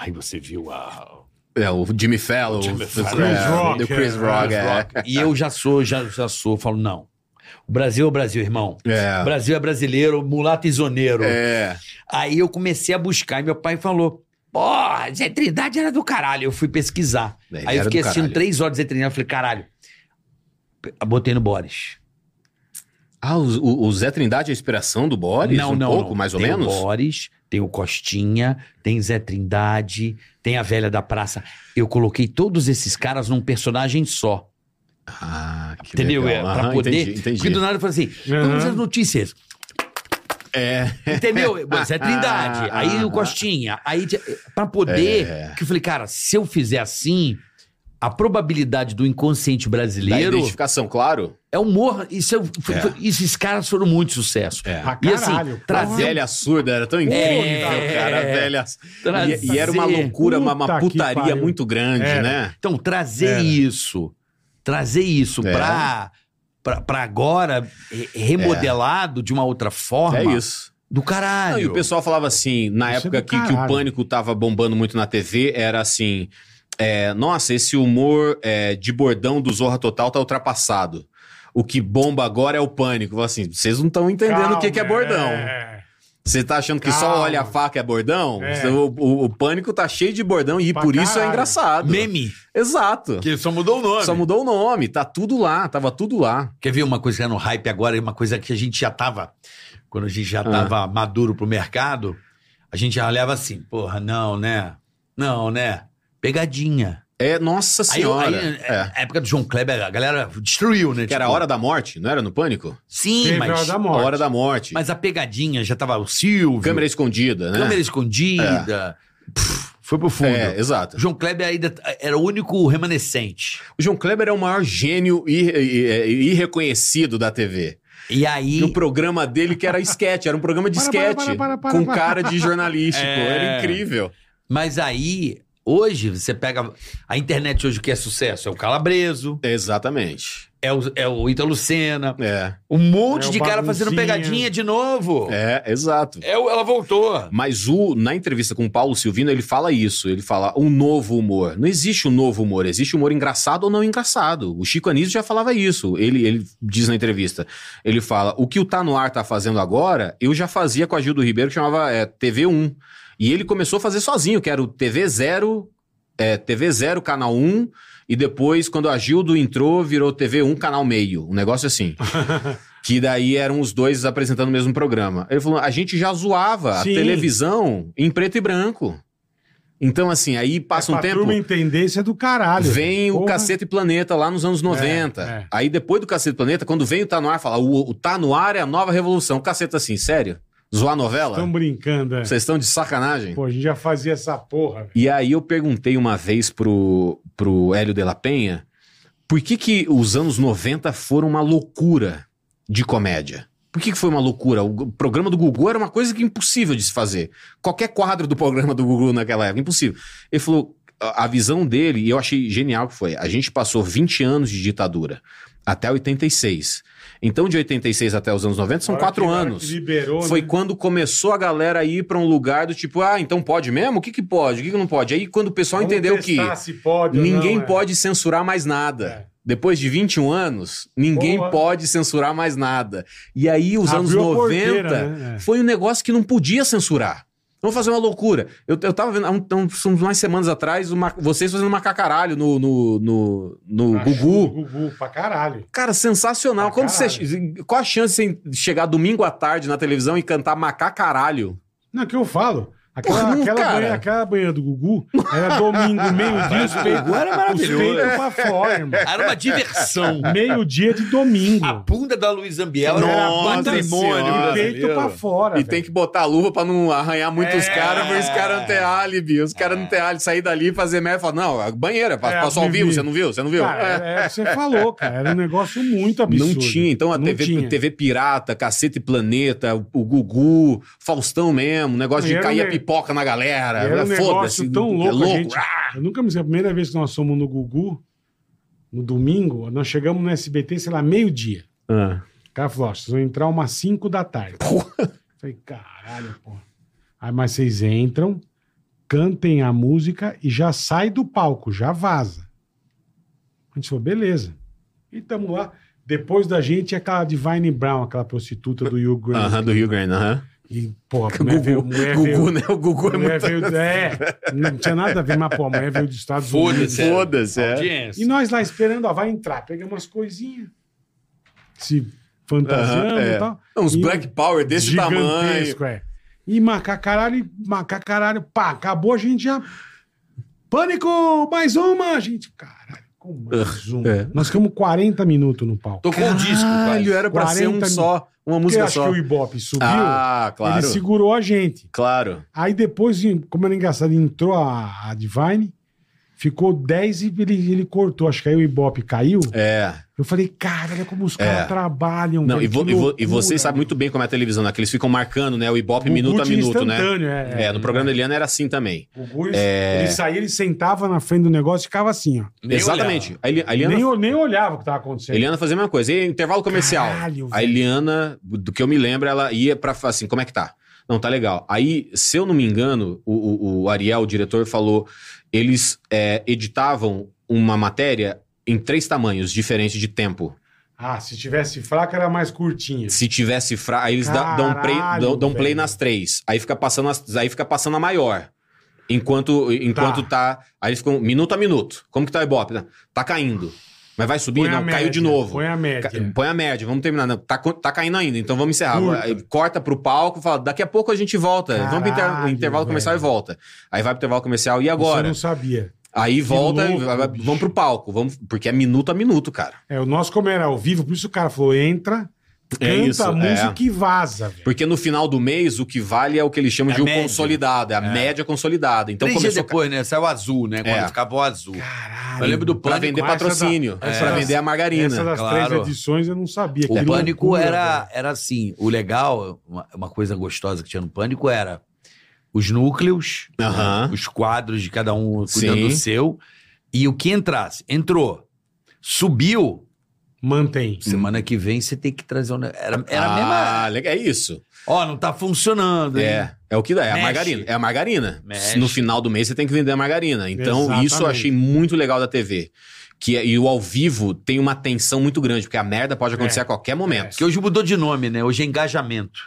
Speaker 4: Aí você viu a,
Speaker 5: É, o Jimmy Fallon,
Speaker 4: Jimmy
Speaker 5: o
Speaker 4: Fallon.
Speaker 3: Chris
Speaker 5: é,
Speaker 3: Rock,
Speaker 5: o Chris
Speaker 3: é.
Speaker 5: Rock,
Speaker 4: Chris
Speaker 5: é.
Speaker 4: Rock. E eu já sou, já, já sou, falo, não. O Brasil é o Brasil, irmão. O
Speaker 5: É.
Speaker 4: Brasil é brasileiro, mulato e zoneiro.
Speaker 5: É.
Speaker 4: Aí eu comecei a buscar e meu pai falou: Porra, Zé Trindade era do caralho. Eu fui pesquisar.
Speaker 5: Ele
Speaker 4: Aí eu
Speaker 5: era
Speaker 4: fiquei
Speaker 5: do
Speaker 4: assistindo
Speaker 5: caralho.
Speaker 4: três horas de Zé Trindade. Eu falei, caralho. P- Botei no Boris.
Speaker 5: Ah, o, o- o Zé Trindade é a inspiração do Boris? um pouco, mais ou
Speaker 4: tem
Speaker 5: menos?
Speaker 4: o Boris, tem o Costinha, tem Zé Trindade, tem a velha da praça. Eu coloquei todos esses caras num personagem só.
Speaker 5: Ah, que
Speaker 4: Entendeu?
Speaker 5: legal.
Speaker 4: É, pra
Speaker 5: Aham,
Speaker 4: poder.
Speaker 5: Entendi,
Speaker 4: Porque
Speaker 5: entendi.
Speaker 4: do nada eu falei assim: vamos
Speaker 3: Aham.
Speaker 4: às notícias.
Speaker 5: É.
Speaker 4: Entendeu? Você é Trindade.
Speaker 5: Ah,
Speaker 4: aí
Speaker 5: ah,
Speaker 4: o Costinha. Aí, de- pra poder.
Speaker 5: É.
Speaker 4: Que eu falei, cara, se eu fizer assim, a probabilidade do inconsciente
Speaker 5: Da
Speaker 4: brasileiro
Speaker 5: identificação, claro.
Speaker 4: é humor. E se eu- foi-
Speaker 5: É.
Speaker 4: foi- esses caras foram muito sucesso.
Speaker 5: É.
Speaker 3: Pra
Speaker 4: E assim,
Speaker 3: caralho.
Speaker 5: A
Speaker 4: trazer-
Speaker 5: velha surda era tão incrível,
Speaker 4: É.
Speaker 5: cara. A velha.
Speaker 4: Trazer-
Speaker 5: E, e era uma loucura, uma, uma
Speaker 3: Puta que
Speaker 5: putaria
Speaker 3: pariu.
Speaker 5: muito grande,
Speaker 3: Era.
Speaker 5: né?
Speaker 4: Então, trazer
Speaker 3: Era.
Speaker 4: isso. Trazer isso
Speaker 5: É.
Speaker 4: pra, pra, pra agora, re- remodelado de uma outra forma.
Speaker 5: É isso.
Speaker 4: Do
Speaker 5: Não, e
Speaker 4: caralho.
Speaker 5: o pessoal falava assim, na
Speaker 3: Isso é do
Speaker 5: época que, que o
Speaker 3: caralho.
Speaker 5: pânico tava bombando muito na TV, era assim. é, nossa, esse humor é, de bordão do Zorra Total tá ultrapassado. O que bomba agora é o pânico. Eu falo Assim, vocês não estão entendendo o que, que é bordão.
Speaker 3: É.
Speaker 5: Você tá achando que só
Speaker 3: Calma.
Speaker 5: olha a faca é bordão?
Speaker 3: É.
Speaker 5: O, o- o pânico tá cheio de bordão e
Speaker 3: Pra
Speaker 5: por isso é
Speaker 3: caralho.
Speaker 5: engraçado.
Speaker 4: Meme.
Speaker 5: Exato.
Speaker 4: Que só mudou o nome.
Speaker 5: Só mudou o nome, tá tudo lá, tava tudo lá.
Speaker 4: Quer ver uma coisa que era no hype agora, e uma coisa que a gente já tava, quando a gente já
Speaker 5: Ah.
Speaker 4: tava maduro pro mercado, a gente já olhava assim, porra, não, né? Não, né? Pegadinha.
Speaker 5: É, nossa
Speaker 4: Aí, eu-
Speaker 5: senhora.
Speaker 4: aí
Speaker 5: é.
Speaker 4: a época do João Kleber, a galera destruiu, né?
Speaker 5: Que era a
Speaker 4: Tipo,
Speaker 5: hora da morte, não era no pânico?
Speaker 4: Sim,
Speaker 3: Teve a hora
Speaker 4: mas,
Speaker 3: da
Speaker 5: A
Speaker 3: morte.
Speaker 5: hora da morte.
Speaker 4: mas a pegadinha já tava o Silvio,
Speaker 5: Câmera
Speaker 4: câmera,
Speaker 5: escondida, né?
Speaker 4: escondida. É. Pff, foi pro fundo.
Speaker 5: É, exato.
Speaker 4: O João Kleber ainda eh, era o único remanescente.
Speaker 5: O João Kleber é o maior gênio ir- ir- irreconhecido da TV.
Speaker 4: E
Speaker 5: E,
Speaker 4: aí.
Speaker 5: o programa dele que era sketch, era um programa de
Speaker 3: Para,
Speaker 5: sketch
Speaker 3: para, para, para,
Speaker 5: com
Speaker 3: para.
Speaker 5: cara de jornalístico,
Speaker 4: É.
Speaker 5: era incrível.
Speaker 4: Mas aí, hoje, você pega. A internet hoje o que é sucesso? É o Calabreso.
Speaker 5: Exatamente.
Speaker 4: É o, é o Ítalo Senna.
Speaker 5: É,
Speaker 4: Um monte
Speaker 3: É o
Speaker 4: de cara
Speaker 3: Baguncinha.
Speaker 4: fazendo pegadinha de novo.
Speaker 5: é, exato.
Speaker 4: É o- ela voltou.
Speaker 5: Mas o, na entrevista com o Paulo Silvino, ele fala isso. Ele fala um novo humor. Não existe um novo humor. Existe humor engraçado ou não engraçado. O Chico Anísio já falava isso. Ele, ele diz na entrevista. Ele fala, o que o Tá No Ar tá fazendo agora, eu já fazia com a Gildo Ribeiro, que chamava é, TV1. E ele começou a fazer sozinho, que era o TV0, é, TV0, Canal 1... E depois, quando a Gildo entrou, virou TV1 Canal Meio. Um negócio assim. que daí eram os dois apresentando o mesmo programa. Ele falou: a gente já zoava a
Speaker 3: Sim.
Speaker 5: televisão em preto e branco. Então, assim, aí passa
Speaker 3: É
Speaker 5: um
Speaker 3: pra turma
Speaker 5: tempo.
Speaker 3: entender, isso é do caralho.
Speaker 5: Vem o
Speaker 3: Porra.
Speaker 5: Cacete Planeta lá nos anos 90.
Speaker 3: é.
Speaker 5: Aí depois do Cacete Planeta, quando vem o Tá No Ar, fala: o, o Tá No Ar é a nova revolução. O Cacete assim, sério? Zoar novela?
Speaker 3: Estão brincando, é.
Speaker 5: Vocês estão de sacanagem?
Speaker 3: Pô, a gente já fazia essa porra, velho.
Speaker 5: E aí eu perguntei uma vez pro, pro Hélio de la Penha por que, que os anos 90 foram uma loucura de comédia. Por que, que foi uma loucura? O programa do Gugu era uma coisa que impossível de se fazer. Qualquer quadro do programa do Gugu naquela época, impossível. Ele falou, a a visão dele, e eu achei genial que foi, a gente passou 20 anos de ditadura. Até 86. Então, de 86 até os anos 90 são
Speaker 3: Agora
Speaker 5: quatro
Speaker 3: que- agora
Speaker 5: anos.
Speaker 3: que Liberou,
Speaker 5: Foi
Speaker 3: né?
Speaker 5: quando começou a galera a ir pra um lugar do tipo, ah, então pode mesmo? O que que pode? O que que não pode? Aí quando o pessoal
Speaker 3: Vamos
Speaker 5: entendeu que
Speaker 3: testar se pode ou
Speaker 5: ninguém
Speaker 3: não, é.
Speaker 5: pode censurar mais nada.
Speaker 3: É.
Speaker 5: Depois de 21 anos, ninguém
Speaker 3: Boa.
Speaker 5: pode censurar mais nada. E aí, os anos
Speaker 3: Abriu a
Speaker 5: 90
Speaker 3: porteira, né? É.
Speaker 5: foi um negócio que não podia censurar. Vamos fazer uma loucura. Eu, eu tava vendo há um, há uns- umas semanas atrás uma- vocês fazendo macacaralho no, no, no, no
Speaker 3: Acho
Speaker 5: Gugu.
Speaker 3: o É. Gugu, pra caralho.
Speaker 5: Cara, sensacional.
Speaker 3: Pra
Speaker 5: Como você,
Speaker 3: caralho.
Speaker 5: qual a chance de você chegar domingo à tarde na televisão e cantar macacaralho?
Speaker 3: Não, é que eu falo. Aquela,
Speaker 5: Porra, não,
Speaker 3: aquela,
Speaker 5: cara.
Speaker 3: banheira, aquela banheira do Gugu era domingo, meio-dia, os peitos.
Speaker 4: era
Speaker 3: Os
Speaker 4: maravilhoso.
Speaker 3: peitos pra fora, irmão.
Speaker 4: Era uma diversão.
Speaker 3: Meio-dia de domingo.
Speaker 4: A bunda da Luiz Ambiel
Speaker 5: Nossa
Speaker 4: era patrimônio
Speaker 5: Senhora.
Speaker 3: E peito
Speaker 4: brasileiro.
Speaker 3: pra fora.
Speaker 5: E tem que botar a luva pra não arranhar muitos
Speaker 4: É.
Speaker 5: caras, porque os caras não têm álibi. Os caras não têm álibi. Sair dali e fazer merda e falar, não, a banheira, pa-
Speaker 3: É,
Speaker 5: passou ao
Speaker 3: vi,
Speaker 5: vivo,
Speaker 3: vi.
Speaker 5: você não viu? Você não viu? É.
Speaker 3: Cara, é, é, você falou, cara. Era um negócio muito absurdo.
Speaker 5: Não tinha, então a
Speaker 3: Não
Speaker 5: TV,
Speaker 3: tinha.
Speaker 5: TV Pirata, Cacete Planeta, o, o Gugu, Faustão mesmo, negócio
Speaker 3: E
Speaker 5: de
Speaker 3: era um
Speaker 5: cair a
Speaker 3: ne-
Speaker 5: pipoca na galera.
Speaker 3: E Era um
Speaker 5: Foda-se.
Speaker 3: negócio tão
Speaker 5: é
Speaker 3: louco, a gente- Eu nunca me esqueci, a primeira vez que nós fomos no Gugu, no domingo, nós chegamos no SBT, sei lá, meio-dia.
Speaker 5: Ah.
Speaker 3: O cara falou, ó, vocês vão entrar umas 5 da tarde. Falei, caralho, porra. Aí, mas vocês entram, cantem a música e já sai do palco, já vaza. A gente falou, beleza. E tamo lá. Depois da gente, aquela Divine Brown, aquela prostituta do Hugh Grant.
Speaker 5: Aham, do Rio Grande, aham.
Speaker 3: E, porra, a assim. mulher veio...
Speaker 5: Gugu,
Speaker 3: mulher
Speaker 5: Gugu,
Speaker 3: veio-
Speaker 5: né? O Gugu é
Speaker 3: mulher
Speaker 5: muito...
Speaker 3: veio- é, não tinha nada a ver, mas, pô, a mulher veio dos Estados Unidos.
Speaker 4: Foda-se.
Speaker 5: Foda-se, é.
Speaker 3: E nós lá esperando, ó, vai entrar, pegamos umas coisinhas, se fantasiando
Speaker 5: Aham, é.
Speaker 3: e tal.
Speaker 5: Uns
Speaker 3: E-
Speaker 5: Black Power desse tamanho.
Speaker 3: Gigantesco, É. E macacaralho, e macacaralho, pá, acabou, a gente já. Pânico! Mais uma, gente. Caralho, como mais uma?
Speaker 5: é.
Speaker 3: Nós ficamos 40 minutos no palco.
Speaker 4: Tocou o disco, quase.
Speaker 5: Caralho, era pra ser um
Speaker 3: 40
Speaker 5: só, uma
Speaker 3: Porque
Speaker 5: música
Speaker 3: acho
Speaker 5: só.
Speaker 3: que o Ibope subiu,
Speaker 5: Ah, claro.
Speaker 3: ele segurou a gente.
Speaker 5: Claro.
Speaker 3: Aí depois, como era engraçado, entrou a, a Divine, ficou 10 e ele, ele cortou. Acho que aí o Ibope caiu.
Speaker 5: É.
Speaker 3: Eu falei, caralho, como os caras trabalham.
Speaker 5: Não,
Speaker 3: velho,
Speaker 5: e, vo,
Speaker 3: que
Speaker 5: e, vo,
Speaker 3: loucura,
Speaker 5: e vocês sabem
Speaker 3: velho.
Speaker 5: muito bem como é a televisão, né? Que eles ficam marcando, né? O Ibope
Speaker 3: O
Speaker 5: minuto
Speaker 3: Gugu
Speaker 5: a
Speaker 3: tinha
Speaker 5: minuto, né?
Speaker 3: instantâneo,
Speaker 5: É, no programa da Eliana era assim também.
Speaker 3: O Gugu, ele-
Speaker 5: É.
Speaker 3: ele saía, ele sentava na frente do negócio e ficava assim, ó.
Speaker 4: Nem
Speaker 5: Exatamente. A, Eli- a Eliana,
Speaker 3: Nem, o- nem olhava o que tava acontecendo.
Speaker 5: Eliana fazia a mesma coisa. E intervalo comercial.
Speaker 3: Caralho,
Speaker 5: a
Speaker 3: velho.
Speaker 5: Eliana, do que eu me lembro, ela ia pra falar assim, como é que tá? Não, tá legal. Aí, se eu não me engano, o, o- o Ariel, o diretor, falou... Eles é, editavam uma matéria em três tamanhos diferentes de tempo.
Speaker 3: Ah, se tivesse fraca era mais curtinha.
Speaker 5: Se tivesse fra... aí eles dá- dão play,
Speaker 3: Caralho,
Speaker 5: dão, dão play
Speaker 3: velho.
Speaker 5: nas três. Aí fica passando as- aí fica passando a maior. Enquanto enquanto tá, aí eles ficam minuto a minuto. Como que tá o Ibope? Tá caindo. Mas vai subir,
Speaker 3: Põe
Speaker 5: não,
Speaker 3: a
Speaker 5: caiu
Speaker 3: média,
Speaker 5: de novo.
Speaker 3: Põe a média.
Speaker 5: Ca- Põe a média, vamos terminar. Não, tá, co- tá caindo ainda, então vamos encerrar.
Speaker 3: Curta.
Speaker 5: Aí corta pro palco, fala, daqui a pouco a gente volta. vamos pro inter-
Speaker 3: Caralho,
Speaker 5: intervalo comercial e
Speaker 3: velho.
Speaker 5: volta. Aí vai pro intervalo comercial e
Speaker 3: Você
Speaker 5: agora?
Speaker 3: não sabia.
Speaker 5: Aí volta,
Speaker 3: louco,
Speaker 5: vai- vai-
Speaker 3: bicho.
Speaker 5: vamos pro palco, vamos, porque é minuto a minuto, cara.
Speaker 3: É, o nosso como era ao vivo, por isso o cara falou, entra, canta
Speaker 5: isso,
Speaker 3: a
Speaker 5: é.
Speaker 3: música e vaza, velho.
Speaker 5: Porque no final do mês, o que vale é o que eles chamam
Speaker 4: É
Speaker 5: de
Speaker 4: a
Speaker 5: o
Speaker 4: média.
Speaker 5: consolidado, é a média consolidada. Então
Speaker 4: Três dias
Speaker 5: começou
Speaker 4: depois, né? Saiu azul, né? Quando
Speaker 5: É.
Speaker 4: ficava o azul.
Speaker 3: Caralho.
Speaker 4: Eu lembro do
Speaker 5: pra
Speaker 4: Pânico.
Speaker 5: vender
Speaker 3: essa
Speaker 5: patrocínio,
Speaker 3: da- essa
Speaker 5: pra
Speaker 3: das-
Speaker 5: vender a
Speaker 3: Essa
Speaker 5: margarina.
Speaker 3: das
Speaker 4: claro.
Speaker 3: três edições eu não sabia.
Speaker 4: O
Speaker 3: que
Speaker 4: Pânico
Speaker 3: loucura,
Speaker 4: era,
Speaker 3: velho.
Speaker 4: era assim, o legal, uma, uma coisa gostosa que tinha no Pânico era os núcleos, né,
Speaker 5: Aham.
Speaker 4: os quadros de cada um cuidando
Speaker 5: Sim.
Speaker 4: do seu, e o que entrasse. Entrou,
Speaker 5: Hum.
Speaker 4: subiu,
Speaker 3: Mantém.
Speaker 4: semana que vem você tem que trazer o... ne- Era, era a
Speaker 5: ah,
Speaker 4: mesma...
Speaker 5: legal, é isso.
Speaker 4: Ó, não tá funcionando, hein?
Speaker 5: É, é o que dá, é a
Speaker 4: Mexe.
Speaker 5: margarina. É a margarina.
Speaker 4: Mexe.
Speaker 5: No final do mês você tem que vender a margarina. Então,
Speaker 3: Exatamente.
Speaker 5: isso eu achei muito legal da TV. Que, é- e o ao vivo tem uma tensão muito grande, porque a merda pode acontecer
Speaker 3: É.
Speaker 5: a qualquer momento.
Speaker 4: Que hoje mudou de nome, né? Hoje é engajamento.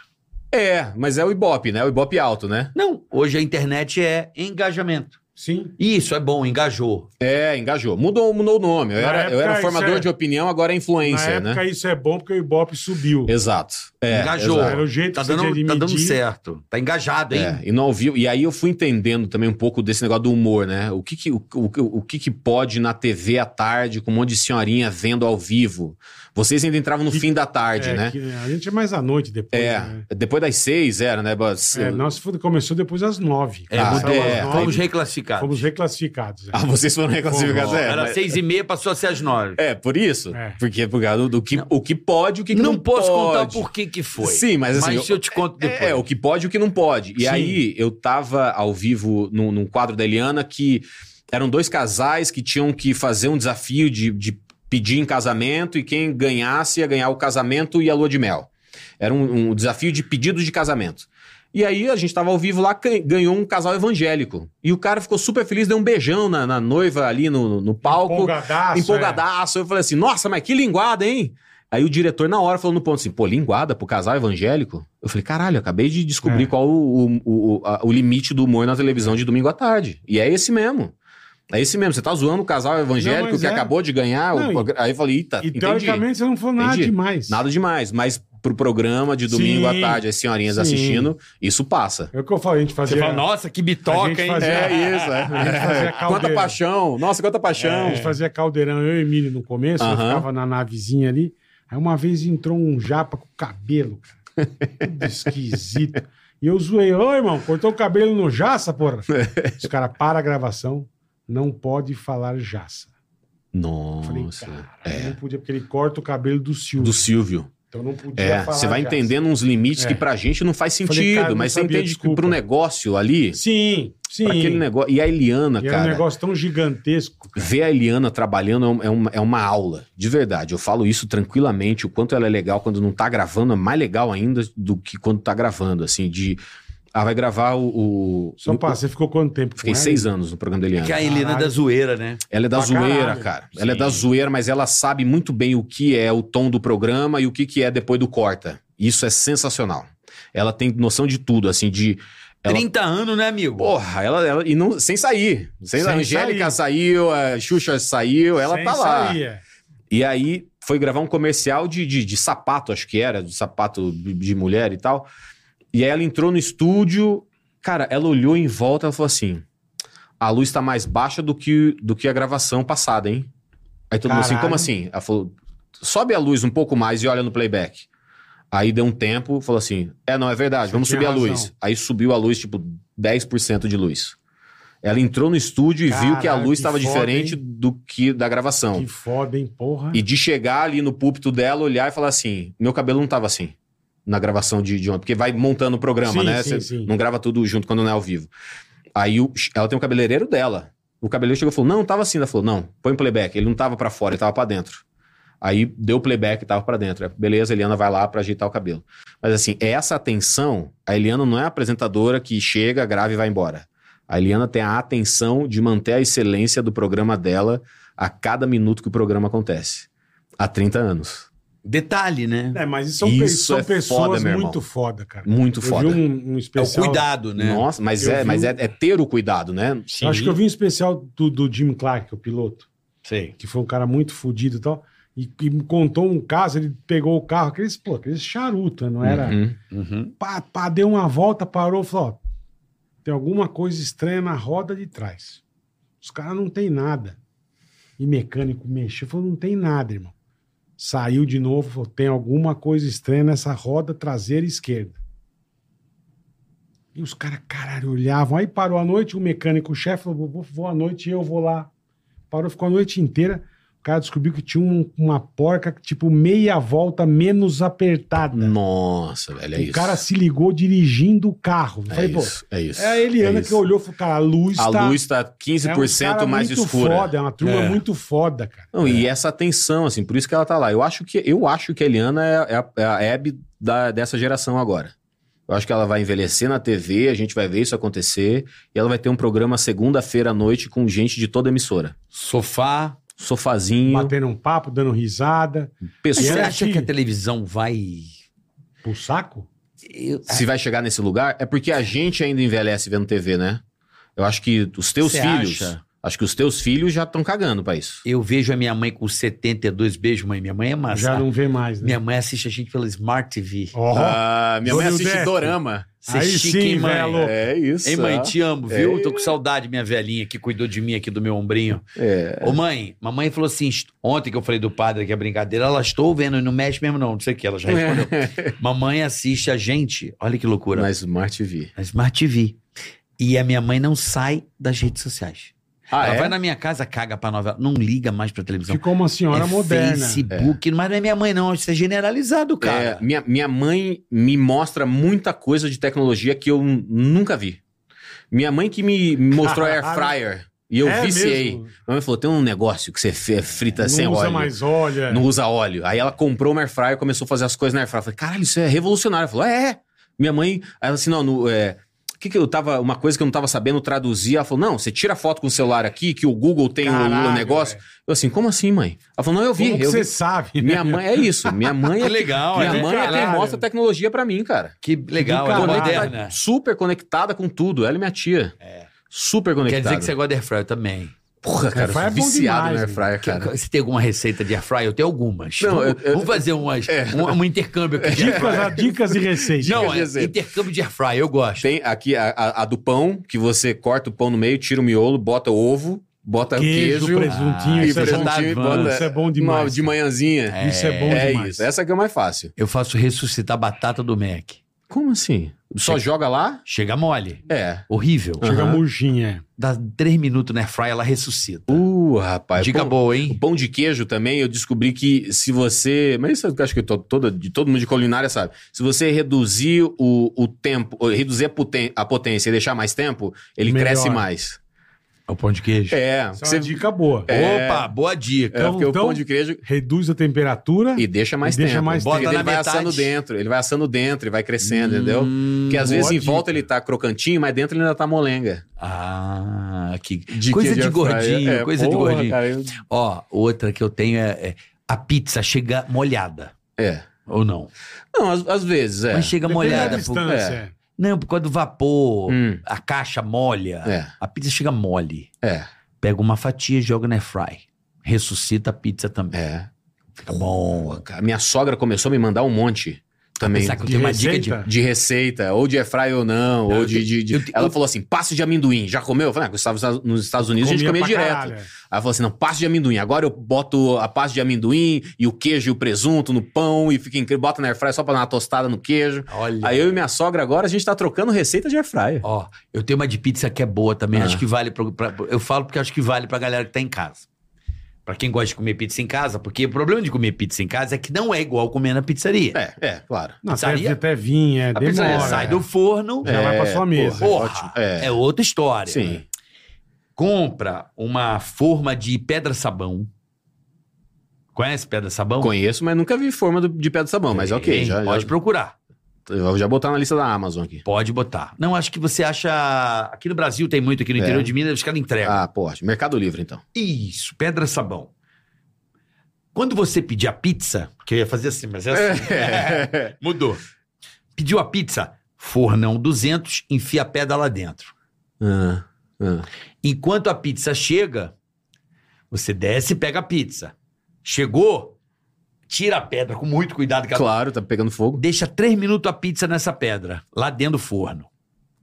Speaker 5: É. mas é o Ibope, né? O Ibope alto, né?
Speaker 4: Não, hoje a internet é engajamento.
Speaker 3: Sim.
Speaker 4: Isso, é bom, engajou.
Speaker 5: É, engajou. Mudou, mudou o nome. Eu
Speaker 3: Na
Speaker 5: era, eu
Speaker 3: época,
Speaker 5: era
Speaker 3: isso
Speaker 5: formador
Speaker 3: é-
Speaker 5: de opinião, agora é
Speaker 3: Na
Speaker 5: influencer, né?
Speaker 3: época isso é bom porque o Ibope subiu.
Speaker 5: Exato. É,
Speaker 4: Engajou.
Speaker 5: exato.
Speaker 3: Era o jeito
Speaker 4: Tá
Speaker 3: que você
Speaker 4: dando,
Speaker 3: tinha de
Speaker 4: tá dando
Speaker 3: medir.
Speaker 4: certo. Tá engajado, hein?
Speaker 5: É, e não ouviu. E aí eu fui entendendo também um pouco desse negócio do humor, né? O que que, o, o- o que, que pode na TV à tarde com um monte de senhorinha vendo ao vivo? Vocês ainda entravam no
Speaker 3: Que-
Speaker 5: fim da tarde,
Speaker 3: É,
Speaker 5: né?
Speaker 3: que a gente é mais à noite depois.
Speaker 5: É,
Speaker 3: né?
Speaker 5: depois das seis era, né? Mas-
Speaker 3: É, nós fomos- começou depois às nove.
Speaker 4: É,
Speaker 5: Ah,
Speaker 4: mudou.
Speaker 5: é,
Speaker 4: Fomos
Speaker 5: aí-
Speaker 4: reclassificados.
Speaker 3: Fomos reclassificados. é.
Speaker 5: Ah, vocês foram reclassificados,
Speaker 4: Bom,
Speaker 5: é.
Speaker 4: Era
Speaker 5: mas-
Speaker 4: seis e meia, passou a ser às nove.
Speaker 5: É, por isso.
Speaker 3: É.
Speaker 5: Porque é por causa do, do que, o que pode e o que, que não,
Speaker 4: não posso
Speaker 5: pode.
Speaker 4: contar por que que foi.
Speaker 5: Sim, mas assim,
Speaker 4: mas eu, te conto depois.
Speaker 5: É, o que pode e o que não pode. E
Speaker 3: Sim.
Speaker 5: aí, eu tava ao vivo num, num quadro da Eliana que eram dois casais que tinham que fazer um desafio de, de pedir em casamento e quem ganhasse ia ganhar o casamento e a lua de mel. Era um, um desafio de pedidos de casamento. E aí a gente tava ao vivo lá, can- ganhou um casal evangélico. E o cara ficou super feliz, deu um beijão na, na noiva ali no, no palco
Speaker 3: Empolgadaço. é.
Speaker 5: empolgadaço. Eu falei assim, nossa, mas que linguada, hein? Aí o diretor, na hora, falou no ponto assim, pô, linguada pro casal evangélico? Eu falei, caralho, acabei de descobrir
Speaker 3: É.
Speaker 5: qual o, o, o, a- o limite do humor na televisão de domingo à tarde. E é esse mesmo. É esse mesmo. Você tá zoando o casal evangélico
Speaker 3: mas
Speaker 5: que
Speaker 3: é.
Speaker 5: acabou de ganhar. o
Speaker 3: Não, e-
Speaker 5: progr- Aí eu falei, eita,
Speaker 3: E
Speaker 5: entendi.
Speaker 3: teoricamente você não falou nada
Speaker 5: Entendi.
Speaker 3: demais.
Speaker 5: Nada demais, mas pro programa de domingo
Speaker 3: Sim.
Speaker 5: à tarde, as senhorinhas
Speaker 3: Sim.
Speaker 5: assistindo, isso passa.
Speaker 3: É o que eu falo, a gente fazia.
Speaker 4: Você fala, nossa, que
Speaker 3: a gente
Speaker 4: bitoca, hein?
Speaker 3: fazia-
Speaker 5: É isso,
Speaker 3: A gente fazia
Speaker 5: é. Quanta
Speaker 3: caldeira. É,
Speaker 5: paixão! Nossa, quanta
Speaker 3: A
Speaker 5: paixão!
Speaker 3: gente fazia caldeirão, eu e Emílio no começo, eu
Speaker 5: Aham.
Speaker 3: ficava na navezinha ali. Aí uma vez entrou um japa com cabelo, cara. Tudo esquisito. E eu zoei, ô irmão, cortou o cabelo no jaça, porra. Os caras para a gravação, não pode falar jaça. Eu falei,
Speaker 5: Nossa.
Speaker 3: cara,
Speaker 5: é.
Speaker 3: não podia, porque ele corta o cabelo do Silvio.
Speaker 5: Do Silvio.
Speaker 3: Então não podia
Speaker 5: É,
Speaker 3: falar
Speaker 5: você vai
Speaker 3: jaça.
Speaker 5: entendendo uns limites
Speaker 3: É.
Speaker 5: que pra gente não faz
Speaker 3: Falei,
Speaker 5: sentido,
Speaker 3: cara, não
Speaker 5: mas você
Speaker 3: sabia,
Speaker 5: entende que
Speaker 3: desculpa.
Speaker 5: pro negócio ali,
Speaker 3: Sim, sim.
Speaker 5: pra aquele negócio. E a Eliana,
Speaker 3: E era um
Speaker 5: cara,
Speaker 3: negócio tão gigantesco. cara.
Speaker 5: ver a Eliana trabalhando é um- é uma, é uma aula, de verdade. Eu falo isso tranquilamente, o quanto ela é legal quando não tá gravando, é mais legal ainda do que quando tá gravando, assim, de. Ah, vai gravar o. o-
Speaker 3: Só
Speaker 5: o-
Speaker 3: passa, você ficou quanto tempo? com
Speaker 5: Fiquei
Speaker 3: ela?
Speaker 5: seis anos no programa da Eliana.
Speaker 4: Que a Helena é
Speaker 3: Caralho.
Speaker 4: da zoeira, né?
Speaker 5: Ela é da
Speaker 3: Pra
Speaker 5: zoeira,
Speaker 3: caralho.
Speaker 5: cara. Ela é da zoeira, mas ela sabe muito bem o que é o tom do programa e o que, que é depois do corta. Isso é sensacional. Ela tem noção de tudo, assim, de. Ela-
Speaker 4: 30 anos, né, amigo?
Speaker 5: Porra, ela. ela- e não, sem sair. Sem,
Speaker 3: Sem
Speaker 5: a Angélica saiu, a Xuxa saiu, ela
Speaker 3: Sem
Speaker 5: tá lá.
Speaker 3: sair, é.
Speaker 5: E aí foi gravar um comercial de, de, de sapato, acho que era, de sapato de, de mulher e tal. E aí ela entrou no estúdio, cara, ela olhou em volta e falou assim: a luz tá mais baixa do que, do que a gravação passada, hein? Aí todo mundo assim,
Speaker 3: Caralho.
Speaker 5: como assim? Ela falou: sobe a luz um pouco mais e olha no playback. Aí deu um tempo, falou assim: é, não, é verdade,
Speaker 3: Você
Speaker 5: vamos
Speaker 3: tinha
Speaker 5: subir a
Speaker 3: razão.
Speaker 5: luz. Aí subiu a luz, tipo, 10% de luz. Ela entrou no estúdio e viu que a
Speaker 3: Caralho,
Speaker 5: luz
Speaker 3: que
Speaker 5: estava
Speaker 3: foda,
Speaker 5: diferente
Speaker 3: hein?
Speaker 5: do que da gravação.
Speaker 3: Que foda, hein, porra.
Speaker 5: E de chegar ali no púlpito dela, olhar e falar assim: meu cabelo não tava assim na gravação de, de ontem, porque vai montando o programa,
Speaker 3: Sim,
Speaker 5: né?
Speaker 3: sim,
Speaker 5: Você
Speaker 3: sim.
Speaker 5: não grava tudo junto quando não é ao vivo. Aí o- ela tem um cabeleireiro dela. O cabeleireiro chegou e falou: não, tava assim. Ela falou: não, põe playback. Ele não tava pra fora, ele tava pra dentro. Aí deu playback e tava pra dentro. É, Beleza, a Eliana vai lá pra ajeitar o cabelo. Mas assim, essa atenção, a Eliana não é a apresentadora que chega, grava e vai embora. A Eliana tem a atenção de manter a excelência do programa dela a cada minuto que o programa acontece. Há 30 anos.
Speaker 4: Detalhe, né?
Speaker 3: É, mas isso são,
Speaker 5: Isso
Speaker 3: pe- são
Speaker 5: é
Speaker 3: pessoas
Speaker 5: foda, meu irmão.
Speaker 3: muito foda, cara.
Speaker 5: Muito foda.
Speaker 3: Eu vi um, um
Speaker 4: É o
Speaker 3: especial.
Speaker 4: cuidado, né?
Speaker 5: Nossa, mas,
Speaker 3: Eu
Speaker 5: é,
Speaker 3: vi
Speaker 5: mas
Speaker 3: um-
Speaker 5: é, é ter o cuidado, né?
Speaker 3: Eu acho que eu vi um especial do, do Jim Clark, o piloto,
Speaker 4: Sei.
Speaker 3: que foi um cara muito fodido e tal. E, e me contou um caso, ele pegou o carro, aqueles, pô, aqueles charuta, não era?
Speaker 5: Uhum.
Speaker 4: Uhum.
Speaker 3: Pá, pá, deu uma volta, parou, falou: ó, tem alguma coisa estranha na roda de trás. Os caras não tem nada. E mecânico mexeu, falou: não tem nada, irmão. Saiu de novo, falou: tem alguma coisa estranha nessa roda traseira esquerda. E os caras, caralho, olhavam. Aí parou a noite, o mecânico, o chefe falou: vou, vou à noite, eu vou lá. Parou, ficou a noite inteira. O cara descobriu que tinha um- uma porca, tipo, meia volta menos apertada.
Speaker 5: Nossa, velho, é
Speaker 3: O
Speaker 5: isso.
Speaker 3: cara se ligou dirigindo o carro. Eu
Speaker 5: é
Speaker 3: falei, pô,
Speaker 5: isso, é isso.
Speaker 3: é a Eliana
Speaker 5: é
Speaker 3: que
Speaker 5: isso.
Speaker 3: olhou e falou, cara, a luz
Speaker 5: A
Speaker 3: tá...
Speaker 5: luz tá 15%
Speaker 3: é um
Speaker 5: mais
Speaker 3: muito
Speaker 5: escura.
Speaker 3: Foda, é uma turma
Speaker 4: É.
Speaker 3: muito foda, cara.
Speaker 5: Não, E essa atenção, assim, por isso que ela tá lá. Eu acho que, eu acho que a Eliana é, é a- é a Hebe da, dessa geração agora. Eu acho que ela vai envelhecer na TV, a gente vai ver isso acontecer, e ela vai ter um programa segunda-feira à noite com gente de toda a emissora.
Speaker 4: Sofá.
Speaker 5: Sofazinho,
Speaker 3: Batendo é um papo, dando risada,
Speaker 4: Mas
Speaker 5: pessoa.
Speaker 4: você
Speaker 3: era
Speaker 4: acha
Speaker 3: que-
Speaker 4: que a televisão vai.
Speaker 3: pro saco.
Speaker 4: Eu-
Speaker 5: Se vai chegar nesse lugar, é porque a gente ainda envelhece vendo TV, né? Eu acho que os teus
Speaker 4: Você
Speaker 5: filhos.
Speaker 4: acha?
Speaker 5: Acho que os teus filhos já estão cagando pra isso.
Speaker 4: Eu vejo a minha mãe com 72 beijos, mãe. Minha mãe é massa.
Speaker 5: tá.
Speaker 3: Já não vê mais, né?
Speaker 4: Minha mãe assiste a gente pela Smart TV.
Speaker 3: Ó,
Speaker 5: Ah, minha mãe
Speaker 3: Olho
Speaker 5: assiste
Speaker 3: desse.
Speaker 5: dorama.
Speaker 4: Você é
Speaker 3: Aí
Speaker 4: chique,
Speaker 3: sim,
Speaker 4: hein, mãe?
Speaker 3: velho.
Speaker 5: É isso.
Speaker 4: Ei, mãe,
Speaker 5: ó.
Speaker 4: te amo, viu?
Speaker 5: É.
Speaker 4: Tô com saudade, minha velhinha, que cuidou de mim aqui do meu ombrinho.
Speaker 5: É.
Speaker 4: Ô, mãe, mamãe falou assim: est- ontem que eu falei do padre que é brincadeira, ela estou vendo, e não mexe mesmo, não. Não sei o que, ela
Speaker 5: É.
Speaker 4: já respondeu. mamãe assiste a gente, olha que loucura,
Speaker 5: Na Smart TV.
Speaker 4: na Smart TV. E a minha mãe não sai das redes sociais.
Speaker 5: Ah,
Speaker 4: ela
Speaker 5: é?
Speaker 4: vai na minha casa, caga pra novela, não liga mais pra televisão.
Speaker 3: ficou uma senhora
Speaker 4: é
Speaker 3: moderna.
Speaker 4: Facebook, mas não é minha mãe, não. Isso é generalizado,
Speaker 5: É,
Speaker 4: cara.
Speaker 5: minha, minha mãe me mostra muita coisa de tecnologia que eu n- nunca vi. Minha mãe que me mostrou air
Speaker 3: Caralho.
Speaker 5: fryer. E eu
Speaker 3: É
Speaker 5: viciei.
Speaker 3: mesmo?
Speaker 5: Minha mãe falou: tem um negócio que você fe- frita
Speaker 3: Não
Speaker 5: sem
Speaker 3: usa
Speaker 5: óleo.
Speaker 3: mais óleo. é.
Speaker 5: Não usa óleo. Aí ela comprou uma air fryer e começou a fazer as coisas na air fryer. Eu falei, caralho, isso é revolucionário. Ela falou, é. é. Minha mãe, ela assim, não, no, é, o que que eu tava, uma coisa que eu não tava sabendo traduzir, ela falou, não, você tira foto com o celular aqui, que o Google tem o- o,
Speaker 3: Caralho,
Speaker 5: negócio. Eu assim, como assim, mãe? Ela falou, não, eu vi,
Speaker 3: Como que
Speaker 5: eu
Speaker 3: você
Speaker 5: vi.
Speaker 3: sabe?
Speaker 5: Minha mãe, é isso, minha mãe é,
Speaker 4: legal,
Speaker 5: minha
Speaker 4: é.
Speaker 5: mãe é quem
Speaker 3: Caralho. Ah, né?
Speaker 5: mostra tecnologia pra mim, cara.
Speaker 4: Que legal,
Speaker 3: Do
Speaker 4: é
Speaker 3: caralho.
Speaker 4: moderna.
Speaker 5: Super conectada com tudo, ela e minha tia.
Speaker 3: É.
Speaker 5: Super
Speaker 4: Quer
Speaker 5: conectada.
Speaker 4: dizer que você gosta de air fryer também.
Speaker 5: Porra, cara, eu
Speaker 3: Airfryer
Speaker 5: sou
Speaker 3: é bom
Speaker 5: viciado
Speaker 3: demais,
Speaker 5: na air fryer,
Speaker 4: Que-
Speaker 5: cara.
Speaker 4: Você tem alguma receita de air fryer? Eu tenho algumas.
Speaker 5: Não,
Speaker 4: vamos,
Speaker 5: eu- É. eu-
Speaker 4: vamos fazer umas, um, um intercâmbio aqui. de air fryer.
Speaker 3: Dicas, dicas e receitas.
Speaker 4: Não,
Speaker 5: de
Speaker 4: é,
Speaker 5: receita.
Speaker 4: intercâmbio de air fryer, eu gosto.
Speaker 5: Tem aqui a, a- a do pão, que você corta o pão no meio, tira o miolo, bota o ovo, bota
Speaker 3: Queijo,
Speaker 5: queijo,
Speaker 3: presuntinho,
Speaker 4: Ah,
Speaker 3: isso, é bom,
Speaker 4: presuntinho,
Speaker 5: um e
Speaker 4: bom.
Speaker 5: bota
Speaker 3: isso é bom
Speaker 5: uma-
Speaker 3: demais.
Speaker 5: de manhãzinha.
Speaker 3: Isso é bom
Speaker 5: É,
Speaker 3: demais.
Speaker 5: isso. Essa que é mais fácil.
Speaker 4: Eu faço ressuscitar batata do Mac.
Speaker 5: Como assim? Só joga lá?
Speaker 4: Chega mole.
Speaker 5: É.
Speaker 4: Horrível.
Speaker 3: Chega
Speaker 5: Aham.
Speaker 3: murginha.
Speaker 4: Dá três minutos na air fryer, ela ressuscita.
Speaker 5: Uh, rapaz.
Speaker 4: Dica
Speaker 5: pão,
Speaker 4: boa,
Speaker 5: o
Speaker 4: hein?
Speaker 5: pão de queijo também, eu descobri que se você. Mas isso é eu acho que to- toda, de todo mundo de culinária sabe. Se você reduzir o, o tempo, ou reduzir a, poten- a potência e deixar mais tempo, ele
Speaker 3: Melhor.
Speaker 5: cresce mais.
Speaker 4: É o pão de queijo.
Speaker 5: É.
Speaker 3: Isso é
Speaker 5: Você,
Speaker 3: uma dica boa.
Speaker 5: É.
Speaker 4: Opa, boa dica.
Speaker 5: é porque o
Speaker 3: Então-
Speaker 5: pão de queijo.
Speaker 3: Reduz a temperatura.
Speaker 5: E deixa mais
Speaker 3: E deixa
Speaker 5: tempo.
Speaker 3: mais
Speaker 5: Porque
Speaker 4: tempo.
Speaker 5: ele
Speaker 4: Bota na
Speaker 5: vai
Speaker 4: metade.
Speaker 5: assando dentro, ele vai assando dentro e vai crescendo, entendeu?
Speaker 4: Hum,
Speaker 5: Porque às vezes
Speaker 3: boa
Speaker 5: em volta
Speaker 3: dica.
Speaker 5: ele tá crocantinho, mas dentro ele ainda tá molenga.
Speaker 4: Ah, que coisa de,
Speaker 5: air fryer.
Speaker 4: gordinho,
Speaker 5: É,
Speaker 4: coisa de
Speaker 5: porra,
Speaker 4: gordinho.
Speaker 5: cara, eu-
Speaker 4: Ó, outra que eu tenho é, é a pizza chega molhada.
Speaker 5: É.
Speaker 4: Ou não?
Speaker 5: Não, às, às vezes, é.
Speaker 4: Mas tipo, chega
Speaker 3: Depende da
Speaker 4: molhada. pô. é.
Speaker 3: distância.
Speaker 4: Não, por causa do vapor,
Speaker 5: Hum,
Speaker 4: a caixa molha.
Speaker 5: é,
Speaker 4: A pizza chega mole.
Speaker 5: é,
Speaker 4: Pega uma fatia e joga na air fry. Ressuscita a pizza também.
Speaker 5: é.
Speaker 4: Fica bom.
Speaker 5: Pô, cara, minha sogra começou a me mandar um monte também.
Speaker 4: Apesar que eu
Speaker 3: De
Speaker 4: tenho uma dica de
Speaker 3: receita?
Speaker 5: De receita, ou de air fry ou não, ou de. de- de-
Speaker 4: eu-
Speaker 5: Ela
Speaker 4: eu-
Speaker 5: falou assim: passe de amendoim. Já comeu? Eu falei, ah, Gustavo, nos Estados Unidos a gente comia
Speaker 3: pra
Speaker 5: direto.
Speaker 3: caralho.
Speaker 5: Aí falou assim: não, pasta de amendoim. Agora eu boto a pasta de amendoim e o queijo e o presunto no pão e fica incrível. Bota na airfryer só pra dar uma tostada no queijo.
Speaker 4: Olha.
Speaker 5: Aí eu e minha sogra agora a gente tá trocando receita de airfryer.
Speaker 4: Ó, eu tenho uma de pizza que é boa também.
Speaker 5: Ah.
Speaker 4: Acho que vale pra, pra- Eu falo porque acho que vale pra galera que tá em casa. Pra quem gosta de comer pizza em casa, porque o problema de comer pizza em casa é que não é igual comer na pizzaria.
Speaker 5: É, é, claro.
Speaker 3: Não, até,
Speaker 4: Pizzaria?
Speaker 3: até vinha,
Speaker 4: a pizzaria
Speaker 3: demora.
Speaker 4: sai do forno, é
Speaker 3: Já vai pra sua mesa.
Speaker 4: porra,
Speaker 5: ótimo. É.
Speaker 4: é outra história.
Speaker 5: Sim.
Speaker 4: compra uma forma de pedra sabão. Conhece pedra sabão?
Speaker 5: Conheço, mas nunca vi forma do- de pé de sabão, mas ok.
Speaker 4: Tem,
Speaker 5: Já,
Speaker 4: né? pode
Speaker 5: já,
Speaker 4: procurar.
Speaker 5: eu vou já botar na lista da Amazon aqui.
Speaker 4: Pode botar. Não, acho que você acha. Aqui no Brasil tem muito, aqui no
Speaker 5: É.
Speaker 4: interior de Minas, os caras entregam.
Speaker 5: Ah, pô, ótimo. Mercado Livre, então.
Speaker 4: Isso, pedra sabão. Quando você pedir a pizza, que eu ia fazer assim, mas é assim. Mudou. Pediu a pizza, fornão 200, enfia a pedra lá dentro.
Speaker 5: Ah, ah.
Speaker 4: Enquanto a pizza chega, você desce e pega a pizza. Chegou, tira a pedra com muito cuidado. que ela-
Speaker 5: Claro, tá pegando fogo.
Speaker 4: Deixa 3 minutos a pizza nessa pedra, lá dentro do forno.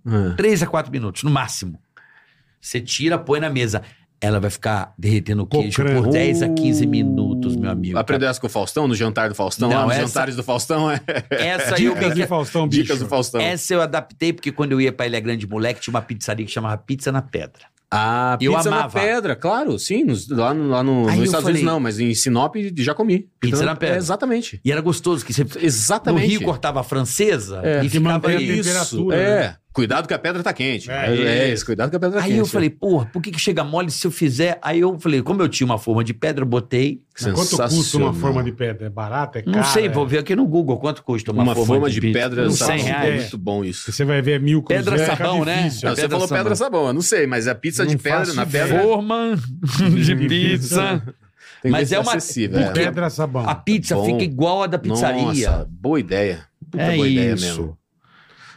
Speaker 5: Ah.
Speaker 4: 3 a 4 minutos, no máximo. Você tira, põe na mesa. Ela vai ficar derretendo o queijo
Speaker 3: Cocando.
Speaker 4: por 10
Speaker 5: uh,
Speaker 4: a 15 minutos, meu amigo.
Speaker 5: Aprendeu essa com o Faustão, no jantar do Faustão,
Speaker 4: Não,
Speaker 5: lá nos
Speaker 4: essa- um
Speaker 5: jantares do Faustão, é.
Speaker 4: Essa eu,
Speaker 3: Dicas de Faustão, bicho.
Speaker 5: Dicas do Faustão.
Speaker 4: essa eu adaptei porque quando eu ia pra Ilha Grande Moleque, tinha uma pizzaria que chamava Pizza na Pedra.
Speaker 5: Ah,
Speaker 4: Eu
Speaker 5: pizza na
Speaker 4: amava.
Speaker 5: pedra, claro, sim. nos- lá no- lá no-
Speaker 4: Aí
Speaker 5: nos
Speaker 4: eu
Speaker 5: Estados
Speaker 4: falei-
Speaker 5: Unidos não, mas em Sinop já comi.
Speaker 4: Pizza
Speaker 5: Então,
Speaker 4: na pedra.
Speaker 5: é, exatamente.
Speaker 4: E era gostoso, que você no
Speaker 5: Exatamente.
Speaker 4: Rio cortava a francesa
Speaker 5: É,
Speaker 4: e
Speaker 3: que
Speaker 4: ficava
Speaker 3: mantém a
Speaker 4: aí.
Speaker 3: temperatura.
Speaker 5: Isso, é. Cuidado que a pedra tá quente.
Speaker 3: É,
Speaker 5: É, é
Speaker 3: isso.
Speaker 5: isso, cuidado que a pedra tá
Speaker 4: Aí
Speaker 5: quente.
Speaker 4: eu falei, porra, por que, que chega mole se eu fizer? Aí eu falei, como eu tinha uma forma de pedra, eu botei.
Speaker 3: Mas Quanto custa
Speaker 5: Sensacional.
Speaker 3: uma forma de pedra? É barata? É cara?
Speaker 4: Não sei,
Speaker 3: é-
Speaker 4: vou ver aqui no Google quanto custa uma,
Speaker 5: Uma, forma, de,
Speaker 4: pizza.
Speaker 5: pedra
Speaker 4: Uns
Speaker 3: não
Speaker 5: sabão.
Speaker 4: 100
Speaker 3: faço
Speaker 4: reais.
Speaker 3: ideia.
Speaker 5: Muito bom isso.
Speaker 3: Você vai ver é mil
Speaker 4: Pedra
Speaker 3: cruzeiros, fica
Speaker 4: sabão, né?
Speaker 3: difícil.
Speaker 5: Não, você
Speaker 4: pedra
Speaker 5: falou
Speaker 4: sabão.
Speaker 5: pedra sabão, eu não sei, mas a pizza
Speaker 3: Não
Speaker 5: de pedra
Speaker 3: faço
Speaker 5: na
Speaker 3: ideia.
Speaker 5: pedra
Speaker 4: Forma de pizza.
Speaker 5: tem que
Speaker 4: Mas
Speaker 5: ver se
Speaker 4: é uma-
Speaker 5: acessível.
Speaker 4: Por
Speaker 5: é.
Speaker 4: quê?
Speaker 3: Pedra sabão.
Speaker 4: A pizza
Speaker 5: Bom.
Speaker 4: fica igual a da pizzaria.
Speaker 5: Nossa, boa ideia. Puta
Speaker 4: é
Speaker 5: boa
Speaker 4: isso.
Speaker 5: ideia mesmo.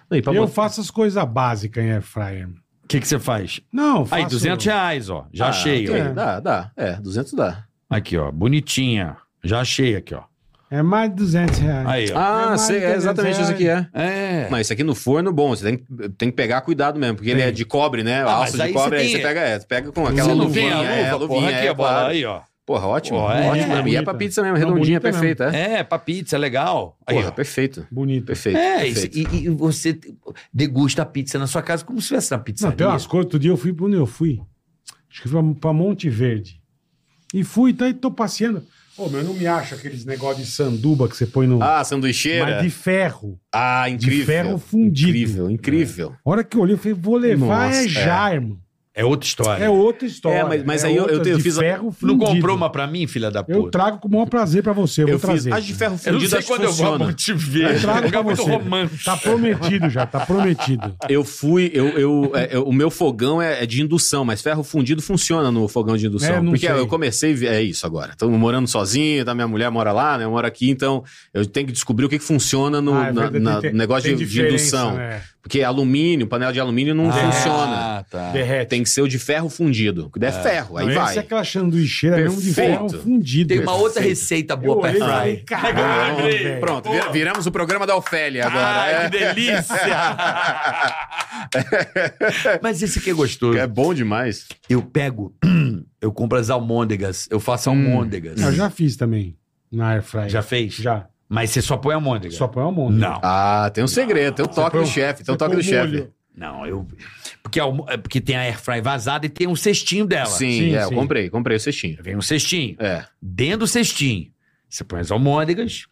Speaker 5: Não, e pra
Speaker 3: Eu
Speaker 5: botar-
Speaker 3: faço as coisas básicas em air fryer.
Speaker 4: tá O que que você faz?
Speaker 3: Não, faço...
Speaker 4: Aí, 200 reais, ó. Já
Speaker 5: Ah,
Speaker 4: achei.
Speaker 5: ok,
Speaker 4: ó.
Speaker 3: é.
Speaker 5: Dá, dá. É, 200 dá.
Speaker 4: Aqui, ó. Bonitinha. Já achei aqui, ó.
Speaker 3: É mais de 200 reais.
Speaker 4: Aí, ó.
Speaker 5: Ah,
Speaker 3: mais
Speaker 5: sei,
Speaker 3: de
Speaker 5: é
Speaker 3: 200
Speaker 5: exatamente isso aqui, é.
Speaker 4: é.
Speaker 5: Mas isso aqui no forno, bom, você tem, que- tem que pegar cuidado mesmo, porque ele
Speaker 3: Tem.
Speaker 5: é de cobre,
Speaker 4: Ah,
Speaker 5: né? A
Speaker 4: mas
Speaker 5: alça
Speaker 4: aí
Speaker 5: de cobre,
Speaker 4: você
Speaker 5: aí
Speaker 4: tem-
Speaker 5: você pega, é, você pega com aquela
Speaker 4: Você não
Speaker 5: luvinha,
Speaker 4: vem a luva,
Speaker 5: é,
Speaker 4: porra,
Speaker 5: luvinha,
Speaker 4: aqui,
Speaker 5: é,
Speaker 4: ó, bola,
Speaker 5: claro.
Speaker 4: aí, ó.
Speaker 5: Porra, ótimo,
Speaker 4: Porra, é.
Speaker 5: ótimo mesmo. E é
Speaker 3: Bonita.
Speaker 5: pra pizza mesmo,
Speaker 3: Não,
Speaker 5: redondinha,
Speaker 3: bonita
Speaker 5: perfeita, é.
Speaker 4: É, pra pizza, legal. Aí,
Speaker 5: Porra,
Speaker 4: ó.
Speaker 5: perfeito,
Speaker 3: Bonito.
Speaker 5: perfeito.
Speaker 4: É, isso,
Speaker 5: perfeito.
Speaker 4: e, e você te- degusta a pizza na sua casa como se estivesse na
Speaker 3: Não,
Speaker 4: pizzaria.
Speaker 3: tem umas coisas. Outro dia eu fui pra onde eu fui. Acho que foi pra Monte Verde. E fui, tá, e tô passeando. Ô, meu, não me acha aqueles negócios de sanduba que você põe no...
Speaker 5: Ah, sanduicheira.
Speaker 3: mas de ferro.
Speaker 5: Ah, incrível.
Speaker 3: de ferro fundido.
Speaker 5: Incrível, incrível.
Speaker 3: A hora que eu olhei, eu falei, vou levar
Speaker 5: Nossa,
Speaker 3: é já, irmão.
Speaker 4: É outra história.
Speaker 3: É outra história.
Speaker 5: É, mas- mas aí eu- eu
Speaker 3: outra
Speaker 5: tenho-
Speaker 3: de
Speaker 5: fiz a-
Speaker 3: ferro
Speaker 4: Não
Speaker 3: fundido.
Speaker 4: comprou uma pra mim, filha da
Speaker 3: Eu
Speaker 4: puta?
Speaker 3: trago com o maior prazer pra você. Eu,
Speaker 5: Eu
Speaker 3: vou
Speaker 5: fiz.
Speaker 3: trazer.
Speaker 5: As de ferro
Speaker 4: Eu, não
Speaker 5: fundido
Speaker 4: sei
Speaker 5: acho que
Speaker 4: quando eu vou É
Speaker 5: funciona.
Speaker 4: motivar.
Speaker 3: Eu trago pra você.
Speaker 4: romance.
Speaker 3: Tá prometido já, tá prometido.
Speaker 5: Eu fui, eu, eu, é, é, o meu fogão é, é de indução, mas ferro fundido funciona no fogão de indução.
Speaker 3: É, não
Speaker 5: porque
Speaker 3: sei.
Speaker 5: eu comecei, é isso agora. Estou morando sozinho, tá? minha mulher mora lá, né? eu moro aqui, então eu tenho que descobrir o que, que funciona no
Speaker 3: Ah, é
Speaker 5: na-
Speaker 3: verdade,
Speaker 5: na-
Speaker 3: tem-
Speaker 5: negócio
Speaker 3: tem
Speaker 5: de, de
Speaker 3: diferença,
Speaker 5: indução.
Speaker 3: né?
Speaker 5: Porque alumínio, panela de alumínio não funciona.
Speaker 4: Ah, tá.
Speaker 3: Derrete.
Speaker 5: Tem que ser o de ferro fundido. Que der ferro, aí
Speaker 3: Não,
Speaker 5: vai.
Speaker 3: Essa é aquela sanduicheira mesmo de
Speaker 5: Perfeito.
Speaker 3: ferro fundido.
Speaker 4: Tem uma outra receita boa
Speaker 3: Eu
Speaker 4: pra
Speaker 3: olhei e
Speaker 4: fry.
Speaker 3: falei, caralho,
Speaker 5: Pronto,
Speaker 3: velho.
Speaker 5: Pronto, vi- viramos o programa da
Speaker 3: Ah,
Speaker 5: Ofélia agora.
Speaker 4: Ai,
Speaker 5: é.
Speaker 4: que delícia! Mas esse aqui é gostoso.
Speaker 5: É bom demais.
Speaker 4: Eu pego, eu compro as almôndegas, eu
Speaker 3: Hum.
Speaker 4: faço almôndegas.
Speaker 3: Eu já fiz também na Airfryer.
Speaker 4: Já fez?
Speaker 3: Já.
Speaker 4: Mas você só põe almôndega?
Speaker 3: Só põe né? o almôndega.
Speaker 4: Não,
Speaker 5: Ah, tem um segredo, tem um toque
Speaker 3: põe
Speaker 5: do
Speaker 3: um-
Speaker 5: chefe, tem
Speaker 3: você põe
Speaker 5: um toque do
Speaker 3: um
Speaker 5: chefe.
Speaker 3: molho.
Speaker 4: não, eu... Porque, almo- é porque tem a airfry vazada e tem um cestinho dela.
Speaker 5: Sim,
Speaker 3: Sim,
Speaker 5: é, eu
Speaker 3: sim.
Speaker 5: comprei, comprei o cestinho.
Speaker 4: Vem um cestinho.
Speaker 5: É.
Speaker 4: Dentro do cestinho, você põe as almôndegas,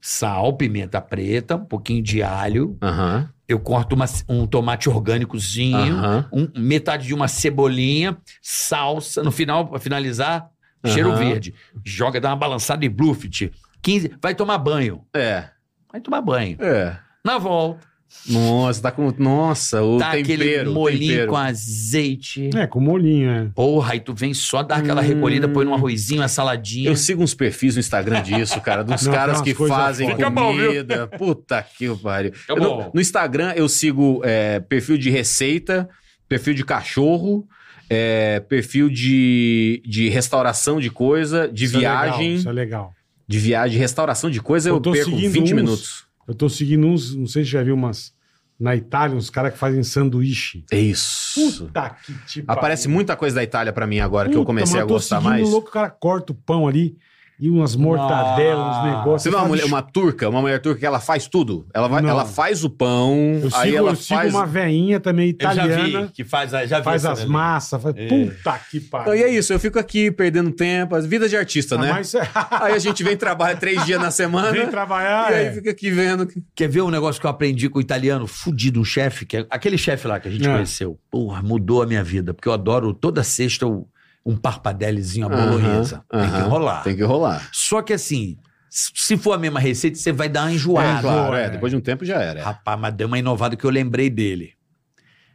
Speaker 4: sal, pimenta preta, um pouquinho de alho.
Speaker 5: Aham.
Speaker 4: Eu corto uma- um tomate orgânicozinho.
Speaker 5: Aham.
Speaker 4: um- metade de uma cebolinha, salsa, no final, pra finalizar,
Speaker 5: Aham.
Speaker 4: cheiro verde. Joga, dá uma balançada e bluffit. 15, vai tomar banho.
Speaker 5: É.
Speaker 4: Vai tomar banho.
Speaker 5: É.
Speaker 4: Na volta,
Speaker 5: Nossa, tá com. Nossa, o
Speaker 3: Tá
Speaker 4: dá
Speaker 5: tempero.
Speaker 4: aquele
Speaker 5: o
Speaker 4: molhinho
Speaker 5: tempero.
Speaker 4: com azeite.
Speaker 3: É, com molhinho, é.
Speaker 4: Porra, aí tu vem só dar aquela
Speaker 5: Hum.
Speaker 4: recolhida, põe num arrozinho, uma saladinha.
Speaker 5: Eu sigo uns perfis no Instagram disso, cara, dos
Speaker 3: Não,
Speaker 5: caras
Speaker 3: tem
Speaker 5: que
Speaker 3: umas coisas
Speaker 5: fazem
Speaker 3: foda.
Speaker 2: Fica bom, viu?
Speaker 5: comida. Puta que pariu.
Speaker 4: Fica
Speaker 5: Eu não-
Speaker 4: bom.
Speaker 5: no Instagram eu sigo é, perfil de receita, perfil de cachorro, é, perfil de, de restauração de coisa, de
Speaker 3: Isso é legal,
Speaker 5: viagem.
Speaker 3: isso é legal.
Speaker 5: de viagem, de restauração de coisa,
Speaker 3: Eu
Speaker 5: eu,
Speaker 3: tô
Speaker 5: perco
Speaker 3: seguindo
Speaker 5: 20
Speaker 3: uns.
Speaker 5: minutos.
Speaker 3: Eu tô seguindo uns, não sei se já viu umas na Itália, uns caras que fazem sanduíche.
Speaker 5: É isso.
Speaker 3: Puta que tipo.
Speaker 5: Aparece muita coisa da Itália pra mim agora que eu
Speaker 3: Puta,
Speaker 5: comecei
Speaker 3: mas
Speaker 5: a gostar
Speaker 3: seguindo
Speaker 5: mais.
Speaker 3: louco, o cara corta o pão ali e umas mortadelas,
Speaker 4: Ah.
Speaker 3: uns negócios.
Speaker 5: Você vê uma
Speaker 3: Fala,
Speaker 5: mulher,
Speaker 3: "Bicho,
Speaker 5: uma turca, uma mulher turca que ela faz tudo. Ela, vai,
Speaker 3: Não.
Speaker 5: ela faz o pão,
Speaker 3: Eu
Speaker 5: aí
Speaker 3: sigo,
Speaker 5: ela
Speaker 3: eu sigo
Speaker 5: faz.
Speaker 3: uma veinha também italiana,
Speaker 4: que faz, a- já vi
Speaker 3: faz
Speaker 4: essa
Speaker 3: as
Speaker 4: dali.
Speaker 3: massas. Faz... Puta que
Speaker 5: Então,
Speaker 3: pariu.
Speaker 5: e é isso, eu fico aqui perdendo tempo, as vidas de artista,
Speaker 3: Ah,
Speaker 5: né?
Speaker 3: mas-
Speaker 5: Aí a gente vem trabalhar três dias na semana.
Speaker 3: Vem trabalhar.
Speaker 5: Né? E aí
Speaker 3: é.
Speaker 5: fica aqui vendo. que-
Speaker 4: Quer ver um negócio que eu aprendi com o italiano fudido, um chefe, que é aquele chefe lá que a gente
Speaker 3: É.
Speaker 4: conheceu. Porra, mudou a minha vida, porque eu adoro toda sexta eu- um parpadelezinho à
Speaker 5: Aham, é.
Speaker 4: bolonhesa. Tem que
Speaker 5: aham.
Speaker 4: rolar.
Speaker 5: Tem que rolar.
Speaker 4: Só que assim, s- se for a mesma receita, você vai dar uma
Speaker 5: É,
Speaker 4: enjoada.
Speaker 5: claro,
Speaker 3: é.
Speaker 5: é. Depois de um tempo já era.
Speaker 4: Rapaz, mas deu uma inovada que eu lembrei dele.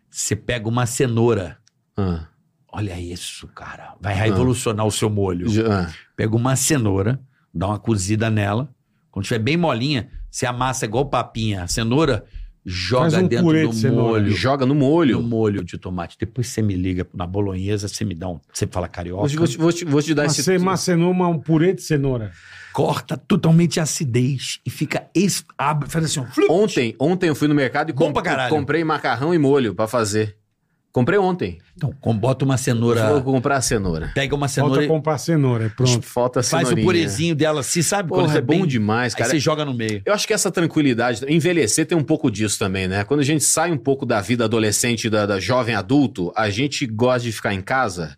Speaker 4: Você pega uma cenoura.
Speaker 5: Ah,
Speaker 4: Olha isso, cara. Vai revolucionar o seu molho.
Speaker 5: já- ah.
Speaker 4: Pega uma cenoura, dá uma cozida nela. Quando estiver bem molinha, você amassa igual papinha a
Speaker 3: Faz
Speaker 4: cenoura, joga
Speaker 3: um
Speaker 4: dentro
Speaker 3: purê de
Speaker 4: do
Speaker 3: cenoura.
Speaker 4: molho.
Speaker 5: Joga no
Speaker 4: No
Speaker 5: molho.
Speaker 4: molho de tomate. Depois você me liga na bolonhesa, você me dá um. Você fala carioca.
Speaker 5: Vou te, vou te- vou te- vou te dar
Speaker 3: Mas
Speaker 5: tá esse.
Speaker 3: Você macenou uma, um purê de cenoura.
Speaker 4: Corta totalmente a acidez e fica. es- Abre, faz assim, um flup.
Speaker 5: Ontem, ontem eu fui no mercado e
Speaker 4: Bom
Speaker 5: com-
Speaker 4: pra caralho.
Speaker 5: comprei macarrão e molho pra fazer. Comprei ontem.
Speaker 4: Então, com- bota uma
Speaker 5: Vou
Speaker 4: cenoura.
Speaker 5: comprar a cenoura.
Speaker 4: Pega uma
Speaker 3: Falta
Speaker 4: cenoura, e
Speaker 3: comprar cenoura, é pronto.
Speaker 5: Falta a
Speaker 4: faz o
Speaker 5: cenourinha.
Speaker 4: purezinho dela assim, sabe?
Speaker 5: Porra,
Speaker 4: você
Speaker 5: é bom demais,
Speaker 4: Aí
Speaker 5: cara.
Speaker 4: você joga no meio.
Speaker 5: Eu acho que essa tranquilidade, envelhecer tem um pouco disso também, né? Quando a gente sai um pouco da vida adolescente, da, da jovem adulto, a gente gosta de ficar em casa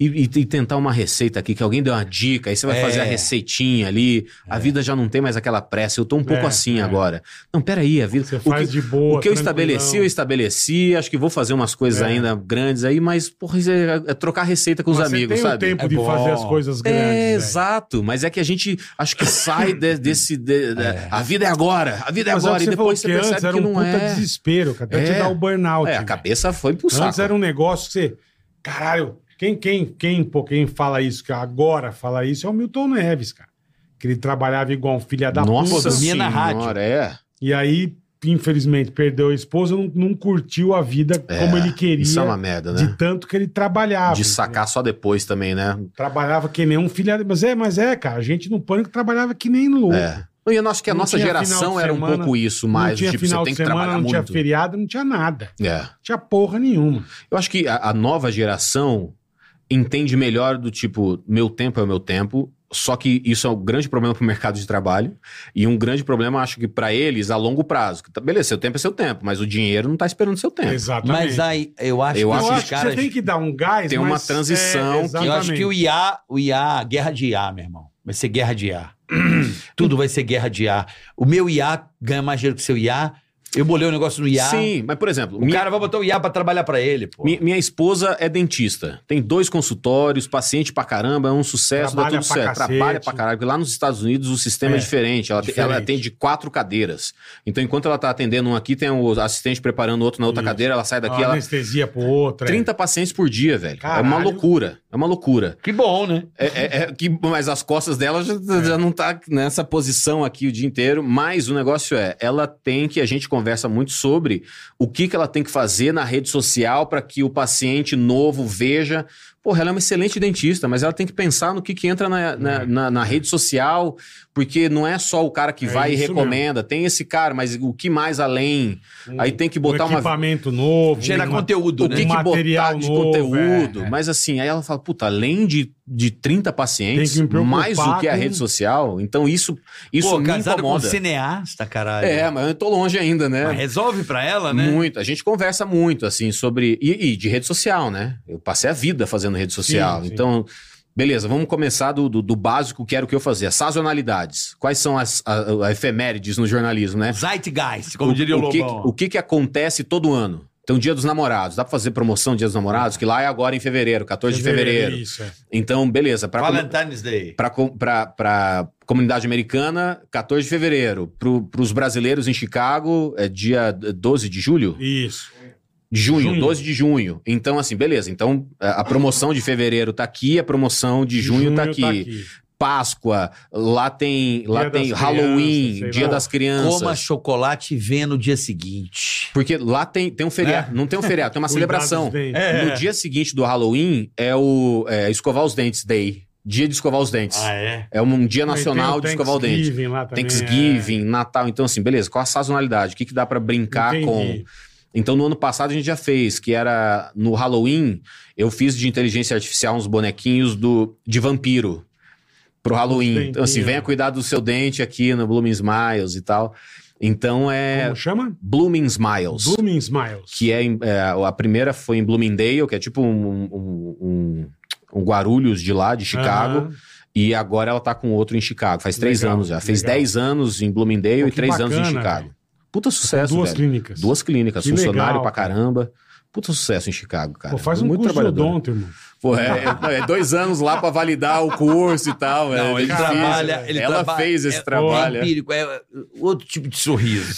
Speaker 5: e, e- e tentar uma receita aqui, que alguém deu uma dica, aí você vai
Speaker 4: É.
Speaker 5: fazer a receitinha ali, a vida já não tem mais aquela pressa, eu tô um pouco
Speaker 3: É,
Speaker 5: assim
Speaker 3: é.
Speaker 5: agora. Não, peraí, a vida...
Speaker 3: Você
Speaker 5: o
Speaker 3: faz
Speaker 5: que,
Speaker 3: de boa.
Speaker 5: o que eu
Speaker 3: tranquilão.
Speaker 5: estabeleci, eu estabeleci, acho que vou fazer umas coisas
Speaker 3: É.
Speaker 5: ainda grandes aí, mas, porra, isso é, é trocar receita com os
Speaker 3: Mas você
Speaker 5: amigos,
Speaker 3: tem
Speaker 5: sabe?
Speaker 3: o tempo
Speaker 4: É
Speaker 3: de
Speaker 4: bom.
Speaker 3: fazer as coisas grandes.
Speaker 5: É,
Speaker 3: velho.
Speaker 5: exato. Mas é que a gente acho que sai de- desse. de- de- A vida é agora. A vida é
Speaker 3: Mas é o
Speaker 5: agora.
Speaker 3: que você
Speaker 5: e depois você
Speaker 3: falou que
Speaker 5: percebe
Speaker 3: antes era
Speaker 5: que
Speaker 3: um
Speaker 5: não
Speaker 3: puta
Speaker 5: é.
Speaker 3: desespero, cara. Até te
Speaker 5: É.
Speaker 3: dar o burnout.
Speaker 5: É, a
Speaker 3: velho.
Speaker 5: cabeça foi pro
Speaker 3: Antes
Speaker 5: saco.
Speaker 3: era um negócio que você. Caralho, quem, quem, quem, pô, quem fala isso, que agora fala isso, é o Milton Neves, cara. Que ele trabalhava igual um filho da
Speaker 5: Nossa
Speaker 3: puta.
Speaker 4: dormia na rádio.
Speaker 5: senhora, é.
Speaker 3: E aí, infelizmente, perdeu a esposa, não, não curtiu a vida como
Speaker 5: É,
Speaker 3: ele queria.
Speaker 5: Isso é uma merda,
Speaker 3: De
Speaker 5: né?
Speaker 3: tanto que ele trabalhava.
Speaker 5: De, sacar só depois também, né?
Speaker 3: entendeu? Trabalhava que nem um filho da... Mas é, mas é, cara. A gente no pânico trabalhava que nem louco.
Speaker 5: É. Não, E eu acho que a
Speaker 3: Não
Speaker 5: nossa
Speaker 3: tinha final
Speaker 5: geração
Speaker 3: de
Speaker 5: era um
Speaker 3: semana,
Speaker 5: pouco isso,
Speaker 3: não
Speaker 5: mais.
Speaker 3: tinha
Speaker 5: Tipo,
Speaker 3: final
Speaker 5: você tem
Speaker 3: de
Speaker 5: que
Speaker 3: semana,
Speaker 5: trabalhar
Speaker 3: não tinha
Speaker 5: muito.
Speaker 3: feriado, não tinha nada.
Speaker 5: É.
Speaker 3: Não tinha porra nenhuma.
Speaker 5: Eu acho que a, a nova geração entende melhor do tipo, meu tempo é o meu tempo. Só que isso é um grande problema pro mercado de trabalho e um grande problema, acho que pra eles, a longo prazo. Que tá- Beleza, seu tempo é seu tempo, mas o dinheiro não tá esperando seu tempo.
Speaker 3: Exatamente.
Speaker 4: Mas aí, eu acho
Speaker 5: Eu
Speaker 4: que
Speaker 5: acho
Speaker 4: esses
Speaker 5: que
Speaker 4: caras.
Speaker 3: você tem que dar um gás,
Speaker 5: Tem uma
Speaker 3: mas-
Speaker 5: transição que-
Speaker 4: Eu acho
Speaker 3: exatamente.
Speaker 4: que o IA, o IA, guerra de IA, meu irmão. Vai ser guerra de IA. Tudo vai ser guerra de IA. O meu IA ganha mais dinheiro que o seu IA. Eu bolei o negócio no IA.
Speaker 5: Sim, mas por exemplo,
Speaker 4: O
Speaker 5: minha-
Speaker 4: cara vai botar o IA pra trabalhar pra ele, pô.
Speaker 5: Mi- minha esposa é dentista. Tem dois consultórios, paciente pra caramba, é um sucesso,
Speaker 3: Trabalha
Speaker 5: dá tudo
Speaker 3: pra
Speaker 5: certo.
Speaker 3: cacete.
Speaker 5: Trabalha pra caralho. Porque lá nos Estados Unidos o sistema é,
Speaker 3: É,
Speaker 5: diferente. Ela, tem- ela
Speaker 3: diferente.
Speaker 5: atende quatro cadeiras. Então, enquanto ela tá atendendo um aqui, tem o assistente preparando outro na outra
Speaker 3: Isso.
Speaker 5: cadeira, ela sai daqui,
Speaker 3: Uma
Speaker 5: ela.
Speaker 3: anestesia pro é, outra.
Speaker 5: 30 pacientes por dia, velho. É uma
Speaker 3: Caralho.
Speaker 5: loucura. É uma loucura.
Speaker 4: Que bom, né?
Speaker 5: É, é- é que, mas as costas dela já,
Speaker 3: É.
Speaker 5: já não tá nessa posição aqui o dia inteiro. Mas o negócio é, ela tem que a gente conversa muito sobre o que, que ela tem que fazer na rede social para que o paciente novo veja. Porra, ela é uma excelente dentista, mas ela tem que pensar no que, que entra na,
Speaker 3: É.
Speaker 5: na, na- na rede social, porque não é só o cara que
Speaker 3: É
Speaker 5: vai e
Speaker 3: isso
Speaker 5: recomenda. Tem esse cara, mas o que mais além?
Speaker 3: Um-
Speaker 5: Aí tem que
Speaker 3: um
Speaker 5: botar uma
Speaker 3: equipamento novo.
Speaker 4: Gera
Speaker 3: uma-
Speaker 4: conteúdo,
Speaker 5: o
Speaker 4: né?
Speaker 5: que, que botar
Speaker 3: Material
Speaker 5: de
Speaker 3: novo,
Speaker 5: conteúdo.
Speaker 3: é, é.
Speaker 5: Mas assim, aí ela fala, puta, além de, de 30 pacientes,
Speaker 3: Tem que me preocupar
Speaker 5: mais o que é a
Speaker 3: com-
Speaker 5: rede social, então isso, isso
Speaker 4: Pô,
Speaker 5: me
Speaker 4: casado com um
Speaker 5: incomoda.
Speaker 4: cineasta, caralho.
Speaker 5: É, mas eu tô longe ainda, né?
Speaker 4: Mas resolve pra ela, né?
Speaker 5: Muito. A gente conversa muito, assim, sobre. E, e de rede social, né? Eu passei a vida fazendo rede social.
Speaker 3: Sim, sim.
Speaker 5: Então, beleza, vamos começar do, do, do básico que era o que eu fazia. Sazonalidades. Quais são as a, a efemérides no jornalismo, né?
Speaker 4: Zeitgeist, como diria o,
Speaker 5: que,
Speaker 4: Lobão.
Speaker 5: o que que acontece todo ano? Então, Dia dos Namorados. Dá pra fazer promoção Dia dos Namorados? Que lá é agora em fevereiro, 14 de fevereiro.
Speaker 3: Isso, é.
Speaker 5: Então, beleza. Pra, com,
Speaker 4: Valentine's Day.
Speaker 5: pra, com- pra, pra comunidade americana, 14 de fevereiro. Pro, pros brasileiros em Chicago, é dia 12 de julho?
Speaker 3: Isso.
Speaker 5: De junho,
Speaker 3: Junho.
Speaker 5: 12 de junho. Então, assim, beleza. Então, a a promoção de fevereiro tá aqui, a promoção de junho, tá, aqui. Páscoa, lá tem, lá
Speaker 3: Dia
Speaker 5: tem
Speaker 3: das
Speaker 5: Halloween,
Speaker 3: crianças, sei
Speaker 5: Dia
Speaker 3: lá.
Speaker 5: das Crianças.
Speaker 4: Coma chocolate e vê no dia seguinte.
Speaker 5: Porque lá tem, tem um feriado. Não tem um feriado, tem uma celebração.
Speaker 3: É.
Speaker 5: No dia seguinte do Halloween é o é, Escovar os Dentes Day. Dia de escovar os dentes.
Speaker 4: é?
Speaker 5: É um dia nacional de escovar o dente.
Speaker 3: Ah, Thanksgiving lá também. é.
Speaker 5: Thanksgiving, Natal. Então, assim, beleza, qual a sazonalidade? O que, que dá pra brincar com? Então, no ano passado a gente já fez, que era no Halloween, eu fiz de inteligência artificial uns bonequinhos do, de vampiro pro Halloween. Então, assim,
Speaker 3: dentinhos.
Speaker 5: venha cuidar do seu dente aqui no Blooming Smiles e tal. Então, é
Speaker 3: Como chama?
Speaker 5: Blooming Smiles.
Speaker 3: Blooming Smiles.
Speaker 5: Que é, em- é, a primeira foi em Bloomingdale, que é tipo um, um- um- um Guarulhos de lá, de Chicago.
Speaker 3: Aham.
Speaker 5: E agora ela tá com outro em Chicago. Faz três
Speaker 3: Legal,
Speaker 5: anos já. Fez
Speaker 3: legal.
Speaker 5: dez anos em
Speaker 3: Ah,
Speaker 5: Bloomingdale
Speaker 3: Pô,
Speaker 5: e
Speaker 3: que
Speaker 5: três anos em
Speaker 3: bacana,
Speaker 5: Chicago.
Speaker 3: velho.
Speaker 5: Puta
Speaker 3: São
Speaker 5: sucesso,
Speaker 3: duas
Speaker 5: velho.
Speaker 3: clínicas.
Speaker 5: Duas clínicas,
Speaker 3: Que
Speaker 5: funcionário
Speaker 3: legal,
Speaker 5: pra
Speaker 3: cara.
Speaker 5: caramba. Puta sucesso em Chicago, cara.
Speaker 3: Pô, faz um
Speaker 5: Muito
Speaker 3: curso de
Speaker 5: trabalhador.
Speaker 3: odonto, irmão.
Speaker 5: Pô, é, é- é dois anos lá pra validar o curso e tal. velho.
Speaker 4: Não, ele
Speaker 5: difícil.
Speaker 4: trabalha. Ele
Speaker 5: Ela
Speaker 4: traba-
Speaker 5: fez esse
Speaker 4: é-
Speaker 5: trabalho.
Speaker 4: É empírico, é outro tipo de sorriso.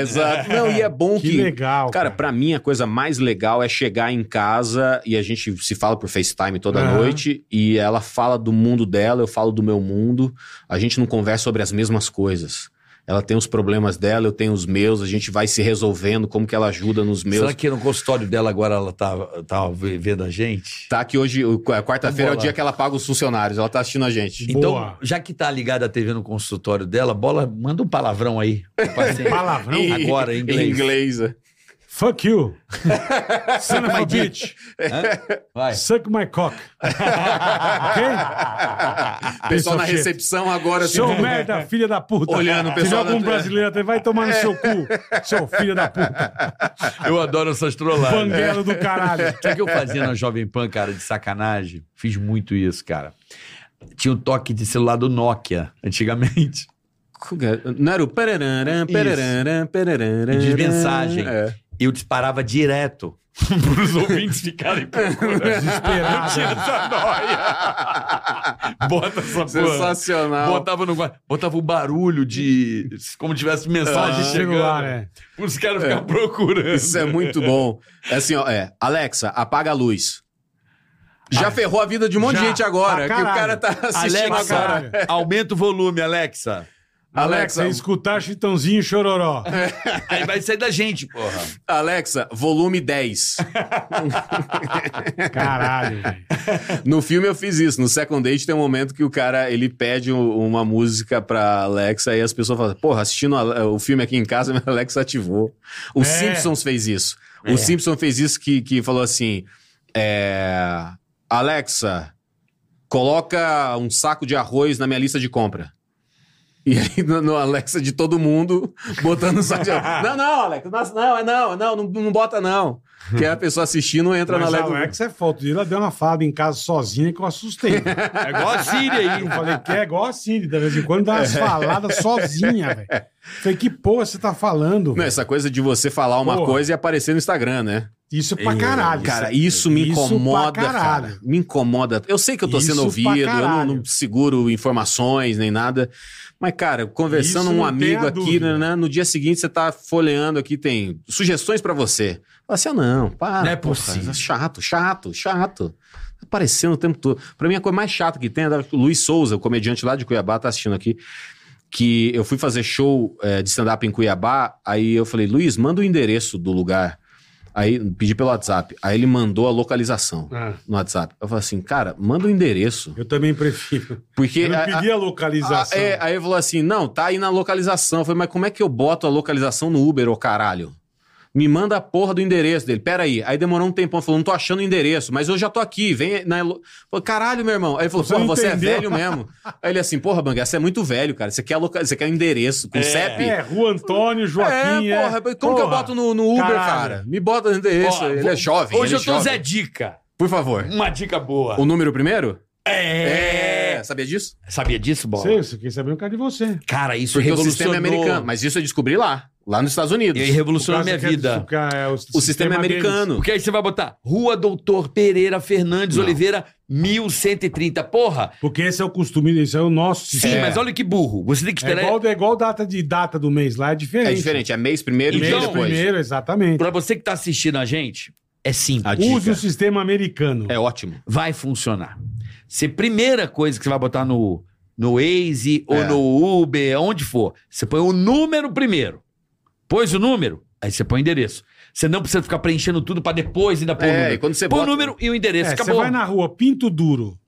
Speaker 5: exato. Não, e é bom
Speaker 3: Que legal.
Speaker 5: Cara, pra mim a coisa mais legal é chegar em casa e a gente se fala por FaceTime toda
Speaker 3: Aham.
Speaker 5: noite e ela fala do mundo dela, eu falo do meu mundo. A gente não conversa sobre as mesmas coisas. Ela tem os problemas dela, eu tenho os meus, a gente vai se resolvendo, como que ela ajuda nos meus.
Speaker 4: Será que no consultório dela agora ela tá, tá vendo a gente?
Speaker 5: Tá que hoje, o- a quarta-feira é o
Speaker 4: Vamos lá.
Speaker 5: dia que ela paga os funcionários, ela tá assistindo a gente.
Speaker 4: Então,
Speaker 3: Boa.
Speaker 4: já que tá ligada a TV no consultório dela, bola, manda um palavrão aí. pro paciente.
Speaker 3: Palavrão.
Speaker 5: E-
Speaker 4: agora, em inglês.
Speaker 5: Em inglês. é.
Speaker 3: Fuck you. Son of a
Speaker 4: my
Speaker 3: bitch.
Speaker 5: É.
Speaker 4: Vai.
Speaker 3: Suck my cock. ok?
Speaker 4: Ah,
Speaker 5: Pessoal na
Speaker 4: é
Speaker 3: Piece of shit.
Speaker 5: recepção agora. assim,
Speaker 3: Seu merda, filha da puta.
Speaker 5: Olhando o
Speaker 3: Se
Speaker 5: pessoal
Speaker 3: joga um
Speaker 5: na-
Speaker 3: brasileiro até vai tomar no seu cu, seu filho da puta.
Speaker 4: Eu adoro essas
Speaker 5: É.
Speaker 4: trolladas.
Speaker 3: Banguelo do caralho.
Speaker 4: Sabe o que eu fazia na Jovem Pan, cara, de sacanagem? Fiz muito isso, cara. Tinha o toque de celular do Nokia, antigamente.
Speaker 5: Não era o perarã, perarã, perarã.
Speaker 4: E diz mensagem.
Speaker 5: É.
Speaker 4: Eu disparava direto. Para os ouvintes ficarem procurando. Tira
Speaker 3: Desesperado.
Speaker 4: essa nóia. Bota essa porra.
Speaker 5: Sensacional.
Speaker 4: Botava, no, guar- botava o barulho de. Como tivesse mensagem
Speaker 3: Ah,
Speaker 4: chegando.
Speaker 3: celular, é.
Speaker 4: Os caras ficavam procurando.
Speaker 5: Isso é muito bom. É assim, ó, é. Alexa, apaga a luz. Já ferrou a vida de um monte de
Speaker 3: Ah, Já.
Speaker 5: gente agora.
Speaker 3: Pra
Speaker 5: que o cara
Speaker 3: caralho.
Speaker 5: tá assistindo agora.
Speaker 4: É, Alexa,
Speaker 3: agora.
Speaker 4: aumenta o volume, Alexa.
Speaker 5: Alexa,
Speaker 3: Alexa, escutar Chitãozinho e Chororó.
Speaker 4: Aí vai sair da gente, porra.
Speaker 5: Alexa, volume 10.
Speaker 3: Caralho, velho.
Speaker 5: No filme eu fiz isso. No Second Date tem um momento que o cara, ele pede um- uma música pra Alexa e as pessoas falam, porra, assistindo a- o filme aqui em casa, minha Alexa ativou. O
Speaker 3: É.
Speaker 5: Simpsons fez isso. O Simpson fez isso que, que falou assim, é, Alexa, coloca um saco de arroz na minha lista de compra. E aí no, no Alexa de todo mundo, botando o site. Não, não, Alexa, nossa, não, é não, não, não, não bota não. Que aí a pessoa assistindo entra
Speaker 3: Mas
Speaker 5: na
Speaker 3: a
Speaker 5: Alexa.
Speaker 3: Alexa é foto dele. Ela deu uma falada em casa sozinha que eu assustei.
Speaker 4: É igual a Siri aí.
Speaker 3: Eu falei que é igual a Siri, de vez em quando dá
Speaker 5: É.
Speaker 3: umas faladas sozinha, velho. Falei, que porra você tá falando?
Speaker 5: Não,
Speaker 3: velho?
Speaker 5: essa coisa de você falar uma
Speaker 3: Porra.
Speaker 5: coisa e aparecer no Instagram, né?
Speaker 3: Isso é pra caralho.
Speaker 5: Cara, isso me
Speaker 3: pra
Speaker 5: incomoda,
Speaker 3: caralho.
Speaker 5: cara. Me incomoda. Eu sei que eu tô
Speaker 3: Isso
Speaker 5: sendo
Speaker 3: pra
Speaker 5: ouvido, eu não,
Speaker 3: caralho.
Speaker 5: não seguro informações nem nada. Mas, cara, conversando
Speaker 3: Isso
Speaker 5: com um
Speaker 3: não tem
Speaker 5: amigo
Speaker 3: a
Speaker 5: aqui,
Speaker 3: dúvida.
Speaker 5: né, no dia seguinte você tá folheando aqui, tem sugestões pra você. Fala assim, ah, não, para.
Speaker 4: Não é
Speaker 5: porra,
Speaker 4: possível.
Speaker 5: é chato, chato, chato. Tá Aparecendo o tempo todo. Pra mim, a coisa mais chata que tem é da- o Luiz Souza, o comediante lá de Cuiabá, tá assistindo aqui. Que eu fui fazer show eh, de stand-up em Cuiabá, aí eu falei, Luiz, manda o endereço do lugar. Aí pedi pelo WhatsApp. Aí ele mandou a localização
Speaker 3: Ah,
Speaker 5: no WhatsApp. Eu falei assim, cara, manda o endereço.
Speaker 3: eu também prefiro.
Speaker 5: Porque.
Speaker 3: Eu
Speaker 5: a-
Speaker 3: não
Speaker 5: a-
Speaker 3: pedi a
Speaker 5: ah,
Speaker 3: localização.
Speaker 5: é, aí ele falou assim: não, tá aí na localização. Eu falei, mas como é que eu boto a localização no Uber, ô caralho? Me manda a porra do endereço dele. Pera aí. Aí demorou um tempão. Falou, não tô achando o endereço, mas eu já tô aqui. Vem na... lo- Falei, caralho, meu irmão. Aí ele falou,
Speaker 3: Você
Speaker 5: porra,
Speaker 3: não
Speaker 5: você é
Speaker 3: entendeu?
Speaker 5: velho mesmo. Aí ele assim, porra, Banguela, você é muito velho, cara. Você quer, a loca... você quer o endereço com CEP?
Speaker 3: É, Rua Antônio, Joaquim.
Speaker 5: É, porra. Como que eu boto no, no Uber,
Speaker 3: Caralho.
Speaker 5: cara? Me bota no endereço.
Speaker 2: Ó,
Speaker 5: ele
Speaker 2: vou-
Speaker 5: é jovem.
Speaker 2: Hoje
Speaker 5: ele
Speaker 2: eu
Speaker 5: é
Speaker 2: tô
Speaker 5: jovem.
Speaker 2: Zé Dica.
Speaker 5: Por favor.
Speaker 2: Uma dica boa.
Speaker 5: O número primeiro?
Speaker 2: É.
Speaker 5: Sabia disso?
Speaker 2: Sabia disso, Bola?
Speaker 3: Sei, você quer saber o cara de você.
Speaker 2: Cara, isso
Speaker 5: Porque o
Speaker 2: revolucionou.
Speaker 5: sistema é americano. Mas isso eu descobri lá. Lá nos Estados Unidos.
Speaker 4: E aí revolucionou
Speaker 3: O cara
Speaker 4: minha
Speaker 3: quer
Speaker 4: vida.
Speaker 3: desculpar, é, o,
Speaker 5: é O sistema é americano.
Speaker 4: Porque aí você vai botar Rua Doutor Pereira Fernandes
Speaker 5: Não.
Speaker 4: Oliveira 1130. Porra!
Speaker 3: deles. Porque esse é o costume, esse é o nosso
Speaker 4: Sim,
Speaker 3: sistema.
Speaker 4: mas olha que burro. Você tem que
Speaker 3: É
Speaker 4: esperar
Speaker 3: igual, é igual data de data do mês lá, é diferente.
Speaker 5: É diferente, é mês primeiro e
Speaker 3: Mês
Speaker 5: dia
Speaker 4: Então,
Speaker 5: depois.
Speaker 3: primeiro, exatamente.
Speaker 4: Pra você que tá assistindo a gente, é simples.
Speaker 5: A
Speaker 3: Use
Speaker 5: dica
Speaker 3: o sistema americano.
Speaker 5: é ótimo.
Speaker 4: Vai funcionar. Você, primeira coisa que você vai botar no, no Waze ou
Speaker 5: É.
Speaker 4: no Uber, onde for, você põe o número primeiro. Pôs o número, aí você põe o endereço. Você não precisa ficar preenchendo tudo pra depois ainda pôr o
Speaker 5: É, e
Speaker 4: número.
Speaker 5: quando você
Speaker 4: Põe
Speaker 5: bota...
Speaker 4: o número e o endereço.
Speaker 3: É, você
Speaker 4: acabou.
Speaker 3: vai na rua Pinto Duro,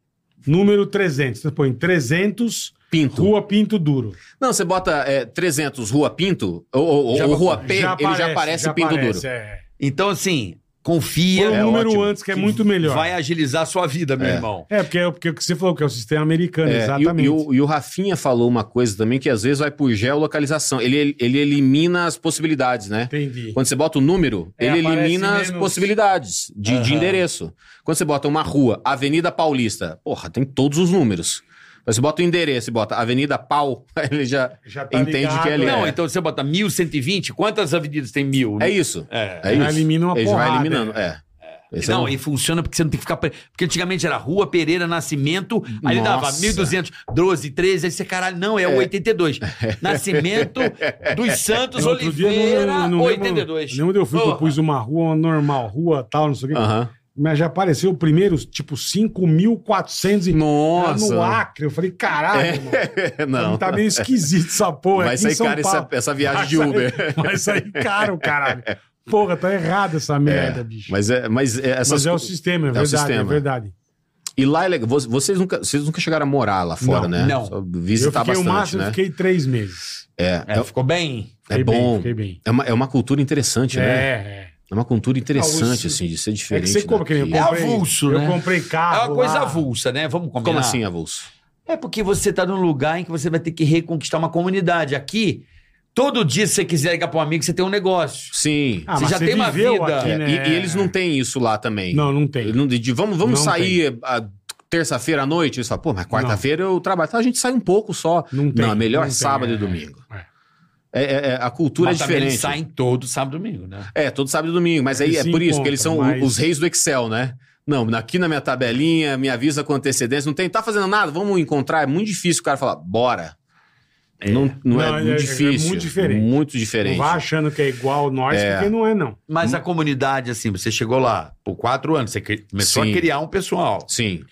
Speaker 3: número 300. Você põe 300,
Speaker 5: Pinto.
Speaker 3: rua Pinto Duro.
Speaker 5: Não, você bota é, 300 Rua Pinto, ou, ou-
Speaker 4: Já
Speaker 5: ou
Speaker 4: bota-
Speaker 5: Rua P, ele já aparece Pinto
Speaker 3: aparece,
Speaker 5: Duro.
Speaker 3: É.
Speaker 4: Então, assim,
Speaker 3: Põe
Speaker 4: confia.
Speaker 3: o
Speaker 5: É
Speaker 3: número
Speaker 5: ótimo.
Speaker 3: antes, que é muito melhor.
Speaker 4: Vai agilizar a sua vida, meu
Speaker 5: É.
Speaker 4: irmão.
Speaker 3: É, porque é o porque o que você falou, que é o sistema americano,
Speaker 5: É, e o-
Speaker 3: exatamente.
Speaker 5: E, o, e o Rafinha falou uma coisa também, que às vezes vai por geolocalização. Ele, ele elimina as possibilidades, né?
Speaker 3: Entendi.
Speaker 5: Quando você bota o número,
Speaker 3: É,
Speaker 5: ele
Speaker 3: aparece
Speaker 5: elimina as
Speaker 3: menos.
Speaker 5: possibilidades de, de
Speaker 2: Aham.
Speaker 5: endereço. Quando você bota uma rua, Avenida Paulista, porra, tem todos os números. Mas você bota o endereço e bota Avenida Pau, aí ele já
Speaker 3: Já tá né?
Speaker 5: entende que é ali.
Speaker 4: Não,
Speaker 5: é.
Speaker 4: então você bota 1120, quantas avenidas tem mil?
Speaker 5: É isso.
Speaker 2: É.
Speaker 5: É
Speaker 3: Já
Speaker 5: isso.
Speaker 3: elimina uma
Speaker 5: ele já vai
Speaker 3: porrada,
Speaker 5: eliminando, é. Esse é
Speaker 4: não,
Speaker 5: um-
Speaker 4: e funciona porque você não tem que ficar. pre- Porque antigamente era Rua Pereira Nascimento, aí ele dava
Speaker 5: Nossa.
Speaker 4: 1200, 12, 13, aí você, caralho, não, é, o 82. Nascimento dos Santos
Speaker 3: Outro dia,
Speaker 4: Oliveira,
Speaker 3: não- não lembro-
Speaker 4: 82.
Speaker 3: Lembro onde eu fui que eu
Speaker 4: Porra.
Speaker 3: pus uma rua uma normal, rua tal, não sei o quê.
Speaker 5: Aham.
Speaker 3: Mas já apareceu o primeiro, tipo, 5.400 e... Era Tá
Speaker 5: Nossa. É,
Speaker 3: No Acre. Eu falei, caralho, mano.
Speaker 5: não.
Speaker 3: Tá meio esquisito essa porra.
Speaker 5: Vai
Speaker 3: aqui em
Speaker 5: sair
Speaker 3: São
Speaker 5: cara
Speaker 3: Paulo.
Speaker 5: essa, essa viagem
Speaker 3: Vai
Speaker 5: de
Speaker 3: sair-
Speaker 5: Uber.
Speaker 3: Vai sair caro, caralho. Porra, tá errada essa merda, bicho. Mas,
Speaker 5: Mas é, mas é, essas
Speaker 3: é o
Speaker 5: co-
Speaker 3: sistema, é,
Speaker 5: o
Speaker 3: verdade, é
Speaker 5: sistema.
Speaker 3: verdade.
Speaker 5: E lá é legal. vo- Vocês nunca, vocês nunca chegaram a morar lá fora,
Speaker 3: Não,
Speaker 5: né?
Speaker 4: não.
Speaker 5: Só
Speaker 3: Eu
Speaker 5: visitar
Speaker 3: fiquei o
Speaker 5: bastante,
Speaker 3: máximo,
Speaker 5: né?
Speaker 3: fiquei três meses.
Speaker 5: É,
Speaker 4: É, ficou bem.
Speaker 5: é,
Speaker 3: Fiquei bem,
Speaker 5: bom.
Speaker 3: Fiquei bem.
Speaker 5: É uma, é uma cultura interessante,
Speaker 3: É,
Speaker 5: né?
Speaker 3: é.
Speaker 5: É uma cultura
Speaker 3: Ah,
Speaker 5: interessante,
Speaker 3: os-
Speaker 5: assim, de ser
Speaker 3: É
Speaker 5: diferente.
Speaker 3: que você compra, que nem eu
Speaker 5: daqui.
Speaker 4: É
Speaker 3: comprei-
Speaker 4: avulso, né?
Speaker 3: Eu comprei
Speaker 4: É
Speaker 3: carro
Speaker 4: uma coisa
Speaker 3: lá.
Speaker 4: avulsa, né? Vamos combinar.
Speaker 5: Como assim, avulso?
Speaker 4: É porque você tá num lugar em que você vai ter que reconquistar uma comunidade. Aqui, todo dia, se você quiser ligar pra um amigo, você tem um negócio.
Speaker 5: Sim.
Speaker 3: Ah,
Speaker 4: Você
Speaker 3: mas
Speaker 4: já tem uma
Speaker 3: viveu
Speaker 4: vida.
Speaker 3: aqui,
Speaker 5: É,
Speaker 3: né?
Speaker 5: e, e eles não têm isso lá também.
Speaker 3: Não, não tem.
Speaker 5: Ele não- de- de- vamos vamos
Speaker 3: Não
Speaker 5: sair a- terça-feira à noite? Eles falam, pô, mas quarta-feira eu trabalho. Então a gente sai um pouco só.
Speaker 3: Não tem.
Speaker 5: não, é melhor
Speaker 3: não tem,
Speaker 5: sábado
Speaker 3: é.
Speaker 5: e domingo.
Speaker 3: É.
Speaker 5: É, é- é- a cultura
Speaker 4: Mas
Speaker 5: é
Speaker 4: também
Speaker 5: diferente.
Speaker 4: Eles saem todo sábado e domingo, né?
Speaker 5: É, todo sábado e domingo. Mas aí
Speaker 3: Eles
Speaker 5: é
Speaker 3: se
Speaker 5: por isso que eles são
Speaker 3: encontram, mas-
Speaker 5: os reis do Excel, né? Não, aqui na minha tabelinha, me avisa com antecedência. Não tem, tá fazendo nada, vamos encontrar. É muito difícil o cara falar, bora. Não, não,
Speaker 3: Não,
Speaker 5: é,
Speaker 3: é-
Speaker 5: muito
Speaker 3: é
Speaker 5: difícil.
Speaker 3: muito diferente.
Speaker 5: Muito diferente.
Speaker 3: Não vai achando que é igual nós, porque não é, não.
Speaker 4: Mas a comunidade, assim, você chegou lá por quatro anos, você cri- começou
Speaker 5: Sim.
Speaker 4: a criar um pessoal.
Speaker 5: Sim.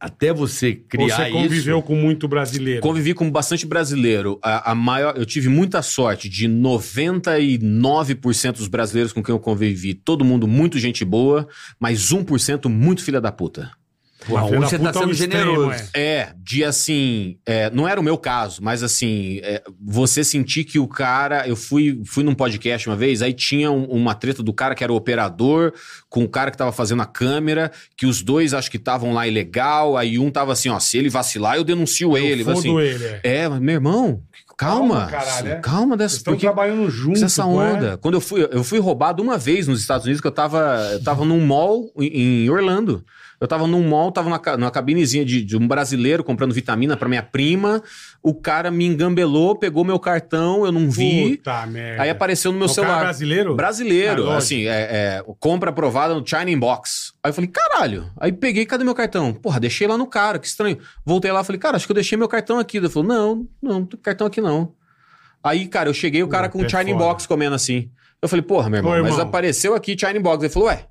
Speaker 4: Até você criar
Speaker 3: Você conviveu
Speaker 4: isso.
Speaker 3: com muito brasileiro.
Speaker 5: Convivi com bastante brasileiro. A, a maior, eu tive muita sorte de 99% dos brasileiros com quem eu convivi. Todo mundo muito gente boa, mas 1% muito filha da puta.
Speaker 4: Uau,
Speaker 3: Filho da
Speaker 4: você
Speaker 3: puta
Speaker 4: tá
Speaker 3: é um
Speaker 4: sendo
Speaker 3: extremo,
Speaker 4: generoso.
Speaker 3: é.
Speaker 5: É, de assim. é, não era o meu caso, mas assim, é, você sentir que o cara. Eu fui, fui num podcast uma vez, aí tinha um- uma treta do cara que era o operador com o cara que tava fazendo a câmera, que os dois acho que estavam lá ilegal, aí um tava assim, ó, se ele vacilar, eu denuncio
Speaker 3: Eu
Speaker 5: ele.
Speaker 3: fodo
Speaker 5: assim,
Speaker 3: ele, é.
Speaker 5: é, mas meu irmão,
Speaker 3: Calma,
Speaker 5: Calma,
Speaker 3: caralho, é?
Speaker 5: calma
Speaker 3: Vocês
Speaker 5: dessa,
Speaker 3: estão
Speaker 5: porque
Speaker 3: trabalhando é, juntos.
Speaker 5: essa onda. Quando eu fui, eu fui roubado uma vez nos Estados Unidos, que eu tava, eu tava num mall em, em Orlando. Eu tava num mall, tava numa, ca- numa cabinezinha de, de um brasileiro comprando vitamina pra minha prima. O cara me engambelou, pegou meu cartão, eu não vi.
Speaker 3: Puta merda.
Speaker 5: Aí apareceu no meu
Speaker 3: É o cara
Speaker 5: celular.
Speaker 3: brasileiro? Ah,
Speaker 5: Brasileiro,
Speaker 3: lógico.
Speaker 5: assim, é, é, compra aprovada no China Inbox. Aí eu falei, caralho. Aí peguei, cadê meu cartão? Porra, deixei lá no cara, que estranho. Voltei lá, falei, cara, acho que eu deixei meu cartão aqui. Ele falou, não, não, não tem cartão aqui não. Aí, cara, eu cheguei, o cara
Speaker 3: Puta,
Speaker 5: com o
Speaker 3: é
Speaker 5: China
Speaker 3: foda.
Speaker 5: Inbox comendo assim. Eu falei, porra, meu irmão,
Speaker 3: Ô, irmão.
Speaker 5: mas apareceu aqui China Inbox. Ele falou, ué.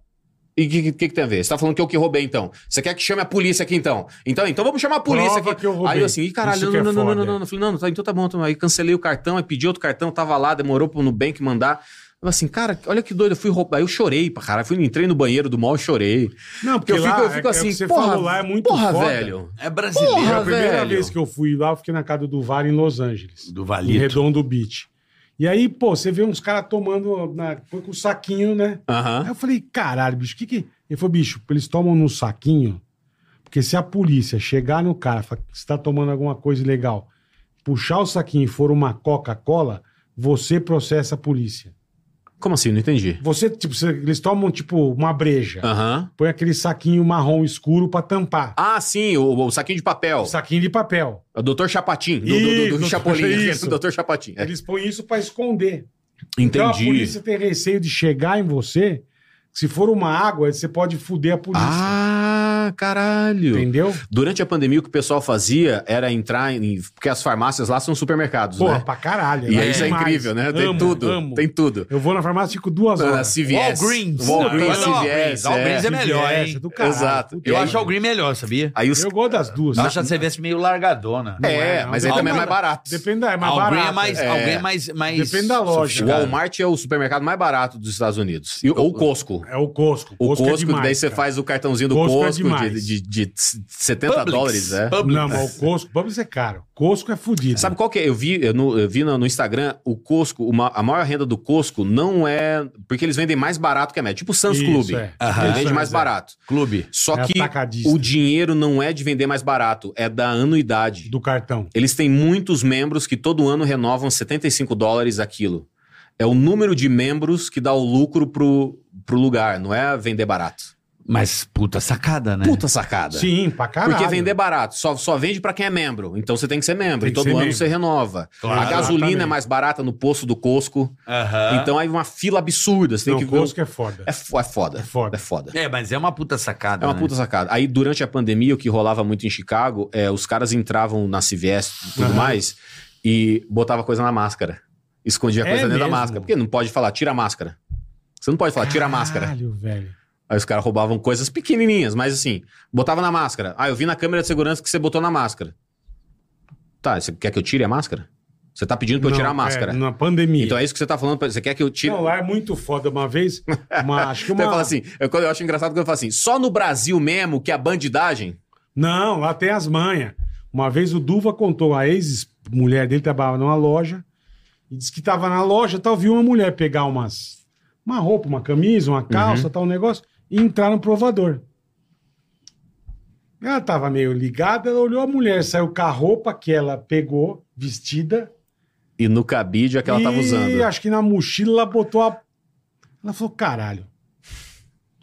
Speaker 5: E o que, que- que que tem a ver? Você tá falando que eu que roubei, então. Você quer que chame a polícia aqui, então? Então, então vamos chamar a polícia
Speaker 3: Prova
Speaker 5: aqui.
Speaker 3: que eu roubei.
Speaker 5: Aí eu assim, ih, caralho,
Speaker 3: Isso
Speaker 5: não,
Speaker 3: que é
Speaker 5: não, não, não,
Speaker 3: foda.
Speaker 5: não, não, não. Eu falei, não, não, tá, então tá bom, tá bom. Aí cancelei o cartão, aí pedi outro cartão, tava lá, demorou pro Nubank mandar. Eu assim, cara, olha que doido, eu fui roubar. Aí eu chorei pra caralho. Fui, entrei no banheiro do mall e chorei.
Speaker 3: Não, porque
Speaker 5: Porque eu fico,
Speaker 3: lá,
Speaker 5: eu fico
Speaker 3: é- é o
Speaker 5: assim,
Speaker 3: que você
Speaker 5: porra,
Speaker 3: falou lá é muito
Speaker 5: porra,
Speaker 3: foda.
Speaker 5: velho.
Speaker 4: É brasileiro.
Speaker 5: Porra,
Speaker 3: a primeira
Speaker 5: velho.
Speaker 3: vez que eu fui lá, eu fiquei na casa do VAR em Los Angeles.
Speaker 4: Do
Speaker 3: Em
Speaker 4: Valito.
Speaker 3: Redondo Beach. E aí, pô, você vê uns caras tomando na, com o saquinho, né?
Speaker 5: Aham.
Speaker 3: Aí eu falei, caralho, bicho, o que que... Ele falou, bicho, eles tomam no saquinho, porque se a polícia chegar no cara, falar que você tá tomando alguma coisa ilegal, puxar o saquinho e for uma Coca-Cola, você processa a polícia.
Speaker 5: Como assim? Não entendi.
Speaker 3: Você, tipo, você- eles tomam, tipo, uma breja,
Speaker 5: Aham.
Speaker 3: põe aquele saquinho marrom escuro pra tampar.
Speaker 5: Ah, sim, o, o saquinho de papel. É
Speaker 3: Saquinho de papel.
Speaker 5: O Dr. Chapatin. Do,
Speaker 3: Isso,
Speaker 5: do, do, do Chapolin.
Speaker 3: isso.
Speaker 5: Dr. Chapatin. É.
Speaker 3: Eles põem isso pra esconder. Então a
Speaker 5: Entendi.
Speaker 3: polícia tem receio de chegar em você. Se for uma água, você pode foder a polícia.
Speaker 5: ah, Né? caralho.
Speaker 3: entendeu?
Speaker 5: Durante a pandemia, o que o pessoal fazia era entrar em. Porque as farmácias lá são supermercados,
Speaker 3: Porra,
Speaker 5: né?
Speaker 3: pra caralho.
Speaker 5: E
Speaker 3: né?
Speaker 5: isso é
Speaker 3: Demais.
Speaker 5: incrível, né? Tem
Speaker 3: Amo,
Speaker 5: tudo.
Speaker 3: amo.
Speaker 5: Tem tudo.
Speaker 3: Eu vou na farmácia e fico duas
Speaker 5: Ah,
Speaker 3: horas.
Speaker 5: CVS.
Speaker 4: Walgreens.
Speaker 5: Walgreens,
Speaker 4: Não,
Speaker 5: CVS.
Speaker 4: Walgreens
Speaker 5: é.
Speaker 4: é melhor,
Speaker 3: CVS,
Speaker 4: hein?
Speaker 3: do caralho.
Speaker 5: Exato.
Speaker 3: Puta, é um
Speaker 4: Eu
Speaker 5: E aí-
Speaker 4: acho o Green melhor, sabia?
Speaker 5: Aí os...
Speaker 3: Eu gosto das duas.
Speaker 4: Eu acho a cerveja meio largadona.
Speaker 3: Não
Speaker 5: É,
Speaker 3: não.
Speaker 5: mas aí também é mais barato.
Speaker 3: Depende da... É mais
Speaker 4: Alguém
Speaker 3: barato.
Speaker 4: é mais,
Speaker 5: É.
Speaker 4: alguém é mais, mais.
Speaker 3: Depende da loja.
Speaker 5: O
Speaker 3: Cara.
Speaker 5: Walmart é o supermercado mais barato dos Estados Unidos. E- ou o Costco.
Speaker 3: É o Costco.
Speaker 5: O Costco,
Speaker 3: é demais,
Speaker 5: daí você
Speaker 3: cara.
Speaker 5: faz o cartãozinho do
Speaker 3: Costco é
Speaker 5: Costco,
Speaker 3: demais.
Speaker 5: de, de, de 70
Speaker 4: Publix.
Speaker 5: dólares,
Speaker 3: né?
Speaker 5: é.
Speaker 4: Publix.
Speaker 3: Não, mas o Costco... Vamos é caro. Costco é fodido.
Speaker 5: Sabe qual que é? Eu vi, eu no, eu vi no, no Instagram, o Costco, uma- a maior renda do Costco não é... Porque eles vendem mais barato que a média. Tipo o Sam's
Speaker 3: Isso,
Speaker 5: Club.
Speaker 3: é.
Speaker 4: Aham.
Speaker 5: Ele vende
Speaker 3: Sam's,
Speaker 5: mais
Speaker 3: é.
Speaker 5: barato.
Speaker 4: Clube.
Speaker 5: Só
Speaker 3: É
Speaker 5: que
Speaker 3: atacadista.
Speaker 5: o dinheiro não é de vender mais barato, é da anuidade.
Speaker 3: Do cartão.
Speaker 5: Eles têm muitos membros que todo ano renovam 75 dólares aquilo. É o número de membros que dá o lucro pro, pro lugar, não é vender barato.
Speaker 4: Mas puta sacada,
Speaker 2: É.
Speaker 4: né?
Speaker 5: Puta sacada.
Speaker 3: Sim, pra caralho.
Speaker 5: Porque vender é barato, só, só vende pra quem é membro. Então você tem que ser membro.
Speaker 3: Tem
Speaker 5: e
Speaker 3: que
Speaker 5: todo
Speaker 3: ser
Speaker 5: ano
Speaker 3: membro.
Speaker 5: você renova.
Speaker 4: Claro.
Speaker 5: a gasolina
Speaker 3: Exatamente. É.
Speaker 5: é mais barata no posto do Costco.
Speaker 4: Aham.
Speaker 5: Então aí uma fila absurda. Você tem
Speaker 3: Não,
Speaker 5: que
Speaker 3: o
Speaker 5: ver. o-
Speaker 3: Costco é foda.
Speaker 5: É, fo- é foda.
Speaker 3: É foda.
Speaker 5: É foda.
Speaker 4: É, mas é uma puta sacada.
Speaker 5: É uma
Speaker 4: né?
Speaker 5: puta sacada. Aí, durante a pandemia, o que rolava muito em Chicago é os caras entravam na CVS e tudo
Speaker 3: Aham.
Speaker 5: mais e botava coisa na máscara. Escondia a
Speaker 3: É
Speaker 5: coisa dentro da
Speaker 3: mesmo?
Speaker 5: máscara. Porque não pode falar, tira a máscara. Você não pode falar, tira a máscara.
Speaker 3: Caralho, velho.
Speaker 5: Aí os caras roubavam coisas pequenininhas, mas assim, botava na máscara. Ah, eu vi na câmera de segurança que você botou na máscara. Tá, você quer que eu tire a máscara? Você tá pedindo pra eu
Speaker 3: Não,
Speaker 5: tirar a
Speaker 3: é,
Speaker 5: máscara.
Speaker 3: na pandemia.
Speaker 5: então é isso que você tá falando, pra- você quer que eu tire...
Speaker 3: Não, lá é muito foda. Uma vez, uma, acho que
Speaker 5: Então
Speaker 3: uma...
Speaker 5: eu falo assim, eu, eu acho engraçado quando eu falo assim, só no Brasil mesmo que a bandidagem...
Speaker 3: Não, lá tem as manhas. Uma vez o Duva contou, a ex-mulher dele trabalhava numa loja e disse que estava na loja, tal, viu uma mulher pegar umas uma roupa, uma camisa, uma calça, tal um negócio e entrar no provador. Ela estava meio ligada, ela olhou a mulher, saiu com a roupa que ela pegou, vestida,
Speaker 5: E no cabide é que ela
Speaker 3: e
Speaker 5: tava usando.
Speaker 3: acho que na mochila ela botou a. Ela falou, caralho.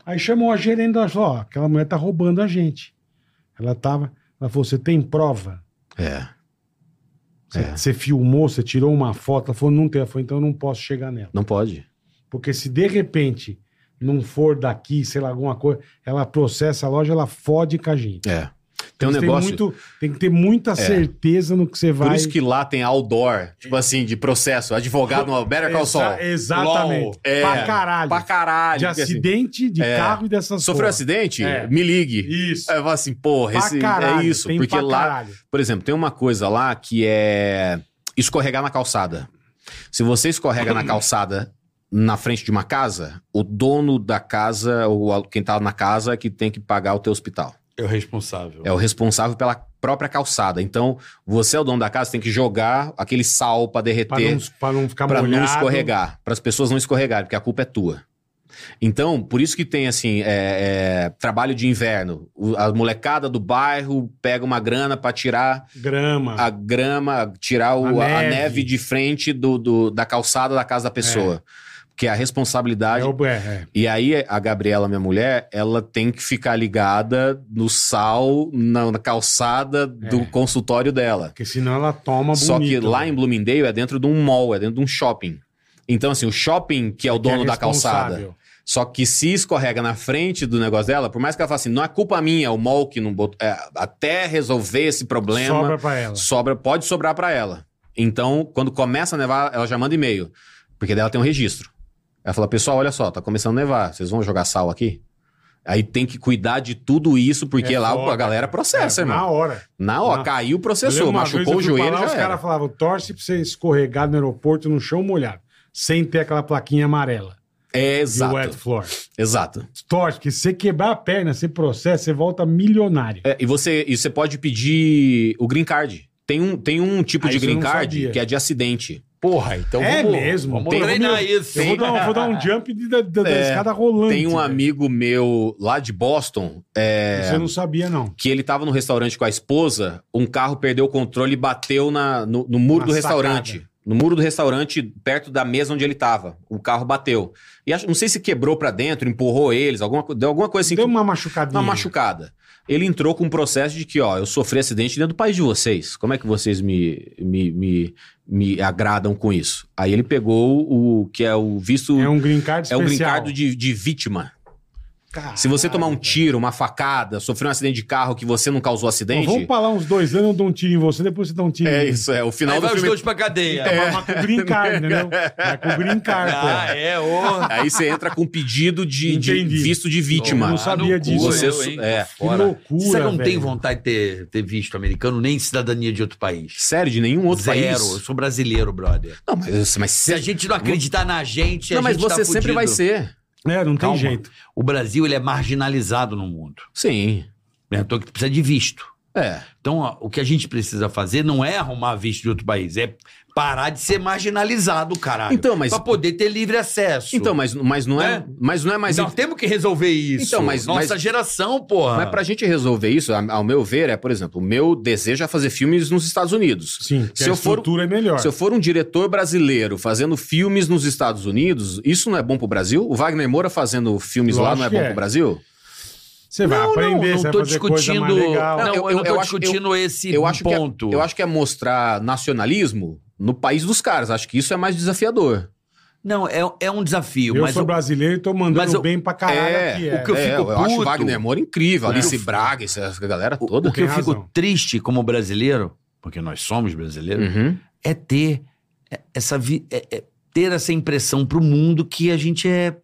Speaker 3: Aí chamou a gerente, ela falou, ó, aquela mulher tá roubando a gente. Ela tava. Ela falou, você tem prova?
Speaker 5: É.
Speaker 3: Você,
Speaker 5: É.
Speaker 3: você filmou, você tirou uma foto? Ela falou, não tem. Ela falou, então eu não posso chegar nela.
Speaker 5: Não pode.
Speaker 3: Porque se de repente não for daqui, sei lá, alguma coisa, ela processa a loja, ela fode com a gente.
Speaker 5: É. Tem um
Speaker 3: Você
Speaker 5: negócio. É.
Speaker 3: muito- tem que ter muita certeza no que você vai.
Speaker 5: Por isso que lá tem outdoor, tipo assim, de processo. Advogado no Better Call Saul.
Speaker 3: Exa- Exatamente.
Speaker 4: LOL.
Speaker 5: É.
Speaker 3: Pra caralho.
Speaker 5: Pra caralho.
Speaker 3: de
Speaker 5: porque assim,
Speaker 3: acidente, de
Speaker 5: é.
Speaker 3: carro e dessas
Speaker 5: sofreu
Speaker 3: porra.
Speaker 5: acidente?
Speaker 3: É.
Speaker 5: Me ligue.
Speaker 3: Isso.
Speaker 5: Aí eu falo assim, porra,
Speaker 3: Pra
Speaker 5: esse,
Speaker 3: caralho,
Speaker 5: é isso.
Speaker 3: tem
Speaker 5: Porque
Speaker 3: pra
Speaker 5: lá,
Speaker 3: caralho.
Speaker 5: por exemplo, tem uma coisa lá que é escorregar na calçada. Se você escorrega na calçada na frente de uma casa, o dono da casa, ou a- quem tá na casa, é que tem que pagar o teu hospital.
Speaker 4: É o responsável.
Speaker 5: É o responsável pela própria calçada. Então, você é o dono da casa, tem que jogar aquele sal
Speaker 3: Pra
Speaker 5: pra
Speaker 3: não,
Speaker 5: derreter,
Speaker 3: pra não ficar
Speaker 5: pra não,
Speaker 3: molhado.
Speaker 5: escorregar, para as pessoas não escorregarem, porque a culpa é tua. Então, por isso que tem, assim, é, é, trabalho de inverno. O- a molecada do bairro pega uma grana pra tirar
Speaker 3: Grama.
Speaker 5: a grama, tirar o-
Speaker 3: A
Speaker 5: a, a
Speaker 3: neve.
Speaker 5: neve. de frente do, do- da calçada da casa da pessoa. Porque a
Speaker 3: É
Speaker 5: responsabilidade.
Speaker 3: o- é, é.
Speaker 5: E aí, a Gabriela, minha mulher, ela tem que ficar ligada no sal, na, na calçada do
Speaker 3: É.
Speaker 5: consultório dela.
Speaker 3: Porque senão ela toma
Speaker 5: Só que
Speaker 3: bonito,
Speaker 5: lá
Speaker 3: né?
Speaker 5: em Bloomingdale é dentro de um mall, é dentro de um shopping. Então, assim, o shopping que é o
Speaker 3: Que é
Speaker 5: dono da calçada.
Speaker 3: responsável.
Speaker 5: Só que se escorrega na frente do negócio dela, por mais que ela fale assim, não é culpa minha, é o mall que não botou. é, até resolver esse problema, sobra,
Speaker 3: Sobra pra ela.
Speaker 5: pode sobrar pra ela. Então, quando começa a nevar, ela já manda e-mail. Porque dela tem um registro. Ela fala, pessoal, olha só, tá começando a nevar, vocês vão jogar sal aqui? Aí tem que cuidar de tudo isso, porque
Speaker 3: É
Speaker 5: lá
Speaker 3: foda,
Speaker 5: a galera
Speaker 3: cara. É,
Speaker 5: processa, irmão.
Speaker 3: Na hora.
Speaker 5: Na hora,
Speaker 3: na-
Speaker 5: caiu,
Speaker 3: Eu lembro
Speaker 5: processou,
Speaker 3: uma vez eu
Speaker 5: machucou o
Speaker 3: fui
Speaker 5: joelho.
Speaker 3: pra lá, os
Speaker 5: já era.
Speaker 3: caras falavam, torce pra você escorregar no aeroporto no chão molhado, sem ter aquela plaquinha amarela
Speaker 5: É,
Speaker 3: de wet
Speaker 5: exato.
Speaker 3: floor.
Speaker 5: Exato.
Speaker 3: Torce, que se você quebrar a perna, você processa, você volta milionário.
Speaker 5: É, e, você, e você pode pedir o green card. Tem um, tem um tipo
Speaker 3: Ah,
Speaker 5: de
Speaker 3: isso eu
Speaker 5: green
Speaker 3: não
Speaker 5: card
Speaker 3: sabia.
Speaker 5: que é de acidente.
Speaker 2: Porra, então
Speaker 3: é
Speaker 2: vamos...
Speaker 3: mesmo.
Speaker 2: vamos
Speaker 5: um
Speaker 3: Tem-
Speaker 2: treinar
Speaker 3: vou me-
Speaker 2: isso.
Speaker 3: Eu vou dar, um- vou dar um jump de- da, da- da
Speaker 5: É,
Speaker 3: escada rolando.
Speaker 5: tem um amigo meu lá de Boston é,
Speaker 3: Você não sabia, não.
Speaker 5: que ele tava no restaurante com a esposa, um carro perdeu o controle e bateu na, no, no muro
Speaker 3: Na
Speaker 5: do
Speaker 3: sacada.
Speaker 5: restaurante. No muro do restaurante, perto da mesa onde ele tava. O carro bateu. E acho- não sei se quebrou pra dentro, empurrou eles, alguma, co- deu alguma coisa assim.
Speaker 3: Deu
Speaker 5: que-
Speaker 3: uma machucadinha.
Speaker 5: uma machucada. Ele entrou com um processo de que, ó, eu sofri acidente dentro do país de vocês. Como é que vocês me, me, me, me agradam com isso? Aí ele pegou o que é o visto.
Speaker 3: É um green card
Speaker 5: É
Speaker 3: especial.
Speaker 5: um green card de, de vítima.
Speaker 3: Caralho,
Speaker 5: Se você tomar um
Speaker 3: velho.
Speaker 5: tiro, uma facada, sofrer um acidente de carro que você não
Speaker 3: Bom,
Speaker 5: causou
Speaker 3: vamos
Speaker 5: acidente.
Speaker 3: pra lá uns dois anos, eu dou um tiro em você, depois você dá um tiro em
Speaker 5: É
Speaker 3: mim.
Speaker 5: isso, é. O final
Speaker 4: Aí
Speaker 5: do
Speaker 4: vai os
Speaker 5: filme. É.
Speaker 4: dois pra cadeia.
Speaker 3: Mas- mas com green card, entendeu? Mas com green card,
Speaker 4: Ah,
Speaker 3: pô.
Speaker 4: é, ô.
Speaker 5: Aí você entra com pedido de, de
Speaker 3: Entendi.
Speaker 5: visto de vítima.
Speaker 3: Eu não sabia
Speaker 4: Ah, no cu,
Speaker 3: disso.
Speaker 5: Tá Você-
Speaker 4: eu, hein?
Speaker 5: é.
Speaker 4: Fora.
Speaker 3: Que loucura,
Speaker 4: Você não
Speaker 3: velho.
Speaker 4: tem vontade de ter, ter visto americano nem cidadania de outro país?
Speaker 5: Sério, de nenhum outro
Speaker 4: Zero. é Eu
Speaker 5: país.
Speaker 4: sou brasileiro, brother.
Speaker 5: Não, mas, mas
Speaker 4: Se a gente não acreditar na gente, a
Speaker 5: Não, mas
Speaker 4: gente tá
Speaker 5: você sempre
Speaker 4: fudido.
Speaker 5: vai ser.
Speaker 3: É, não
Speaker 4: Calma.
Speaker 3: tem jeito.
Speaker 4: O Brasil ele é marginalizado no mundo.
Speaker 5: Sim.
Speaker 4: Né? Então que precisa de visto.
Speaker 5: É.
Speaker 4: Então, ó, o que a gente precisa fazer não é arrumar visto de outro país, é parar de ser marginalizado, caralho.
Speaker 5: Então, mas-
Speaker 4: Pra poder ter livre acesso.
Speaker 5: Então, mas, mas não é,
Speaker 4: Né?
Speaker 5: mas não é mais
Speaker 4: Nós temos que resolver isso.
Speaker 5: Então, mas-
Speaker 4: Nossa
Speaker 5: mas-
Speaker 4: geração, porra.
Speaker 5: mas é pra gente resolver isso, a- ao meu ver, é, por exemplo, o meu desejo é fazer filmes nos Estados Unidos.
Speaker 3: Sim, que
Speaker 5: Se
Speaker 3: a
Speaker 5: eu for-
Speaker 3: estrutura é melhor.
Speaker 5: Se eu for um diretor brasileiro fazendo filmes nos Estados Unidos, isso não é bom pro Brasil? O Wagner Moura fazendo filmes lá
Speaker 3: Lógico
Speaker 5: não é
Speaker 3: que
Speaker 5: bom
Speaker 3: é.
Speaker 5: pro Brasil?
Speaker 3: Você vai aprender,
Speaker 4: não
Speaker 3: você
Speaker 4: tô
Speaker 3: vai fazer coisa mais
Speaker 4: discutindo.
Speaker 3: legal.
Speaker 4: Não, eu,
Speaker 5: Eu-
Speaker 4: eu não
Speaker 5: eu
Speaker 4: tô
Speaker 5: acho-
Speaker 4: discutindo esse
Speaker 5: eu acho que é-
Speaker 4: ponto.
Speaker 5: Eu acho que é mostrar nacionalismo no país dos caras. Acho que isso é mais desafiador.
Speaker 4: Não, é, é um desafio,
Speaker 3: Eu
Speaker 4: mas
Speaker 3: sou
Speaker 4: o-
Speaker 3: brasileiro e tô mandando
Speaker 4: Mas eu-
Speaker 3: bem pra caralho
Speaker 5: É,
Speaker 3: aqui.
Speaker 4: o que eu
Speaker 5: é,
Speaker 4: fico
Speaker 5: eu acho
Speaker 4: puto.
Speaker 5: Wagner Moura incrível,
Speaker 4: O que
Speaker 5: Alice
Speaker 4: eu-
Speaker 5: Braga, essa essa galera
Speaker 4: o-
Speaker 5: toda.
Speaker 4: o que eu
Speaker 3: Tem
Speaker 4: fico
Speaker 3: razão.
Speaker 4: triste como brasileiro, porque nós somos brasileiros,
Speaker 5: Uhum.
Speaker 4: é ter essa vi- é- é ter essa impressão pro mundo que a gente é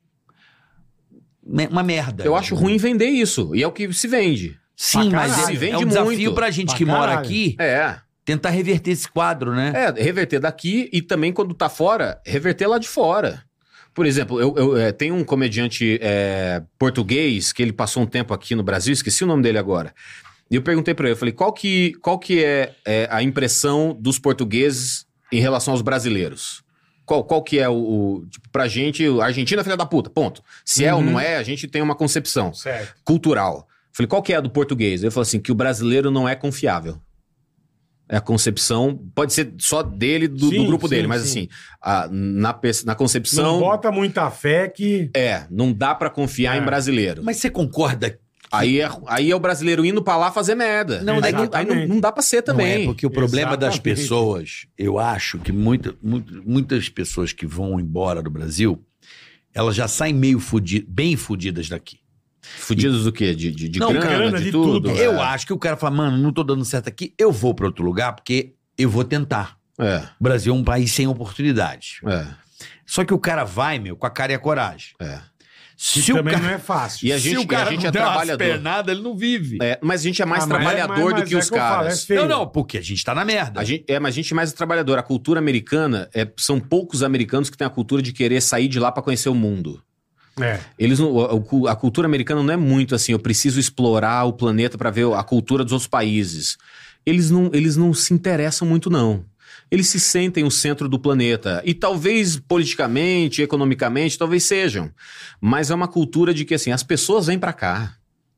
Speaker 4: me- uma merda.
Speaker 5: Eu acho ruim vender isso. E é o que se vende.
Speaker 4: Sim,
Speaker 3: Pra
Speaker 4: mas
Speaker 3: caralho.
Speaker 4: é,
Speaker 5: Se vende
Speaker 4: é um desafio
Speaker 5: muito.
Speaker 4: pra gente
Speaker 3: Pra
Speaker 4: que mora
Speaker 3: caralho.
Speaker 4: aqui
Speaker 5: É.
Speaker 4: tentar reverter esse quadro, né?
Speaker 5: É, reverter daqui e também quando tá fora, reverter lá de fora. Por exemplo, eu, eu, eh, tem um comediante eh, português que ele passou um tempo aqui no Brasil, esqueci o nome dele agora. E eu perguntei pra ele, eu falei, qual que, qual que é, eh, a impressão dos portugueses em relação aos brasileiros? Qual, qual que é o, o tipo, pra gente, a Argentina é filha da puta, ponto. Se é ou
Speaker 3: Uhum.
Speaker 5: não é, a gente tem uma concepção
Speaker 3: Certo.
Speaker 5: cultural. Falei, qual que é a do português? Ele falou assim, que o brasileiro não é confiável. É a concepção, pode ser só dele, do,
Speaker 3: Sim,
Speaker 5: do grupo
Speaker 3: sim,
Speaker 5: dele, mas
Speaker 3: sim.
Speaker 5: assim, a- na, pe- na
Speaker 3: Não
Speaker 5: concepção,
Speaker 3: bota muita fé que...
Speaker 5: é, não dá pra confiar
Speaker 3: É.
Speaker 5: em brasileiro.
Speaker 4: Mas você concorda
Speaker 5: Aí é, aí é o brasileiro indo pra lá fazer merda.
Speaker 4: Não, é
Speaker 5: aí, não, aí não- não dá pra ser
Speaker 4: Não
Speaker 5: também.
Speaker 4: é, porque o problema das
Speaker 3: Exatamente.
Speaker 4: pessoas, eu acho que muita, muito- muitas pessoas que vão embora do Brasil, elas já saem meio fudi, bem fudidas daqui.
Speaker 5: Fudidos do quê? De, de, de
Speaker 4: Não,
Speaker 5: grana,
Speaker 3: grana,
Speaker 5: de,
Speaker 3: de
Speaker 5: tudo?
Speaker 3: tudo.
Speaker 5: é.
Speaker 4: Eu acho que o cara fala, mano, não tô dando certo aqui, eu vou pra outro lugar porque eu vou tentar.
Speaker 5: É,
Speaker 4: O Brasil é um país sem oportunidade.
Speaker 5: é,
Speaker 4: Só que o cara vai, meu, com a cara e a coragem.
Speaker 5: é.
Speaker 3: que
Speaker 4: Se o
Speaker 3: também
Speaker 4: cara,
Speaker 3: não é fácil.
Speaker 5: E a gente,
Speaker 4: se o cara
Speaker 5: a gente
Speaker 4: não
Speaker 5: é
Speaker 4: der umas
Speaker 5: trabalhador.
Speaker 4: pernadas, ele não vive.
Speaker 5: É, mas a gente é mais
Speaker 3: Ah, mas-
Speaker 5: trabalhador
Speaker 3: mas-
Speaker 5: do que
Speaker 3: mas
Speaker 5: os
Speaker 3: é eu falo, é
Speaker 5: caras.
Speaker 3: feio.
Speaker 4: Não, não, porque a gente tá na merda.
Speaker 5: A gente- é, mas a gente é mais trabalhador. A cultura americana é- são poucos americanos que têm a cultura de querer sair de lá pra conhecer o mundo.
Speaker 3: É.
Speaker 5: Eles não- o- o cu- a, cultura americana não é muito assim. Eu preciso explorar o planeta pra ver a cultura dos outros países. Eles não, eles não se interessam muito não. eles se sentem o centro do planeta. E talvez politicamente, economicamente, talvez sejam. Mas é uma cultura de que assim, as pessoas vêm pra cá.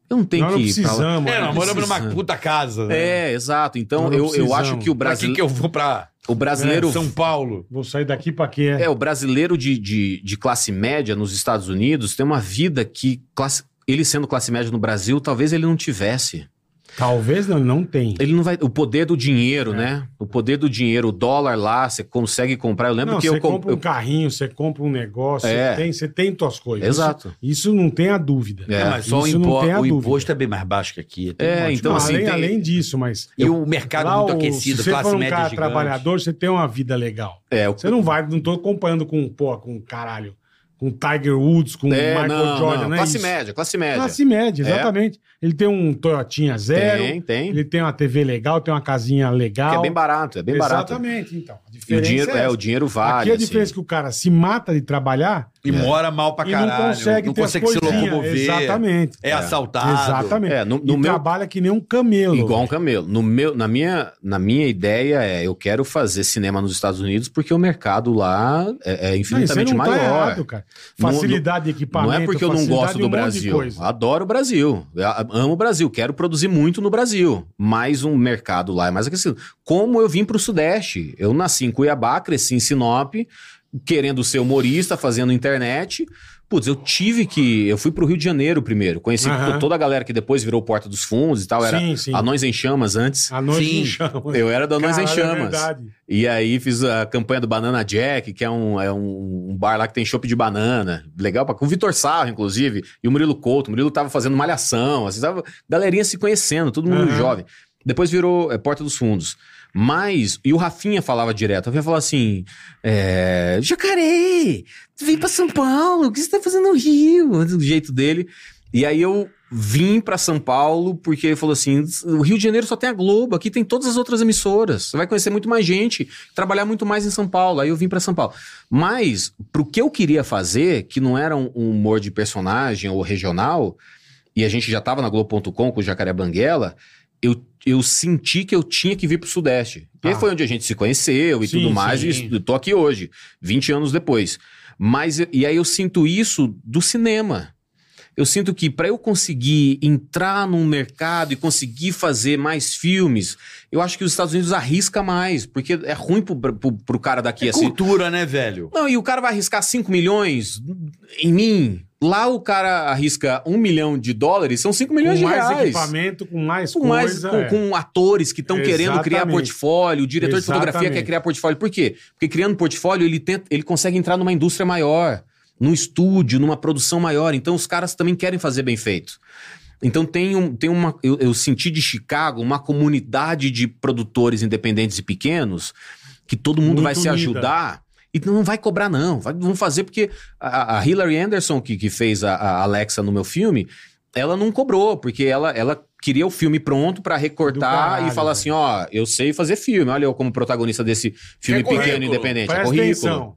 Speaker 5: Eu não tenho
Speaker 3: Nós
Speaker 5: que
Speaker 3: não
Speaker 5: ir pra lá.
Speaker 3: precisamos.
Speaker 4: É,
Speaker 3: né?
Speaker 4: nós moramos numa puta casa. Né?
Speaker 5: tá É, exato.
Speaker 3: Nós
Speaker 5: Então
Speaker 3: não
Speaker 5: eu, eu
Speaker 3: precisamos.
Speaker 5: acho que o,
Speaker 4: Pra que,
Speaker 5: brasile...
Speaker 4: que eu vou pra né,
Speaker 5: o brasileiro
Speaker 2: É,
Speaker 4: São Paulo?
Speaker 3: Vou sair daqui pra quê?
Speaker 5: É, o brasileiro de, de, de classe média nos Estados Unidos tem uma vida que, classe- ele sendo classe média no Brasil, talvez ele não tivesse.
Speaker 3: Talvez não, não tem.
Speaker 5: Ele não vai. O poder do dinheiro,
Speaker 3: É.
Speaker 5: né? O poder do dinheiro, o dólar lá, você consegue comprar. Eu lembro
Speaker 3: Não,
Speaker 5: que
Speaker 3: você
Speaker 5: eu, com-
Speaker 3: compra um
Speaker 5: eu-
Speaker 3: carrinho, você compra um negócio,
Speaker 5: É.
Speaker 3: você, tem, você tem tuas coisas.
Speaker 5: Exato.
Speaker 3: Isso, isso não tem a dúvida.
Speaker 5: É,
Speaker 4: É, mas só o,
Speaker 3: isso não
Speaker 4: impo-
Speaker 3: tem a
Speaker 4: o
Speaker 3: dúvida.
Speaker 4: imposto é bem mais baixo que aqui. Tem
Speaker 5: É,
Speaker 4: monte de
Speaker 5: então,
Speaker 3: Não,
Speaker 4: coisa.
Speaker 5: assim,
Speaker 3: além,
Speaker 5: tem-
Speaker 3: além disso, mas...
Speaker 4: E o mercado
Speaker 3: lá
Speaker 4: muito
Speaker 3: o-
Speaker 4: aquecido,
Speaker 3: se você
Speaker 4: classe
Speaker 3: for um
Speaker 4: média
Speaker 5: tá
Speaker 3: cara
Speaker 4: gigante.
Speaker 3: trabalhador, você tem uma vida legal.
Speaker 5: É, o-
Speaker 3: Você não vai, não tô comparando com, pô, com um caralho, com Tiger Woods, com
Speaker 5: é,
Speaker 3: um Michael
Speaker 5: não,
Speaker 3: Jordan,
Speaker 5: não,
Speaker 3: né?
Speaker 5: classe
Speaker 3: Isso.
Speaker 5: média, classe média.
Speaker 3: Classe média,
Speaker 5: É.
Speaker 3: exatamente. Ele tem um Toyotinha zero,
Speaker 5: Tem, tem.
Speaker 3: ele tem uma TV legal, tem uma casinha legal.
Speaker 5: Que é bem barato, é bem barato.
Speaker 3: Exatamente, então. A
Speaker 5: E o
Speaker 3: diferença
Speaker 5: dinheiro, é,
Speaker 3: essa.
Speaker 5: o dinheiro vale.
Speaker 3: Aqui a
Speaker 5: assim.
Speaker 3: diferença é que o cara se mata de trabalhar
Speaker 4: E mora mal pra
Speaker 3: e não
Speaker 4: caralho.
Speaker 3: consegue ter as
Speaker 4: se
Speaker 3: coisinhas.
Speaker 4: locomover.
Speaker 3: Exatamente.
Speaker 4: É assaltado.
Speaker 3: Exatamente.
Speaker 5: É, no-
Speaker 3: e
Speaker 5: no meu-
Speaker 3: trabalha que nem um camelo.
Speaker 5: Igual um camelo. No meu, na, minha, na minha ideia é, eu quero fazer cinema nos Estados Unidos porque o mercado lá é, é
Speaker 3: Não, isso aí
Speaker 5: infinitamente
Speaker 3: não tá
Speaker 5: maior.
Speaker 3: errado, cara.
Speaker 5: Não-
Speaker 3: Facilidade de equipamento.
Speaker 5: Não é porque eu não
Speaker 3: facilidade
Speaker 5: gosto
Speaker 3: de um
Speaker 5: do
Speaker 3: monte de
Speaker 5: Brasil. Ah,
Speaker 3: coisa.
Speaker 5: Adoro o Brasil. Eu Amo o Brasil. Quero produzir muito no Brasil. Mas um mercado lá é mais aquecido. Como eu vim para o Sudeste? Eu nasci em Cuiabá, cresci em Sinop, querendo ser humorista, fazendo internet. Putz, eu tive que. Eu fui pro Rio de Janeiro primeiro. Conheci
Speaker 3: Aham.
Speaker 5: toda a galera que depois virou Porta dos Fundos e tal. Era
Speaker 3: Sim, sim.
Speaker 5: Anões em Chamas antes.
Speaker 3: A noite
Speaker 4: Sim.
Speaker 3: em chamas.
Speaker 5: Eu era da Anões em
Speaker 3: Caralho, é
Speaker 5: Chamas.
Speaker 3: verdade.
Speaker 5: E aí fiz a campanha do Banana Jack, que é um, é um, um bar lá que tem chopp de banana. Legal pra... Com o Vitor Sarro, inclusive, e o Murilo Couto. O Murilo tava fazendo malhação, assim, tava... Galerinha se conhecendo, todo mundo
Speaker 3: Aham.
Speaker 5: jovem. Depois virou é, Porta dos Fundos. Mas... E o Rafinha falava direto. O Rafinha falava assim... É, Jacaré! Tu veio pra São Paulo? O que você tá fazendo no Rio? Do jeito dele. E aí eu... Vim pra São Paulo porque ele falou assim: o Rio de Janeiro só tem a Globo, aqui tem todas as outras emissoras. Você vai conhecer muito mais gente trabalhar muito mais em São Paulo. Aí eu vim pra São Paulo. Mas pro que eu queria fazer, que não era um, um humor de personagem ou regional, e a gente já tava na Globo.com com o Jacaré Banguela, eu, eu senti que eu tinha que vir pro Sudeste. E aí
Speaker 3: Tá.
Speaker 5: foi onde a gente se conheceu e
Speaker 3: Sim,
Speaker 5: tudo mais,
Speaker 4: sim.
Speaker 5: e eu tô aqui hoje, 20 anos depois. Mas, e aí eu sinto isso do cinema. Eu sinto que para eu conseguir entrar num mercado e conseguir fazer mais filmes, eu acho que os Estados Unidos arrisca mais, porque é ruim pro, pro, pro cara daqui
Speaker 4: É
Speaker 5: assim.
Speaker 4: cultura, né, velho?
Speaker 5: Não, e o cara vai arriscar 5 milhões em mim. Lá o cara arrisca 1 milhão de dólares, são 5 milhões
Speaker 3: Com
Speaker 5: de
Speaker 3: mais
Speaker 5: reais.
Speaker 3: equipamento, com mais
Speaker 5: Com, mais,
Speaker 3: coisa.
Speaker 5: com,
Speaker 3: é.
Speaker 5: com atores que estão querendo criar
Speaker 3: Exatamente.
Speaker 5: portfólio, o diretor de fotografia quer
Speaker 3: Exatamente.
Speaker 5: criar portfólio. Por quê? Porque criando portfólio, ele, tenta, ele consegue entrar numa indústria maior, num estúdio, numa produção maior. Então, os caras também querem fazer bem feito. Então, tem, um, tem uma. Eu, eu senti de Chicago uma comunidade de produtores independentes e pequenos que todo
Speaker 3: Muito
Speaker 5: mundo vai se
Speaker 3: unida.
Speaker 5: ajudar. E não vai cobrar, não. Vai, vão fazer porque a, a Hillary Anderson, que, que fez a, a Alexa no meu filme, ela não cobrou, porque ela, ela queria o filme pronto pra recortar
Speaker 3: caralho,
Speaker 5: e
Speaker 3: velho.
Speaker 5: falar assim: ó, eu sei fazer filme. Olha eu como protagonista desse filme
Speaker 2: Que é
Speaker 5: pequeno
Speaker 2: currículo.
Speaker 5: independente. é
Speaker 3: Presta
Speaker 5: currículo.
Speaker 3: atenção.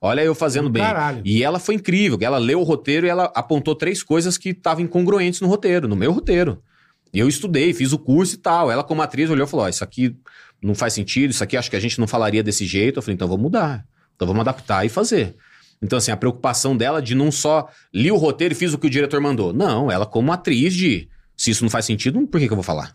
Speaker 5: Olha eu fazendo
Speaker 3: Do
Speaker 5: bem.
Speaker 3: caralho.
Speaker 5: E ela foi incrível. Ela leu o roteiro e ela apontou três coisas que estavam incongruentes no roteiro, no meu roteiro. E eu estudei, fiz o curso e tal. Ela, como atriz, olhou e falou: ó, isso aqui não faz sentido, isso aqui acho que a gente não falaria desse jeito. Eu falei, então vamos mudar. Então vamos adaptar e fazer. Então, assim, a preocupação dela de não só li o roteiro e fiz o que o diretor mandou. Não, ela, como atriz, de se isso não faz sentido, por que, que eu vou falar?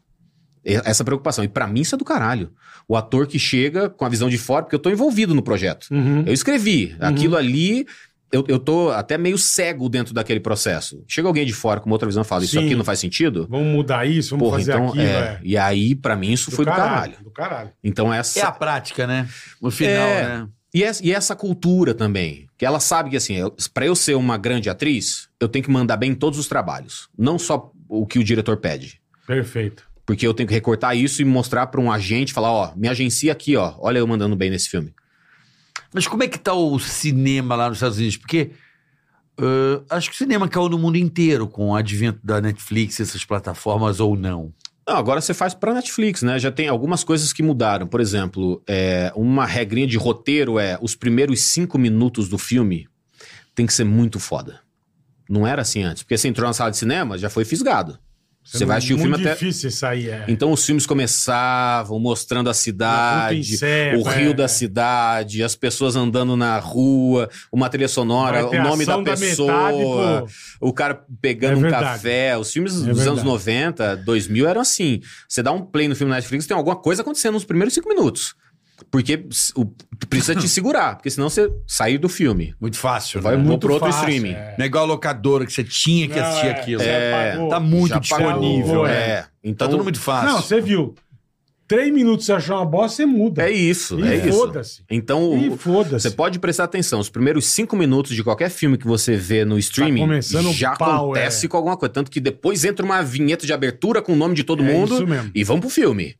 Speaker 5: E- Essa preocupação. E pra mim, isso é do caralho. O ator que chega com a visão de fora, porque eu tô envolvido no projeto.
Speaker 3: Uhum.
Speaker 5: Eu escrevi.
Speaker 3: Uhum.
Speaker 5: Aquilo ali, eu, eu tô até meio cego dentro daquele processo. Chega alguém de fora com uma outra visão e fala: Isso
Speaker 3: Sim.
Speaker 5: aqui não faz sentido?
Speaker 3: Vamos mudar isso, vamos
Speaker 5: Porra,
Speaker 3: fazer
Speaker 5: então.
Speaker 3: aquilo.
Speaker 5: é.
Speaker 3: é.
Speaker 5: E aí, pra mim, isso foi do caralho.
Speaker 3: Do caralho.
Speaker 5: Então,
Speaker 4: É
Speaker 5: essa.
Speaker 4: a prática, né? No final,
Speaker 5: É.
Speaker 4: né?
Speaker 5: E, essa e essa cultura também. Que ela sabe que, assim, eu, pra eu ser uma grande atriz, eu tenho que mandar bem em todos os trabalhos. Não só o que o diretor pede.
Speaker 3: Perfeito.
Speaker 5: Porque eu tenho que recortar isso e mostrar pra um agente, falar, ó, me agencia aqui, ó. Olha eu mandando bem nesse filme.
Speaker 4: Mas como é que tá o cinema lá nos Estados Unidos? Porque ãh, acho que o cinema caiu no mundo inteiro com o advento da Netflix, essas plataformas ou não.
Speaker 5: Não, agora você faz pra Netflix, né? Já tem algumas coisas que mudaram. Por exemplo, é, uma regrinha de roteiro é os primeiros cinco minutos do filme tem que ser muito foda. Não era assim antes. Porque você entrou na sala de cinema, já foi fisgado. Você vai assistir o filme
Speaker 3: é muito
Speaker 5: até.
Speaker 3: difícil sair, é.
Speaker 5: Então os filmes começavam mostrando a cidade,
Speaker 3: Serpa,
Speaker 5: o rio
Speaker 3: é.
Speaker 5: da cidade, as pessoas andando na rua, uma trilha sonora,
Speaker 3: Vai ter
Speaker 5: o nome da
Speaker 3: ação
Speaker 5: pessoa,
Speaker 3: metade,
Speaker 5: o cara pegando
Speaker 3: É
Speaker 5: um
Speaker 3: verdade.
Speaker 5: café. Os filmes
Speaker 3: É
Speaker 5: dos anos
Speaker 3: verdade.
Speaker 5: 90, 2000 eram assim. Você dá um play no filme Netflix, tem alguma coisa acontecendo nos primeiros cinco minutos. Porque s- o- tu precisa te segurar, porque senão você sai do filme.
Speaker 2: Muito fácil,
Speaker 5: Vai
Speaker 2: né?
Speaker 5: vou
Speaker 3: muito
Speaker 5: pro outro
Speaker 3: fácil,
Speaker 5: streaming.
Speaker 3: é.
Speaker 2: Não é igual a locadora que você tinha que
Speaker 3: Não,
Speaker 2: assistir
Speaker 3: é,
Speaker 2: aquilo.
Speaker 3: você
Speaker 5: É,
Speaker 3: pagou.
Speaker 2: Tá muito
Speaker 5: Já pagou,
Speaker 2: disponível.
Speaker 5: É.
Speaker 2: É. Tá
Speaker 5: Então,
Speaker 2: tudo muito fácil.
Speaker 3: Não, você viu. Três minutos você achar uma bosta, você muda.
Speaker 5: é isso,
Speaker 3: E
Speaker 5: é isso.
Speaker 3: foda-se.
Speaker 5: Então, o-
Speaker 3: E foda-se.
Speaker 5: Você pode prestar atenção, os primeiros cinco minutos de qualquer filme que você vê no streaming
Speaker 3: Tá começando o
Speaker 5: já
Speaker 3: pau,
Speaker 5: acontece
Speaker 3: é.
Speaker 5: com alguma coisa. Tanto que depois entra uma vinheta de abertura com o nome de todo
Speaker 3: É
Speaker 5: mundo
Speaker 3: isso mesmo.
Speaker 5: e vamos pro filme.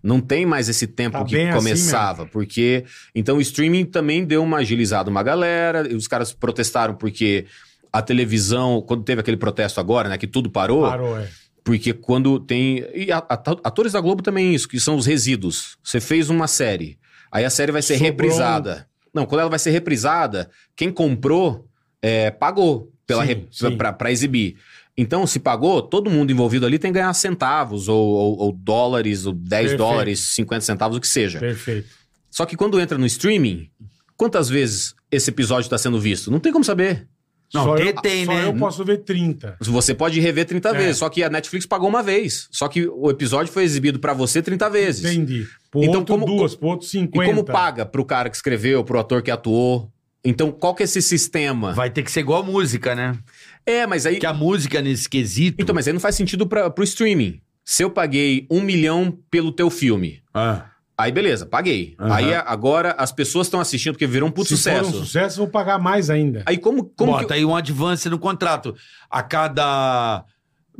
Speaker 5: Não tem mais esse tempo
Speaker 3: Tá bem
Speaker 5: que
Speaker 3: assim
Speaker 5: começava, porque. Então o streaming também deu uma agilizada, uma galera, e os caras protestaram porque a televisão, quando teve aquele protesto agora, né, que tudo parou,
Speaker 3: Parou, é.
Speaker 5: porque quando tem. E a- a- atores da Globo também é isso, que são os resíduos. Você fez uma série, aí a série vai ser
Speaker 3: Sobrou. um
Speaker 5: reprisada. Não, quando ela vai ser reprisada, quem comprou é, pagou pela
Speaker 3: Sim,
Speaker 5: rep-
Speaker 3: sim.
Speaker 5: pra- pra exibir. Então, se pagou, todo mundo envolvido ali tem que ganhar centavos, ou, ou- ou dólares, ou 10
Speaker 3: Perfeito.
Speaker 5: dólares, 50 centavos, o que seja.
Speaker 3: Perfeito.
Speaker 5: Só que quando entra no streaming, quantas vezes esse episódio está sendo visto? Não tem como saber.
Speaker 2: Não,
Speaker 3: só
Speaker 2: tem-
Speaker 3: eu,
Speaker 2: tem,
Speaker 3: só
Speaker 2: né?
Speaker 3: eu posso ver 30.
Speaker 5: Você pode rever 30
Speaker 3: É.
Speaker 5: vezes, só que a Netflix pagou uma vez. Só que o episódio foi exibido pra você 30 vezes.
Speaker 3: Entendi. Pro
Speaker 5: Então,
Speaker 3: outro
Speaker 5: como-
Speaker 3: duas, pro outro
Speaker 5: E
Speaker 3: 50.
Speaker 5: como paga pro cara que escreveu, pro ator que atuou? Então, qual que é esse sistema?
Speaker 2: Vai ter que ser igual a música, né?
Speaker 5: É, mas aí.
Speaker 2: Porque a música nesse quesito.
Speaker 5: Então, mas aí não faz sentido pra, pro streaming. Se eu paguei um milhão pelo teu filme,
Speaker 2: Ah.
Speaker 5: aí beleza, paguei.
Speaker 2: Aham.
Speaker 5: Aí a- agora as pessoas estão assistindo porque virou um puto
Speaker 3: Se
Speaker 5: sucesso.
Speaker 3: for um sucesso, eu vou pagar mais ainda.
Speaker 5: Aí como, como
Speaker 2: Bota
Speaker 5: que-
Speaker 2: aí um advance no contrato. A cada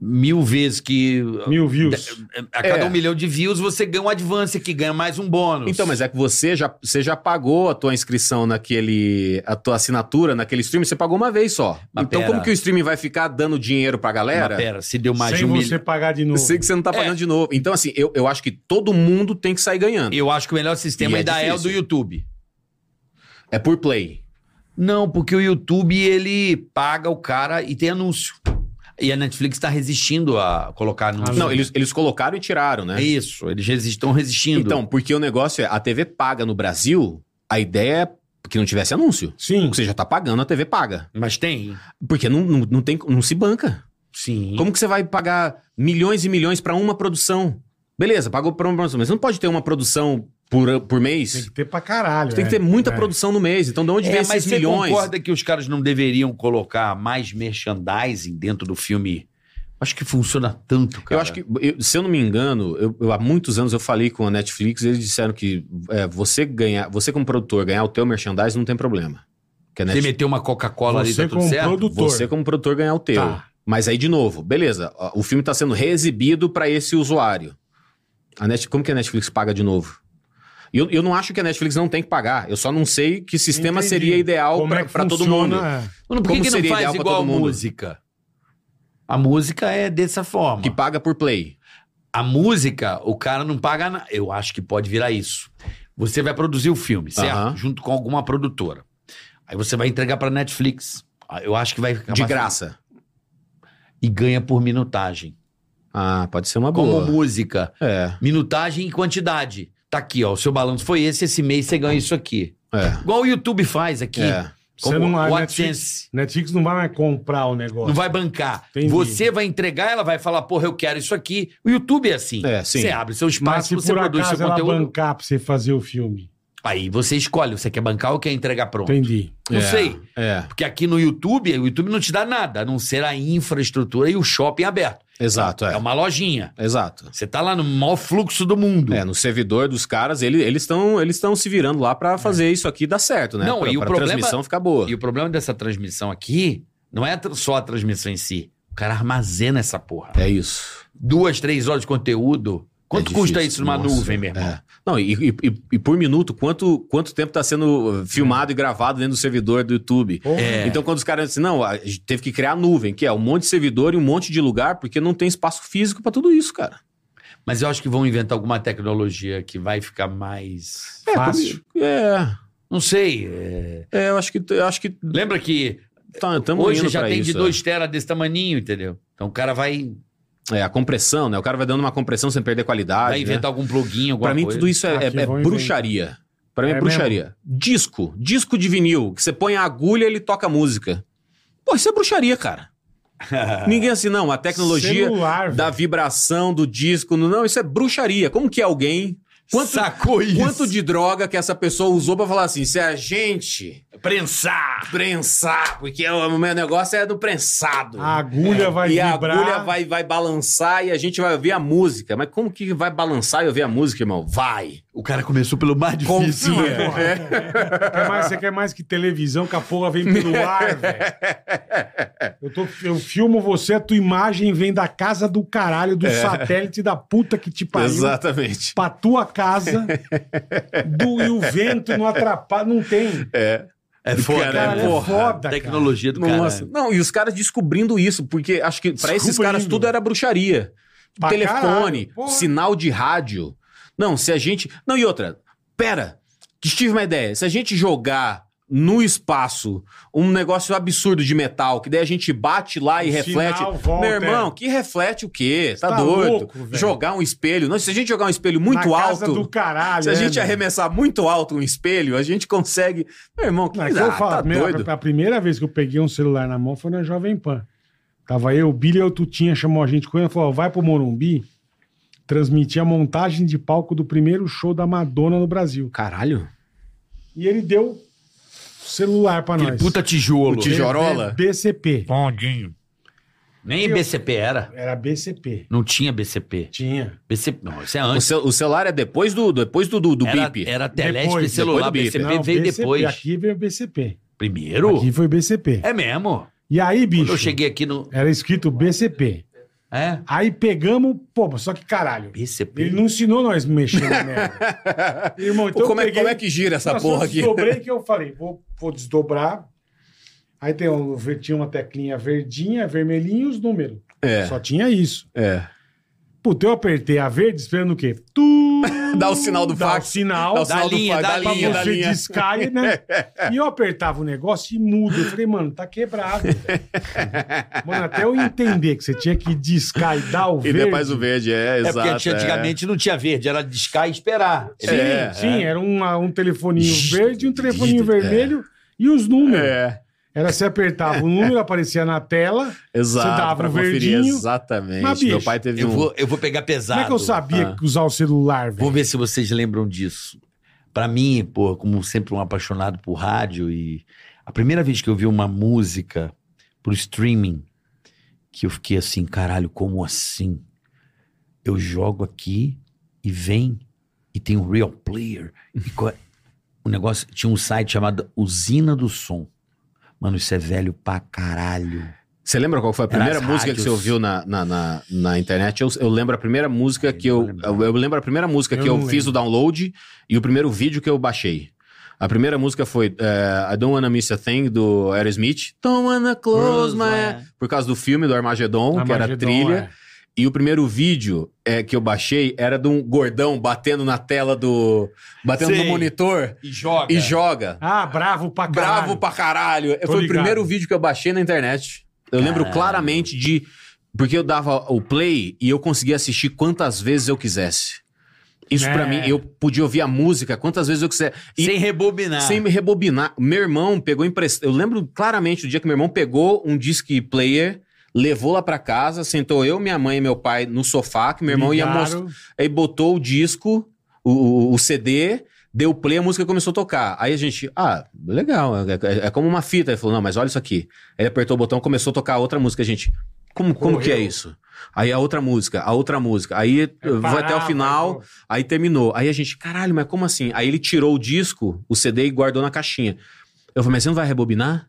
Speaker 2: mil vezes que.
Speaker 5: Ah,
Speaker 3: Mil views.
Speaker 2: A
Speaker 5: É.
Speaker 2: cada um milhão de views, você ganha um advance que ganha mais um bônus.
Speaker 5: Então, mas é que você já, você já pagou a tua inscrição naquele. a tua assinatura naquele streaming, você pagou uma vez só.
Speaker 2: Mas
Speaker 5: então,
Speaker 2: pera.
Speaker 5: como que o streaming vai ficar dando dinheiro pra
Speaker 2: Mas
Speaker 5: galera?
Speaker 2: pera, É. se deu mais de
Speaker 3: sem
Speaker 2: um
Speaker 3: você
Speaker 2: milhão.
Speaker 3: pagar de
Speaker 5: Eu
Speaker 3: novo.
Speaker 5: sei que você não tá pagando de novo. Então, assim, eu, eu acho que todo mundo tem que sair ganhando.
Speaker 2: Eu acho que o melhor
Speaker 5: E
Speaker 2: sistema
Speaker 5: é
Speaker 2: ainda é o do
Speaker 5: difícil.
Speaker 2: YouTube.
Speaker 5: É por play.
Speaker 2: Não, porque o YouTube ele paga o cara e tem anúncio. E a Netflix está resistindo a colocar anúncio.
Speaker 5: Não, eles, eles colocaram e tiraram,
Speaker 2: É
Speaker 5: né?
Speaker 2: isso, eles estão resistindo.
Speaker 5: Então, porque o negócio é, a TV paga no Brasil, a ideia é que não tivesse anúncio.
Speaker 3: Sim.
Speaker 5: Você já tá pagando, a TV paga.
Speaker 2: mas tem.
Speaker 5: Porque não, não, não tem, não se banca.
Speaker 2: Sim.
Speaker 5: Como que você vai pagar milhões e milhões pra uma produção? Beleza, pagou pra uma produção, mas você não pode ter uma produção por, por
Speaker 3: Tem
Speaker 5: mês.
Speaker 3: que ter pra caralho.
Speaker 5: Você tem que
Speaker 3: é.
Speaker 5: ter muita
Speaker 3: É.
Speaker 5: produção no mês. Então, de onde vem
Speaker 2: É, mas
Speaker 5: esses
Speaker 2: você
Speaker 5: milhões?
Speaker 2: concorda que os caras não deveriam colocar mais merchandising dentro do filme? Acho que funciona tanto, cara.
Speaker 5: Eu acho que, eu- se eu não me engano, eu, eu- há muitos anos eu falei com a Netflix, eles disseram que é, você ganhar, você como produtor ganhar o teu merchandising não tem problema. Que a
Speaker 2: Você
Speaker 5: Netflix,
Speaker 2: meter uma Coca-Cola ali,
Speaker 3: Você
Speaker 2: tá tudo
Speaker 3: com
Speaker 2: certo?
Speaker 3: produtor.
Speaker 5: você como produtor ganhar o teu.
Speaker 3: Tá.
Speaker 5: Mas aí de novo, beleza? ó, O filme está sendo reexibido para esse usuário. A Net, como que a Netflix paga de novo? E Eu, eu não acho que a Netflix não tem que pagar. Eu só não sei que sistema
Speaker 3: Entendi.
Speaker 5: seria ideal
Speaker 3: Como
Speaker 5: para
Speaker 3: é que
Speaker 5: todo
Speaker 3: funciona,
Speaker 5: mundo.
Speaker 3: é.
Speaker 2: Mano,
Speaker 5: Como
Speaker 2: por que, que não
Speaker 5: seria
Speaker 2: faz
Speaker 5: ideal pra
Speaker 2: igual a
Speaker 5: todo mundo?
Speaker 2: música? A música é dessa forma.
Speaker 5: Que paga por play.
Speaker 2: A música, o cara não paga nada. Eu acho que pode virar isso. Você vai produzir o filme, certo?
Speaker 5: Aham.
Speaker 2: Junto com alguma produtora. Aí você vai entregar pra Netflix. Ah, Eu acho que vai acabar
Speaker 5: De graça.
Speaker 2: E ganha por minutagem.
Speaker 5: Ah, pode ser uma
Speaker 2: Como
Speaker 5: boa.
Speaker 2: música,
Speaker 5: É,
Speaker 2: minutagem e quantidade. Tá aqui, ó. O seu balanço foi esse, esse mês você ganha isso aqui.
Speaker 5: é,
Speaker 2: Igual o YouTube faz aqui.
Speaker 5: é.
Speaker 2: Como
Speaker 3: Você não, a
Speaker 2: o
Speaker 3: Netflix,
Speaker 2: AdSense.
Speaker 3: Netflix não vai mais comprar o negócio.
Speaker 2: Não vai bancar.
Speaker 3: Entendi.
Speaker 2: Você vai entregar, ela vai falar, porra, eu quero isso aqui. O YouTube é assim.
Speaker 5: É, sim.
Speaker 2: Você abre seu
Speaker 3: Mas
Speaker 2: espaço,
Speaker 3: se
Speaker 2: você
Speaker 3: por
Speaker 2: produz
Speaker 3: acaso
Speaker 2: seu
Speaker 3: ela
Speaker 2: conteúdo.
Speaker 3: bancar pra você fazer o filme.
Speaker 2: Aí você escolhe, você quer bancar ou quer entregar pronto?
Speaker 3: Entendi.
Speaker 2: Não
Speaker 5: É,
Speaker 2: sei.
Speaker 5: É,
Speaker 2: Porque aqui no YouTube, o YouTube não te dá nada, a não ser a infraestrutura e o shopping aberto.
Speaker 5: exato.
Speaker 2: É uma lojinha.
Speaker 5: Exato.
Speaker 2: Você tá lá no maior fluxo do mundo.
Speaker 5: É, no servidor dos caras, ele- eles estão eles estão se virando lá pra fazer isso aqui dar certo, né?
Speaker 2: Não,
Speaker 5: pra,
Speaker 2: e o
Speaker 5: pra
Speaker 2: problema-
Speaker 5: transmissão ficar boa.
Speaker 2: E o problema dessa transmissão aqui não é tr- só a transmissão em si. O cara armazena essa porra.
Speaker 5: É isso.
Speaker 2: Duas, três horas de conteúdo. Quanto
Speaker 5: É
Speaker 2: custa
Speaker 5: difícil.
Speaker 2: isso numa
Speaker 5: Nossa,
Speaker 2: nuvem, meu irmão?
Speaker 5: é. Não, e, e- e- e por minuto, quanto, quanto tempo tá sendo filmado e gravado dentro do servidor do YouTube?
Speaker 3: Porra.
Speaker 2: É.
Speaker 5: Então, quando os caras dizem, não, a gente teve que criar nuvem, que é um monte de servidor e um monte de lugar, porque não tem espaço físico pra tudo isso, cara.
Speaker 2: Mas eu acho que vão inventar alguma tecnologia que vai ficar mais.
Speaker 5: É,
Speaker 3: Fácil.
Speaker 5: como- É,
Speaker 2: Não sei. é-
Speaker 5: é, eu acho que eu acho que
Speaker 2: Lembra que
Speaker 5: tá, tamo
Speaker 2: hoje
Speaker 5: indo
Speaker 2: já
Speaker 5: pra
Speaker 2: tem de
Speaker 5: isso, é.
Speaker 2: 2 tera desse tamaninho, entendeu? Então o cara vai.
Speaker 5: É, a compressão, né? O cara vai dando uma compressão sem perder qualidade.
Speaker 4: Vai
Speaker 5: né?
Speaker 4: inventar algum plugin, alguma
Speaker 5: Pra mim,
Speaker 4: coisa.
Speaker 5: tudo isso é,
Speaker 3: Ah,
Speaker 5: é-
Speaker 3: que
Speaker 5: é
Speaker 3: vão inventar.
Speaker 5: bruxaria. Pra mim, é,
Speaker 3: É
Speaker 5: bruxaria. Disco. Disco de vinil. Que você põe a agulha ele toca a música. Pô, isso é bruxaria, cara. Ninguém assim, não. A tecnologia
Speaker 3: Celular,
Speaker 5: da vibração do disco. Não, isso é bruxaria. Como que alguém. Quanto,
Speaker 4: Sacou isso?
Speaker 5: quanto de droga que essa pessoa usou pra falar assim? Se a gente
Speaker 2: Prensar!
Speaker 5: prensar, porque o o meu negócio é do prensado.
Speaker 3: velho. A agulha vai
Speaker 5: É, e
Speaker 3: vibrar.
Speaker 5: a agulha vai, vai balançar e a gente vai ouvir a música. Mas como que vai balançar e ouvir a música, irmão? Vai.
Speaker 4: O cara começou pelo mais difícil.
Speaker 3: né?
Speaker 5: Confia.
Speaker 3: Quer mais- você quer mais que televisão, que a porra vem pelo ar, velho. Eu, tô- eu filmo você, a tua imagem vem da casa do caralho,
Speaker 5: É.
Speaker 3: do satélite da puta que te pariu.
Speaker 5: Exatamente.
Speaker 3: Pra tua casa, do, e o vento não atrapalha, não tem.
Speaker 4: É foda.
Speaker 5: Cara,
Speaker 3: Cara,
Speaker 4: né?
Speaker 3: é
Speaker 5: porra.
Speaker 3: foda, cara. é.
Speaker 4: Tecnologia do cara.
Speaker 5: Nossa. Não, e os caras descobrindo isso, porque acho que pra esses
Speaker 3: Descobrindo.
Speaker 5: caras tudo era bruxaria.
Speaker 3: Pra
Speaker 5: Telefone,
Speaker 3: caralho, porra.
Speaker 5: sinal de rádio. Não, se a gente. Não, e outra. Pera, que tive uma ideia. Se a gente jogar no espaço um negócio absurdo de metal, que daí a gente bate lá e
Speaker 3: O
Speaker 5: reflete.
Speaker 3: sinal volta,
Speaker 5: Meu irmão,
Speaker 3: é.
Speaker 5: que reflete o quê? Tá,
Speaker 3: Tá
Speaker 5: doido?
Speaker 3: louco, velho.
Speaker 5: jogar um espelho. Não, se a gente jogar um espelho muito
Speaker 3: Na
Speaker 5: alto.
Speaker 3: Casa do caralho,
Speaker 5: Se a
Speaker 3: é,
Speaker 5: gente
Speaker 3: meu.
Speaker 5: arremessar muito alto um espelho, a gente consegue. Meu irmão, que
Speaker 3: Não, é que
Speaker 5: ah,
Speaker 3: eu falo,
Speaker 5: tá
Speaker 3: a, primeira,
Speaker 5: doido.
Speaker 3: a primeira vez que eu peguei um celular na mão foi na Jovem Pan. Tava eu, o Billy e o Tutinha, chamou a gente com ele e falou: ó, vai pro Morumbi transmitir a montagem de palco do primeiro show da Madonna no Brasil.
Speaker 5: Caralho.
Speaker 3: E ele deu o celular pra
Speaker 4: Aquele
Speaker 3: nós.
Speaker 4: puta tijolo.
Speaker 5: O tijolo. tijorola?
Speaker 3: B- BCP.
Speaker 1: Bondinho.
Speaker 4: Nem BCP era.
Speaker 3: Era BCP.
Speaker 4: Não tinha BCP.
Speaker 3: Tinha.
Speaker 4: BCP. Não, isso é
Speaker 5: O,
Speaker 4: antes.
Speaker 5: cel- o celular é depois do, depois do, do, do
Speaker 4: era,
Speaker 5: bip.
Speaker 4: era telespe
Speaker 3: Depois,
Speaker 4: celular.
Speaker 5: depois do
Speaker 4: BCP
Speaker 5: bip.
Speaker 3: Não,
Speaker 4: veio
Speaker 3: BCP.
Speaker 4: depois.
Speaker 3: Aqui veio BCP.
Speaker 4: Primeiro?
Speaker 3: Aqui foi BCP.
Speaker 4: É mesmo.
Speaker 3: E aí,
Speaker 4: Quando
Speaker 3: bicho,
Speaker 4: eu cheguei aqui no.
Speaker 3: era escrito BCP.
Speaker 4: É?
Speaker 3: Aí pegamos, pô, só que caralho.
Speaker 4: BCP.
Speaker 3: Ele não ensinou nós a mexer na merda. Irmão, então
Speaker 5: Pô, como, é, como é que gira essa
Speaker 3: Nossa,
Speaker 5: porra
Speaker 3: eu
Speaker 5: aqui?
Speaker 3: desdobrei que eu falei, vou, vou desdobrar. Aí tem um, tinha uma teclinha verdinha, vermelhinha e os números.
Speaker 5: É,
Speaker 3: Só tinha isso.
Speaker 5: é.
Speaker 3: Puta, eu apertei a verde esperando o quê? Tu,
Speaker 5: Dá o sinal do
Speaker 3: dá o
Speaker 5: fax.
Speaker 3: sinal
Speaker 5: Dá É o
Speaker 4: Da
Speaker 5: sinal
Speaker 4: linha,
Speaker 5: do fax.
Speaker 4: da
Speaker 5: Dá a linha,
Speaker 4: linha.
Speaker 5: da
Speaker 3: pra você
Speaker 5: linha.
Speaker 3: descai, né? E eu apertava o negócio e muda. Eu falei, mano, tá quebrado. velho. mano, até eu entender que você tinha que discar e dar o
Speaker 5: E
Speaker 3: verde.
Speaker 5: depois o verde, é,
Speaker 4: É
Speaker 5: exato.
Speaker 4: porque anti- antigamente não tinha verde, era discar e esperar.
Speaker 3: Sim,
Speaker 5: É,
Speaker 3: sim, era uma- um telefoninho
Speaker 4: Giz-
Speaker 3: verde, um telefoninho
Speaker 4: giz-
Speaker 3: vermelho e os números.
Speaker 5: É,
Speaker 3: Era você apertava o número, aparecia na tela.
Speaker 5: é exato.
Speaker 3: Você dava
Speaker 5: pra
Speaker 3: o
Speaker 5: conferir,
Speaker 3: verdinho.
Speaker 5: Exatamente.
Speaker 3: Mas,
Speaker 5: Meu
Speaker 3: bicho,
Speaker 5: pai teve
Speaker 4: Eu
Speaker 5: um...
Speaker 4: vou, eu vou pegar pesado.
Speaker 3: Como é que eu sabia
Speaker 5: Ah.
Speaker 3: que usar o celular,
Speaker 4: Vou
Speaker 3: velho?
Speaker 4: ver se vocês lembram disso. Pra mim, pô, como sempre um apaixonado por rádio e a primeira vez que eu vi uma música pro streaming, que eu fiquei assim, caralho, como assim? Eu jogo aqui e vem e tem um real player. E co- o negócio tinha um site chamado Usina do Som. Mano, isso é velho pra caralho.
Speaker 5: Você lembra qual foi a
Speaker 4: Era
Speaker 5: primeira
Speaker 4: as
Speaker 5: música que
Speaker 4: rádios.
Speaker 5: você ouviu na, na, na, na internet? Eu, eu lembro a primeira música que
Speaker 4: não
Speaker 5: eu.
Speaker 4: vou lembrar.
Speaker 5: Eu, eu lembro a primeira música
Speaker 3: Eu
Speaker 5: que eu
Speaker 3: não
Speaker 5: fiz o download e o primeiro vídeo que eu baixei. A primeira música foi eh, I Don't Wanna Miss a Thing, do Aerosmith. Don't Wanna Close My... Por causa do filme, do Armagedon, que era a
Speaker 3: Armagedon,
Speaker 5: trilha.
Speaker 3: é.
Speaker 5: E o primeiro vídeo é, que eu baixei era de um gordão batendo na tela do... Batendo no
Speaker 4: Sei.
Speaker 5: monitor
Speaker 4: E joga.
Speaker 2: É.
Speaker 5: e joga.
Speaker 3: Ah, bravo pra caralho.
Speaker 5: Bravo pra caralho.
Speaker 3: Tô
Speaker 5: Foi
Speaker 3: ligado.
Speaker 5: o primeiro vídeo que eu baixei na internet. Eu lembro
Speaker 4: Caralho.
Speaker 5: claramente de. Porque eu dava o play e eu conseguia assistir quantas vezes eu quisesse. Isso
Speaker 3: É.
Speaker 5: pra mim, eu podia ouvir a música quantas vezes eu quisesse. E
Speaker 4: Sem rebobinar.
Speaker 5: sem me rebobinar. Meu irmão pegou emprestado. Eu lembro claramente do dia que meu irmão pegou um disc player, levou lá pra casa, sentou eu, minha mãe e meu pai no sofá, que meu irmão ia mostrar.
Speaker 3: Ligaram.
Speaker 5: Aí botou o disco, o, o- o CD, deu play, a música começou a tocar. Aí a gente, ah, legal, é, é- é como uma fita. Ele falou, não, mas olha isso aqui. Ele apertou o botão, começou a tocar outra música. A gente, como, como
Speaker 3: Correu.
Speaker 5: que é isso? Aí a outra música, a outra música. Aí
Speaker 3: É,
Speaker 5: vai até o
Speaker 3: parava,
Speaker 5: final,
Speaker 3: pô.
Speaker 5: aí terminou. Aí a gente, caralho, mas como assim? Aí ele tirou o disco, o CD e guardou na caixinha. Eu falei, mas você não vai rebobinar?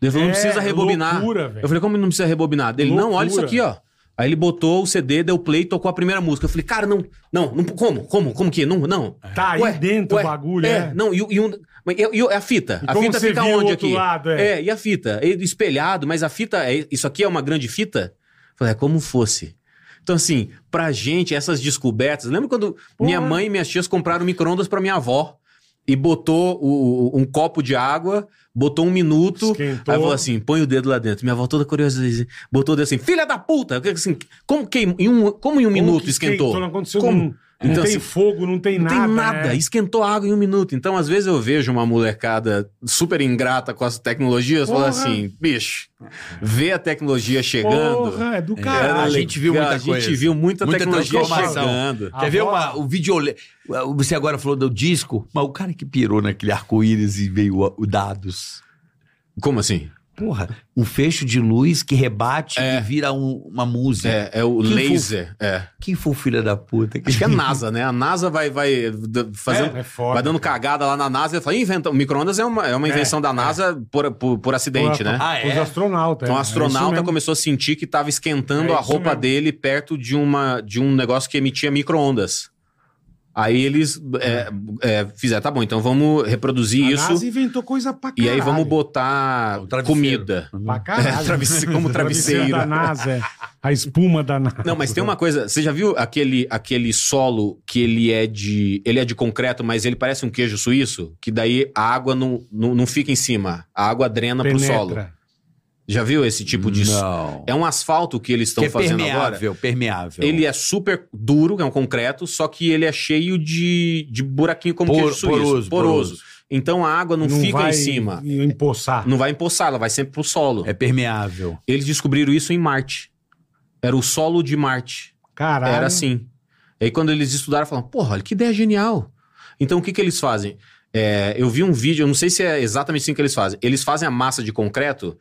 Speaker 5: Ele falou, não
Speaker 3: É,
Speaker 5: precisa rebobinar.
Speaker 3: Loucura,
Speaker 5: Eu
Speaker 3: velho.
Speaker 5: falei, como não precisa rebobinar? Ele, não, olha isso
Speaker 3: Loucura.
Speaker 5: aqui, ó. Aí ele botou o CD, deu play e tocou a primeira música. Eu falei, cara, não, não, não como, como, como que, não, não.
Speaker 3: Tá aí
Speaker 5: Ué,
Speaker 3: dentro
Speaker 5: ué,
Speaker 3: o bagulho,
Speaker 5: é,
Speaker 3: né?
Speaker 5: não, e, o- e um- mas e- e o- é a fita,
Speaker 3: E
Speaker 5: a
Speaker 3: como
Speaker 5: fita
Speaker 3: você
Speaker 5: fica
Speaker 3: viu o
Speaker 5: onde
Speaker 3: outro
Speaker 5: aqui?
Speaker 3: lado, é.
Speaker 5: é. e a fita, Ele espelhado, mas a fita, é, isso aqui é uma grande fita? Eu falei, é como fosse. Então assim, pra gente, essas descobertas, lembra quando minha
Speaker 3: Porra.
Speaker 5: mãe e minhas tias compraram micro-ondas pra minha avó? e botou o- o- um copo de água, botou um minuto,
Speaker 3: Esquentou.
Speaker 5: aí falou assim, põe o dedo lá dentro. Minha avó toda curiosa, assim, botou o dedo assim, filha da puta! Eu fiquei Assim, como, que, em um, como em
Speaker 3: Como
Speaker 5: um minuto
Speaker 3: que
Speaker 5: esquentou?
Speaker 3: Não aconteceu
Speaker 5: Como?
Speaker 3: num- Não
Speaker 5: Então,
Speaker 3: tem
Speaker 5: assim,
Speaker 3: fogo, não tem
Speaker 5: Não
Speaker 3: nada.
Speaker 5: tem nada.
Speaker 3: né?
Speaker 5: Esquentou a água em um minuto. Então, às vezes, eu vejo uma molecada super ingrata com as tecnologias falando
Speaker 3: Porra.
Speaker 5: assim: bicho, vê a tecnologia chegando.
Speaker 3: Porra, é do
Speaker 4: É,
Speaker 3: caralho.
Speaker 4: a gente viu muita
Speaker 5: a
Speaker 4: coisa.
Speaker 5: gente viu muita,
Speaker 4: Muita
Speaker 5: tecnologia
Speaker 4: transformação.
Speaker 5: chegando.
Speaker 3: A
Speaker 4: Quer ver
Speaker 3: avó-
Speaker 4: uma, o vídeo. Você agora falou do disco, mas o cara que pirou naquele arco-íris e veio a- o dados.
Speaker 5: Como assim?
Speaker 4: Porra, um fecho de luz que rebate
Speaker 5: É.
Speaker 4: e vira um- uma música.
Speaker 5: É, é o
Speaker 4: Que
Speaker 5: laser. É.
Speaker 4: Quem foi o filho da puta?
Speaker 5: Acho que é a NASA, né? A NASA vai, vai d- fazendo.
Speaker 3: É foda.
Speaker 5: Vai um dando cagada lá na NASA e fala, inventa. O micro-ondas é uma, é uma
Speaker 3: É,
Speaker 5: invenção da NASA por, por, por acidente, né?
Speaker 4: Ah, é?
Speaker 3: Os astronautas.
Speaker 5: Então, o
Speaker 3: é, é isso
Speaker 5: astronauta
Speaker 3: mesmo.
Speaker 5: começou a sentir que estava esquentando
Speaker 3: É
Speaker 5: a
Speaker 3: isso
Speaker 5: roupa
Speaker 3: mesmo.
Speaker 5: dele perto de, uma, de um negócio que emitia micro-ondas. Aí eles é, é, fizeram, tá bom, então vamos reproduzir
Speaker 3: A
Speaker 5: isso
Speaker 3: NASA inventou coisa pra
Speaker 5: e
Speaker 3: caralho. É
Speaker 5: aí vamos botar
Speaker 4: O travesseiro.
Speaker 5: comida.
Speaker 3: Pra caralho.
Speaker 5: É, travesse- como
Speaker 3: Travesseiro
Speaker 5: travesseiro.
Speaker 3: da NASA. é. A espuma da NASA.
Speaker 5: Não, mas tem uma coisa, você já viu aquele, aquele solo que ele é de ele é de concreto, mas ele parece um queijo suíço? Que daí a água não, não, não fica em cima, a água drena
Speaker 3: Penetra.
Speaker 5: pro solo. Já viu esse tipo de...
Speaker 4: Não.
Speaker 5: É um asfalto que eles
Speaker 4: Que
Speaker 5: estão
Speaker 4: é
Speaker 5: fazendo agora.
Speaker 4: permeável, permeável.
Speaker 5: Ele é super duro, é um concreto, só que ele é cheio de, de buraquinho como
Speaker 4: Por-
Speaker 5: queijo suíço.
Speaker 4: poroso,
Speaker 5: Poroso,
Speaker 4: poroso.
Speaker 5: Então a água não, fica
Speaker 3: vai
Speaker 5: em cima.
Speaker 3: Empoçar.
Speaker 5: Não vai empoçar, ela vai sempre pro solo.
Speaker 4: É permeável.
Speaker 5: Eles descobriram isso em Marte. Era o solo de Marte.
Speaker 3: Caralho.
Speaker 5: Era assim. E aí quando eles estudaram, falaram, porra, olha que ideia genial. Então o que, que eles fazem? É, eu vi um vídeo, eu não sei se é exatamente assim que eles fazem. Eles fazem a massa de concreto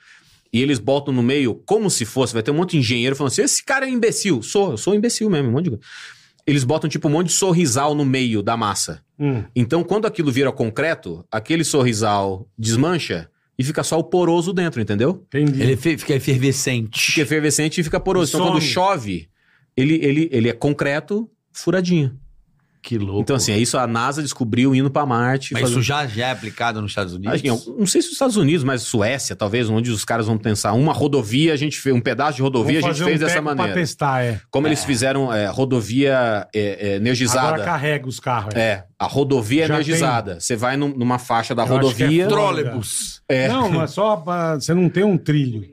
Speaker 5: e eles botam no meio como se fosse. Vai ter um monte de engenheiro falando assim: esse cara é imbecil. Sou, eu sou imbecil mesmo, um monte de coisa. Eles botam tipo um monte de sorrisal no meio da massa.
Speaker 3: Hum.
Speaker 5: Então quando aquilo vira concreto, aquele sorrisal desmancha e fica só o poroso dentro, entendeu?
Speaker 3: Entendi.
Speaker 4: Ele fe- fica efervescente.
Speaker 5: Fica efervescente e fica poroso. Então quando
Speaker 3: Some.
Speaker 5: chove, ele, ele, ele é concreto furadinho.
Speaker 4: Que louco.
Speaker 5: Então,
Speaker 3: né?
Speaker 5: assim, é isso a NASA descobriu indo pra Marte.
Speaker 4: Mas
Speaker 5: fazendo-
Speaker 4: isso já, já é aplicado nos Estados Unidos?
Speaker 5: Acho que não, não sei se os Estados Unidos, mas Suécia, talvez, onde os caras vão pensar uma rodovia, a gente fez um pedaço de
Speaker 3: Vamos
Speaker 5: rodovia, a gente
Speaker 3: fazer um
Speaker 5: fez dessa
Speaker 3: teco
Speaker 5: maneira.
Speaker 3: Pra testar, é.
Speaker 5: Como eles fizeram é, rodovia é, é,
Speaker 3: Agora
Speaker 5: energizada.
Speaker 3: carrega os carros.
Speaker 5: É, a rodovia
Speaker 3: Já
Speaker 5: energizada. Você vai num- numa faixa da
Speaker 3: Eu acho que é
Speaker 4: Então,
Speaker 5: rodovia.
Speaker 3: foda.
Speaker 4: Trolebus.
Speaker 5: É,
Speaker 3: Não, mas só pra... você não tem um trilho.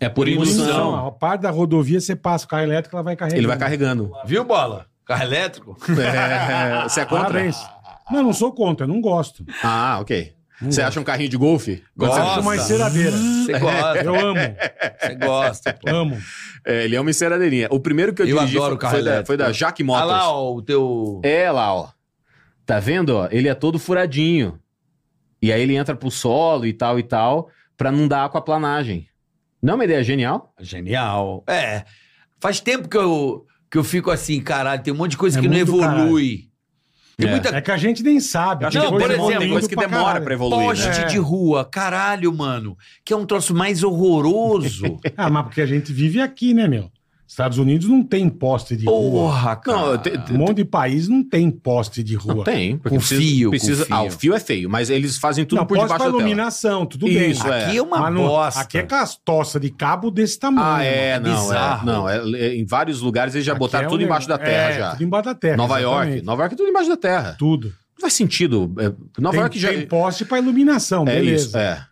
Speaker 5: é por
Speaker 3: Indução,
Speaker 5: indução.
Speaker 3: A parte da rodovia você passa o carro elétrico, ela vai carregar.
Speaker 5: Ele vai carregando.
Speaker 4: Viu, bola? Carro elétrico?
Speaker 5: É, você é contra?
Speaker 3: Parabéns. Não, não sou contra, eu não gosto.
Speaker 5: Ah, ok. Você acha um carrinho de golfe?
Speaker 3: Eu
Speaker 4: Gosta.
Speaker 3: acho uma enceradeira.
Speaker 4: Você gosta.
Speaker 3: Eu amo,
Speaker 4: Você gosta, pô.
Speaker 3: amo.
Speaker 5: É, ele é uma enceradeirinha. O primeiro que eu,
Speaker 4: Eu
Speaker 5: dirigi
Speaker 4: adoro
Speaker 5: foi,
Speaker 4: carro
Speaker 5: foi da,
Speaker 4: elétrico.
Speaker 5: foi da Jack
Speaker 4: Olha
Speaker 5: Motors.
Speaker 4: lá, ó, o teu.
Speaker 5: É lá, ó. Tá vendo, ó? Ele é todo furadinho. E aí ele entra pro solo e tal e tal, pra não dar aquaplanagem. Não é uma ideia genial?
Speaker 4: Genial. É. Faz tempo que eu, que eu fico assim, caralho, tem um monte de coisa
Speaker 3: É
Speaker 4: que não
Speaker 3: muito
Speaker 4: evolui. Tem
Speaker 5: É.
Speaker 4: muita
Speaker 3: É que a gente nem sabe.
Speaker 5: Eu acho
Speaker 4: Não,
Speaker 5: que
Speaker 4: por
Speaker 5: coisa-
Speaker 4: exemplo,
Speaker 5: tem um coisa que demora pra evoluir, né?
Speaker 4: poste
Speaker 3: né?
Speaker 4: de rua, caralho, mano. Que é um troço mais horroroso.
Speaker 3: Ah, mas porque a gente vive aqui, né, meu? Estados Unidos não tem poste de rua.
Speaker 4: Porra, cara.
Speaker 5: Não, te-
Speaker 3: Um monte de país não tem poste de rua.
Speaker 5: Não tem, porque
Speaker 4: Com
Speaker 5: precisa,
Speaker 4: fio, com
Speaker 5: precisa-
Speaker 4: fio.
Speaker 5: Ah, o fio é feio, mas eles fazem tudo
Speaker 3: não,
Speaker 5: por
Speaker 3: poste
Speaker 5: debaixo
Speaker 3: pra
Speaker 5: da tela.
Speaker 3: iluminação, tudo
Speaker 5: Isso,
Speaker 3: bem. um
Speaker 5: é.
Speaker 4: Aqui é uma
Speaker 3: Mas não-
Speaker 4: bosta.
Speaker 3: Aqui é com as toças de cabo desse tamanho.
Speaker 5: Ah, é,
Speaker 4: mano, é
Speaker 5: não, é,
Speaker 4: bizarro.
Speaker 5: não. é- é- em vários lugares eles já
Speaker 3: Aqui
Speaker 5: botaram
Speaker 3: é um
Speaker 5: tudo embaixo da
Speaker 3: negócio-
Speaker 5: terra
Speaker 3: é,
Speaker 5: já.
Speaker 3: Tudo embaixo da terra.
Speaker 5: Nova York.
Speaker 3: exatamente.
Speaker 5: Nova York é tudo embaixo da terra.
Speaker 3: Tudo.
Speaker 5: Não faz sentido. é, Nova
Speaker 3: tem,
Speaker 5: York já.
Speaker 3: tem poste pra iluminação,
Speaker 5: é
Speaker 3: beleza.
Speaker 5: isso, é.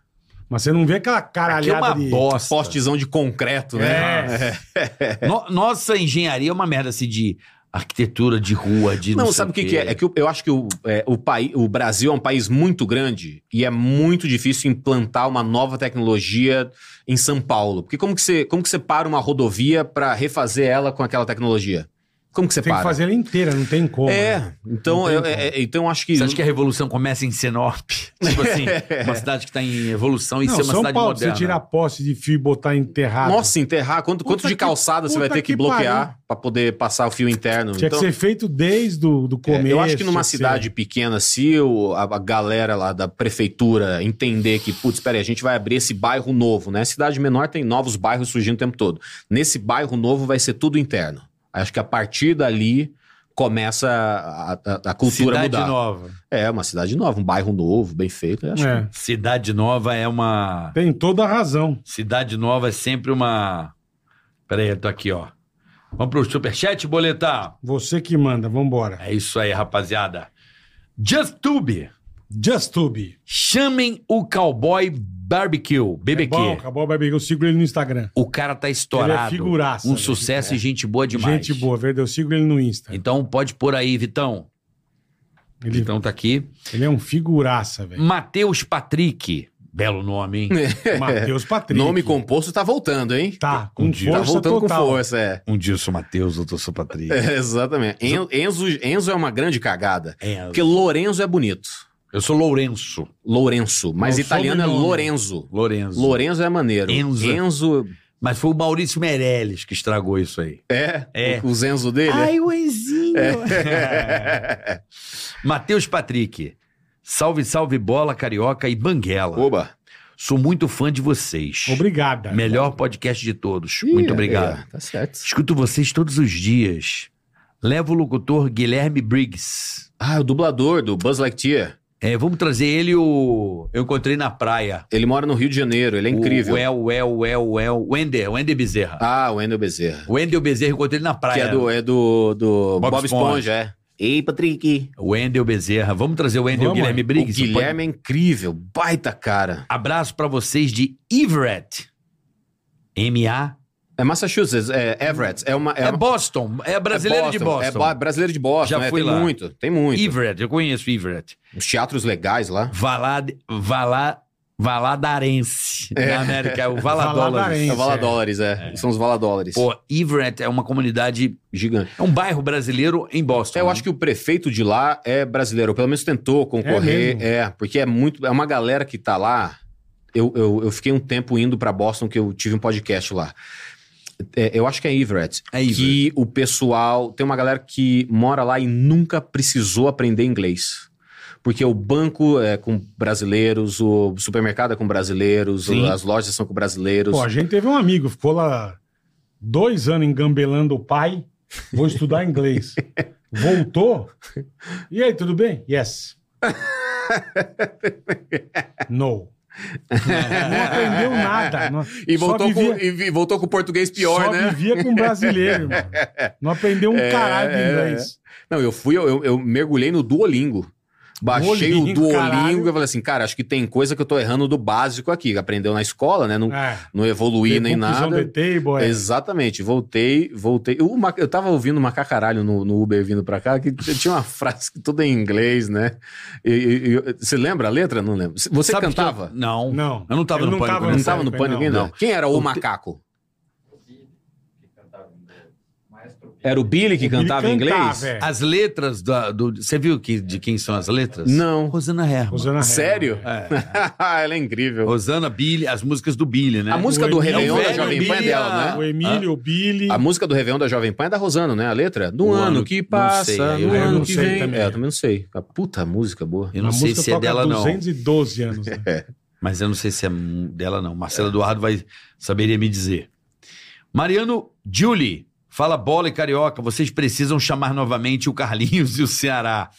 Speaker 3: Mas você não vê aquela
Speaker 4: Aqui é
Speaker 3: caralhada
Speaker 4: uma
Speaker 3: de...
Speaker 4: bosta.
Speaker 5: Postezão de concreto, né?
Speaker 3: É.
Speaker 4: No- nossa engenharia é uma merda assim de arquitetura de rua, de não,
Speaker 5: Não,
Speaker 4: sei
Speaker 5: sabe o que, que é? É que eu, eu acho que o, é, o, paí- o Brasil é um país muito grande e é muito difícil implantar uma nova tecnologia em São Paulo. Porque como que você, como que você para uma rodovia para refazer ela com aquela tecnologia? Como que você
Speaker 3: Tem
Speaker 5: para?
Speaker 3: que fazer ela inteira, não tem como. né?
Speaker 5: É, então,
Speaker 3: Não tem
Speaker 5: eu,
Speaker 3: como.
Speaker 5: é, é, então acho que. É.
Speaker 4: Você acha que a revolução começa em Sinop? Tipo assim, uma cidade que tá em evolução e
Speaker 3: Não,
Speaker 4: ser uma
Speaker 3: São
Speaker 4: cidade
Speaker 3: Paulo,
Speaker 4: moderna.
Speaker 3: você tirar posse de fio e botar enterrado.
Speaker 5: Nossa, enterrar, quanto,
Speaker 3: é Puta
Speaker 5: quanto de
Speaker 3: que-
Speaker 5: calçada você vai
Speaker 3: puta
Speaker 5: ter que,
Speaker 3: que
Speaker 5: bloquear para poder passar o fio interno?
Speaker 3: Tinha que ser feito desde o do
Speaker 5: Então, É,
Speaker 3: começo.
Speaker 5: eu acho que numa
Speaker 3: assim.
Speaker 5: cidade pequena, se o- a, a galera lá da prefeitura entender que, putz, peraí, a gente vai abrir esse bairro novo, né? Cidade menor tem novos bairros surgindo o tempo todo. Nesse bairro novo vai ser tudo interno. Acho que a partir dali começa a, a- a cultura
Speaker 4: cidade
Speaker 5: mudar.
Speaker 4: nova.
Speaker 5: É, uma cidade nova, um bairro novo, bem feito. eu Acho que-
Speaker 3: É,
Speaker 4: Cidade nova é uma.
Speaker 3: tem toda a razão.
Speaker 4: Cidade nova é sempre uma. Peraí, eu tô aqui, ó. Vamos pro superchat, boletar.
Speaker 3: Você que manda, vambora.
Speaker 4: É isso aí, rapaziada. Just Tube.
Speaker 3: JustTube.
Speaker 4: Chamem o Cowboy Barbecue, BBQ.
Speaker 3: É Bom, acabou o barbecue. Eu sigo ele no Instagram.
Speaker 4: O cara tá estourado.
Speaker 3: Ele é figuraça,
Speaker 4: Um
Speaker 3: né?
Speaker 4: sucesso e gente boa demais.
Speaker 3: Gente boa, verde. Eu sigo ele no Insta.
Speaker 4: Então pode pôr aí, Vitão.
Speaker 3: Ele,
Speaker 5: então-
Speaker 4: Vitão tá aqui.
Speaker 3: ele é um figuraça, velho.
Speaker 4: Matheus Patrick. Belo nome, hein?
Speaker 3: Matheus Patrick.
Speaker 5: É. Nome composto tá voltando, hein?
Speaker 3: Tá, com
Speaker 4: Um dia.
Speaker 5: Tá
Speaker 3: força
Speaker 5: voltando
Speaker 3: total.
Speaker 5: com força, é.
Speaker 4: Um dia eu sou Matheus, outro eu sou Patrick.
Speaker 5: É, exatamente. En- Enzo, Enzo é uma grande cagada.
Speaker 4: É,
Speaker 5: Porque Lorenzo é bonito.
Speaker 4: Eu sou Lourenço.
Speaker 5: Lourenço. Mas
Speaker 3: É o
Speaker 5: italiano é
Speaker 3: sobrenome.
Speaker 5: Lorenzo.
Speaker 4: Lourenço.
Speaker 5: Lorenzo é maneiro.
Speaker 4: Enzo.
Speaker 5: Enzo
Speaker 4: Mas foi o Maurício Meirelles que estragou isso aí.
Speaker 5: é,
Speaker 4: É.
Speaker 5: o Zenzo dele.
Speaker 4: o Enzinho.
Speaker 5: É.
Speaker 4: Matheus Patrick. Salve, salve, bola, carioca e banguela.
Speaker 5: Oba.
Speaker 4: Sou muito fã de vocês.
Speaker 3: Obrigada.
Speaker 4: Melhor podcast de todos. muito
Speaker 5: Ih,
Speaker 4: obrigado.
Speaker 5: é, tá certo.
Speaker 4: Escuto vocês todos os dias. Levo o locutor Guilherme Briggs.
Speaker 5: Ah, o dublador do Buzz Lightyear.
Speaker 4: É, vamos trazer ele o. Eu encontrei na praia.
Speaker 5: Ele mora no Rio de Janeiro, ele é incrível.
Speaker 4: O El, o El, o El, o El. Wender, Wender Bezerra.
Speaker 5: Ah, o Wendel Bezerra.
Speaker 4: O Wendel Bezerra, eu encontrei ele na
Speaker 5: Que
Speaker 4: praia.
Speaker 5: é do, é do, do
Speaker 4: Bob
Speaker 5: Bob,
Speaker 4: Esponja.
Speaker 5: Esponja. é. Ei, Patrick.
Speaker 4: O Wendel Bezerra. Vamos trazer o Wendel
Speaker 3: Vamos,
Speaker 4: Guilherme Briggs.
Speaker 5: o Guilherme é incrível, baita cara.
Speaker 4: Abraço pra vocês de Everett. M.A.
Speaker 5: É Massachusetts, é Everett. É, uma,
Speaker 4: É,
Speaker 5: é, uma-
Speaker 4: Boston. É brasileiro de
Speaker 5: É
Speaker 4: Boston.
Speaker 5: ba- brasileiro de Boston,
Speaker 4: Já
Speaker 5: é,
Speaker 4: fui
Speaker 5: tem
Speaker 4: lá.
Speaker 5: muito, tem muito.
Speaker 4: Everett, eu conheço Everett.
Speaker 5: Os teatros legais lá.
Speaker 4: Valad, Valad, Valadarense.
Speaker 5: É.
Speaker 4: Na América, é o Valadólares.
Speaker 3: Valadarense.
Speaker 5: É Valadólares, é. São os Valadólares.
Speaker 4: Pô, Everett é uma comunidade,
Speaker 5: Gigante.
Speaker 4: é um bairro brasileiro em Boston. né?
Speaker 5: É, eu acho que o prefeito de lá é brasileiro, ou pelo menos tentou concorrer.
Speaker 3: mesmo?
Speaker 5: É, porque é muito. É uma galera que tá lá. Eu, eu, eu fiquei um tempo indo pra Boston, que eu tive um podcast lá. É, eu acho que é Everett.
Speaker 4: É Everett.
Speaker 5: Que o pessoal. Tem uma galera que mora lá e nunca precisou aprender inglês. Porque o banco é com brasileiros, o supermercado é com brasileiros,
Speaker 4: Sim.
Speaker 5: as lojas são com brasileiros.
Speaker 3: Pô, a gente teve um amigo, ficou lá dois anos engambelando o pai. Vou estudar inglês. Voltou. E aí, tudo bem? Yes. No. Não aprendeu nada. não-
Speaker 5: E
Speaker 3: só
Speaker 5: voltou,
Speaker 3: vivia-
Speaker 5: com, e vi- voltou com o português pior,
Speaker 3: só
Speaker 5: né?
Speaker 3: vivia com brasileiro, irmão. Não aprendeu um
Speaker 5: É,
Speaker 3: caralho de
Speaker 5: é,
Speaker 3: inglês.
Speaker 5: Não, eu fui, eu, eu- eu mergulhei no Duolingo. Baixei
Speaker 3: Duolingo,
Speaker 5: o Duolingo
Speaker 3: caralho.
Speaker 5: e falei assim, cara, acho que tem coisa que eu tô errando do básico aqui. Aprendeu na escola, né? Não,
Speaker 3: É.
Speaker 5: não evoluí nem
Speaker 3: Conclusão
Speaker 5: nada.
Speaker 3: The table, é.
Speaker 5: Exatamente, voltei, voltei. Eu, eu tava ouvindo uma cacaralho no, no Uber vindo pra cá, que t- tinha uma frase que toda em inglês, né? E- e- e- você lembra a letra? Não lembro. Você
Speaker 4: Sabe que
Speaker 5: cantava?
Speaker 4: eu- Não.
Speaker 3: Não.
Speaker 4: Eu não tava
Speaker 3: Eu
Speaker 4: no
Speaker 3: não
Speaker 4: pânico.
Speaker 3: tava
Speaker 4: né?
Speaker 5: Não
Speaker 3: nessa
Speaker 5: tava no
Speaker 3: época,
Speaker 5: pânico
Speaker 3: não.
Speaker 5: ainda?
Speaker 4: Não.
Speaker 5: Quem era o,
Speaker 4: O te-
Speaker 5: macaco? Era o Billy que cantava em
Speaker 3: Ele cantava,
Speaker 5: inglês? Ah,
Speaker 3: é.
Speaker 4: As letras da- do. Você viu que, de quem são as letras?
Speaker 5: Não.
Speaker 4: Rosana Herman.
Speaker 3: Rosana Herman.
Speaker 5: Sério?
Speaker 4: É.
Speaker 5: Ela é incrível.
Speaker 4: Rosana Billy, as músicas do Billy, né?
Speaker 5: A música
Speaker 3: O
Speaker 5: do
Speaker 3: Emílio-
Speaker 4: É
Speaker 5: Réveillon
Speaker 4: o
Speaker 5: da
Speaker 4: velho
Speaker 5: Jovem Pan é
Speaker 4: Emílio-
Speaker 5: dela,
Speaker 3: O
Speaker 5: né?
Speaker 3: Emílio, o Billy.
Speaker 5: A música do Réveillon da Jovem Pan é da Rosana, né? A letra? No
Speaker 4: O
Speaker 5: ano
Speaker 4: ano
Speaker 5: que
Speaker 4: que- não sei,
Speaker 5: passa,
Speaker 4: aí eu
Speaker 5: no
Speaker 4: já
Speaker 5: ano
Speaker 3: não
Speaker 5: que
Speaker 3: sei
Speaker 5: vem.
Speaker 3: também.
Speaker 5: É, eu também não sei. A puta música boa.
Speaker 4: Eu não sei se é dela, não.
Speaker 3: 212 anos. né?
Speaker 4: Mas eu não sei se é hum, dela, não. Marcelo Eduardo vai saberia me dizer. Mariano Julie. Fala bola e carioca, vocês precisam chamar novamente o Carlinhos e o Ceará.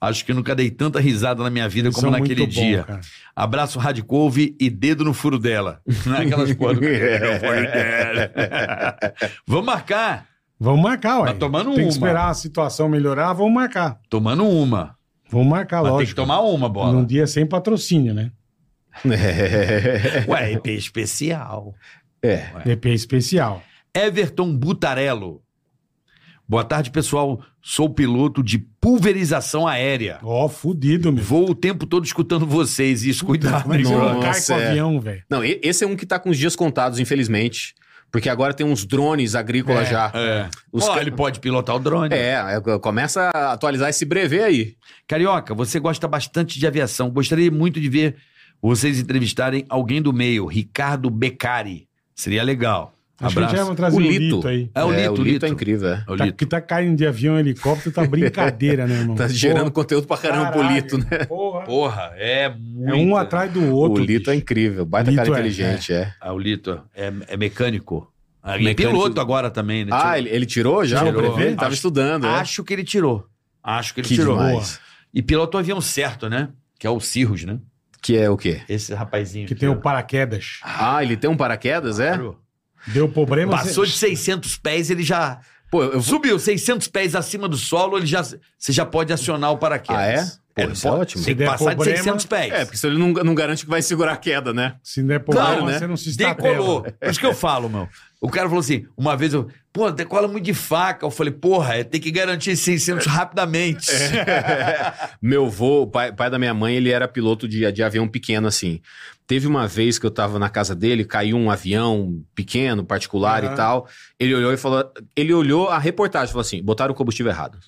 Speaker 4: Acho que nunca dei tanta risada na minha vida
Speaker 3: Eles
Speaker 4: como
Speaker 3: são muito
Speaker 4: naquele
Speaker 3: bom,
Speaker 4: dia.
Speaker 3: cara.
Speaker 4: Abraço Radicouve e dedo no furo dela. Naquelas porra do
Speaker 3: É,
Speaker 4: Vamos marcar.
Speaker 3: Vamos marcar, ué.
Speaker 4: Tá tomando
Speaker 3: Tem que
Speaker 4: uma.
Speaker 3: esperar a situação melhorar, vamos marcar.
Speaker 4: Tomando uma.
Speaker 3: Vamos marcar,
Speaker 4: Mas tem que
Speaker 3: Ah, lógico.
Speaker 4: tomar uma bola.
Speaker 3: Num dia sem patrocínio, né?
Speaker 4: Ué, EP especial.
Speaker 5: É.
Speaker 3: DP especial.
Speaker 4: Everton Butarello. Boa tarde, pessoal. Sou piloto de pulverização aérea.
Speaker 3: Ó, fudido, meu.
Speaker 4: Vou o tempo todo escutando vocês. Isso, cuidado,
Speaker 3: Como é que você não
Speaker 5: Nossa,
Speaker 3: cai com o
Speaker 5: é.
Speaker 3: avião, velho?
Speaker 5: Não, e- esse é um que tá com os dias contados, infelizmente. Porque agora tem uns drones agrícolas
Speaker 3: É.
Speaker 5: já.
Speaker 4: É.
Speaker 5: Os
Speaker 4: Ó,
Speaker 5: ca-
Speaker 4: ele pode pilotar o drone.
Speaker 5: É, é, começa a atualizar esse brevê aí.
Speaker 4: Carioca, você gosta bastante de aviação. Gostaria muito de ver vocês entrevistarem alguém do meio, Ricardo Beccari. Seria legal.
Speaker 3: Acho que a gente
Speaker 4: Abraço.
Speaker 3: vai trazer
Speaker 5: O
Speaker 3: o um
Speaker 5: Lito.
Speaker 3: Lito, aí.
Speaker 4: É o Lito,
Speaker 5: o Lito
Speaker 4: Lito.
Speaker 5: é incrível, é.
Speaker 4: É o
Speaker 3: Tá,
Speaker 4: Lito.
Speaker 3: que tá caindo de avião, helicóptero, tá brincadeira, né, irmão?
Speaker 5: Tá gerando conteúdo pra caramba pro Lito, né?
Speaker 3: Porra.
Speaker 4: Porra, é muito.
Speaker 3: É um atrás do outro.
Speaker 5: o Lito é
Speaker 3: bicho.
Speaker 5: incrível, baita
Speaker 3: Lito
Speaker 5: cara
Speaker 3: é,
Speaker 5: inteligente, é.
Speaker 4: Ah, o Lito é, é mecânico. Ah, e
Speaker 5: Mecânico.
Speaker 4: piloto agora também, né?
Speaker 5: Ah,
Speaker 4: Tirou-
Speaker 5: ele, ele tirou já?
Speaker 4: Tirou.
Speaker 5: o brevê? Ele tava
Speaker 4: Acho-
Speaker 5: estudando, né?
Speaker 4: Acho que ele tirou. Acho que ele
Speaker 5: Que
Speaker 4: tirou.
Speaker 5: demais.
Speaker 4: E pilota o avião certo, né? Que é o Cirrus, né?
Speaker 5: Que é o quê?
Speaker 4: Esse rapazinho.
Speaker 3: Que tem o paraquedas.
Speaker 5: Ah, ele tem um paraquedas, é?
Speaker 3: Deu problema.
Speaker 4: Passou
Speaker 3: cê-
Speaker 4: de 600 pés, ele já.
Speaker 5: Pô, eu, eu-
Speaker 4: Subiu 600 pés acima do solo, ele já. Você já pode acionar o paraquedas.
Speaker 5: Ah, Pô,
Speaker 4: É,
Speaker 5: isso é
Speaker 4: pode-
Speaker 5: ótimo.
Speaker 4: Tem que
Speaker 3: der
Speaker 4: passar de
Speaker 3: problema-
Speaker 4: 600 pés.
Speaker 5: É, porque senão ele não, não garante que vai segurar a queda, né?
Speaker 3: Se não der problema,
Speaker 5: Claro, né?
Speaker 3: você não se estabela.
Speaker 4: Decolou. Por isso que eu falo, meu. O cara falou assim, uma vez eu... Pô, decola muito de faca. Eu falei, porra, é, tem que garantir 600 rapidamente.
Speaker 5: Meu vô, o pai, pai da minha mãe, ele era piloto de, de avião pequeno, assim. Teve uma vez que eu tava na casa dele, caiu um avião pequeno, particular
Speaker 3: Aham.
Speaker 5: e tal. Ele olhou e falou... Ele olhou a reportagem e falou assim, botaram o combustível errado.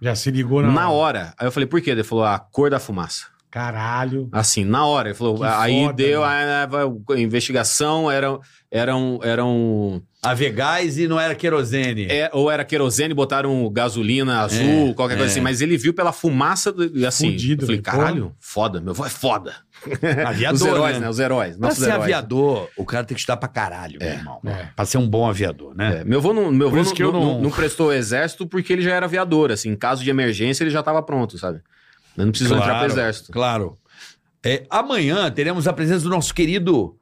Speaker 3: Já se ligou na,
Speaker 5: Na hora. Aí eu falei, por quê? Ele falou, a cor da fumaça.
Speaker 3: Caralho.
Speaker 5: Assim, na hora. Ele falou,
Speaker 3: Que
Speaker 5: aí
Speaker 3: foda,
Speaker 5: deu
Speaker 3: né?
Speaker 5: a, a- a investigação, um, eram... eram, eram
Speaker 4: Havia gás e não era querosene.
Speaker 5: é, ou era querosene, botaram gasolina azul,
Speaker 4: É,
Speaker 5: qualquer
Speaker 4: é.
Speaker 5: coisa assim. Mas ele viu pela fumaça, do- e assim,
Speaker 3: Fudido,
Speaker 5: eu falei,
Speaker 3: velho.
Speaker 5: caralho, foda, meu avô é foda.
Speaker 4: Aviador,
Speaker 5: Os heróis, né?
Speaker 4: né?
Speaker 5: Os heróis.
Speaker 4: Pra
Speaker 5: Nossos
Speaker 4: ser
Speaker 5: heróis.
Speaker 4: aviador, o cara tem que estudar pra caralho, meu irmão.
Speaker 3: É.
Speaker 4: Pra ser um bom aviador, né?
Speaker 5: É, meu avô, não, meu
Speaker 3: Por
Speaker 5: vô
Speaker 3: isso
Speaker 5: não-
Speaker 3: que eu
Speaker 5: não,
Speaker 3: não-
Speaker 5: não prestou o exército porque ele já era aviador, assim. Em caso de emergência, ele já tava pronto, sabe? Ele não precisou entrar pro exército.
Speaker 4: Claro. É, amanhã teremos a presença do nosso querido.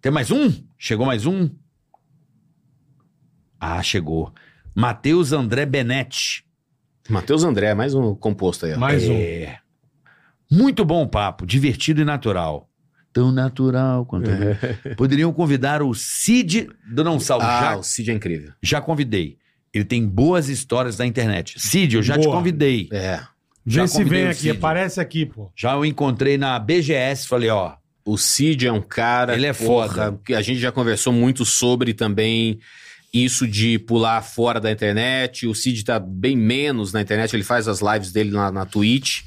Speaker 4: Tem mais um? Chegou mais um? Ah, chegou. Matheus André Benetti.
Speaker 5: Matheus André, mais um composto aí, ó.
Speaker 3: Mais um.
Speaker 4: É. Muito bom o papo, divertido e natural. Tão natural quanto.
Speaker 3: É.
Speaker 4: Poderiam convidar o Cid do Não Sal.
Speaker 5: Ah,
Speaker 4: já,
Speaker 5: o Cid é incrível.
Speaker 4: já convidei. Ele tem boas histórias na internet. Cid, eu já te
Speaker 3: Boa.
Speaker 4: convidei.
Speaker 5: É.
Speaker 4: Já
Speaker 3: Vê se
Speaker 4: convidei
Speaker 3: vem
Speaker 4: o
Speaker 3: aqui,
Speaker 4: Cid.
Speaker 3: aparece aqui, pô.
Speaker 4: Já o encontrei na BGS, falei, ó,
Speaker 5: O Cid é um cara.
Speaker 4: Ele é foda.
Speaker 5: que a gente já conversou muito sobre também isso de pular fora da internet. O Cid tá bem menos na internet, ele faz as lives dele na, na Twitch.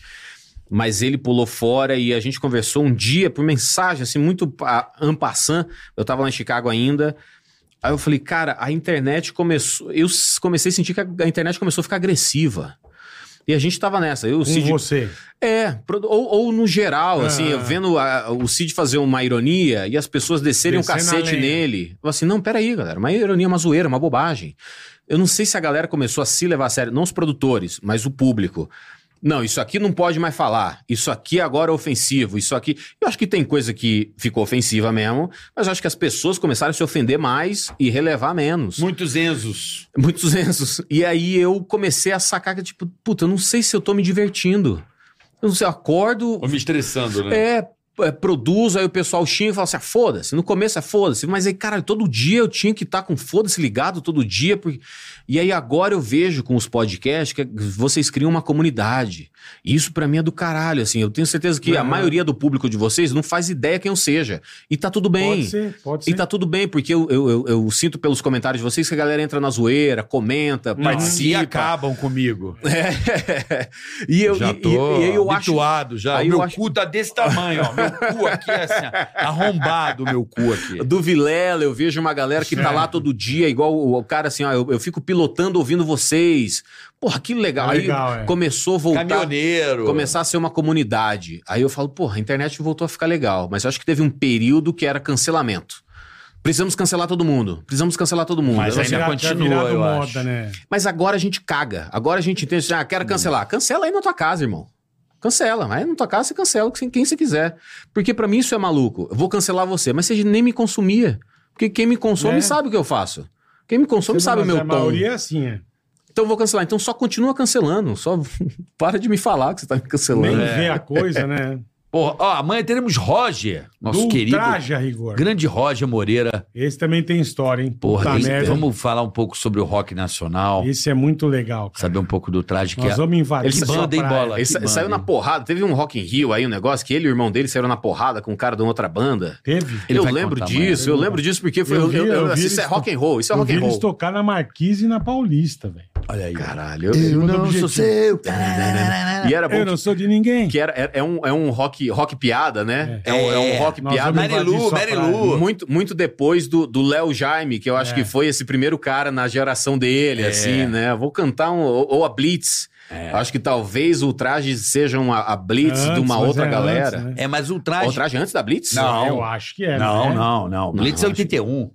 Speaker 5: Mas ele pulou fora e a gente conversou um dia por mensagem, assim, muito ampassant. Eu tava lá em Chicago ainda. Aí eu falei, cara, a internet começou. Eu s- comecei a sentir que a, a internet começou a ficar agressiva. E a gente tava nessa. Eu, o
Speaker 3: Com
Speaker 4: Um
Speaker 5: Cid
Speaker 3: você.
Speaker 5: é, pro- ou, ou no geral,
Speaker 3: Ah.
Speaker 5: assim, eu vendo a- o Cid fazer uma ironia e as pessoas descerem
Speaker 3: Descer
Speaker 5: um
Speaker 3: na
Speaker 5: cacete
Speaker 3: lenha.
Speaker 5: nele. Eu assim, não, peraí, galera, uma ironia, uma zoeira, uma bobagem. Eu não sei se a galera começou a se levar a sério, não os produtores, mas o público. Não, isso aqui não pode mais falar. Isso aqui agora é ofensivo. Isso aqui. Eu acho que tem coisa que ficou ofensiva mesmo, mas eu acho que as pessoas começaram a se ofender mais e relevar menos.
Speaker 4: muitos Enzos.
Speaker 5: Muitos Enzos. E aí eu comecei a sacar que, tipo, puta, eu não sei se eu tô me divertindo. Eu não sei, eu acordo,
Speaker 4: me estressando,
Speaker 3: Hum.
Speaker 5: é, é, produzo, aí o pessoal xinga e fala assim, ah, foda-se. No começo é foda-se, mas aí, caralho, todo dia eu tinha que estar com foda-se ligado todo dia. Porque... E aí agora eu vejo com os podcasts que vocês criam uma comunidade. E Isso pra mim é do caralho, assim. Eu tenho certeza que a
Speaker 3: Uhum.
Speaker 5: maioria do público de vocês não faz ideia quem eu seja. E tá tudo bem.
Speaker 3: Pode ser, pode ser.
Speaker 5: E tá tudo bem, porque eu, eu, eu- eu sinto pelos comentários de vocês que a galera entra na zoeira, comenta,
Speaker 4: E
Speaker 5: participa. É.
Speaker 4: acabam comigo.
Speaker 5: E eu,
Speaker 4: já
Speaker 5: e-
Speaker 4: tô
Speaker 5: e- e eu acho.
Speaker 4: habituado já.
Speaker 5: Aí
Speaker 4: o meu
Speaker 5: eu acho-
Speaker 4: cu tá desse tamanho, ó. Meu cu aqui é assim, ó, arrombado o meu cu aqui.
Speaker 5: Do Vilela, eu vejo uma galera que
Speaker 4: É.
Speaker 5: tá lá todo dia, igual o, o cara assim, ó, eu, eu fico pilotando ouvindo vocês. Porra, que legal.
Speaker 3: É
Speaker 5: Aí
Speaker 3: legal, é.
Speaker 5: começou a voltar.
Speaker 4: Caminhoneiro.
Speaker 5: Começar a ser uma comunidade. Aí eu falo, porra, a internet voltou a ficar legal. Mas eu acho que teve um período que era cancelamento. Precisamos cancelar todo mundo. Precisamos cancelar todo mundo.
Speaker 4: Mas
Speaker 3: Já
Speaker 5: Eu
Speaker 4: ainda
Speaker 3: já tá
Speaker 4: continua,
Speaker 3: virado
Speaker 4: eu
Speaker 3: moda,
Speaker 4: acho.
Speaker 3: né?
Speaker 5: Mas agora a gente caga. Agora a gente entende. assim, Ah, quero
Speaker 3: Hum.
Speaker 5: cancelar. Cancela aí na tua casa, irmão. Cancela. Aí na tua casa você cancela com quem você quiser. Porque pra mim isso é maluco. Eu vou cancelar você. Mas você nem me consumia. Porque quem me consome
Speaker 3: É.
Speaker 5: sabe o que eu faço. Quem me consome
Speaker 3: Você
Speaker 5: sabe o
Speaker 3: não-
Speaker 5: meu
Speaker 3: A
Speaker 5: tom.
Speaker 3: maioria é assim, é.
Speaker 5: Então eu vou cancelar. Então só continua cancelando. Só para de me falar que você tá me
Speaker 3: Nem
Speaker 5: cancelando.
Speaker 3: vê a coisa, né?
Speaker 4: Porra, ó, amanhã teremos Roger, nosso
Speaker 3: Do
Speaker 4: querido.
Speaker 3: Traje a rigor.
Speaker 4: Grande Roger Moreira.
Speaker 3: Esse também tem história, hein?
Speaker 4: Porra,
Speaker 3: Puta
Speaker 4: desse-
Speaker 3: merda.
Speaker 4: vamos falar um pouco sobre o rock nacional.
Speaker 3: Esse é muito legal, cara.
Speaker 4: Saber um pouco do traje que
Speaker 3: Nós
Speaker 4: é.
Speaker 3: vamos invadir
Speaker 5: Ele
Speaker 3: sua
Speaker 4: manda em
Speaker 3: praia.
Speaker 4: bola.
Speaker 5: Ele
Speaker 4: Que
Speaker 5: sa-
Speaker 4: banda,
Speaker 5: saiu na
Speaker 4: hein?
Speaker 5: porrada. Teve um Rock in Rio aí, um negócio que ele e o irmão dele saíram na porrada com um cara de uma outra banda.
Speaker 3: Teve?
Speaker 4: Ele
Speaker 5: eu
Speaker 4: vai
Speaker 5: lembro
Speaker 4: contar
Speaker 5: disso,
Speaker 3: amanhã.
Speaker 5: eu lembro disso porque foi.
Speaker 3: Eu vi-
Speaker 5: eu- eu-
Speaker 3: eu vi
Speaker 5: assim,
Speaker 3: eles
Speaker 5: isso é
Speaker 3: to-
Speaker 5: rock and roll, isso é
Speaker 3: Eu
Speaker 5: rock
Speaker 3: vi
Speaker 5: and
Speaker 3: eles
Speaker 5: roll.
Speaker 3: tocar na Marquise e na Paulista, velho.
Speaker 4: Olha aí.
Speaker 5: Caralho,
Speaker 4: Eu
Speaker 5: eu-
Speaker 3: Segundo
Speaker 4: não sou
Speaker 3: objetivo.
Speaker 4: seu.
Speaker 5: E era Tá bom
Speaker 3: Eu não sou de ninguém.
Speaker 5: Que era, é, é um, é um rock, rock piada, né? É, um, é um
Speaker 4: É.
Speaker 5: rock
Speaker 3: Nós
Speaker 5: piada.
Speaker 3: vamos
Speaker 4: Mary
Speaker 3: invadir
Speaker 4: Lou,
Speaker 3: sua
Speaker 4: Mary
Speaker 3: praia.
Speaker 4: Lou.
Speaker 5: Muito, muito depois do do Léo Jaime, que eu acho
Speaker 3: É.
Speaker 5: que foi esse primeiro cara na geração dele,
Speaker 4: É.
Speaker 5: assim, né? Vou cantar um, ou, ou a Blitz. Acho que talvez o traje seja uma, a Blitz de
Speaker 3: Antes,
Speaker 5: uma
Speaker 3: mas
Speaker 5: outra
Speaker 3: é
Speaker 5: galera.
Speaker 3: antes, né?
Speaker 4: É, mas o
Speaker 5: O
Speaker 4: traje.
Speaker 5: traje antes da Blitz?
Speaker 4: Não.
Speaker 3: Eu acho que é.
Speaker 4: Não,
Speaker 3: né?
Speaker 4: não, não. Blitz é
Speaker 5: Não, acho
Speaker 4: 81.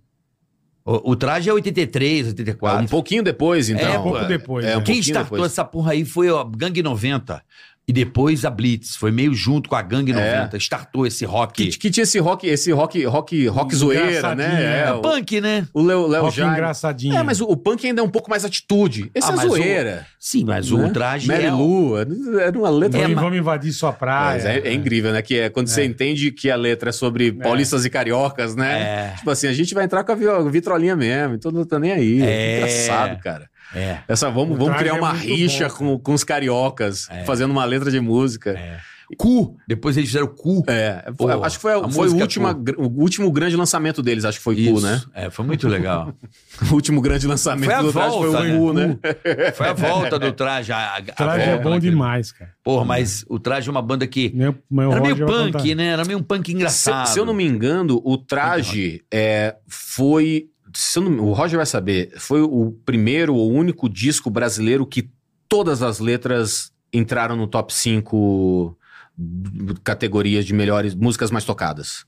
Speaker 4: O, o traje é 83,
Speaker 5: Ah,
Speaker 4: 84.
Speaker 5: Um pouquinho depois, então.
Speaker 4: É,
Speaker 3: um pouco depois, né?
Speaker 5: um
Speaker 4: Quem
Speaker 5: pouquinho
Speaker 4: startou
Speaker 5: depois.
Speaker 4: essa porra aí foi a Gangue 90. E depois a Blitz. Foi meio junto com a Gangue
Speaker 5: É.
Speaker 4: 90. Startou esse rock.
Speaker 5: Que, que tinha esse rock, esse rock, rock, rock zoeira,
Speaker 3: Engraçadinho,
Speaker 5: né?
Speaker 3: né?
Speaker 5: É,
Speaker 4: É punk, né?
Speaker 5: o Léo Léo
Speaker 3: Rock
Speaker 5: Jaime.
Speaker 3: engraçadinho.
Speaker 5: É, mas o, o punk ainda é um pouco mais atitude. Esse
Speaker 4: Ah,
Speaker 5: é
Speaker 4: mas o-
Speaker 5: zoeira.
Speaker 4: Sim, mas o
Speaker 5: né?
Speaker 4: ultraje
Speaker 5: Mary
Speaker 4: é...
Speaker 5: Lou, era uma letra.
Speaker 3: Vamos-
Speaker 4: é, mas-
Speaker 3: Vamos invadir sua praia.
Speaker 5: Mas é, é incrível, né? Que é quando você entende que a letra é sobre paulistas e cariocas, né?
Speaker 4: É,
Speaker 5: Tipo assim, a gente vai entrar com a vi- vitrolinha mesmo, então não tá nem aí.
Speaker 4: É.
Speaker 5: Engraçado, cara.
Speaker 4: é.
Speaker 5: Essa, vamos,
Speaker 3: O
Speaker 5: vamos
Speaker 3: traje
Speaker 5: criar
Speaker 3: é
Speaker 5: uma
Speaker 3: muito
Speaker 5: rixa
Speaker 3: bom.
Speaker 5: com, com os cariocas,
Speaker 4: É.
Speaker 5: fazendo uma letra de música.
Speaker 4: Cu. Depois eles fizeram cu.
Speaker 5: É,
Speaker 4: Pô,
Speaker 5: foi- acho que foi,
Speaker 4: a
Speaker 5: foi o,
Speaker 4: música
Speaker 5: última,
Speaker 4: Cu.
Speaker 5: gr- o último grande lançamento deles, acho que foi Cu,
Speaker 4: Isso.
Speaker 5: né?
Speaker 4: É, foi muito legal.
Speaker 5: O último grande lançamento
Speaker 4: Foi a
Speaker 5: do traje foi o
Speaker 4: volta,
Speaker 5: Cu, né?
Speaker 4: Foi a volta do traje. A, a, a
Speaker 3: Traje é
Speaker 4: volta,
Speaker 3: bom
Speaker 4: né?
Speaker 3: demais, cara.
Speaker 4: Porra, mas o traje é uma banda que...
Speaker 3: Meu, meu
Speaker 4: Era meio
Speaker 3: Roger vai contar.
Speaker 4: punk, né? Era meio um punk
Speaker 5: Se,
Speaker 4: engraçado.
Speaker 5: se eu não me engano, o traje é, foi. se eu não- o Roger vai saber. Foi o primeiro ou único disco brasileiro que todas as letras entraram no top 5 categorias de melhores músicas mais tocadas.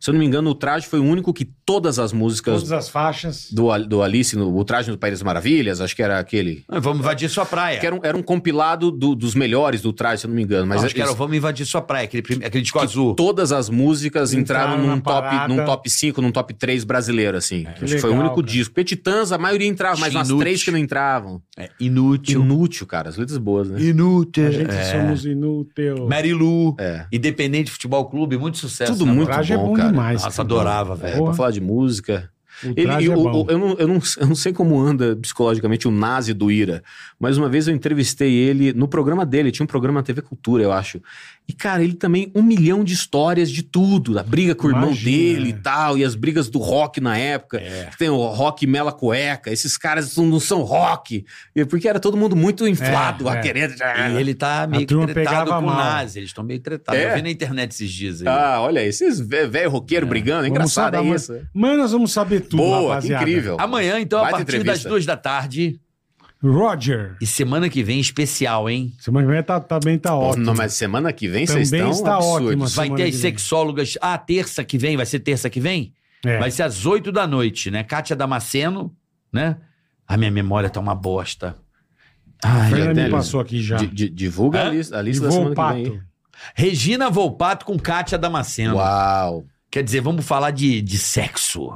Speaker 5: Se eu não me engano, o traje foi o único que todas as músicas
Speaker 3: Todas as faixas.
Speaker 5: do, Al- do Alice, no, o traje do País das Maravilhas, acho que era aquele.
Speaker 4: Ah, Vamos invadir sua praia.
Speaker 5: Que era um, era um compilado do- dos melhores do traje, se eu não me engano. Mas é
Speaker 4: Acho que era o Vamos Invadir Sua Praia, aquele, prim- aquele disco azul.
Speaker 5: todas as músicas entraram,
Speaker 3: Entraram
Speaker 5: num,
Speaker 3: na
Speaker 5: top,
Speaker 3: parada.
Speaker 5: num top 5, num top 3 brasileiro, assim. Acho que foi o
Speaker 3: legal,
Speaker 5: único
Speaker 3: cara.
Speaker 5: disco. Porque Titãs, a maioria entrava, mas umas
Speaker 4: Inútil.
Speaker 5: três que não entravam.
Speaker 4: É, inútil.
Speaker 5: Inútil, cara. As letras boas, né?
Speaker 4: Inútil.
Speaker 3: A gente somos inútil.
Speaker 4: Marilu.
Speaker 5: É.
Speaker 4: Independente Futebol Clube, muito sucesso.
Speaker 5: Tudo
Speaker 4: né?
Speaker 5: muito
Speaker 3: traje é
Speaker 5: bom,
Speaker 3: bom
Speaker 5: cara.
Speaker 3: demais.
Speaker 4: Nossa,
Speaker 3: cara.
Speaker 4: adorava,
Speaker 5: É,
Speaker 4: velho.
Speaker 5: pra
Speaker 3: Porra,
Speaker 5: falar de música.
Speaker 3: O
Speaker 5: Ele,
Speaker 3: traje
Speaker 5: e
Speaker 3: é
Speaker 5: o-
Speaker 3: bom.
Speaker 5: o- eu, não, eu, não, eu não sei como anda psicologicamente o nazi do Ira, mas uma vez eu entrevistei ele no programa dele, tinha um programa na TV Cultura, eu acho. E, cara, ele também, um milhão de histórias de tudo, da briga com o irmão
Speaker 3: Imagina, É.
Speaker 5: dele e
Speaker 3: né?
Speaker 5: tal, e as brigas do rock na época. que Tem o rock mela cueca, esses caras não são rock, e- porque era todo mundo muito inflado,
Speaker 3: É,
Speaker 5: a
Speaker 3: é.
Speaker 5: querendo...
Speaker 4: E ele tá meio
Speaker 3: turma
Speaker 4: que tretado
Speaker 3: pegava
Speaker 4: com o
Speaker 3: mal.
Speaker 4: Nazi. Eles estão meio tretados.
Speaker 5: É?
Speaker 4: Eu vi na internet esses dias aí.
Speaker 5: Ah, olha aí, esses ve- velho roqueiro brigando, é
Speaker 3: Vamos
Speaker 5: engraçado, é
Speaker 3: saber,
Speaker 5: isso.
Speaker 3: Mano, nós vamos saber tudo,
Speaker 5: Boa, que
Speaker 3: rapaziada. é
Speaker 5: incrível.
Speaker 4: Amanhã, então, a
Speaker 5: Baita
Speaker 4: partir das
Speaker 5: entrevista.
Speaker 4: duas da tarde.
Speaker 3: Roger.
Speaker 4: E semana que vem, especial, hein?
Speaker 3: Semana que vem tá, também tá
Speaker 5: Pô,
Speaker 3: ótimo.
Speaker 5: não, mas semana que vem
Speaker 3: Também
Speaker 5: vocês estão
Speaker 3: está
Speaker 5: absurdos.
Speaker 3: ótimo.
Speaker 4: Vai
Speaker 3: semana
Speaker 4: ter
Speaker 3: que
Speaker 4: as
Speaker 3: vem.
Speaker 4: sexólogas. Ah, terça que vem, vai ser terça que vem?
Speaker 3: É.
Speaker 4: Vai ser às oito da noite, né? Kátia Damasceno, né? A minha memória tá uma bosta.
Speaker 3: A
Speaker 4: Ai,
Speaker 3: Fernanda me
Speaker 5: Jardel,
Speaker 3: passou aqui já.
Speaker 5: Di- di- divulga
Speaker 4: Hã?
Speaker 5: a lista, a
Speaker 3: E
Speaker 5: lista da
Speaker 3: vou
Speaker 5: semana
Speaker 3: o
Speaker 5: que vem.
Speaker 3: pato.
Speaker 4: Regina Volpato com Kátia Damasceno.
Speaker 5: Uau!
Speaker 4: Quer dizer, vamos falar de, de sexo.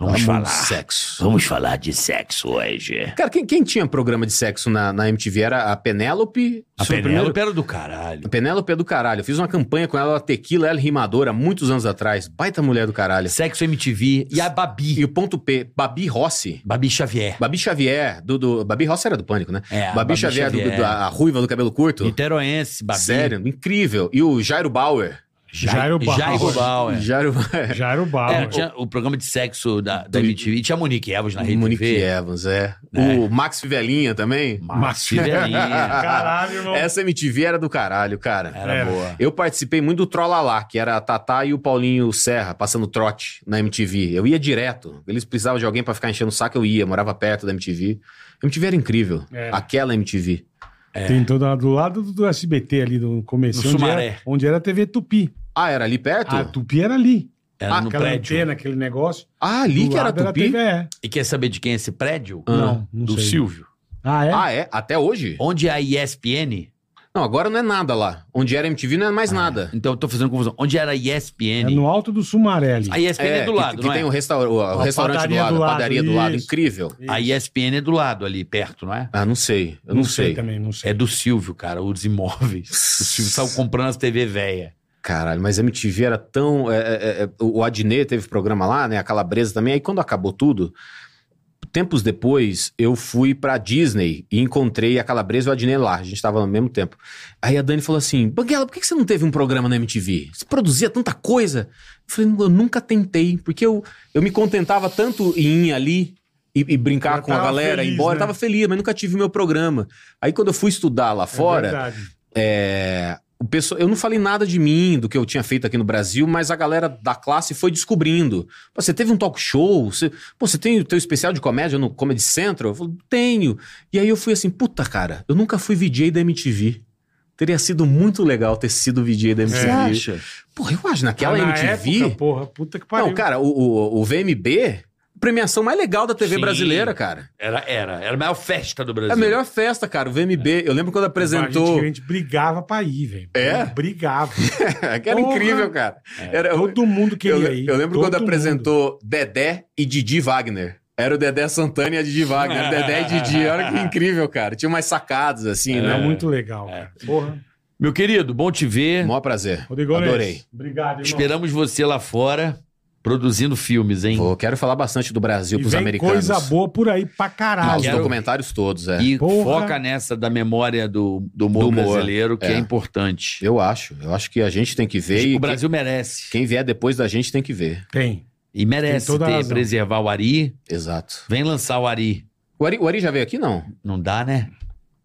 Speaker 4: Vamos
Speaker 5: Vamos
Speaker 4: falar.
Speaker 5: sexo.
Speaker 4: Vamos falar de sexo hoje.
Speaker 5: Cara, quem, quem tinha programa de sexo na, na MTV era a Penélope.
Speaker 4: A
Speaker 5: Foi o
Speaker 4: Penélope
Speaker 5: primeiro-
Speaker 4: era do caralho.
Speaker 5: A Penélope é do caralho. Eu fiz uma campanha com ela, a Tequila, ela é rimadora, muitos anos atrás. Baita mulher do caralho.
Speaker 4: Sexo MTV e a Babi.
Speaker 5: E o ponto P, Babi Rossi.
Speaker 4: Babi Xavier.
Speaker 5: Babi Xavier, do, do- Babi Rossi era do Pânico, né?
Speaker 4: É, a
Speaker 5: Babi, Xavier, do- do- da- a ruiva do cabelo curto.
Speaker 4: Niteroense, Babi.
Speaker 5: Sério, incrível. E o Jairo Bauer.
Speaker 4: Jai-
Speaker 3: Jairo Bauer.
Speaker 4: Jairo Bauer.
Speaker 5: Jairo
Speaker 3: Já era Ah, o Bauer.
Speaker 4: É, tinha o programa de sexo da, da MTV. E tinha a Monique Evans na rede
Speaker 5: Monique
Speaker 4: TV.
Speaker 5: Evans, é. O Max Fivelinha também.
Speaker 4: Max Fivelinha.
Speaker 3: Caralho, irmão. É,
Speaker 5: Essa MTV era do caralho, cara.
Speaker 4: Era
Speaker 3: Era.
Speaker 4: boa.
Speaker 5: Eu participei muito do Trollalá, que era a Tatá e o Paulinho Serra passando trote na MTV. Eu ia direto. Eles precisavam de alguém pra ficar enchendo o saco, eu ia. Morava perto da MTV. MTV era incrível.
Speaker 3: Era.
Speaker 5: Aquela MTV. É.
Speaker 3: Tem toda do lado do SBT ali, do começo.
Speaker 4: No
Speaker 3: onde,
Speaker 4: Sumaré.
Speaker 3: era, onde era a TV Tupi.
Speaker 5: Ah, era ali perto?
Speaker 3: A Tupi era ali.
Speaker 4: Era
Speaker 5: Ah,
Speaker 4: no
Speaker 3: Aquela
Speaker 4: prédio.
Speaker 3: antena, aquele negócio.
Speaker 5: Ah, ali
Speaker 3: Do
Speaker 5: que era
Speaker 3: lado
Speaker 5: Tupi?
Speaker 3: TV, é.
Speaker 4: E quer saber de quem é esse prédio?
Speaker 5: Ah,
Speaker 3: Não, não
Speaker 4: do
Speaker 3: sei.
Speaker 4: Silvio.
Speaker 3: Ah, é?
Speaker 5: Ah, é? Até hoje?
Speaker 4: Onde é a ESPN?
Speaker 5: Não, agora não é nada lá. Onde era MTV não é
Speaker 3: Ah.
Speaker 5: mais nada.
Speaker 4: Então eu tô fazendo confusão. Onde era a ESPN?
Speaker 3: é no alto do Sumaré ali.
Speaker 4: A ESPN é,
Speaker 5: É,
Speaker 4: do
Speaker 5: que-
Speaker 4: lado,
Speaker 5: que,
Speaker 4: não
Speaker 5: tem
Speaker 4: é?
Speaker 5: o, restaura- o- o
Speaker 3: A
Speaker 5: restaurante do
Speaker 3: padaria
Speaker 5: lado,
Speaker 3: do
Speaker 5: a
Speaker 3: lado,
Speaker 5: padaria do lado.
Speaker 3: isso.
Speaker 5: Incrível.
Speaker 3: Isso.
Speaker 4: A ESPN é do lado ali, perto, não é?
Speaker 5: Ah, não sei. Eu não, sei.
Speaker 3: também, não
Speaker 4: É
Speaker 3: sei.
Speaker 4: do Silvio, cara, os imóveis. O Silvio saiu comprando as TV véia.
Speaker 5: Caralho, mas a MTV era tão. é, é, é, o Adnet teve programa lá, né? A Calabresa também. Aí quando acabou tudo, tempos depois, eu fui pra Disney e encontrei a Calabresa e o Adnet lá. A gente tava no mesmo tempo. Aí a Dani falou assim: Banguela, por que que você não teve um programa na MTV? Você produzia tanta coisa. Eu falei: "Não, eu nunca tentei, porque eu, eu me contentava tanto em ir ali. E, e brincar
Speaker 3: Eu
Speaker 5: com a
Speaker 3: tava
Speaker 5: galera, ir
Speaker 3: feliz,
Speaker 5: embora.
Speaker 3: né?
Speaker 5: Eu tava feliz, mas nunca tive o meu programa. Aí quando eu fui estudar lá
Speaker 3: É
Speaker 5: fora,
Speaker 3: verdade.
Speaker 5: é, o pessoal, eu não falei nada de mim, do que eu tinha feito aqui no Brasil, mas a galera da classe foi descobrindo. Pô, você teve um talk show? Você, pô, você tem o teu especial de comédia no Comedy Central? Eu falei, tenho. E aí eu fui assim, puta cara, eu nunca fui VJ da MTV. Teria sido muito legal ter sido VJ da MTV. Pô, eu acho, naquela
Speaker 3: Ah, na
Speaker 5: MTV...
Speaker 3: época, porra, puta que pariu.
Speaker 5: não, cara, o, o, o VMB... premiação mais legal da TV
Speaker 4: Sim.
Speaker 5: brasileira, cara.
Speaker 4: Era, era. Era a maior festa do
Speaker 5: É
Speaker 4: Brasil.
Speaker 5: a melhor festa, cara. O VMB, eu lembro quando
Speaker 3: A gente,
Speaker 5: apresentou.
Speaker 3: a gente brigava pra ir, velho.
Speaker 5: É?
Speaker 3: Brigava.
Speaker 5: que
Speaker 3: Porra. É.
Speaker 5: era incrível, cara. Era,
Speaker 3: Todo mundo
Speaker 5: eu,
Speaker 3: queria ir.
Speaker 5: eu lembro
Speaker 3: Todo
Speaker 5: quando
Speaker 3: mundo.
Speaker 5: apresentou Dedé e Didi Wagner. Era o Dedé Santana e a Didi Wagner. Dedé e Didi. Olha que incrível, cara. Tinha umas sacadas, assim,
Speaker 3: Era
Speaker 5: né?
Speaker 3: muito legal, cara. Porra.
Speaker 4: Meu querido, bom te ver.
Speaker 5: Mó prazer.
Speaker 3: Rodrigo Ores,
Speaker 5: Adorei.
Speaker 3: Obrigado, irmão.
Speaker 4: Esperamos você lá fora produzindo filmes, hein?
Speaker 5: Vou- quero falar bastante do Brasil
Speaker 3: E
Speaker 5: pros
Speaker 3: vem
Speaker 5: americanos.
Speaker 3: coisa boa por aí pra
Speaker 5: Ah,
Speaker 3: caralho.
Speaker 5: os
Speaker 4: Quero-
Speaker 5: documentários todos, é.
Speaker 4: E
Speaker 3: Porra.
Speaker 4: foca nessa da memória do, do humor
Speaker 5: Do humor,
Speaker 4: brasileiro, que é,
Speaker 5: é.
Speaker 4: importante.
Speaker 5: Eu acho. Eu acho que a gente tem que ver. e
Speaker 4: o Brasil merece.
Speaker 5: Quem, quem vier depois da gente tem que ver.
Speaker 3: Tem.
Speaker 4: E merece
Speaker 3: Tem toda a
Speaker 4: ter,
Speaker 3: razão.
Speaker 4: preservar o Ari.
Speaker 5: Exato.
Speaker 4: Vem lançar o Ari.
Speaker 5: O Ari, o Ari já veio aqui, não?
Speaker 4: Não dá, né?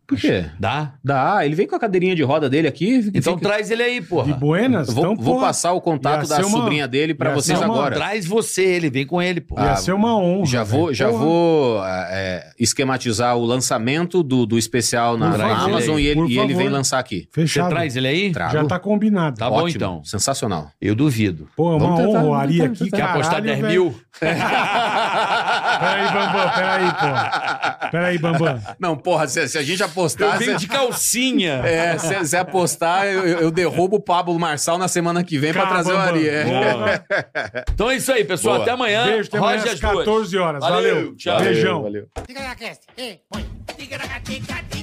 Speaker 5: Por quê?
Speaker 4: Dá?
Speaker 5: Dá, ele vem com a cadeirinha de roda dele aqui. fica-
Speaker 4: Então
Speaker 5: fica-
Speaker 4: traz ele aí,
Speaker 3: De
Speaker 4: porra.
Speaker 3: Buenas?
Speaker 5: vou,
Speaker 3: tá- então,
Speaker 5: vou
Speaker 3: porra,
Speaker 5: passar o contato
Speaker 3: ia
Speaker 5: da
Speaker 3: ser uma-
Speaker 5: sobrinha dele pra
Speaker 3: ia ser
Speaker 5: vocês
Speaker 3: uma-
Speaker 5: agora.
Speaker 4: Traz você, ele vem com ele, porra.
Speaker 3: Ia
Speaker 5: Ah,
Speaker 3: ser uma honra.
Speaker 5: já vou,
Speaker 3: velho.
Speaker 5: já
Speaker 3: Porra.
Speaker 5: vou é, esquematizar o lançamento do, do especial na,
Speaker 3: Por
Speaker 5: na
Speaker 4: favor,
Speaker 5: Amazon e
Speaker 3: por
Speaker 5: ele, e ele
Speaker 3: favor.
Speaker 5: vem lançar aqui.
Speaker 4: Você
Speaker 3: Fechado.
Speaker 4: traz ele aí?
Speaker 5: Trago.
Speaker 3: Já tá combinado.
Speaker 4: Tá bom,
Speaker 5: Ótimo,
Speaker 4: então.
Speaker 5: Sensacional.
Speaker 4: Eu duvido.
Speaker 3: Pô, é uma
Speaker 5: então. Vamos tentar,
Speaker 3: honra, o Ari
Speaker 5: vamos
Speaker 3: aqui,
Speaker 5: tentar.
Speaker 4: Quer
Speaker 3: caralho,
Speaker 4: apostar 10
Speaker 3: velho.
Speaker 4: mil?
Speaker 3: Peraí, Bambam, peraí, pô. Peraí, Bambam.
Speaker 5: Não, porra, se, se a gente
Speaker 4: Eu
Speaker 5: apostar.
Speaker 4: venho de
Speaker 5: Se,
Speaker 4: calcinha.
Speaker 5: é, se, se apostar, eu, eu derrubo o Pablo Marçal na semana que vem pra
Speaker 3: Cá,
Speaker 5: trazer o
Speaker 3: Bambam.
Speaker 5: Ari. é.
Speaker 3: Boa.
Speaker 4: Então é isso aí, pessoal.
Speaker 5: Boa.
Speaker 4: Até amanhã.
Speaker 3: Beijo, até amanhã
Speaker 4: Roger
Speaker 3: às
Speaker 4: Duas.
Speaker 3: 14 horas. Valeu.
Speaker 5: é.
Speaker 4: Valeu, tchau.
Speaker 3: Beijão.
Speaker 1: Diga na cast. Ei, põe.
Speaker 8: Tigra-taca-tica-tica.